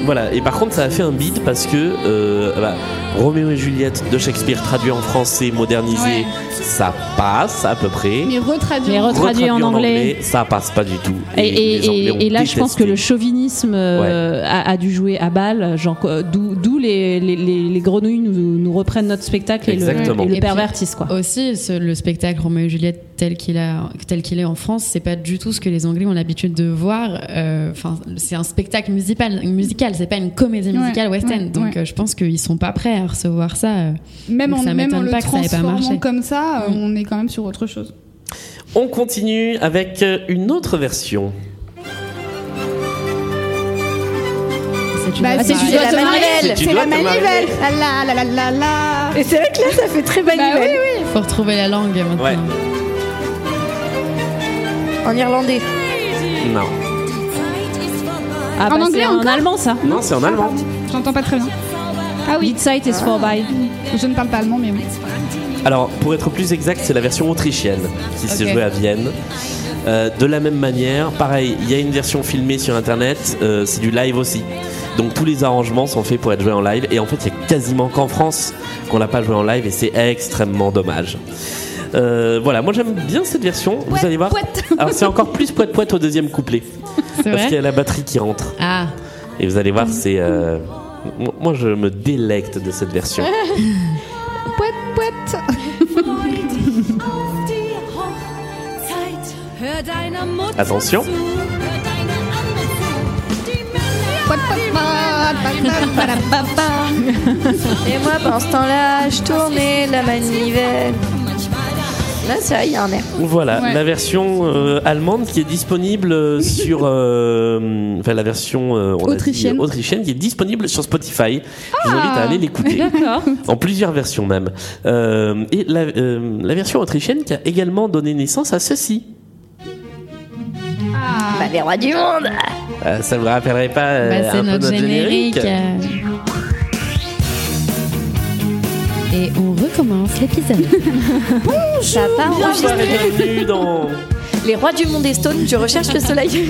[SPEAKER 1] voilà, et par contre, ça a fait un beat parce que euh, bah, Roméo et Juliette de Shakespeare traduit en français, modernisé,
[SPEAKER 3] Ouais.
[SPEAKER 1] ça passe à peu près.
[SPEAKER 3] Mais retraduit.
[SPEAKER 6] Mais retraduit en anglais.
[SPEAKER 1] ça passe pas du tout.
[SPEAKER 6] Et,
[SPEAKER 1] les
[SPEAKER 6] et-
[SPEAKER 1] Anglais ont
[SPEAKER 6] et là, je pense
[SPEAKER 1] détesté.
[SPEAKER 6] que le chauvinisme euh, a, a dû jouer à balle, genre, euh, d'où d'où les, les- les- les grenouilles nous, nous reprennent notre spectacle et le,
[SPEAKER 5] Exactement.
[SPEAKER 6] et le
[SPEAKER 5] Et puis-
[SPEAKER 6] pervertissent. Quoi.
[SPEAKER 5] Aussi, ce- le spectacle Roméo et Juliette tel qu'il a- tel qu'il est en France, c'est pas du tout ce que les Anglais ont l'habitude de voir. Euh, Enfin, c'est un spectacle musical, musical. C'est pas une comédie
[SPEAKER 3] Ouais,
[SPEAKER 5] musicale western.
[SPEAKER 3] ouais,
[SPEAKER 5] donc,
[SPEAKER 3] ouais.
[SPEAKER 5] euh, je pense qu'ils sont pas prêts à recevoir ça. euh.
[SPEAKER 3] Même,
[SPEAKER 5] Donc,
[SPEAKER 3] en,
[SPEAKER 5] ça
[SPEAKER 3] même en
[SPEAKER 5] m'étonne
[SPEAKER 3] le
[SPEAKER 5] pas que ça ait pas
[SPEAKER 3] transformant
[SPEAKER 5] marché. Mm.
[SPEAKER 3] comme ça, euh, on est quand même sur autre chose.
[SPEAKER 1] On continue avec euh, une autre version.
[SPEAKER 5] du doigt de
[SPEAKER 3] Bah, c'est du
[SPEAKER 5] Marie. Bah, C'est
[SPEAKER 3] doigt
[SPEAKER 5] la
[SPEAKER 3] de Marie.
[SPEAKER 5] manivelle.
[SPEAKER 3] C'est la manivelle. Ah là là là là là. Et c'est vrai que là, ça fait très
[SPEAKER 2] manivelle.
[SPEAKER 3] Bah oui, oui.
[SPEAKER 5] Faut retrouver la langue maintenant.
[SPEAKER 2] En irlandais.
[SPEAKER 1] Non.
[SPEAKER 6] Ah,
[SPEAKER 3] En
[SPEAKER 6] bah,
[SPEAKER 3] anglais
[SPEAKER 6] c'est en
[SPEAKER 3] encore
[SPEAKER 6] allemand, ça
[SPEAKER 1] Non, c'est en allemand.
[SPEAKER 3] J'entends pas très bien. Ah oui.
[SPEAKER 6] Sight is vorbei.
[SPEAKER 3] Je ne parle pas allemand, mais oui.
[SPEAKER 1] Alors, pour être plus exact, c'est la version autrichienne qui s'est
[SPEAKER 3] Ok.
[SPEAKER 1] jouée à Vienne. Euh, de la même manière, pareil, il y a une version filmée sur internet, euh, c'est du live aussi. Donc tous les arrangements sont faits pour être joués en live. Et en fait, il y a quasiment qu'en France qu'on l'a pas joué en live et c'est extrêmement dommage. Euh, voilà, moi j'aime bien cette version. Vous allez voir. Alors c'est encore plus poète poète au deuxième couplet.
[SPEAKER 5] C'est
[SPEAKER 1] Parce
[SPEAKER 5] vrai
[SPEAKER 1] qu'il y a la batterie qui rentre.
[SPEAKER 5] Ah.
[SPEAKER 1] Et vous allez voir, c'est. euh, moi- Moi je me délecte de cette version.
[SPEAKER 3] Pouette, pouette.
[SPEAKER 1] Attention.
[SPEAKER 2] Et moi, pendant ce temps-là, je tournais la manivelle. Là, c'est vrai, il y a un air.
[SPEAKER 1] Voilà,
[SPEAKER 2] Ouais.
[SPEAKER 1] la version euh, allemande qui est disponible euh, sur. euh, Enfin, la version euh, on a dit,
[SPEAKER 3] Autrichienne.
[SPEAKER 1] euh, autrichienne qui est disponible sur Spotify. Je vous invite à aller l'écouter.
[SPEAKER 6] D'accord.
[SPEAKER 1] En plusieurs versions même. Euh, et la, euh, la version autrichienne qui a également donné naissance à ceci.
[SPEAKER 2] Bah, les rois du monde
[SPEAKER 1] Euh, ça vous rappellerait pas euh,
[SPEAKER 5] Bah,
[SPEAKER 1] un peu
[SPEAKER 5] c'est notre générique. euh. Et on recommence l'épisode.
[SPEAKER 2] Ça part
[SPEAKER 5] Bonjour,
[SPEAKER 1] bienvenue dans... Eh
[SPEAKER 2] Les rois du monde des Stones, je recherche le soleil.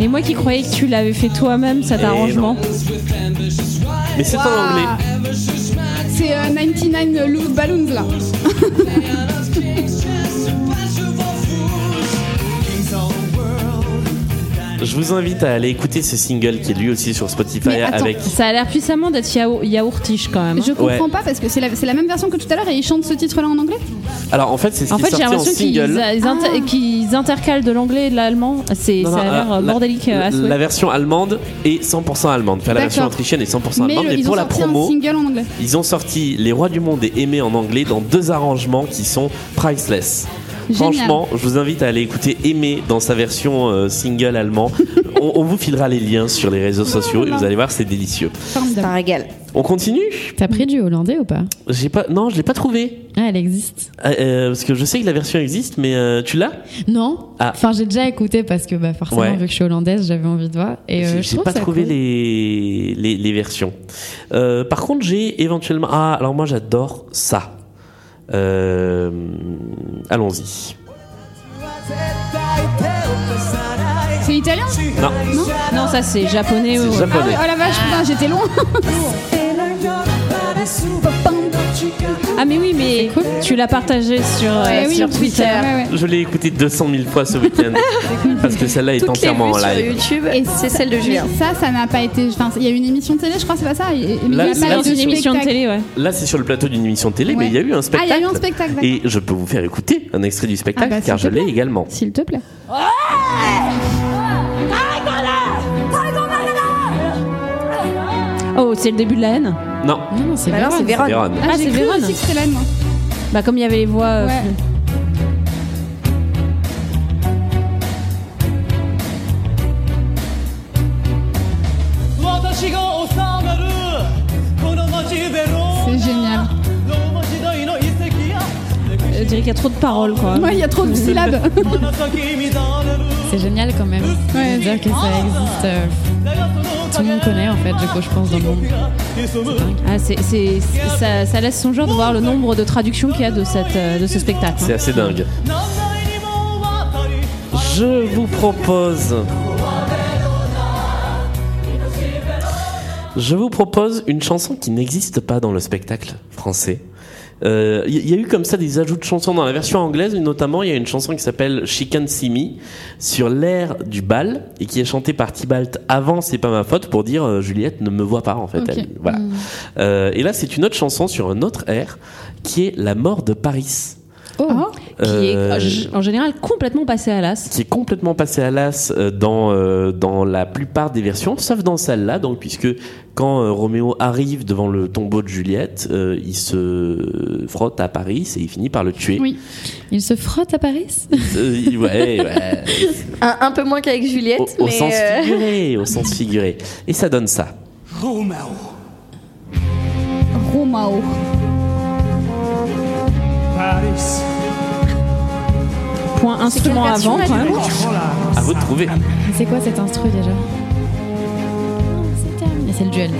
[SPEAKER 6] Et moi qui croyais que tu l'avais fait toi-même, cet
[SPEAKER 1] Eh
[SPEAKER 6] arrangement.
[SPEAKER 1] Mais c'est
[SPEAKER 3] Waouh.
[SPEAKER 1] en anglais.
[SPEAKER 3] C'est euh, 99 Lou Balloons là.
[SPEAKER 1] Je vous invite à aller écouter ce single qui est lui aussi sur Spotify avec.
[SPEAKER 6] Ça a l'air puissamment d'être yao- yaourtiche quand même. hein.
[SPEAKER 3] Je comprends
[SPEAKER 1] Ouais.
[SPEAKER 3] pas parce que c'est la, c'est la même version que tout à l'heure et ils chantent ce titre là en anglais.
[SPEAKER 1] Alors en fait, c'est ce
[SPEAKER 6] En
[SPEAKER 1] qui est
[SPEAKER 6] fait, j'ai
[SPEAKER 1] sorti en
[SPEAKER 6] l'impression qu'ils
[SPEAKER 1] single.
[SPEAKER 6] ils inter-
[SPEAKER 3] Ah.
[SPEAKER 6] qu'ils intercalent de l'anglais et de l'allemand. C'est-
[SPEAKER 1] Non,
[SPEAKER 6] Ça a
[SPEAKER 1] non,
[SPEAKER 6] l'air
[SPEAKER 1] euh,
[SPEAKER 6] euh,
[SPEAKER 1] la-
[SPEAKER 6] bordélique euh,
[SPEAKER 1] la,
[SPEAKER 6] à souhait.
[SPEAKER 1] version allemande est 100% allemande. Enfin, la version
[SPEAKER 3] D'accord.
[SPEAKER 1] autrichienne est 100% allemande,
[SPEAKER 3] le-
[SPEAKER 1] mais,
[SPEAKER 3] euh, ils ont
[SPEAKER 1] pour la
[SPEAKER 3] sorti un
[SPEAKER 1] promo,
[SPEAKER 3] single en anglais.
[SPEAKER 1] ils ont sorti Les Rois du Monde et Aimé en anglais dans deux arrangements qui sont priceless.
[SPEAKER 3] Génial.
[SPEAKER 1] Franchement, je vous invite à aller écouter Aimé dans sa version euh, single allemand. on, on vous filera les liens sur les réseaux sociaux et vous allez voir, c'est délicieux.
[SPEAKER 2] C'est un régal.
[SPEAKER 1] On continue
[SPEAKER 5] T'as pris du hollandais ou pas
[SPEAKER 1] J'ai pas, non, je l'ai pas trouvé
[SPEAKER 5] Ah, elle existe.
[SPEAKER 1] Euh, euh, parce que je sais que la version existe, mais euh, tu l'as
[SPEAKER 5] Non.
[SPEAKER 1] Ah.
[SPEAKER 5] Enfin, j'ai déjà écouté parce que bah, forcément,
[SPEAKER 1] Ouais.
[SPEAKER 5] vu que je suis hollandaise, j'avais envie de voir. Et euh,
[SPEAKER 1] J'ai-
[SPEAKER 5] je
[SPEAKER 1] j'ai
[SPEAKER 5] trouve
[SPEAKER 1] pas
[SPEAKER 5] ça
[SPEAKER 1] trouvé
[SPEAKER 5] cool.
[SPEAKER 1] les, les, les versions. Euh, par contre, j'ai éventuellement. Ah, alors moi j'adore ça. Euh, Allons-y.
[SPEAKER 3] C'est italien
[SPEAKER 1] Non.
[SPEAKER 6] Non, ça c'est japonais.
[SPEAKER 1] C'est japonais.
[SPEAKER 3] Ah oui, oh la vache, putain, j'étais loin.
[SPEAKER 5] Euh,
[SPEAKER 6] Ah mais oui, mais tu l'as partagé sur, euh,
[SPEAKER 3] Ouais, Eh oui,
[SPEAKER 6] sur
[SPEAKER 3] sur
[SPEAKER 6] Twitter.
[SPEAKER 3] Twitter, ouais, ouais.
[SPEAKER 1] Je l'ai écouté 200 000 fois ce week-end. parce que celle-là est
[SPEAKER 2] Toutes les vues
[SPEAKER 1] entièrement en
[SPEAKER 2] sur
[SPEAKER 1] live.
[SPEAKER 2] YouTube, c'est celle de Julien.
[SPEAKER 3] Mais ça, ça n'a pas été. Enfin, il y a eu une émission de télé, je crois, c'est pas ça. Il- il-
[SPEAKER 1] Là,
[SPEAKER 3] il y a
[SPEAKER 1] là,
[SPEAKER 3] pas eu
[SPEAKER 1] c'est
[SPEAKER 3] de
[SPEAKER 1] une émission de
[SPEAKER 3] spectacle.
[SPEAKER 6] ouais.
[SPEAKER 1] Là, c'est sur le plateau d'une émission de télé, mais
[SPEAKER 3] Ouais.
[SPEAKER 1] il y a eu un
[SPEAKER 3] Ah, il
[SPEAKER 1] spectacle.
[SPEAKER 3] y a eu un spectacle, d'accord.
[SPEAKER 1] Et je peux vous faire écouter un extrait du spectacle,
[SPEAKER 3] Ah bah,
[SPEAKER 1] car je
[SPEAKER 3] s'il te
[SPEAKER 1] l'ai
[SPEAKER 3] plaît.
[SPEAKER 1] également.
[SPEAKER 3] S'il te plaît.
[SPEAKER 6] Oh, c'est le début de la haine
[SPEAKER 1] Non.
[SPEAKER 5] Non, c'est
[SPEAKER 6] Bah non,
[SPEAKER 5] Véron.
[SPEAKER 6] c'est Véron.
[SPEAKER 1] Véron.
[SPEAKER 6] Ah,
[SPEAKER 3] j'ai
[SPEAKER 6] c'est
[SPEAKER 3] cru
[SPEAKER 6] Véron.
[SPEAKER 3] aussi que c'était la haine, moi.
[SPEAKER 6] Bah comme il y avait les voix.
[SPEAKER 5] Ah,
[SPEAKER 6] euh,
[SPEAKER 3] Ouais. C'est génial.
[SPEAKER 6] Je dirais qu'il y a trop de paroles quoi.
[SPEAKER 3] Ouais, il y a trop de syllabes.
[SPEAKER 5] C'est génial quand même.
[SPEAKER 3] Ouais.
[SPEAKER 5] C'est-à-dire que ça existe. euh, tout le monde connaît en fait, du coup, je pense, dans le monde.
[SPEAKER 6] Ah, c'est, c'est- c'est- ça, ça laisse songeur de voir le nombre de traductions qu'il y a de, cette, euh, de ce spectacle.
[SPEAKER 1] C'est assez dingue. Je vous propose. Je vous propose une chanson qui n'existe pas dans le spectacle français. Euh, Il y, y a eu comme ça des ajouts de chansons dans la version anglaise, et notamment il y a une chanson qui s'appelle She Can See Me sur l'air du bal et qui est chantée par Tybalt avant C'est pas ma faute pour dire euh, Juliette ne me voit pas en fait.
[SPEAKER 3] Ok.
[SPEAKER 1] Elle, voilà. Euh, et là c'est une autre chanson sur un autre air qui est La mort de Paris.
[SPEAKER 6] Oh. Qui est
[SPEAKER 1] Euh,
[SPEAKER 6] en g- en général complètement passé à l'as.
[SPEAKER 1] qui est complètement passé à l'as euh, dans, euh, dans la plupart des versions, sauf dans celle-là, donc puisque quand euh, Roméo arrive devant le tombeau de Juliette, euh, il se frotte à Paris et il finit par le tuer.
[SPEAKER 3] Oui.
[SPEAKER 5] Il se frotte à Paris
[SPEAKER 1] Euh, il- ouais, ouais.
[SPEAKER 2] Un, un peu moins qu'avec Juliette,
[SPEAKER 1] Au, au
[SPEAKER 2] mais
[SPEAKER 1] sens
[SPEAKER 2] euh,
[SPEAKER 1] figuré, au sens figuré. Et ça donne ça.
[SPEAKER 11] Romao,
[SPEAKER 3] Romao.
[SPEAKER 11] Paris,
[SPEAKER 6] Point instrument
[SPEAKER 2] quelle version,
[SPEAKER 6] avant
[SPEAKER 2] là,
[SPEAKER 6] quand
[SPEAKER 2] du
[SPEAKER 6] même.
[SPEAKER 1] À vous de trouver.
[SPEAKER 5] Mais C'est quoi cet instru déjà C'est terminé. C'est le duel.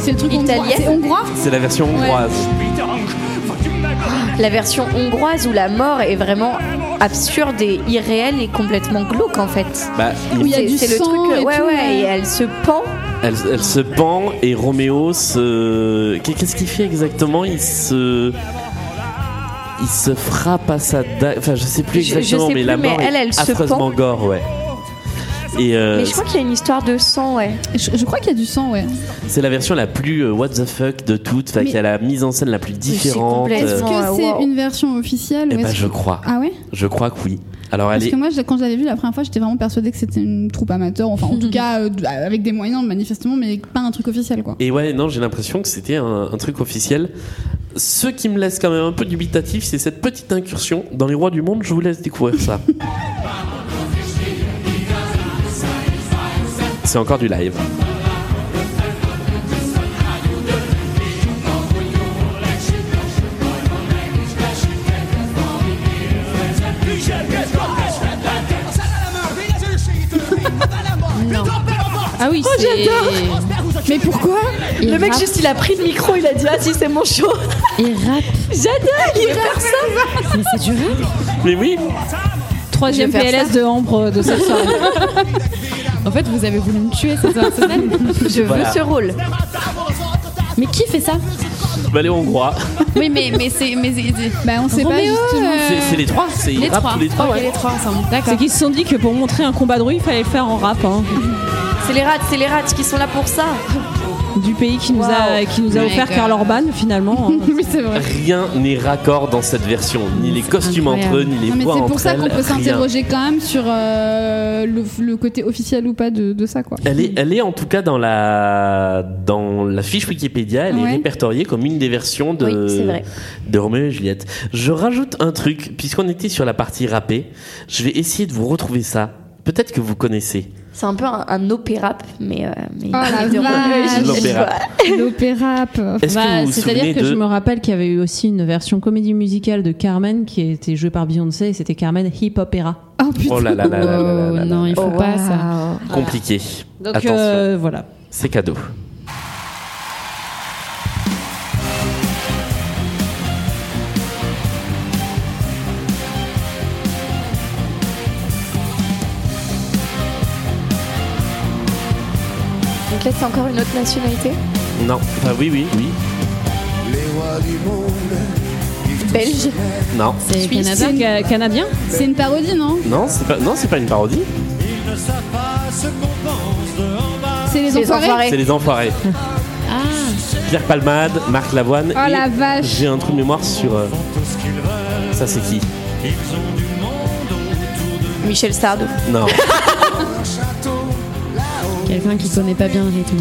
[SPEAKER 3] C'est le truc
[SPEAKER 2] Italienne.
[SPEAKER 3] hongrois. C'est hongrois
[SPEAKER 1] C'est la version hongroise.
[SPEAKER 2] la version hongroise où la mort est vraiment absurde et irréelle et complètement glauque en fait.
[SPEAKER 1] Bah, il-
[SPEAKER 3] Oui. il y a
[SPEAKER 2] C'est-
[SPEAKER 3] du
[SPEAKER 2] c'est le
[SPEAKER 3] sang
[SPEAKER 2] truc,
[SPEAKER 3] et
[SPEAKER 2] ouais,
[SPEAKER 3] tout,
[SPEAKER 2] ouais,
[SPEAKER 3] ouais.
[SPEAKER 2] et elle se pend.
[SPEAKER 1] elle, elle se pend et Roméo se. Qu'est- Qu'est-ce qu'il fait exactement Il se. Il se frappe à sa dague. Enfin, je sais plus
[SPEAKER 2] Je- je
[SPEAKER 1] exactement,
[SPEAKER 2] sais
[SPEAKER 1] mais
[SPEAKER 2] plus,
[SPEAKER 1] la
[SPEAKER 2] mais
[SPEAKER 1] mort
[SPEAKER 2] elle,
[SPEAKER 1] est
[SPEAKER 2] elle se
[SPEAKER 1] affreusement gore, ouais. Et euh,
[SPEAKER 2] Mais je crois qu'il y a une histoire de sang, ouais.
[SPEAKER 3] Je, je crois qu'il y a du sang, ouais.
[SPEAKER 1] c'est la version la plus euh, what the fuck de toutes, enfin,
[SPEAKER 3] Mais-
[SPEAKER 1] qui a la mise en scène la plus différente.
[SPEAKER 2] complètement-
[SPEAKER 3] Est-ce
[SPEAKER 1] Euh,
[SPEAKER 3] que
[SPEAKER 2] euh,
[SPEAKER 3] c'est
[SPEAKER 2] wow.
[SPEAKER 3] une version officielle
[SPEAKER 1] Eh
[SPEAKER 3] ou
[SPEAKER 1] ben,
[SPEAKER 3] est-ce
[SPEAKER 1] je
[SPEAKER 3] que-
[SPEAKER 1] crois.
[SPEAKER 3] Ah ouais
[SPEAKER 1] Je crois que oui. Alors, elle
[SPEAKER 3] Parce
[SPEAKER 1] est.
[SPEAKER 3] que moi, je- quand je l'avais vu la première fois, j'étais vraiment persuadée que c'était une troupe amateur, enfin en tout cas euh, d- avec des moyens manifestement, mais pas un truc officiel quoi.
[SPEAKER 1] Et ouais, non, j'ai l'impression que c'était un, un truc officiel. Ce qui me laisse quand même un peu dubitatif, c'est cette petite incursion dans les rois du monde. Je vous laisse découvrir ça. C'est encore du live.
[SPEAKER 6] Ah oui, c'est.
[SPEAKER 3] Mais pourquoi
[SPEAKER 5] Il
[SPEAKER 2] Le mec,
[SPEAKER 5] rappe-
[SPEAKER 2] juste, il a pris le micro, il a dit Ah, si, c'est mon show
[SPEAKER 5] Il rappe.
[SPEAKER 2] J'adore, il fait ça
[SPEAKER 5] Mais c'est du rap.
[SPEAKER 1] Mais oui,
[SPEAKER 6] Troisième
[SPEAKER 2] Je vais faire
[SPEAKER 6] PLS de Ambre de cette soirée.
[SPEAKER 5] En fait, vous avez voulu me tuer ces arsenal.
[SPEAKER 2] Je
[SPEAKER 1] Voilà.
[SPEAKER 2] veux ce rôle.
[SPEAKER 5] Mais qui fait ça
[SPEAKER 1] bah, les Hongrois.
[SPEAKER 3] Euh,
[SPEAKER 5] Oui, mais, mais c'est. Mais c'est- c'est-
[SPEAKER 3] Bah on sait pas
[SPEAKER 5] Roméo,
[SPEAKER 3] justement.
[SPEAKER 5] euh,
[SPEAKER 1] C'est c'est les trois. C'est ils
[SPEAKER 5] les
[SPEAKER 1] rappent
[SPEAKER 5] trois.
[SPEAKER 1] tous les trois.
[SPEAKER 5] Ok,
[SPEAKER 1] ouais.
[SPEAKER 5] les trois ensemble.
[SPEAKER 6] C'est
[SPEAKER 5] D'accord.
[SPEAKER 6] qu'ils se sont dit que pour montrer un combat de rue, il fallait le faire en rap. hein.
[SPEAKER 2] C'est les rats, c'est les rats qui sont là pour ça.
[SPEAKER 6] Du pays qui nous a, qui nous a
[SPEAKER 5] My
[SPEAKER 6] offert
[SPEAKER 5] God.
[SPEAKER 6] Karl Orban, finalement. hein.
[SPEAKER 3] oui, c'est vrai.
[SPEAKER 1] Rien n'est raccord dans cette version. Ni les costumes entre
[SPEAKER 5] incroyable.
[SPEAKER 1] eux, ni les
[SPEAKER 3] Non, mais
[SPEAKER 1] voix
[SPEAKER 3] c'est
[SPEAKER 1] entre
[SPEAKER 3] pour ça qu'on
[SPEAKER 1] elles,
[SPEAKER 3] peut
[SPEAKER 1] rien.
[SPEAKER 3] s'interroger quand même sur euh, le, le côté officiel ou pas de, de ça quoi.
[SPEAKER 1] Elle est, elle est en tout cas dans la, dans la fiche Wikipédia, elle est
[SPEAKER 3] Ouais.
[SPEAKER 1] répertoriée comme une des versions de,
[SPEAKER 2] Oui, c'est vrai.
[SPEAKER 1] de Roméo et Juliette. Je rajoute un truc, puisqu'on était sur la partie râpée, je vais essayer de vous retrouver ça. Peut-être que vous connaissez.
[SPEAKER 2] C'est un peu un, un opéra, mais. euh, mais
[SPEAKER 3] Oh la
[SPEAKER 2] de
[SPEAKER 3] vache.
[SPEAKER 2] Roméo et Juliette,
[SPEAKER 1] L'opéra.
[SPEAKER 2] quoi.
[SPEAKER 3] L'opéra. peu.
[SPEAKER 1] Est-ce
[SPEAKER 6] Bah,
[SPEAKER 1] que vous vous souvenez
[SPEAKER 6] C'est-à-dire que
[SPEAKER 1] de...
[SPEAKER 6] je me rappelle qu'il y avait eu aussi une version comédie musicale de Carmen qui était jouée par Beyoncé et c'était Carmen Hip Opera.
[SPEAKER 3] Oh putain.
[SPEAKER 1] Oh là là là là là là là
[SPEAKER 5] Oh,
[SPEAKER 1] là.
[SPEAKER 5] non, il faut
[SPEAKER 2] Oh,
[SPEAKER 5] pas ça.
[SPEAKER 2] waouh.
[SPEAKER 1] Compliqué.
[SPEAKER 6] Donc
[SPEAKER 1] Attention,
[SPEAKER 6] euh, voilà.
[SPEAKER 1] c'est cadeau.
[SPEAKER 2] Là, c'est encore une autre nationalité.
[SPEAKER 1] Non. Enfin, oui, oui, oui.
[SPEAKER 11] Les rois du monde.
[SPEAKER 2] Belge.
[SPEAKER 1] Non.
[SPEAKER 4] C'est Canada, ca- canadien
[SPEAKER 3] C'est une parodie, non
[SPEAKER 1] Non, c'est pas, non, c'est pas une parodie.
[SPEAKER 11] Ils ne savent pas ce qu'on pense de en bas.
[SPEAKER 3] C'est les enfoirés
[SPEAKER 1] C'est les enfoirés.
[SPEAKER 3] Ah
[SPEAKER 1] Pierre Palmade, Marc Lavoine.
[SPEAKER 3] Oh
[SPEAKER 1] et
[SPEAKER 3] la vache.
[SPEAKER 1] J'ai un trou de mémoire sur. euh, Ça c'est qui
[SPEAKER 2] Michel Sardou.
[SPEAKER 1] Non.
[SPEAKER 5] Quelqu'un qui connaît pas bien le rythme.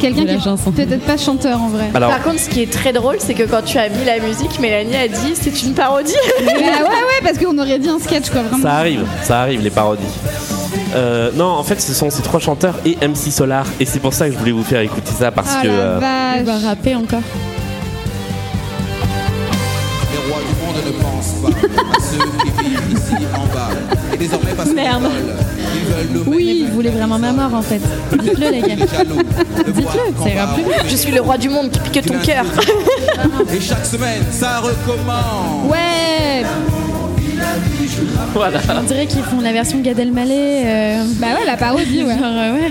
[SPEAKER 3] Quelqu'un
[SPEAKER 5] De
[SPEAKER 3] qui
[SPEAKER 5] la
[SPEAKER 3] est peut-être pas chanteur en vrai.
[SPEAKER 1] Alors-
[SPEAKER 2] Par contre, ce qui est très drôle, c'est que quand tu as mis la musique, Mélanie a dit c'est une parodie.
[SPEAKER 3] Ah ouais, ouais, parce qu'on aurait dit un sketch, quoi, vraiment.
[SPEAKER 1] ça arrive, ça arrive les parodies. Euh, non, en fait, ce sont ces trois chanteurs et MC Solar, et c'est pour ça que je voulais vous faire écouter ça parce
[SPEAKER 5] Oh
[SPEAKER 3] Ah
[SPEAKER 1] que.
[SPEAKER 3] la
[SPEAKER 1] euh,
[SPEAKER 3] vache.
[SPEAKER 5] Il va rapper encore.
[SPEAKER 11] Les rois du monde ne pensent pas à ceux qui vivent ici en bas. Et désormais parce
[SPEAKER 4] Merde.
[SPEAKER 11] qu'ils veulent nous
[SPEAKER 4] Oui, vous voulez vraiment ma mort en fait. Dites-le les gars.
[SPEAKER 11] jaloux.
[SPEAKER 4] Dites-le, ça ira plus.
[SPEAKER 2] Je suis le roi du monde qui pique ton cœur.
[SPEAKER 11] Et chaque semaine, ça recommence.
[SPEAKER 3] Ouais
[SPEAKER 1] Voilà.
[SPEAKER 5] On dirait qu'ils font la version Gad Elmaleh. euh,
[SPEAKER 3] Bah ouais, la parodie, ouais.
[SPEAKER 5] genre, euh, ouais.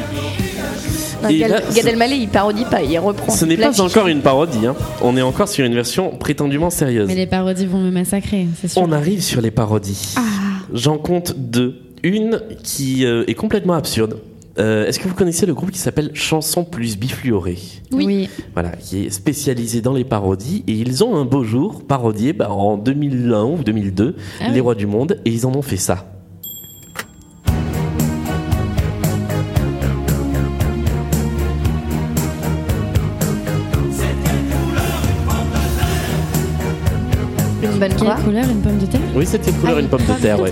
[SPEAKER 2] Non,
[SPEAKER 1] Et
[SPEAKER 2] Gad,
[SPEAKER 1] là,
[SPEAKER 2] Gad
[SPEAKER 1] ce-
[SPEAKER 2] Elmaleh, il parodie pas, il reprend.
[SPEAKER 1] Ce n'est
[SPEAKER 2] La
[SPEAKER 1] pas
[SPEAKER 2] chic.
[SPEAKER 1] encore une parodie, hein. on est encore sur une version prétendument sérieuse.
[SPEAKER 5] Mais les Ah. parodies vont me massacrer, c'est sûr.
[SPEAKER 1] On arrive sur les parodies. J'en compte deux. Une qui euh, est complètement absurde. Euh, Est-ce que vous connaissez le groupe qui s'appelle Chanson plus Bifluoré
[SPEAKER 5] Oui.
[SPEAKER 1] Voilà, qui est spécialisé dans les parodies. Et ils ont un beau jour parodié bah, en 2001 ou 2002
[SPEAKER 5] Ah
[SPEAKER 1] Les
[SPEAKER 5] oui.
[SPEAKER 1] Rois du Monde et ils en ont fait ça.
[SPEAKER 2] Une bonne
[SPEAKER 5] Quelle
[SPEAKER 2] quoi
[SPEAKER 5] couleur une pomme de terre
[SPEAKER 1] Oui, c'était couleur
[SPEAKER 2] Ah,
[SPEAKER 1] une pomme de terre. ouais.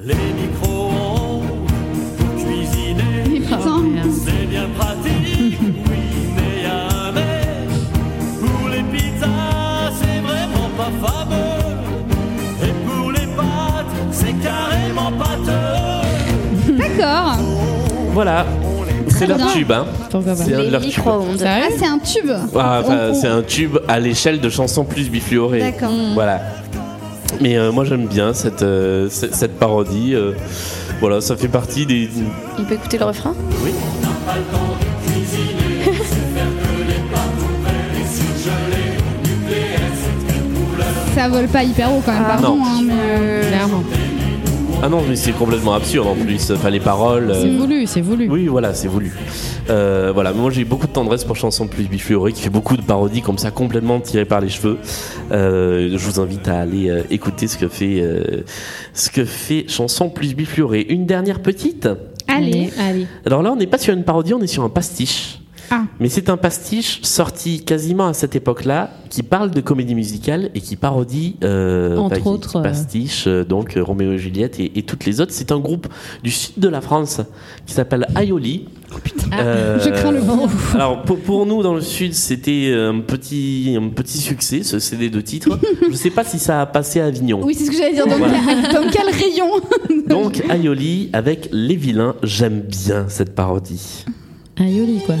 [SPEAKER 11] Les micro-ondes pour cuisiner,
[SPEAKER 3] Mais putain,
[SPEAKER 11] c'est bien pratique. Oui, mais y a un mais. Pour les pizzas, c'est vraiment pas fameux. Et pour les pâtes, c'est carrément pâteux.
[SPEAKER 3] d'accord.
[SPEAKER 1] Voilà, c'est leur
[SPEAKER 3] bien.
[SPEAKER 1] tube. Hein.
[SPEAKER 5] Pourquoi pas
[SPEAKER 1] C'est un de
[SPEAKER 2] Les
[SPEAKER 1] leurs tubes.
[SPEAKER 2] micro-ondes.
[SPEAKER 3] Ah, c'est un tube.
[SPEAKER 1] Ah, enfin,
[SPEAKER 3] On- on-
[SPEAKER 1] c'est un tube à l'échelle de Chanson plus Bifluoré.
[SPEAKER 3] D'accord.
[SPEAKER 1] Voilà. Mais euh, moi j'aime bien cette, euh, ce- cette parodie. euh, voilà, ça fait partie des.
[SPEAKER 2] On peut écouter le refrain
[SPEAKER 3] Ça vole pas hyper haut quand même, pardon.
[SPEAKER 1] Ah, Non.
[SPEAKER 3] hein, mais, euh,
[SPEAKER 5] Clairement.
[SPEAKER 1] Ah non, mais c'est complètement absurde en plus. Enfin, les paroles. euh,
[SPEAKER 5] C'est voulu, c'est voulu.
[SPEAKER 1] Oui, voilà, c'est voulu. Euh, voilà, mais moi j'ai eu beaucoup de tendresse pour Chanson plus Bifluoré qui fait beaucoup de parodies comme ça, complètement tirées par les cheveux. Euh, je vous invite à aller euh, écouter ce que fait euh, ce que fait Chanson plus Bifluoré. Une dernière petite.
[SPEAKER 3] Allez.
[SPEAKER 5] allez.
[SPEAKER 1] Alors là, on n'est pas sur une parodie, on est sur un pastiche.
[SPEAKER 3] Ah.
[SPEAKER 1] Mais c'est un pastiche sorti quasiment à cette époque-là, qui parle de comédie musicale et qui parodie, euh,
[SPEAKER 6] Entre
[SPEAKER 1] qui- qui
[SPEAKER 6] autres, euh,
[SPEAKER 1] pastiche euh, donc euh, Roméo et Juliette et, et toutes les autres. C'est un groupe du sud de la France qui s'appelle Aioli.
[SPEAKER 6] Ah,
[SPEAKER 1] Euh,
[SPEAKER 3] Oh, Je crains le bon.
[SPEAKER 1] Alors pour, pour nous dans le sud, c'était un petit un petit succès ce CD de titres. Je sais pas si ça a passé à Avignon.
[SPEAKER 3] Oui, c'est ce que j'allais dire. Donc, dans quel rayon
[SPEAKER 1] Donc Aioli avec Les Vilains, j'aime bien cette parodie.
[SPEAKER 5] Un yoli quoi.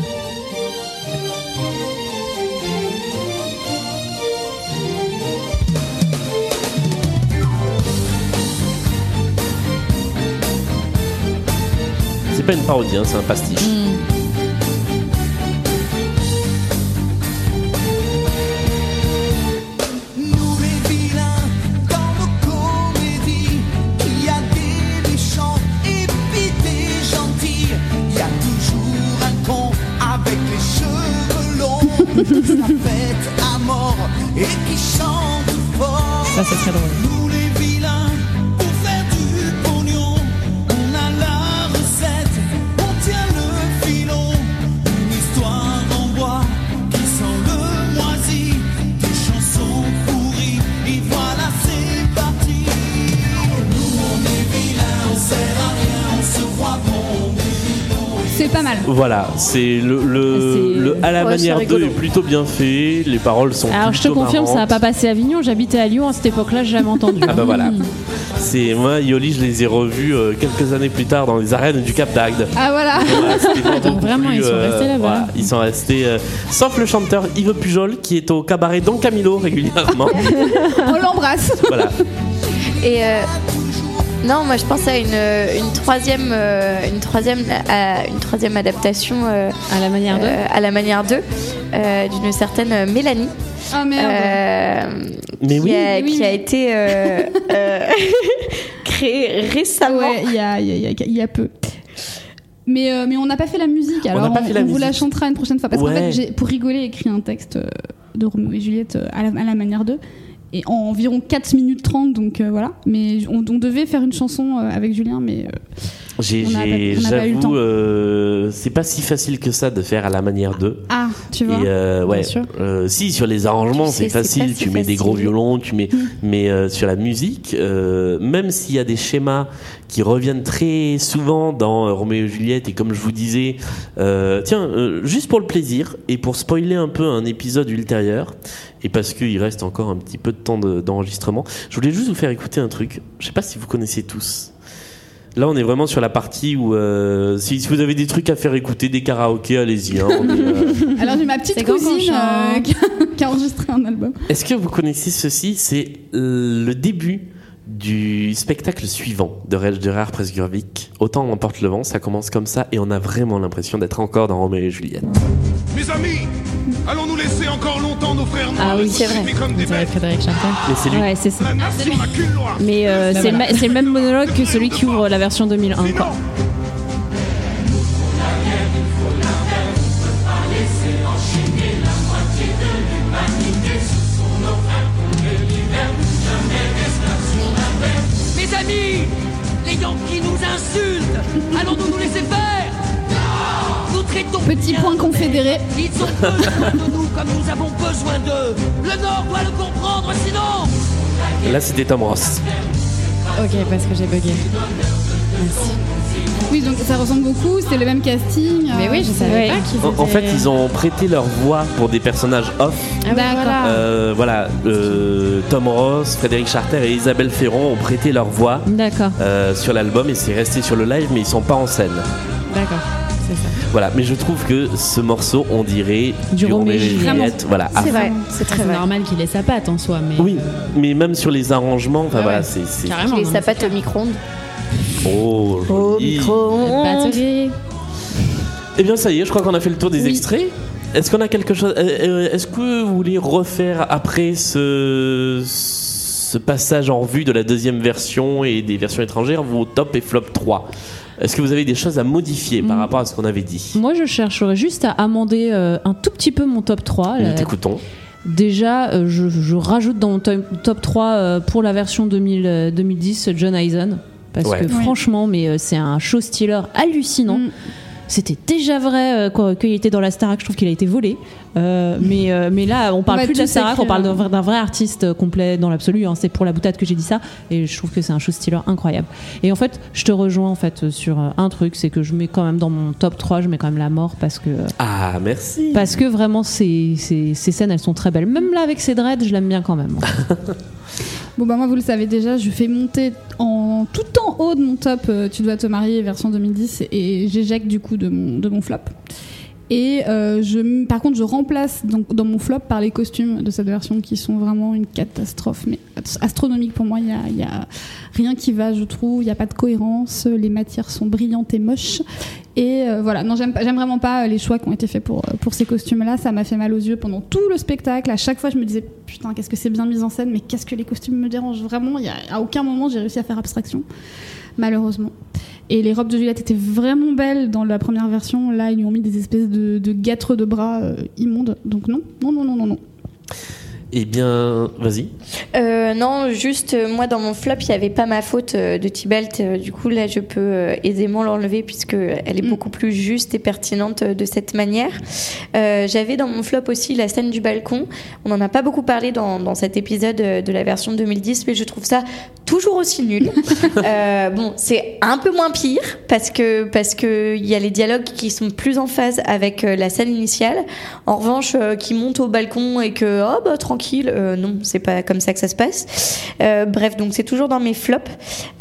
[SPEAKER 1] C'est pas une parodie, hein, c'est un pastiche.
[SPEAKER 11] Nous les vilains, dans nos comédies, il y a des méchants et puis des gentils. Il y a toujours un con avec les cheveux longs, qui se la fête à mort et qui chante fort.
[SPEAKER 6] Ça, c'est très drôle.
[SPEAKER 11] Nous les vilains, pour faire du pognon, on a la recette, on tient le filon. Une histoire en bois qui sent le moisi, des chansons pourries, et voilà c'est parti. Nous on est vilains, on sert à rien, on se croit bon,
[SPEAKER 3] C'est pas mal.
[SPEAKER 1] Voilà, c'est le, le,
[SPEAKER 6] C'est-
[SPEAKER 1] le à la
[SPEAKER 2] Ouais, c'est
[SPEAKER 1] manière 2
[SPEAKER 2] rigolo.
[SPEAKER 1] est plutôt bien fait, les paroles sont
[SPEAKER 6] Alors je te
[SPEAKER 1] plutôt
[SPEAKER 6] confirme, ça n'a
[SPEAKER 1] marrantes.
[SPEAKER 6] pas passé à Avignon. J'habitais à Lyon à cette époque-là, j'ai jamais entendu.
[SPEAKER 1] Ah bah voilà. C'est moi Yoli, je les ai revus euh, quelques années plus tard dans les arènes du Cap d'Agde.
[SPEAKER 3] Ah voilà.
[SPEAKER 1] Voilà, c'était beaucoup
[SPEAKER 5] vraiment, ils sont restés là-bas.
[SPEAKER 1] euh, voilà, ils sont restés euh, sauf le chanteur Yves Pujol qui est au cabaret Don Camilo régulièrement.
[SPEAKER 3] On l'embrasse.
[SPEAKER 1] voilà.
[SPEAKER 2] Et euh, Non, moi je pense à une, euh, une troisième, euh, une troisième, à une troisième adaptation à la manière
[SPEAKER 6] d'eux
[SPEAKER 2] à la manière d'eux, euh, d'une certaine euh, Mélanie.
[SPEAKER 3] Ah
[SPEAKER 2] Euh, merde.
[SPEAKER 1] Mais
[SPEAKER 2] qui, a,
[SPEAKER 1] oui. Mais oui.
[SPEAKER 2] qui a été euh, euh, créée récemment.
[SPEAKER 3] Ouais, il y a, il y a- il y a- il y a peu. Mais, euh, mais on n'a pas fait la musique, alors
[SPEAKER 1] n'a pas fait la
[SPEAKER 3] vous la
[SPEAKER 1] musique.
[SPEAKER 3] chantera une prochaine fois. Parce qu'en
[SPEAKER 1] Ouais.
[SPEAKER 3] fait, j'ai, pour rigoler, écrit un texte euh, de Roméo et Juliette euh, à la, à la manière d'eux, et en environ 4 minutes 30, donc euh, voilà. Mais on, on devait faire une chanson euh, avec Julien, mais. euh,
[SPEAKER 1] J'ai-
[SPEAKER 3] On n'a pas-
[SPEAKER 1] j'ai-
[SPEAKER 3] on n'a pas eu le temps.
[SPEAKER 1] J'avoue, euh, c'est pas si facile que ça de faire à la manière d'eux.
[SPEAKER 3] Ah, tu vois.
[SPEAKER 1] Et euh, ouais,
[SPEAKER 3] Bien sûr.
[SPEAKER 1] euh, si sur les arrangements
[SPEAKER 3] Tu
[SPEAKER 1] c'est
[SPEAKER 3] sais, c'est
[SPEAKER 1] facile,
[SPEAKER 3] pas si
[SPEAKER 1] tu mets des
[SPEAKER 3] facile. Mm.
[SPEAKER 1] gros violons, tu mets, mais euh, sur la musique, euh, même s'il y a des schémas qui reviennent très souvent dans euh, Roméo et Juliette et comme je vous disais, euh, tiens, euh, juste pour le plaisir et pour spoiler un peu un épisode ultérieur et parce qu'il reste encore un petit peu de temps de- d'enregistrement, je voulais juste vous faire écouter un truc. Je sais pas si vous connaissez tous. Là, on est vraiment sur la partie où euh, si, si vous avez des trucs à faire écouter, des karaokés, allez-y. hein, on est, euh,
[SPEAKER 3] Alors, j'ai ma petite
[SPEAKER 5] C'est quand qu'on
[SPEAKER 3] cousine euh,
[SPEAKER 5] chante
[SPEAKER 3] qui, a, qui a enregistré un album.
[SPEAKER 1] Est-ce que vous connaissez ceci C'est euh, le début du spectacle suivant de Reg Gerard Presgurvic. Autant emporte le vent, ça commence comme ça et on a vraiment l'impression d'être encore dans Roméo et Juliette.
[SPEAKER 9] Mes amis, allons-nous laisser encore longtemps nos frères noirs
[SPEAKER 6] Ah oui,
[SPEAKER 9] nous
[SPEAKER 6] c'est vrai.
[SPEAKER 9] traiter comme des bêtes
[SPEAKER 6] Frédéric Chantal.
[SPEAKER 1] Mais c'est lui.
[SPEAKER 6] Ouais, c'est ça.
[SPEAKER 9] La nation n'a qu'une loi.
[SPEAKER 6] Mais euh,
[SPEAKER 9] Bah
[SPEAKER 6] c'est le
[SPEAKER 9] voilà.
[SPEAKER 6] ma- c'est le même monologue que celui qui ouvre la version 2001. Quoi.
[SPEAKER 10] Mes amis, les Yankees nous insultent. Allons-nous nous laisser faire Nous traitons
[SPEAKER 3] Petit
[SPEAKER 10] bien
[SPEAKER 3] point confédéré.
[SPEAKER 10] Ils ont besoin de nous comme nous avons besoin d'eux. Le Nord doit le comprendre, sinon.
[SPEAKER 1] Là, c'était Tom Ross.
[SPEAKER 5] Ok, parce que j'ai bugué. Ah
[SPEAKER 3] Oui, donc ça ressemble beaucoup, c'était le même casting. euh,
[SPEAKER 5] Mais oui, je savais pas qu'ils
[SPEAKER 1] En, en fait, ils ont prêté leur voix pour des personnages off.
[SPEAKER 3] D'accord.
[SPEAKER 1] Euh, voilà, euh, Tom Ross, Frédéric Charter et Isabelle Ferron ont prêté leur voix
[SPEAKER 6] D'accord.
[SPEAKER 1] euh, sur l'album et c'est resté sur le live, mais ils sont pas en scène.
[SPEAKER 5] D'accord. C'est ça.
[SPEAKER 1] Voilà, mais je trouve que ce morceau, on dirait du, Roméo et Juliette. Voilà, à
[SPEAKER 5] c'est
[SPEAKER 1] fond.
[SPEAKER 5] vrai. C'est très normal qu'il ait sa patte en soi, mais.
[SPEAKER 1] Oui, mais même sur les arrangements, enfin voilà, c'est. c'est-
[SPEAKER 5] Carrément.
[SPEAKER 2] Et ça patte au micro-ondes.
[SPEAKER 1] Oh, joli.
[SPEAKER 5] Batterie.
[SPEAKER 1] Eh bien, ça y est, je crois qu'on a fait le tour des extraits. Est-ce qu'on a quelque chose. euh, euh, Est-ce que vous voulez refaire après ce. ce passage en revue de la deuxième version et des versions étrangères vos top et flop 3 Est-ce que vous avez des choses à modifier par rapport à ce qu'on avait dit
[SPEAKER 6] Moi, je chercherais juste à amender euh, un tout petit peu mon top 3.
[SPEAKER 1] Nous
[SPEAKER 6] là.
[SPEAKER 1] t'écoutons.
[SPEAKER 6] Déjà, euh, je, je rajoute dans mon to- top 3 euh, pour la version 2000, euh, 2010 John Eisen. Parce
[SPEAKER 1] Ouais.
[SPEAKER 6] que
[SPEAKER 1] Ouais.
[SPEAKER 6] franchement, mais euh, c'est un show stealer hallucinant.
[SPEAKER 3] Mm.
[SPEAKER 6] C'était déjà vrai euh, qu'on- qu'il était dans la Starac, je trouve qu'il a été volé. Euh, mais, euh, mais là, on
[SPEAKER 3] On
[SPEAKER 6] parle
[SPEAKER 3] va
[SPEAKER 6] plus de la
[SPEAKER 3] tous hein.
[SPEAKER 6] Starac, on
[SPEAKER 3] écrire.
[SPEAKER 6] parle d'un vrai- d'un vrai artiste euh, complet dans l'absolu. hein. C'est pour la boutade que j'ai dit ça. Et je trouve que c'est un show stealer incroyable. Et en fait, je te rejoins en fait euh, sur euh, un truc c'est que je mets quand même dans mon top 3, je mets quand même la mort parce que. euh,
[SPEAKER 1] Ah, merci.
[SPEAKER 6] parce que vraiment, ces, ces, ces scènes, elles sont très belles. Même là, avec ses dreads, je l'aime bien quand même.
[SPEAKER 3] Bon bah moi vous le savez déjà, je fais monter en tout en haut de mon top euh, Tu dois te marier version 2010 et j'éjecte du coup de mon, de mon flop. Et euh, je, m- par contre je remplace donc dans mon flop par les costumes de cette version qui sont vraiment une catastrophe mais ast- astronomique pour moi, il y a, il y a rien qui va je trouve, il n'y a pas de cohérence, les matières sont brillantes et moches. Et euh, voilà, non j'aime pas- j'aime vraiment pas euh, les choix qui ont été faits pour, euh, pour ces costumes là, ça m'a fait mal aux yeux pendant tout le spectacle, à chaque fois je me disais putain qu'est-ce que c'est bien mis en scène mais qu'est-ce que les costumes me dérangent vraiment il y a, à aucun moment j'ai réussi à faire abstraction malheureusement et les robes de Juliette étaient vraiment belles dans la première version là ils lui ont mis des espèces de, de gâtres de bras euh, immondes donc non non non non non non
[SPEAKER 1] Eh bien, vas-y.
[SPEAKER 2] Euh, non, juste euh, moi dans mon flop, il n'y avait pas ma faute euh, de Tibalt. Euh, du coup, là, je peux euh, aisément l'enlever puisque elle est beaucoup plus juste et pertinente euh, de cette manière. Euh, J'avais dans mon flop aussi la scène du balcon. On n'en a pas beaucoup parlé dans, dans cet épisode euh, de la version 2010, mais je trouve ça toujours aussi nul. Euh, bon, c'est un peu moins pire parce que parce que il y a les dialogues qui sont plus en phase avec euh, la scène initiale. En revanche, euh, qui monte au balcon et que oh bah tranquille tranquille. Euh, non, c'est pas comme ça que ça se passe. Euh, bref, donc c'est toujours dans mes flops.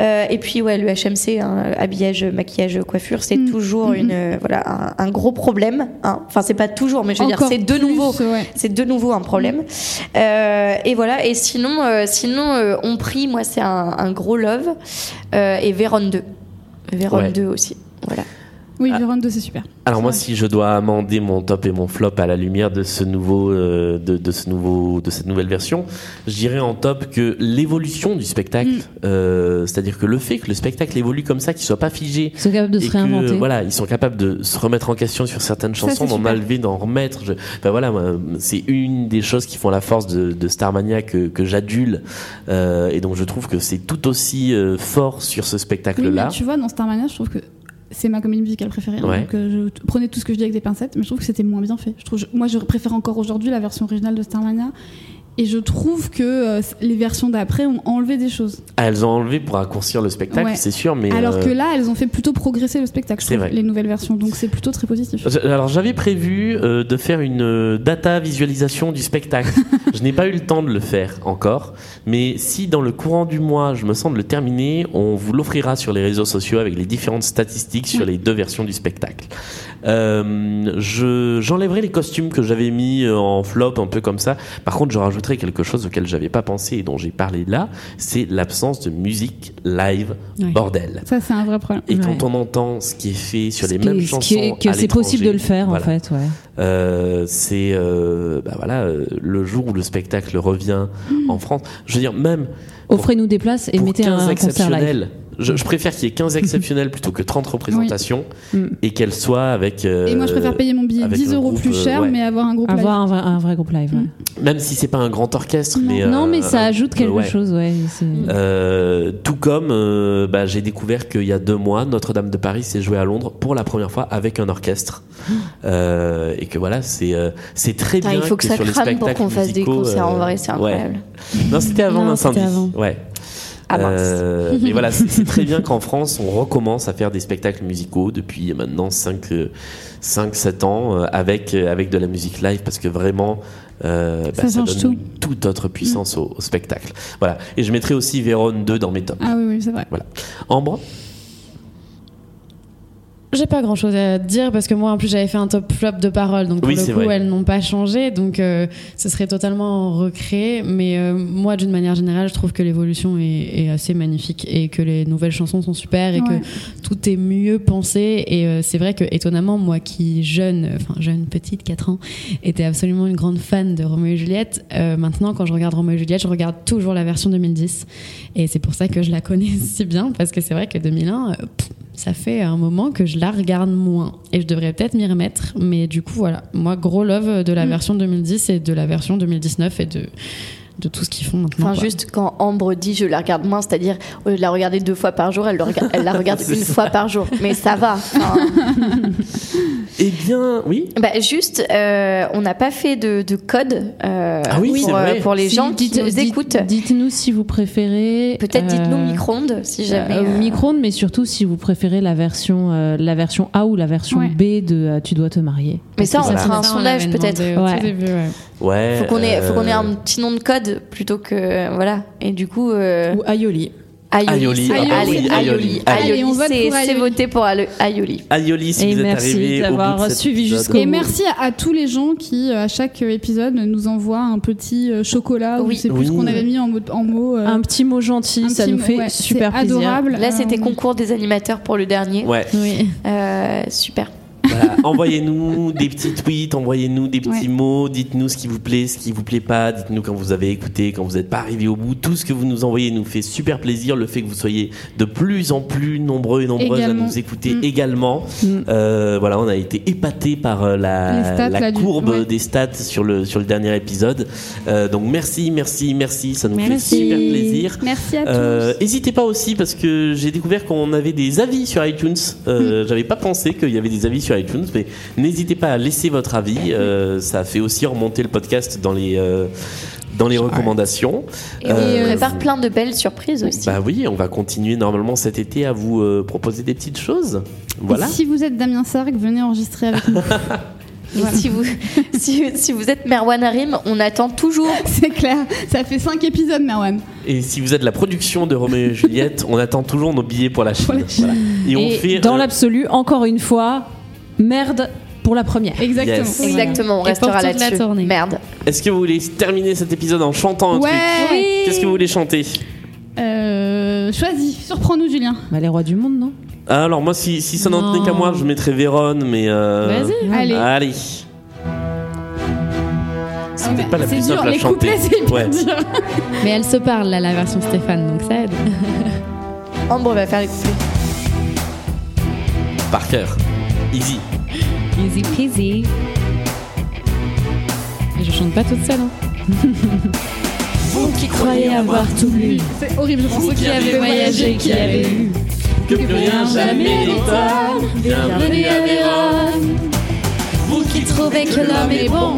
[SPEAKER 2] Euh, et puis ouais, le HMC, hein, habillage, maquillage, coiffure, c'est toujours une euh, voilà un, un gros problème. hein. Enfin, c'est pas toujours, mais je veux
[SPEAKER 3] Encore
[SPEAKER 2] dire, c'est de nouveau, c'est de nouveau un problème. Euh, et voilà. Et sinon, euh, sinon, euh, on prie. Moi, c'est un, un gros love. Euh, et Véron 2, Véron
[SPEAKER 1] Ouais.
[SPEAKER 2] 2 aussi. Voilà.
[SPEAKER 3] Oui,
[SPEAKER 2] Ah.
[SPEAKER 3] Véron 2, c'est super.
[SPEAKER 1] Alors moi, si je dois amender mon top et mon flop à la lumière de ce nouveau, euh, de, de ce nouveau, de cette nouvelle version, je dirais en top que l'évolution du spectacle,
[SPEAKER 3] Mm.
[SPEAKER 1] euh, c'est-à-dire que le fait que le spectacle évolue comme ça, qu'il soit pas figé,
[SPEAKER 6] Ils sont capables de
[SPEAKER 1] et
[SPEAKER 6] se
[SPEAKER 1] que,
[SPEAKER 6] réinventer.
[SPEAKER 1] voilà, ils sont capables de se remettre en question sur certaines
[SPEAKER 6] Ça,
[SPEAKER 1] chansons,
[SPEAKER 6] c'est
[SPEAKER 1] d'en
[SPEAKER 6] super.
[SPEAKER 1] enlever, d'en remettre. Je- enfin, voilà, moi, c'est une des choses qui font la force de, de Starmania que, que j'adule, Euh, et donc je trouve que c'est tout aussi euh, fort sur ce
[SPEAKER 3] Oui, mais
[SPEAKER 1] spectacle-là.
[SPEAKER 3] tu vois, dans Starmania, je trouve que c'est ma comédie musicale préférée. hein,
[SPEAKER 1] Ouais.
[SPEAKER 3] donc, euh, je t- prenez tout ce que je dis avec des pincettes, mais je trouve que c'était moins bien fait. Je trouve, je- moi, je préfère encore aujourd'hui la version originale de Starmania. Et je trouve que euh, c- les versions d'après ont enlevé des choses.
[SPEAKER 1] Ah, Elles ont enlevé pour raccourcir le spectacle,
[SPEAKER 3] Ouais.
[SPEAKER 1] c'est sûr, mais
[SPEAKER 3] Alors
[SPEAKER 1] euh,
[SPEAKER 3] que là, elles ont fait plutôt progresser le spectacle, je
[SPEAKER 1] C'est
[SPEAKER 3] trouve,
[SPEAKER 1] vrai. Euh,
[SPEAKER 3] les nouvelles versions. Donc c'est plutôt très positif.
[SPEAKER 1] Je- Alors j'avais prévu euh, de faire une euh, data visualisation du spectacle. je n'ai pas eu le temps de le faire encore, mais si dans le courant du mois je me sens de le terminer, on vous l'offrira sur les réseaux sociaux avec les différentes statistiques sur les deux versions du spectacle. Euh, je- J'enlèverai les costumes que j'avais mis euh, en flop un peu comme ça. Par contre, je rajouterai quelque chose auquel j'avais pas pensé et dont j'ai parlé là, c'est l'absence de musique live.
[SPEAKER 3] Ouais.
[SPEAKER 1] Bordel.
[SPEAKER 3] Ça, c'est un vrai problème.
[SPEAKER 1] Et quand on entend ce qui est fait sur les
[SPEAKER 6] Que-
[SPEAKER 1] mêmes
[SPEAKER 6] ce
[SPEAKER 1] chansons,
[SPEAKER 6] qui est- que
[SPEAKER 1] à
[SPEAKER 6] c'est possible
[SPEAKER 1] l'étranger,
[SPEAKER 6] de le faire
[SPEAKER 1] voilà.
[SPEAKER 6] en fait. Ouais.
[SPEAKER 1] Euh, c'est euh, bah voilà euh, le jour où le spectacle revient en France. Je veux dire même
[SPEAKER 6] Offrez-nous des places Hmm. et mettez un
[SPEAKER 1] 15
[SPEAKER 6] concert live.
[SPEAKER 1] exceptionnels. Je, je préfère qu'il y ait 15 exceptionnels plutôt que 30 représentations
[SPEAKER 6] Mm.
[SPEAKER 1] et qu'elles soient avec. euh,
[SPEAKER 3] Et moi, je préfère payer mon billet
[SPEAKER 1] avec
[SPEAKER 3] 10
[SPEAKER 1] un
[SPEAKER 3] euros
[SPEAKER 1] groupe,
[SPEAKER 3] plus
[SPEAKER 1] euh,
[SPEAKER 3] cher,
[SPEAKER 1] ouais.
[SPEAKER 3] mais avoir un groupe
[SPEAKER 6] Avoir
[SPEAKER 3] live.
[SPEAKER 6] un vrai, un vrai groupe live. ouais.
[SPEAKER 1] Même si c'est pas un grand orchestre, mais
[SPEAKER 6] non,
[SPEAKER 1] euh,
[SPEAKER 6] mais ça
[SPEAKER 1] un-
[SPEAKER 6] ajoute quelque
[SPEAKER 1] ouais.
[SPEAKER 6] chose. Ouais, c'est-
[SPEAKER 1] Euh, tout comme euh, bah, j'ai découvert qu'il y a deux mois, Notre-Dame de Paris s'est jouée à Londres pour la première fois avec un orchestre. Euh, et que voilà, c'est euh, c'est très
[SPEAKER 2] Putain,
[SPEAKER 1] bien.
[SPEAKER 2] il faut que ça
[SPEAKER 1] sur les
[SPEAKER 2] crame pour
[SPEAKER 1] spectacles
[SPEAKER 2] qu'on fasse des
[SPEAKER 1] musicaux, euh,
[SPEAKER 2] concerts, en vrai, c'est
[SPEAKER 1] ouais.
[SPEAKER 2] incroyable. Ah,
[SPEAKER 1] Non, c'était avant
[SPEAKER 2] Non,
[SPEAKER 1] l'incendie.
[SPEAKER 2] c'était avant.
[SPEAKER 1] Ouais. Euh, mais voilà, c'est c'est très bien qu'en France, on recommence à faire des spectacles musicaux depuis maintenant 5 5-7 ans euh, avec euh, avec de la musique live parce que vraiment euh, bah,
[SPEAKER 3] Ça
[SPEAKER 1] ça,
[SPEAKER 3] change
[SPEAKER 1] donne une toute autre puissance au, au spectacle. Voilà. Et je mettrai aussi Véronne 2 dans mes tops.
[SPEAKER 3] Ah oui, oui, c'est vrai.
[SPEAKER 1] Voilà. Ambre
[SPEAKER 5] J'ai pas grand chose à dire parce que moi en plus j'avais fait un top flop de paroles donc pour
[SPEAKER 1] Oui,
[SPEAKER 5] le
[SPEAKER 1] c'est
[SPEAKER 5] coup
[SPEAKER 1] vrai.
[SPEAKER 5] elles n'ont pas changé donc euh, ce serait totalement recréé mais euh, moi d'une manière générale je trouve que l'évolution est, est assez magnifique et que les nouvelles chansons sont super et
[SPEAKER 3] Ouais.
[SPEAKER 5] que tout est mieux pensé et euh, c'est vrai que étonnamment moi qui jeune euh, enfin jeune petite 4 ans était absolument une grande fan de Roméo et Juliette euh, maintenant quand je regarde Roméo et Juliette je regarde toujours la version 2010 et c'est pour ça que je la connais si bien parce que c'est vrai que 2001 euh, pff, ça fait un moment que je la regarde moins et je devrais peut-être m'y remettre mais du coup voilà moi gros love
[SPEAKER 6] Mm.
[SPEAKER 5] de la version 2010 et de la version 2019 et de de tout ce qu'ils font maintenant
[SPEAKER 2] Enfin,
[SPEAKER 5] quoi.
[SPEAKER 2] juste quand Ambre dit je la regarde moins, c'est-à-dire au lieu de la regarder deux fois par jour, elle, le rega- elle la regarde
[SPEAKER 1] C'est
[SPEAKER 2] une
[SPEAKER 1] ça.
[SPEAKER 2] fois par jour. Mais ça va. enfin.
[SPEAKER 1] Eh bien, oui.
[SPEAKER 2] Bah, juste, euh, on n'a pas fait de, de code euh,
[SPEAKER 1] Ah oui, c'est
[SPEAKER 2] pour, euh,
[SPEAKER 1] vrai.
[SPEAKER 2] pour les
[SPEAKER 6] Si,
[SPEAKER 2] gens qui
[SPEAKER 6] dites-
[SPEAKER 2] nous
[SPEAKER 6] dites-
[SPEAKER 2] écoutent.
[SPEAKER 6] Dites-nous si vous préférez.
[SPEAKER 2] Peut-être dites-nous
[SPEAKER 6] euh,
[SPEAKER 2] micro-ondes si jamais.
[SPEAKER 1] ah
[SPEAKER 6] euh,
[SPEAKER 2] euh,
[SPEAKER 6] micro-ondes, mais surtout si vous préférez la version, euh, la version A ou la version
[SPEAKER 2] Ouais.
[SPEAKER 6] B de euh, Tu dois te marier.
[SPEAKER 2] Mais ça, on
[SPEAKER 6] Parce que
[SPEAKER 2] fera un sondage peut-être.
[SPEAKER 6] Ouais.
[SPEAKER 1] Ouais.
[SPEAKER 2] Faut qu'on ait, faut qu'on ait
[SPEAKER 1] euh,
[SPEAKER 2] un petit nom de code plutôt que voilà. Et du coup. euh,
[SPEAKER 6] Ayoli.
[SPEAKER 1] Aioli,
[SPEAKER 2] Aioli, c'est-
[SPEAKER 1] ah bah oui,
[SPEAKER 2] allez, Aioli.
[SPEAKER 1] Aioli. Allez,
[SPEAKER 2] Aioli,
[SPEAKER 3] on vote
[SPEAKER 2] c'est
[SPEAKER 3] pour Aioli.
[SPEAKER 2] c'est voté pour Ale- Aioli.
[SPEAKER 1] Aioli, si
[SPEAKER 6] Et
[SPEAKER 1] vous êtes
[SPEAKER 6] merci
[SPEAKER 1] arrivé au bout
[SPEAKER 6] d'avoir
[SPEAKER 1] de cet
[SPEAKER 6] suivi
[SPEAKER 1] épisode.
[SPEAKER 6] jusqu'au
[SPEAKER 3] Et merci à, à tous les gens qui, euh, à chaque euh, épisode, nous envoient un petit euh, chocolat ou je sais plus
[SPEAKER 1] Oui.
[SPEAKER 3] ce qu'on avait mis en, mot- en mots. euh,
[SPEAKER 6] Un petit mot gentil,
[SPEAKER 3] un
[SPEAKER 6] ça
[SPEAKER 3] petit
[SPEAKER 6] nous
[SPEAKER 3] mot,
[SPEAKER 6] fait
[SPEAKER 3] ouais,
[SPEAKER 6] super
[SPEAKER 3] c'est
[SPEAKER 6] plaisir.
[SPEAKER 3] adorable.
[SPEAKER 2] Là,
[SPEAKER 3] Euh,
[SPEAKER 2] c'était concours des animateurs pour le dernier.
[SPEAKER 1] Ouais.
[SPEAKER 2] Euh, super.
[SPEAKER 1] Voilà, envoyez-nous des petits tweets, envoyez-nous des
[SPEAKER 2] Ouais.
[SPEAKER 1] petits mots, dites-nous ce qui vous plaît, ce qui vous plaît pas, dites-nous quand vous avez écouté, quand vous n'êtes pas arrivé au bout. Tout ce que vous nous envoyez nous fait super plaisir. Le fait que vous soyez de plus en plus nombreux et nombreuses
[SPEAKER 3] Également. Mm.
[SPEAKER 1] à nous écouter également. Euh, voilà, on a été épatés par euh,
[SPEAKER 3] Les
[SPEAKER 1] la,
[SPEAKER 3] stats,
[SPEAKER 1] la
[SPEAKER 3] là, du-
[SPEAKER 1] courbe
[SPEAKER 3] ouais.
[SPEAKER 1] des stats sur le, sur le dernier épisode. Euh, donc merci, merci, merci, ça nous fait super plaisir.
[SPEAKER 3] Merci à tous.
[SPEAKER 1] Euh, N'hésitez pas aussi parce que j'ai découvert qu'on avait des avis sur iTunes. Euh, J'avais pas pensé qu'il y avait des avis sur iTunes, mais n'hésitez pas à laisser votre avis. Euh, ça fait aussi remonter le podcast dans les euh, dans les recommandations.
[SPEAKER 2] Et on
[SPEAKER 1] Euh,
[SPEAKER 2] prépare plein de belles surprises aussi.
[SPEAKER 1] bah oui, on va continuer normalement cet été à vous euh, proposer des petites choses. Voilà.
[SPEAKER 3] Si vous êtes Damien Sarg, venez enregistrer avec nous.
[SPEAKER 2] Et
[SPEAKER 3] Voilà.
[SPEAKER 2] si, vous, si, si vous êtes Merwan Harim, on attend toujours.
[SPEAKER 3] C'est clair, ça fait 5 épisodes, Merwan.
[SPEAKER 1] Et si vous êtes la production de Roméo et Juliette, on attend toujours nos billets pour la Chine. Voilà. Et, on
[SPEAKER 12] Et
[SPEAKER 1] fait.
[SPEAKER 12] dans
[SPEAKER 1] euh,
[SPEAKER 12] l'absolu, encore une fois, merde pour la première.
[SPEAKER 1] Exactement. Yes.
[SPEAKER 2] Exactement, on
[SPEAKER 12] Et pour
[SPEAKER 2] restera
[SPEAKER 12] toute la
[SPEAKER 2] là-dessus. Merde.
[SPEAKER 1] Est-ce que vous voulez terminer cet épisode en chantant un
[SPEAKER 3] Ouais.
[SPEAKER 1] truc
[SPEAKER 3] Oui.
[SPEAKER 1] Qu'est-ce que vous voulez chanter
[SPEAKER 3] Euh, choisis, surprends-nous, Julien.
[SPEAKER 12] Bah, les rois du monde, non
[SPEAKER 1] Ah, Alors, moi, si, si ça n'en tenait qu'à moi, je mettrais Véronne, mais. euh,
[SPEAKER 3] Vas-y. Allez.
[SPEAKER 1] Allez.
[SPEAKER 3] Euh,
[SPEAKER 1] C'était pas la plus simple à chanter. Ouais.
[SPEAKER 5] Mais elle se parle, là, la version Stéphane, donc ça aide.
[SPEAKER 2] Ambre va faire les couplets.
[SPEAKER 1] Par cœur. Easy.
[SPEAKER 5] Easy peasy. Et je chante pas toute seule. Hein.
[SPEAKER 6] Vous qui croyez avoir tout lu,
[SPEAKER 3] C'est horrible, je pense.
[SPEAKER 6] Vous qui avez voyagé, qui avez lu,
[SPEAKER 1] que plus
[SPEAKER 6] rien jamais n'étonne, bienvenue à Vérone. Vous qui trouvez que l'homme est bon,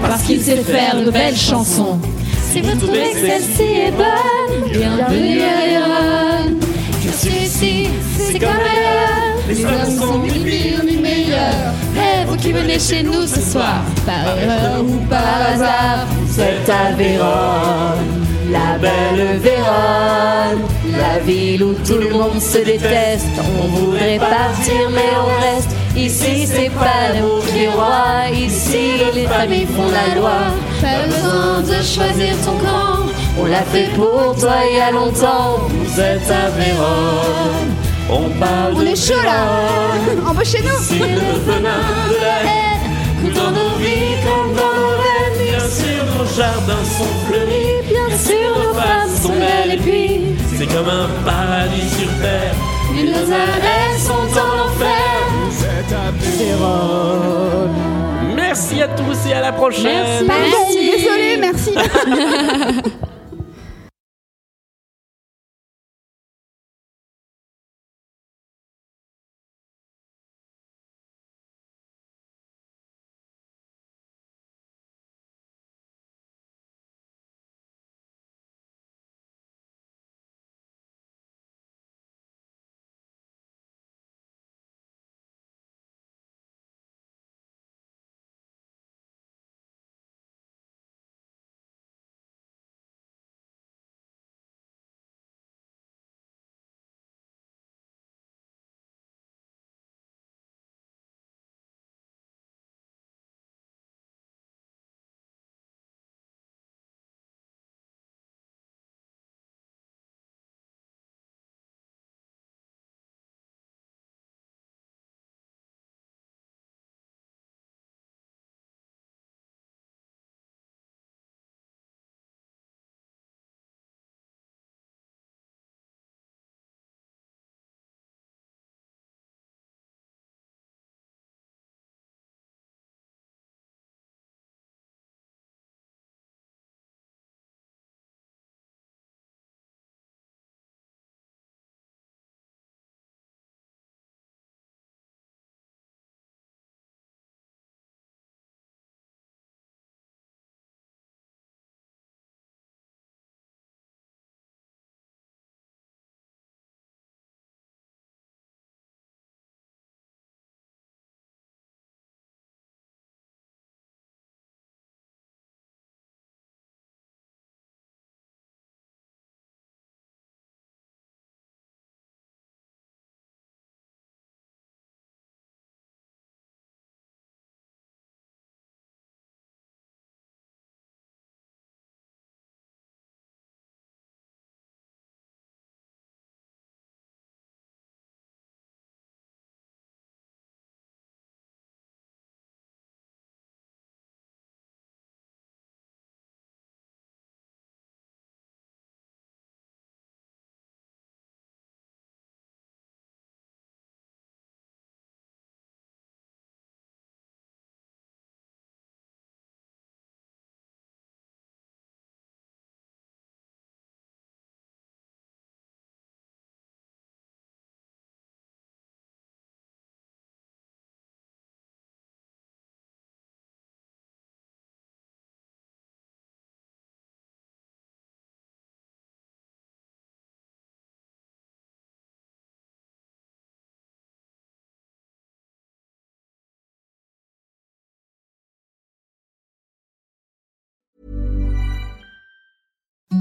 [SPEAKER 6] parce qu'il sait faire de belles chansons. Si vous trouvez que celle-ci est bonne, bienvenue à Vérone. Je suis ici, c'est comme ailleurs, les hommes sont ni pires ni meilleurs. Et vous qui venez chez nous ce soir, par erreur ou par hasard, c'est à Vérone. La belle Vérone, la ville où tout le monde se déteste. On voudrait partir, mais on reste. Ici, c'est pas l'amour qui est roi. Ici, les familles font la loi. Pas besoin de choisir ton camp. On l'a fait pour toi il y a longtemps. Vous êtes à Vérone. On parle
[SPEAKER 3] On est chaud là
[SPEAKER 6] C'est
[SPEAKER 3] Embauchez-nous
[SPEAKER 6] le venin de la haine coule dans nos vies comme dans nos veines. Bien sûr, nos jardins sont fleuris. Bien sûr, nos femmes sont belles et puis
[SPEAKER 1] C'est comme un paradis sur terre.
[SPEAKER 6] et nos arrêts sont en enfer. Vous êtes à Vérone.
[SPEAKER 1] Merci à tous et à la prochaine.
[SPEAKER 3] Pardon, désolé, merci